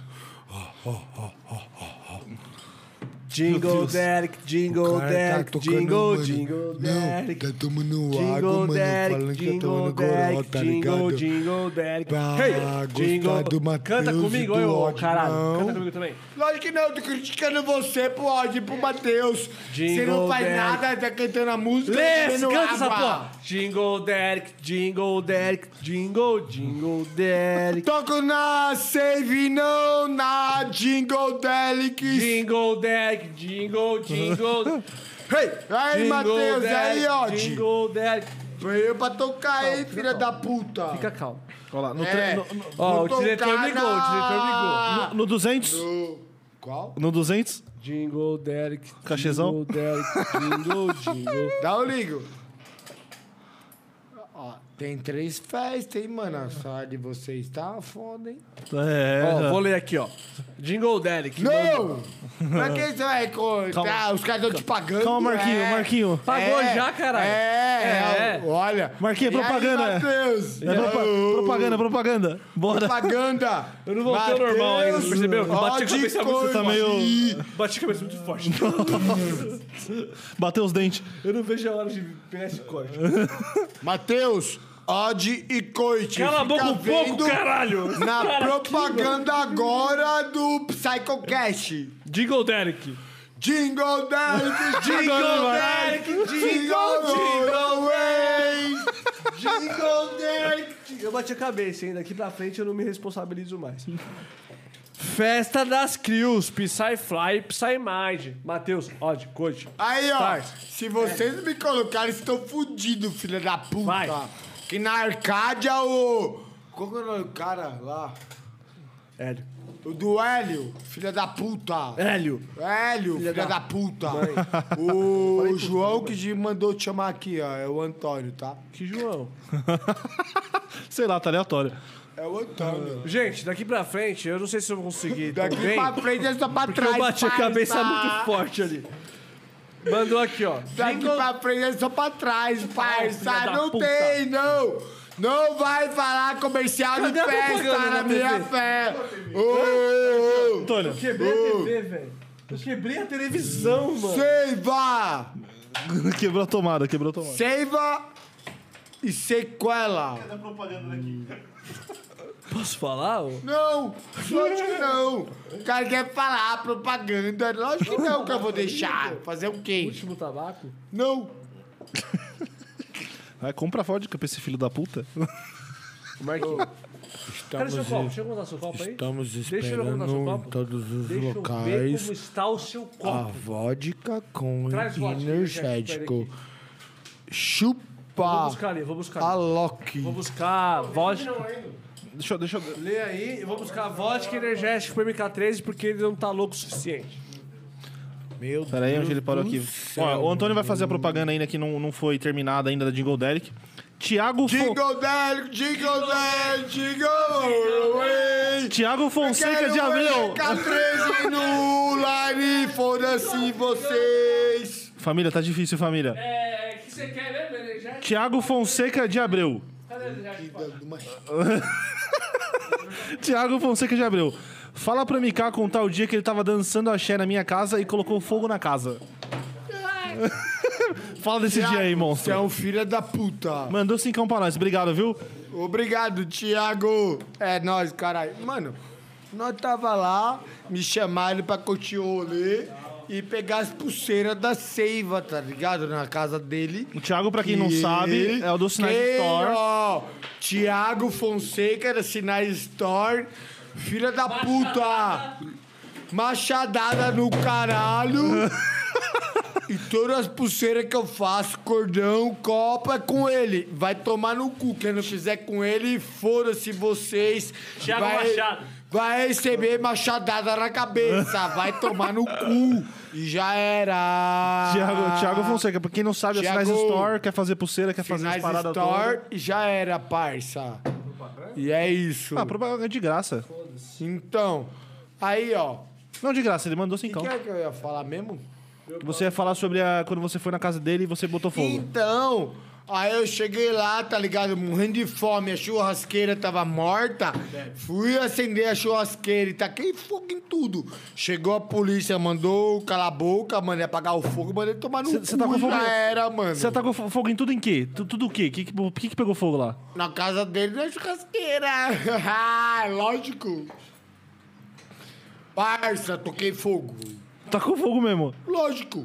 Jingle Derek, Jingle cara tá Derek, tocando, jingle, mano. jingle Não, Derek. tá tomando água, Jingle mano. Falando Derek, que tá tomando Jingle goró, Derek, tá Jingle, ligado? Jingle Derek. Pra gostar do Matheus Canta e comigo, do ô ódio, caralho. não. Canta comigo também. Lógico que não, tô criticando você pro ódio e pro Matheus. Você não Jingle faz bell. nada, tá cantando a música. tá Lê, bebendo canta essa água. porra. Jingle Derek, Jingle Derek, Jingle, Jingle Derek. Toco na save, não na Jingle Delic. Jingle Derek, Jingle, Jingle. Ei, aí, Jingle Matheus, Daddy, aí, ó. Jingle Daddy. Põe eu pra Tá, tocar, hein, filha da puta. Fica calmo. Olha lá, no, É, tre- no- no- Ó, vou o diretor tocar ligou, o diretor ligou. na- no 200, Qual? no 200, Jingle Derek. Cachezão? Jingle Derek. Jingle, jingle. Dá o ligo. Ó, tem três festas, hein, mano? A sala de vocês tá foda, hein? é, Ó, vou ler aqui, ó. Jingle Derek. Não! Pra que você vai contar? Calma. Os caras estão te pagando. calma, Marquinho, é. Marquinho. Pagou já, caralho. É, É. olha. Marquinho, E aí, propaganda. Matheus? É propa- propaganda, propaganda. Bora. Propaganda. Eu não voltei ao normal ainda, percebeu? Bati a cabeça muito, você tá meio- Bati a cabeça muito forte. Bateu os dentes. Eu não vejo a hora de pegar esse corte. Matheus, Ode e Coit. Cala a boca um pouco, caralho! Na propaganda agora do Psychocast. Jingle Derek. Jingle Derek, Jingle Derek, Jingle Jingle Way. Jingle Derek. Eu bati a cabeça, hein? Daqui pra frente eu não me responsabilizo mais. Festa das Crios, Psy Fly, Psy Mind. Matheus, ó, de coach. Aí, ó. Vai. Se vocês me colocarem, estou fudido, filha da puta. Vai. Que na Arcádia o... Qual que é o nome do cara lá? Hélio. O do Hélio, filha da É. puta. Hélio. Hélio, filha, da... puta. O João que te mandou te chamar aqui, ó. É o Antônio, tá? Que João. Sei lá, tá aleatório. É o Antônio. Gente, daqui pra frente, eu não sei se eu vou conseguir. Daqui também, pra frente é só pra Ah, porque trás. eu bati a parça. cabeça muito forte ali. Mandou aqui, ó. Daqui pra frente é só pra trás, parça. Ah, da Não puta. tem, não. Não vai falar comercial Cadê a de festa propaganda na na minha TV? fé. Ô, ô, ô. Antônio, Quebrei a TV, velho. Eu quebrei a televisão, mano. Seiva! quebrou a tomada, quebrou a tomada. Seiva e sequela. Posso falar? ô? Não, lógico que não. O cara quer falar propaganda. Lógico que não que eu vou deixar. Fazer o quê? Último tabaco? Não. Vai, compra vodka pra esse filho da puta. Marquinhos. Cadê seu Estamos, copo? Deixa eu contar seu copo aí. estamos Deixa eu esperando perguntar seu em copo. todos os Deixa eu ver locais como está o seu copo. Ah. a vodka com Traz vodka, energético. Vou Chupa buscar ali, vou buscar. a ali. Loki. Vou buscar vodka. Deixa, eu- deixa eu... Lê aí, eu vou buscar vodka energético pro MK13 porque ele não tá louco o suficiente. Meu Pera aí, onde ele parou aqui? Ó, o Antônio vai fazer a propaganda ainda que não, não foi terminada ainda da Jingle Derek. Tiago, Fon... Jingle Bell, Jingle Bell, Jingle all the way. Tiago Fonseca Quero de Abreu. MK13 no line, foda-se vocês. Família, tá difícil, família. É, o que você quer mesmo, energético? Tiago Fonseca de Abreu. Cadê o energético? Tiago Fonseca de Abreu. Fala pra Miká contar o dia que ele tava dançando axé na minha casa e colocou fogo na casa. Fala desse dia aí, Você é monstro. um filho da puta. Mandou cincão pra nós. Obrigado, viu? Obrigado, Thiago. É nóis, caralho. Mano, nós tava lá, me chamaram pra curtir o rolê e pegar as pulseiras da Seiva, tá ligado? Na casa dele. O Thiago, pra quem não sabe, é o do Sinais Quem, Store. ó, Thiago Fonseca da Sinais Store. Filha da puta. Machadada no caralho. E todas as pulseiras que eu faço, cordão, copa, é com ele. Vai tomar no cu. Quem não fizer com ele, foda-se vocês. Thiago vai, Machado. Vai receber machadada na cabeça. Vai tomar no cu. E já era. Tiago, Tiago Fonseca, pra quem não sabe, é o Sinais Ah. Thiago. Store quer fazer pulseira, quer fazer as Finais paradas Store todas. e já era, parça. E é isso. Ah, propaganda de graça. Então, aí, ó. Não, de graça, ele mandou O que, cincão. é que eu ia falar mesmo? Você ia falar sobre a, quando você foi na casa dele e você botou fogo. Então, aí eu cheguei lá, tá ligado? Morrendo de fome, a churrasqueira tava morta. Fui acender a churrasqueira e taquei fogo em tudo. Chegou a polícia, mandou calar a boca, mano, ia apagar o fogo, mandei tomar no Cê- cu. cê tá com tá fogo- Já era, mano. Você atacou fo- fogo em tudo em quê? Tu- Tudo o quê? O que, que, por que que pegou fogo lá? Na casa dele na churrasqueira. Ah, Lógico. Parça, toquei fogo. Tacou Tá fogo mesmo. Lógico.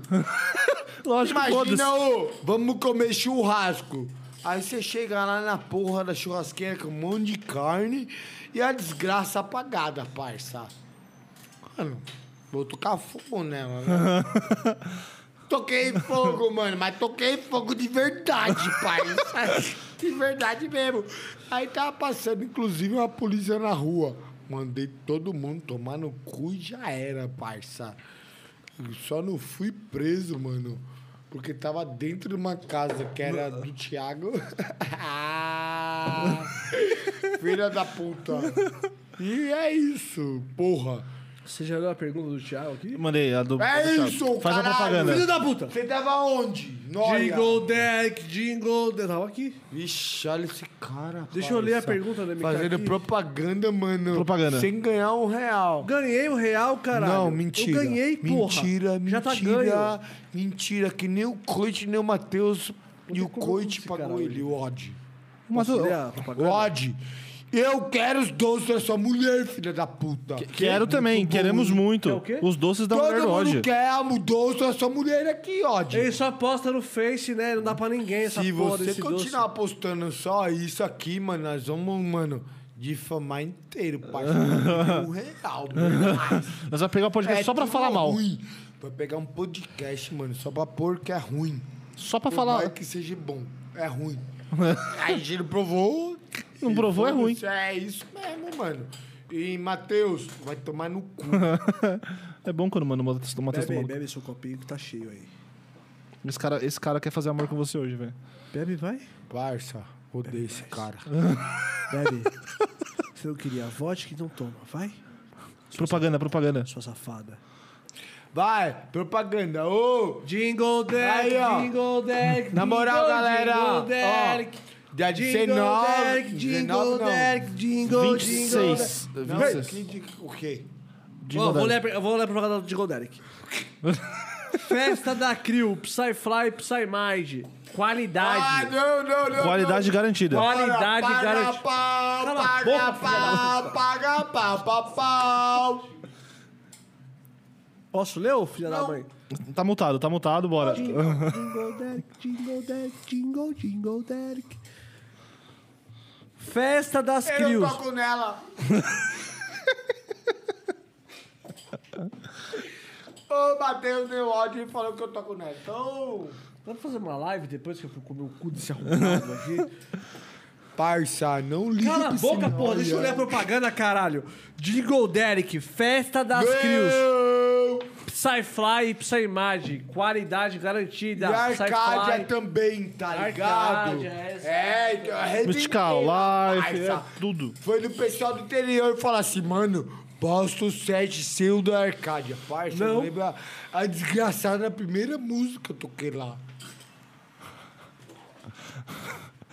Lógico, foda-se. Imagina, ô, vamos comer churrasco. Aí você chega lá na porra da churrasqueira com um monte de carne e a desgraça apagada, parça. Mano, vou tocar fogo nela, né? Toquei fogo, mano, mas toquei fogo de verdade, pai. De verdade mesmo. Aí tava passando, inclusive, uma polícia na rua. Mandei todo mundo tomar no cu e já era, parça. Eu só não fui preso, mano. Porque tava dentro de uma casa que era do Thiago. Ah, Filha da puta. E é isso, porra. Você já viu a pergunta do Thiago aqui? Mandei a do. É do Thiago. isso, Faz caralho. a propaganda. Filho da puta! Você tava onde? Nóia. Jingle Deck, Jingle Deck. Tava aqui. Vixe, olha esse cara. Deixa eu ler a pergunta da minha Fazendo propaganda, mano. Propaganda. Sem ganhar um real. Ganhei o real, caralho. Não, mentira. Eu ganhei, porra. Mentira, Já mentira. tá ganho. Mentira, que nem o Coit, nem o Matheus. E é o Coit esse pagou caralho? ele, o Odd. Mas eu- Lê a propaganda. Odd, eu quero os doces da sua mulher, filha da puta. Quero um também, queremos muito. Quer o quê? Os doces da mulher É Todo do mundo Roger. quer o doce da sua mulher aqui, Odd. Ele só posta no Face, né? Não dá pra ninguém essa Se porra você desse continuar postando só isso aqui, mano, nós vamos, mano, difamar inteiro, parceiro. um real, mano. Nós vamos pegar o podcast É só pra tudo falar mal. Ruim. Vai pegar um podcast, mano, só pra pôr que é ruim. Só pra Por falar. mais que seja bom, é ruim. Aí Giro provou. Não E provou, é foda-se, É isso mesmo, mano. E Matheus, vai tomar no cu. É bom quando manda uma uma doce. testa Bebe, aí, maluca. bebe seu copinho que tá cheio aí. Esse cara, esse cara quer fazer amor com você hoje, velho. Bebe, vai. Parça, odeio esse cara. Bebe. você não queria vodka, então toma. Vai, Propaganda, propaganda. sua safada. Vai, propaganda. Ô, Jingle Deck, Aí, ó. Jingle Deck. Na moral, jingle, galera, ó, Jingle Deck. dia Jingle 19, Deck, 19 Jingle não. Deck, Jingle, Jingle Deck. 26. não, 26. que de- o quê? De Ó, vou, mandar. ler, a- eu vou ler a propaganda de Golderek. Festa da Crio, Psyfly, Psymind. Qualidade. Ah, não, não, não. Qualidade garantida. Qual- qualidade Ah, para, garantida. Pau, Cala a para, boca, pau, paga pau, pau, pau. Posso ler, ô filha da mãe? Tá multado, tá multado, bora. Jingle Derek, Jingle Derek, Jingle, Jingle Derek. Festa das Eu Crios. toco nela. Ô, Matheus deu ódio e falou que eu toco nela. Então... Dá pra fazer uma live depois que eu for comer o cu desse arrumado aqui? Parça, não liga Cala a pra esse boca, nó, porra. Deixa eu Ian. ler a propaganda, caralho. Jingle Derek, Festa das Crios. Meu! Psyfly e Psymage, qualidade garantida. E Arcádia Psyfly. também, tá ligado? Arcádia, essa. É, então, arrebentei Mystical na Life, parça. é tudo. Foi no pessoal do interior falar assim, mano, posta o set seu da Arcádia. Parça, Não. não. lembra a desgraçada na primeira música que eu toquei lá.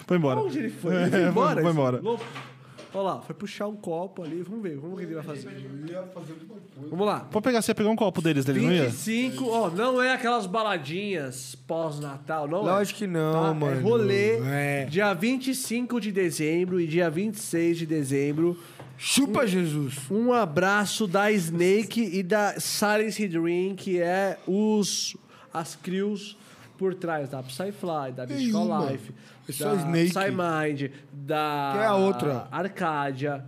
Foi embora. Onde ele foi? Ele foi É, embora? Foi esse embora. louco? Olha lá, foi puxar um copo ali. Vamos ver, vamos ver o que ele vai fazer. Vamos lá. Pode pegar, você ia pegar um copo deles, dele, não ia? 25, ó, não é aquelas baladinhas pós-natal, não Lógico que não, é mano. rolê, É. dia 25 de dezembro e dia 26 de dezembro, Chupa, Jesus. um abraço da Snake e da Silence Dream, que é os as crews por trás da Psyfly, da Mystical Nenhuma. Life, É da só Snake. Psymind, da Quem é a outra? É Arcadia,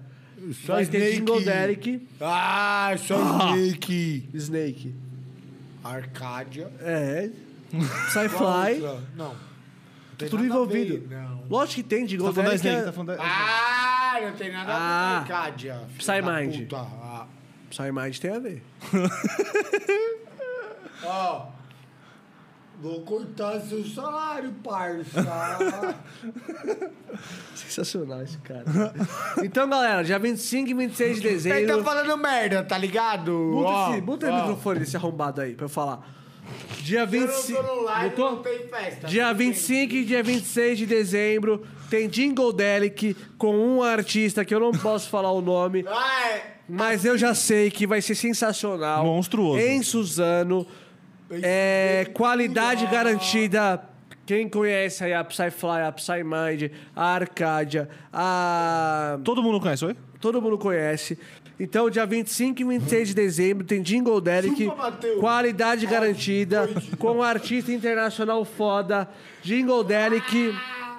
Só vai ter Snake. Jingle Derek, Ah, só Snake. Snake, Arcádia. é, Psyfly, Outra. Não. Não tem tudo nada a ver, envolvido. Não. Lógico que tem Jingle Tá falando da Derek, Snake, é- tá falando da... Ah, não tem nada Ah. a ver com Arcádia. filho Sai da Mind. puta. Ah. Psymind tem a ver. Ó, vou cortar seu salário, parça. Sensacional esse cara. então, galera, dia 25 e 26 de Ele dezembro... tá falando merda, tá ligado? Muda, Ó, esse, muda o ó. microfone desse arrombado aí pra eu falar. Dia Eu 25. não tô no live, Botou? não tem tá festa. Dia Não tem. 25 e dia 26 de dezembro tem Jingle Delic com um artista que eu não posso falar o nome, Vai! mas eu já sei que vai ser sensacional. Monstruoso. Em Suzano. É, qualidade garantida. Quem conhece aí a Psyfly, a Psymind, a Arcadia, a Todo mundo conhece, oi? todo mundo conhece. Então, dia 25 e 26 de dezembro tem Jingle Derek, Chupa, Mateus. qualidade garantida, com um artista internacional foda, Jingle Derek.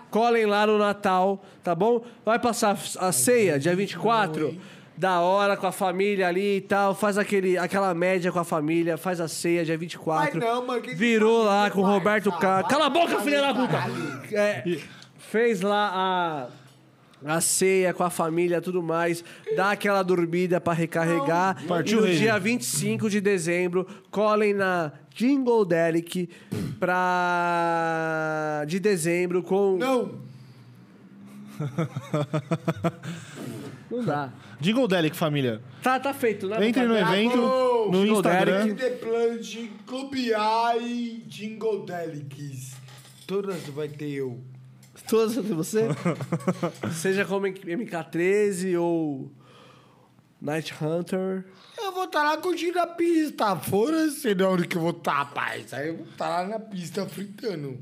Colhem lá no Natal, tá bom? Vai passar a ceia, dia 24. da hora com a família ali e tal, faz aquele, aquela média com a família, faz a ceia dia 24. Mas não, mano, que que virou faz? lá Que com o faz? Roberto Ah, Carlos. vai Cala a boca, caralho, filha da puta! caralho. É, fez lá a, a ceia com a família tudo mais, dá aquela dormida pra recarregar. Partiu e no ele. dia 25 de dezembro, colhem na Jingle Delic pra... de dezembro com... Não, Não dá. Jingle Delic, família. Tá, tá feito. Nada Entre pra- no evento, no Jingle Instagram. The Plant, Clube A e Jingle Delics. Todas vai ter eu. Todas sobre você? Seja como MK13 ou Night Hunter. Eu vou estar lá curtindo a pista. Fora-se na hora que eu vou estar, rapaz. Aí eu vou estar lá na pista fritando.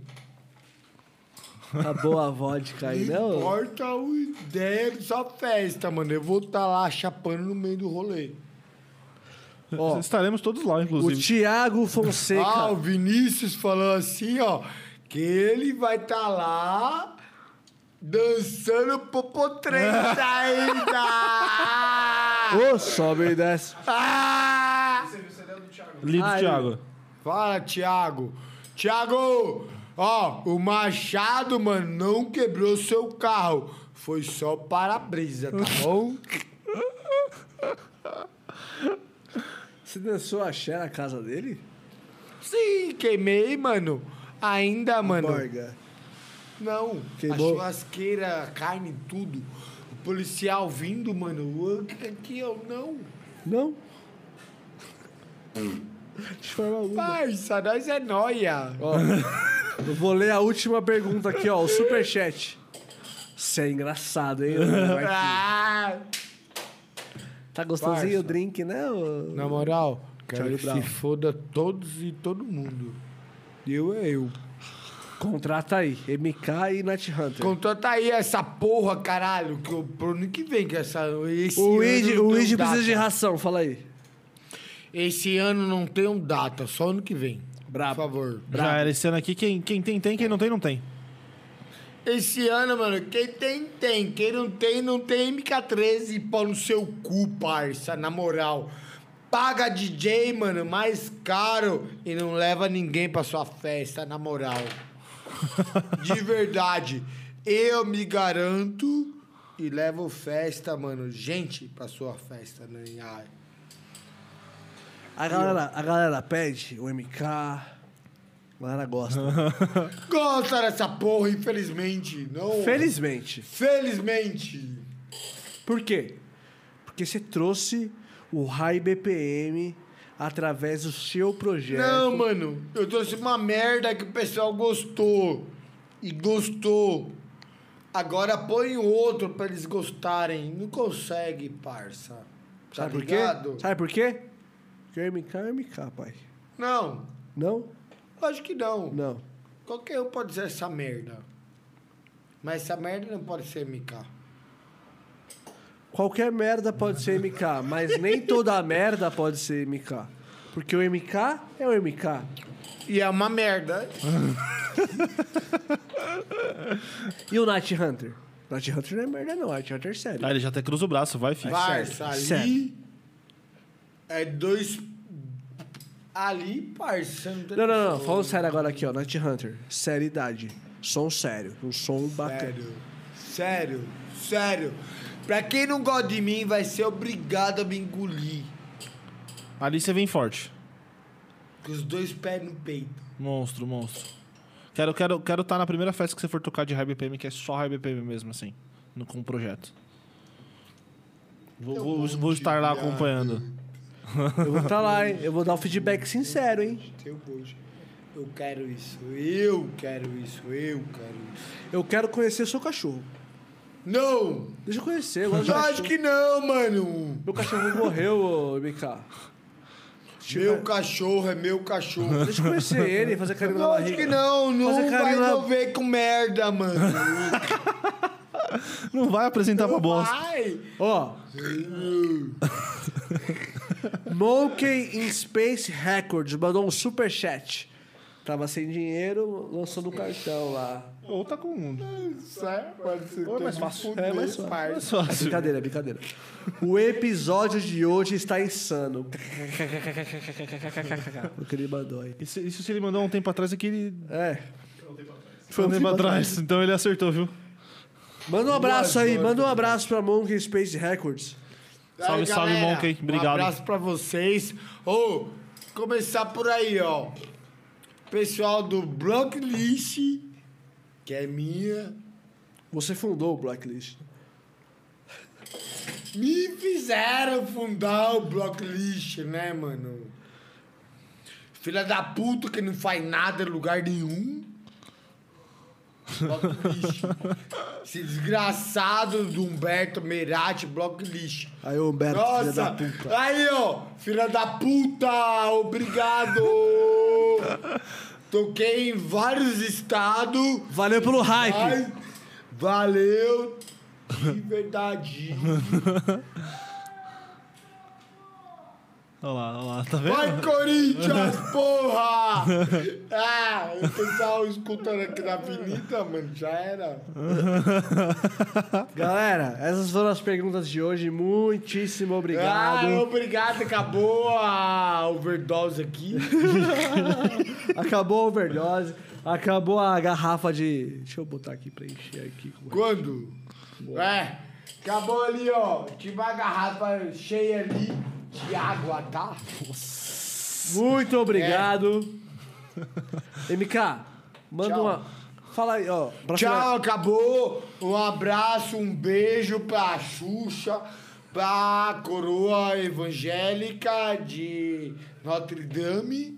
A boa vodka aí, né? Não não? importa a ideia de sua festa, mano. Eu vou estar lá chapando no meio do rolê. Ó, Estaremos todos lá, o inclusive. Thiago Ah, o Fonseca. Vinícius falou assim, ó, que ele vai estar lá dançando popotrem ainda. Ô, sobe e desce. Ah! Lido Ah, Thiago. Fala, Thiago. Thiago, ó, o Machado, mano, não quebrou seu carro. Foi só para-brisa, tá bom? Você dançou a Xé na casa dele? Sim, queimei, mano. Ainda, mano. Borga. Não, Queimou? a churrasqueira, a carne, tudo. O policial vindo, mano. Aqui- Aqui eu não. Não? De forma alguma. Parça, nós é nóia. Ó, eu vou ler a última pergunta aqui, ó. O superchat. Você é engraçado, hein? Marquinhos? Ah, Tá gostosinho o drink, né? ô? na moral, quero Charlie que Brown. se foda todos e todo mundo. Eu é eu. Contrata aí, MK e Night Hunter. Contrata tá aí essa porra, caralho, que eu, pro ano que vem, que essa. Esse o ano Id, não o tem Id data. precisa de ração, fala aí. Esse ano não tem um data, só ano que vem. Brabo. Por favor. Já era esse ano aqui. Quem, quem tem, tem. Quem não tem, não tem. Esse ano, mano, quem tem, tem. Quem não tem, não tem MK13 pau no seu cu, parça, na moral. Paga DJ, mano, mais caro e não leva ninguém pra sua festa, na moral. De verdade. Eu me garanto e levo festa, mano, gente pra sua festa, né? Ai. A galera, a galera pede o MK. A galera gosta. Gosta dessa porra, infelizmente. Não. Felizmente. Felizmente. Por quê? Porque você trouxe o High BPM através do seu projeto. Não, mano, eu trouxe uma merda que o pessoal gostou. E gostou. Agora põe outro pra eles gostarem. Não consegue, parça. Tá Sabe por quê? ligado? Sabe por quê? Porque o MK é MK, pai. Não, Não? lógico que não. Não. Qualquer um pode ser essa merda. Mas essa merda não pode ser MK. Qualquer merda pode ser MK, mas nem toda merda pode ser MK. Porque o MK é o MK. E é uma merda. E o Night Hunter? Night Hunter não é merda, não. Night Hunter é sério. Ah, ele já até cruza o braço. Vai, filho. Parça, ali sério. é dois. Ali, parça. tem Não, não, não. como. Falando sério agora aqui, ó. Night Hunter. Seriedade. Som sério. Um som bacana. Sério, sério, sério. Pra quem não gosta de mim, vai ser obrigado a me engolir. Ali você vem forte. Com os dois pés no peito. Monstro, monstro. Quero estar quero, quero tá na primeira festa que você for tocar de High BPM, que é só High BPM mesmo, assim. No, com o projeto. Vou, vou- vou estar lá acompanhando. Eu vou estar lá, hein? Eu vou dar um feedback sincero, hein? Eu gosto. Eu quero isso, eu quero isso, eu quero isso. Eu quero conhecer seu cachorro. Não! Deixa eu conhecer. Eu gosto de Lógico cachorro. que não, mano! Meu cachorro morreu, ô, MK. Meu cachorro é meu cachorro. Deixa eu conhecer ele, fazer carinho na Lógico que barriga. não, não Fazer vai carinho na- resolver com merda, mano. Não vai apresentar pra bosta. Ai! Ó. Monkey in Space Records mandou um superchat. Tava sem dinheiro, lançou no cartão lá. Ou tá com. Sai, pode ser. Ou é mais fácil. É, mas só. É É mais fácil. brincadeira, é brincadeira. O episódio de hoje está insano. O que ele mandou aí. Isso, isso se ele mandou há um tempo atrás é que ele. É. Foi um tempo atrás, então ele acertou, viu? Manda um abraço aí, manda um abraço pra Monkey Space Records. Salve, Aí, salve, galera, Monk. Um Obrigado. abraço pra vocês. Ou, começar por aí, ó. Pessoal do Blocklist, que é minha, Você fundou o Blacklist. me fizeram fundar o Blocklist, né, mano? Filha da puta que não faz nada em lugar nenhum. Blocklist. Esse desgraçado do Humberto Merati, Blocklist. Aí o Humberto, filha Nossa! da puta. Aí, ó! Filha da puta! Obrigado! Toquei em vários estados. Valeu pelo hype. Ai, valeu! De verdade! Olha lá, olha lá, tá vendo? Vai, Corinthians, porra! Ah, o pessoal escutando aqui na avenida, mano, já era. Galera, essas foram as perguntas de hoje. Muitíssimo obrigado. Ah, obrigado, acabou a overdose aqui. Acabou a overdose. Acabou a garrafa de. Deixa eu botar aqui pra encher aqui. Quando? É, acabou ali, ó. Tinha uma garrafa cheia ali de água, tá? É. Muito obrigado. MK, manda Tchau. uma. Fala aí, ó. pra Tchau, final- acabou. Um abraço, um beijo pra Xuxa, pra coroa evangélica de Notre Dame.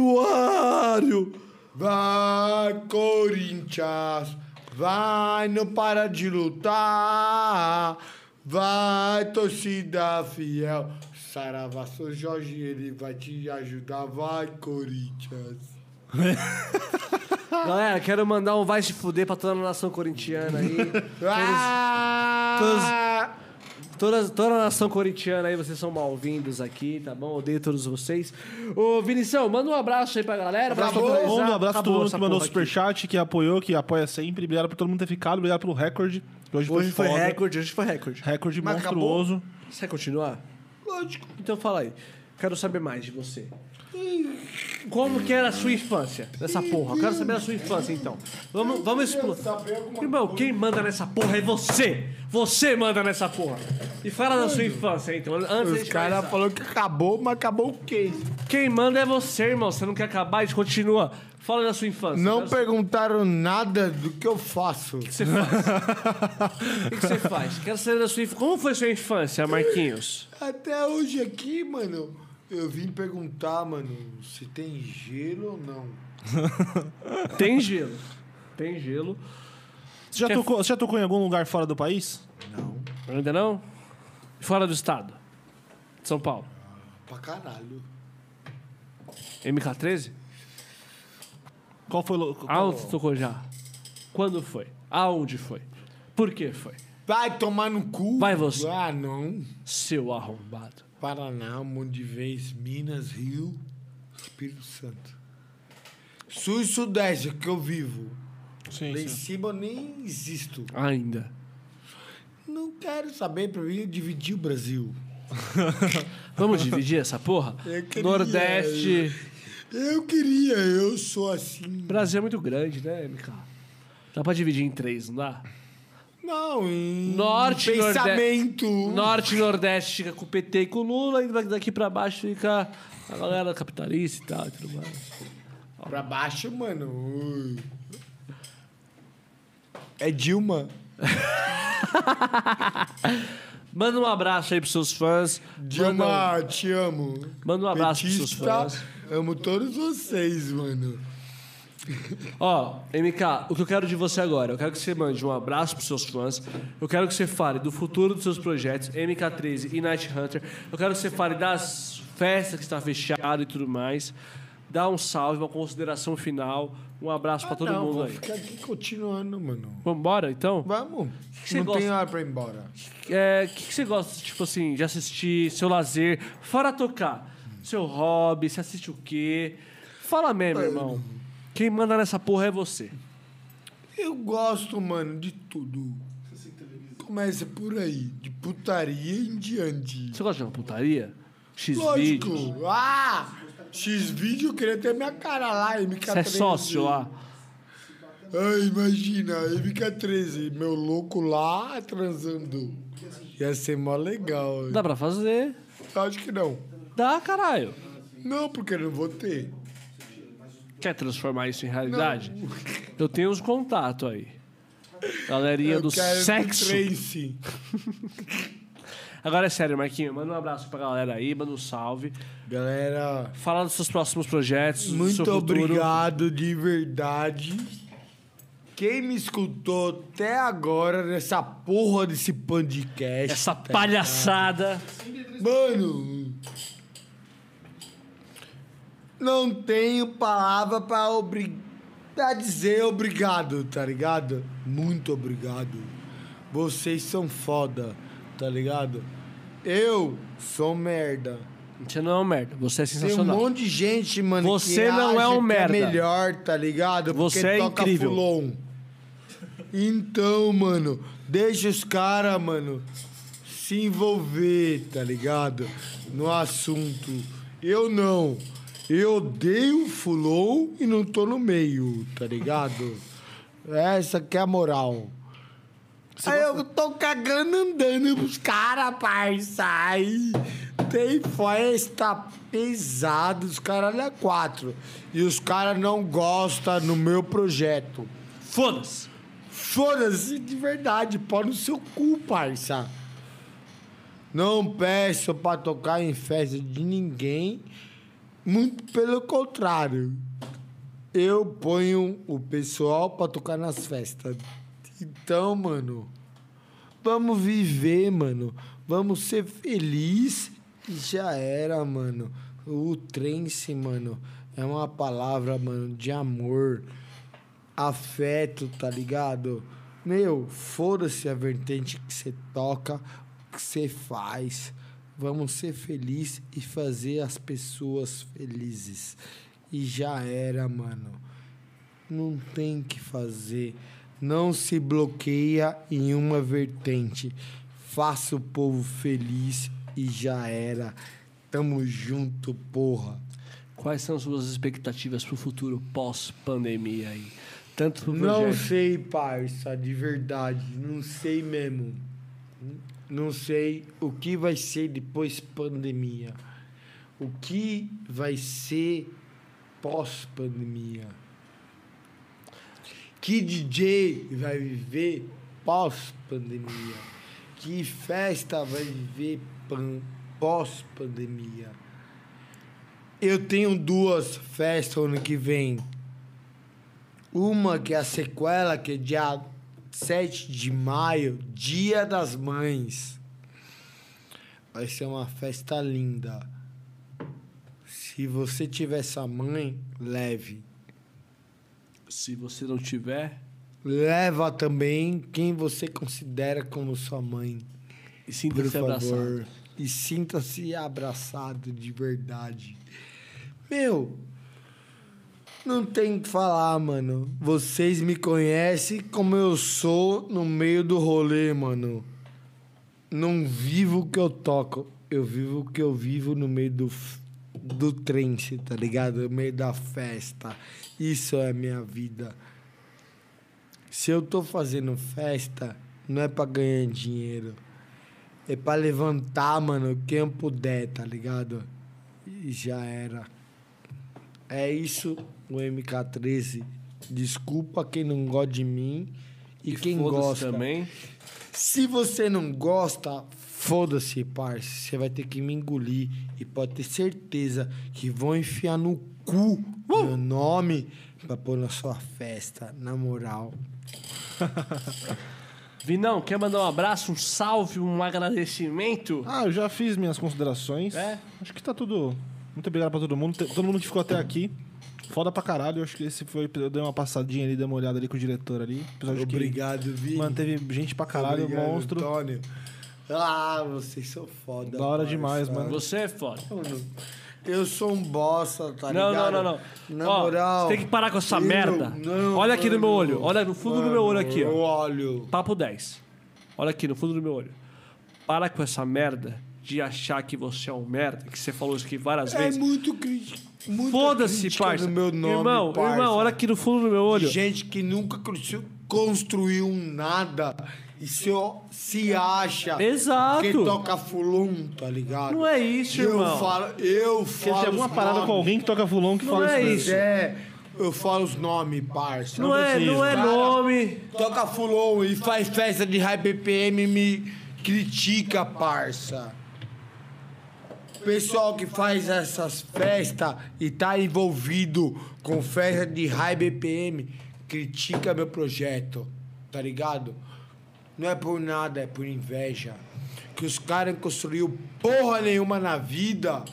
Santuário! Vai, Corinthians, vai, não para de lutar. Vai, torcida fiel. Saravá, São Jorge, ele vai te ajudar. Vai, Corinthians. Galera, quero mandar um vai se fuder pra toda a nação corintiana aí. Ah! Toda, toda a nação corintiana aí, vocês são mal-vindos aqui, tá bom? Odeio todos vocês. Ô, Vinição, manda um abraço aí pra galera. pra Acabou. finalizar. Um abraço a todo Acabou mundo essa que mandou porra aqui. superchat, que apoiou, que apoia sempre. Obrigado por todo mundo ter ficado, obrigado pelo recorde. que Hoje, Hoje foi foda. recorde, hoje foi recorde. Recorde monstruoso. Você quer continuar? Lógico. Então fala aí. Quero saber mais de você. Como que era a sua infância nessa porra? Eu quero saber a sua infância, então. Vamos, vamos explorar. Irmão, quem manda nessa porra é você! Você manda nessa porra! E fala da sua infância, então. Antes Os de caras cara... falaram que acabou, mas acabou o quê? Quem manda é você, irmão. Você não quer acabar? A gente continua. Fala da sua infância. Não Quero saber perguntaram nada do que eu faço. O que você faz? o que você faz? Quero saber da sua infância. Como foi sua infância, Marquinhos? Até hoje aqui, mano, eu vim perguntar, mano, se tem gelo ou não. Tem gelo. Tem gelo. Você já, Quer- tocou, você já tocou em algum lugar fora do país? Ainda não? Fora do estado. De São Paulo. Pra caralho. MK13? Qual foi o. lo- Aonde você tocou já? Quando foi? Aonde foi? Por que foi? Vai tomar no cu. Vai você. Ah, não. Seu arrombado. Paraná, Monte Vez, Minas, Rio, Espírito Santo. Sul e Sudeste, que eu vivo. Sim, Lá em sim. cima eu nem existo. Ainda. Não quero saber pra mim dividir o Brasil. Vamos dividir essa porra? Eu queria- Nordeste. Eu queria, eu sou assim. Brasil é muito grande, né, MK? Dá pra dividir em três, não dá? Não, em Norte, pensamento. Norte e Nordeste fica com o PT e com o Lula, e daqui pra baixo fica a galera capitalista e tal e tudo mais. Pra baixo, mano. Ui. É Dilma. Manda um abraço aí pros seus fãs. Manda- Dilma, te amo. Manda um abraço pros seus Petista, fãs. amo todos vocês, mano. Ó, MK, o que eu quero de você agora? Eu quero que você mande um abraço pros seus fãs. Eu quero que você fale do futuro dos seus projetos, MK13 e Night Hunter. Eu quero que você fale das festas que está fechado e tudo mais. Dá um salve, uma consideração final. Um abraço pra todo Ah, Não, mundo vou aí. ficar aqui continuando, mano. Vambora, então? É, Vamos. você Não gosta? tem hora pra ir embora. O que, você gosta, tipo assim, de assistir, seu lazer, fora tocar? seu hobby, você assiste o quê. Fala mesmo, irmão. Quem manda nessa porra é você. Eu gosto, mano, de tudo. Começa por aí, de putaria em diante. Você gosta de uma putaria? X vídeos. Lógico. Ah! X-Vídeo eu queria ter minha cara lá, MK13. Você é sócio lá. Ah, imagina, MK13, meu louco lá transando. Ia ser mó legal. Dá pra fazer. Acho que não. Dá, caralho. Não, porque eu não vou ter. Quer transformar isso em realidade? Eu tenho uns contatos aí. Galerinha do quero sexo. Trace. Agora é sério, Marquinho. Manda um abraço pra galera aí, manda um salve. Galera, Fala dos seus próximos projetos. do muito seu futuro. obrigado de verdade. Quem me escutou até agora nessa porra desse podcast. Essa palhaçada. Mano! Não tenho palavra pra, obri... pra dizer obrigado, tá ligado? Muito obrigado. Vocês são foda, tá ligado? Eu sou merda. Você não é um merda, você é Tem um sensacional. monte de gente, mano, Você que não é acha um que merda. é melhor, tá ligado? Porque Você é toca incrível. Fulon. Então, mano, deixa os caras, mano, se envolver, tá ligado? No assunto. Eu não. Eu odeio Fulon e não tô no meio, tá ligado? Essa que é a moral. Aí eu tô cagando andando pros caras, parça. Aí tem festa pesado, os caras é quatro. E os caras não gostam no meu projeto. Foda-se. Foda-se de verdade, pau no seu cu, parça. Não peço pra tocar em festa de ninguém. Muito pelo contrário. Eu ponho o pessoal pra tocar nas festas. Então, mano, vamos viver, mano. Vamos ser feliz. E já era, mano. O trance, mano, é uma palavra, mano, de amor afeto, tá ligado? Meu, foda-se a vertente que você toca, que você faz. Vamos ser felizes e fazer as pessoas felizes. E já era, mano. Não tem que fazer. Não se bloqueia em uma vertente. Faça o povo feliz e já era. Tamo junto, porra. Quais são suas expectativas pro futuro pós-pandemia aí? Tanto pro Não projeto. sei, parça, de verdade. Não sei mesmo. Não sei o que vai ser depois pandemia. O que vai ser pós-pandemia. Que DJ vai viver pós-pandemia. Que festa vai viver pan- pós-pandemia. Eu tenho duas festas ano que vem. Uma que é a sequela, que é dia 7 de maio, Dia das Mães. Vai ser uma festa linda. Se você tiver essa mãe, leve. Se você não tiver, Leva também quem você considera como sua mãe. e Por sinta-se abraçado. favor. E sinta-se abraçado de verdade. Meu, não tem o que falar, mano. Vocês me conhecem como eu sou no meio do rolê, mano. Não vivo o que eu toco. Eu vivo o que eu vivo no meio do, f- do trance, tá ligado? No meio da festa. Isso é a minha vida. Se eu tô fazendo festa, não é pra ganhar dinheiro. É pra levantar, mano, quem eu puder, tá ligado? E já era. É isso, o MK13. Desculpa quem não gosta de mim e, quem foda-se gosta. também. Se você não gosta, foda-se, parça. Você vai ter que me engolir e pode ter certeza que vão enfiar no cu meu nome pra pôr na sua festa, na moral. Vinão, quer mandar um abraço, um salve, um agradecimento? Ah, eu já fiz minhas considerações. É? Acho que tá tudo. Muito obrigado pra todo mundo. Te- Todo mundo que ficou até aqui. Foda pra caralho. Acho que esse foi. Eu dei uma passadinha ali, dei uma olhada ali com o diretor ali. Episódio que Obrigado, Vini. Manteve gente pra caralho, Obrigado, monstro. Antônio. Tá Ah, vocês são foda. Da hora parça. demais, mano. Você é foda. Eu sou um bossa, tá Não, não, ligado? não, não. Na Ó, moral. você tem que parar com essa eu- merda. não, Olha aqui no meu mano. olho. Olha no fundo do meu olho aqui, Eu ó. olho. Papo 10. Olha aqui no fundo do meu olho. Para com essa merda de achar que você é um merda, que você falou isso aqui várias É vezes. muito crítico. muita Foda-se, crítica parça. no meu nome, irmão, parça. irmão, olha aqui no fundo do meu olho. Gente que nunca constru- construiu nada e se, se acha Exato. que toca fulum, tá ligado? Não é isso, eu irmão. Falo, eu Tem falo alguma os parada com nomes. alguém que toca fulon que Não fala é isso. isso. É, eu falo os nomes, parça. Não é, não é Cara, nome. Toca fulon e faz festa de high BPM e me critica, parça. Pessoal que faz essas festas e tá envolvido com festa de high BPM, critica meu projeto, tá ligado? Não é por nada, é por inveja. Que os caras não construíram porra nenhuma na vida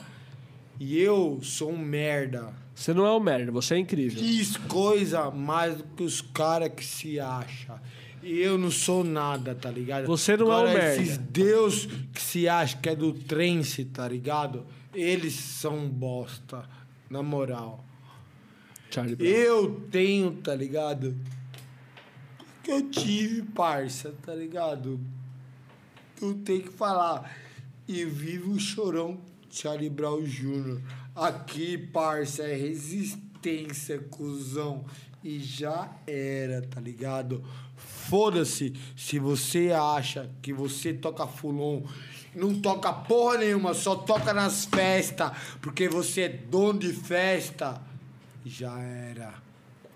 e eu sou um merda. Você não é um merda, você é incrível. Fiz coisa mais do que os caras que se acham. E eu não sou nada, tá ligado? Você não é um Agora, merda. Esses deus que se acham que é do trance, tá ligado? Eles são bosta, na moral. Charlie Brown. Eu tenho, tá ligado? O que eu tive, parça, tá ligado? Eu tenho que falar. E vive o chorão Charlie Brown Jr. Aqui, parça, é resistência, cuzão. E já era, tá ligado? Foda-se se você acha que você toca fulon. Não toca porra nenhuma, só toca nas festas. Porque você é dono de festa. Já era.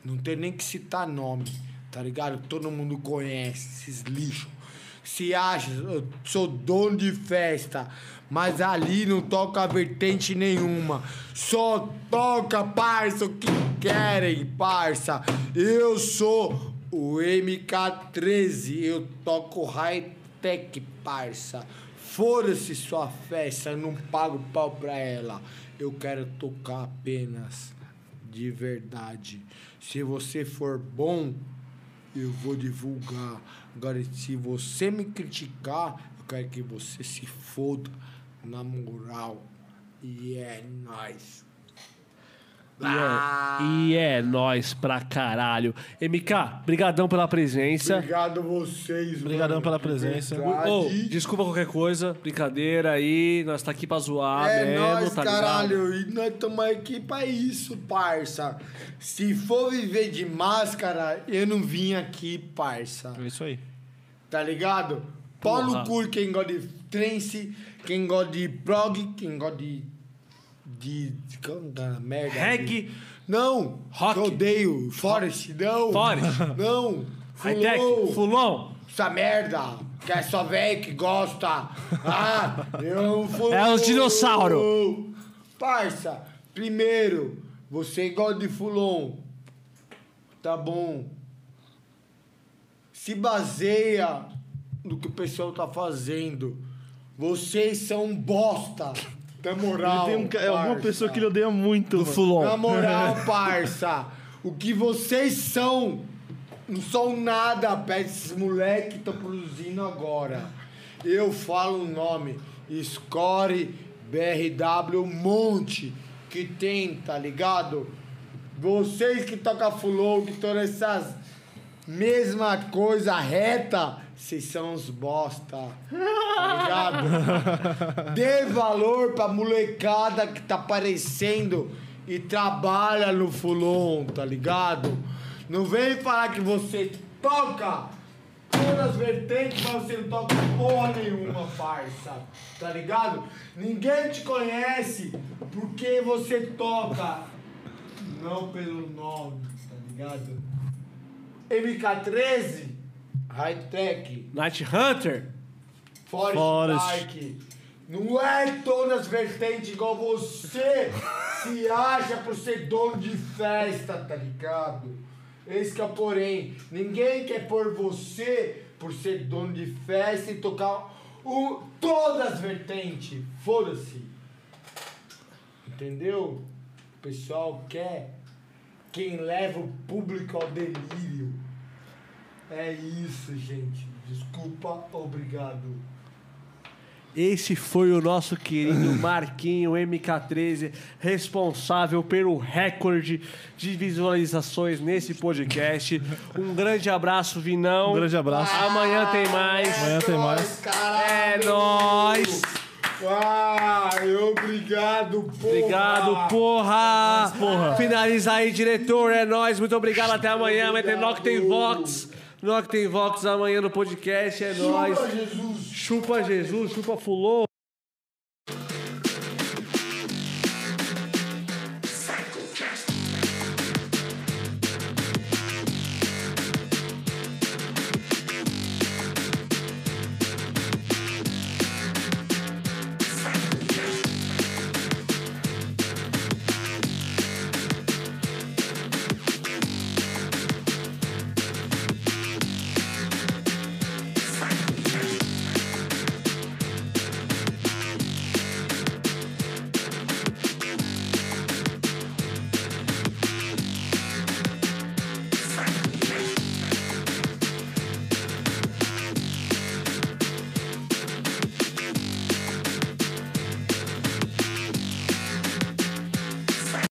Não tem nem que citar nome, tá ligado? Todo mundo conhece esses lixos. Se acha, eu sou dono de festa, mas ali não toca vertente nenhuma. Só toca, parça, o que querem, parça. Eu sou o MK13, eu toco high-tech, parça. Foda-se sua festa, eu não pago pau pra ela. Eu quero tocar apenas de verdade. Se você for bom, eu vou divulgar. Agora, se você me criticar, eu quero que você se foda na moral. E é nóis. é, Ah. E é nóis pra caralho. MK, brigadão pela presença. Obrigado a vocês, Obrigadão mano. pela presença. Ô, Verdade. É desculpa qualquer coisa, brincadeira aí, nós tá aqui pra zoar É mesmo, nóis, tá ligado? caralho. E nós estamos aqui pra isso, parça. Se for viver de máscara, eu não vim aqui, parça. É isso aí. Tá ligado? Pau no cu quem gosta de trance, quem gosta de prog, quem gosta de. de. de como tá na merda? Reggae. Não! Rock. Eu odeio. Forest, não! Forest. Não! Hightech, Fulon! Fulon, Essa merda! Que é só velho que gosta! Ah! Eu fui. um É os dinossauro. Parça, primeiro, você gosta de Fulon. Tá bom. Se baseia no que o pessoal tá fazendo. Vocês são bosta. Na moral. Tem um ca- é alguma parça. pessoa que ele odeia muito. Do fulon. Na moral, parça. O que vocês são não são nada perto desses moleques que estão produzindo agora. Eu falo o nome. Score BRW Monte. Que tem, tá ligado? Vocês que tocam flow, que todas essas mesma coisa reta, vocês são os bosta. Tá ligado? Dê valor pra molecada que tá aparecendo e trabalha no Fulon, tá ligado? Não vem falar que você toca todas as vertentes, mas você não toca porra nenhuma, parça. Tá ligado? Ninguém te conhece porque você toca, não pelo nome, tá ligado? MK13, High Tech. Night Hunter. Forest, Forest. Park. Não é todas as vertentes igual você se acha por ser dono de festa, tá ligado? Esse que é o porém. Ninguém quer pôr você por ser dono de festa e tocar o, todas as vertentes. Foda-se. Entendeu? O pessoal quer quem leva o público ao delírio. É isso, gente. Desculpa, obrigado. Esse foi o nosso querido Marquinho MK13, responsável pelo recorde de visualizações nesse podcast. Um grande abraço, Vinão. Um grande abraço. Amanhã tem mais. Amanhã tem mais. É nóis. Ai, obrigado, porra. Obrigado, porra. Finaliza aí, diretor. É nóis. Muito obrigado. Até amanhã. Amanhã tem Nock tem Vox. Nock tem Vox amanhã no podcast. É nóis. Chupa Jesus. Chupa Jesus. Chupa Fulô.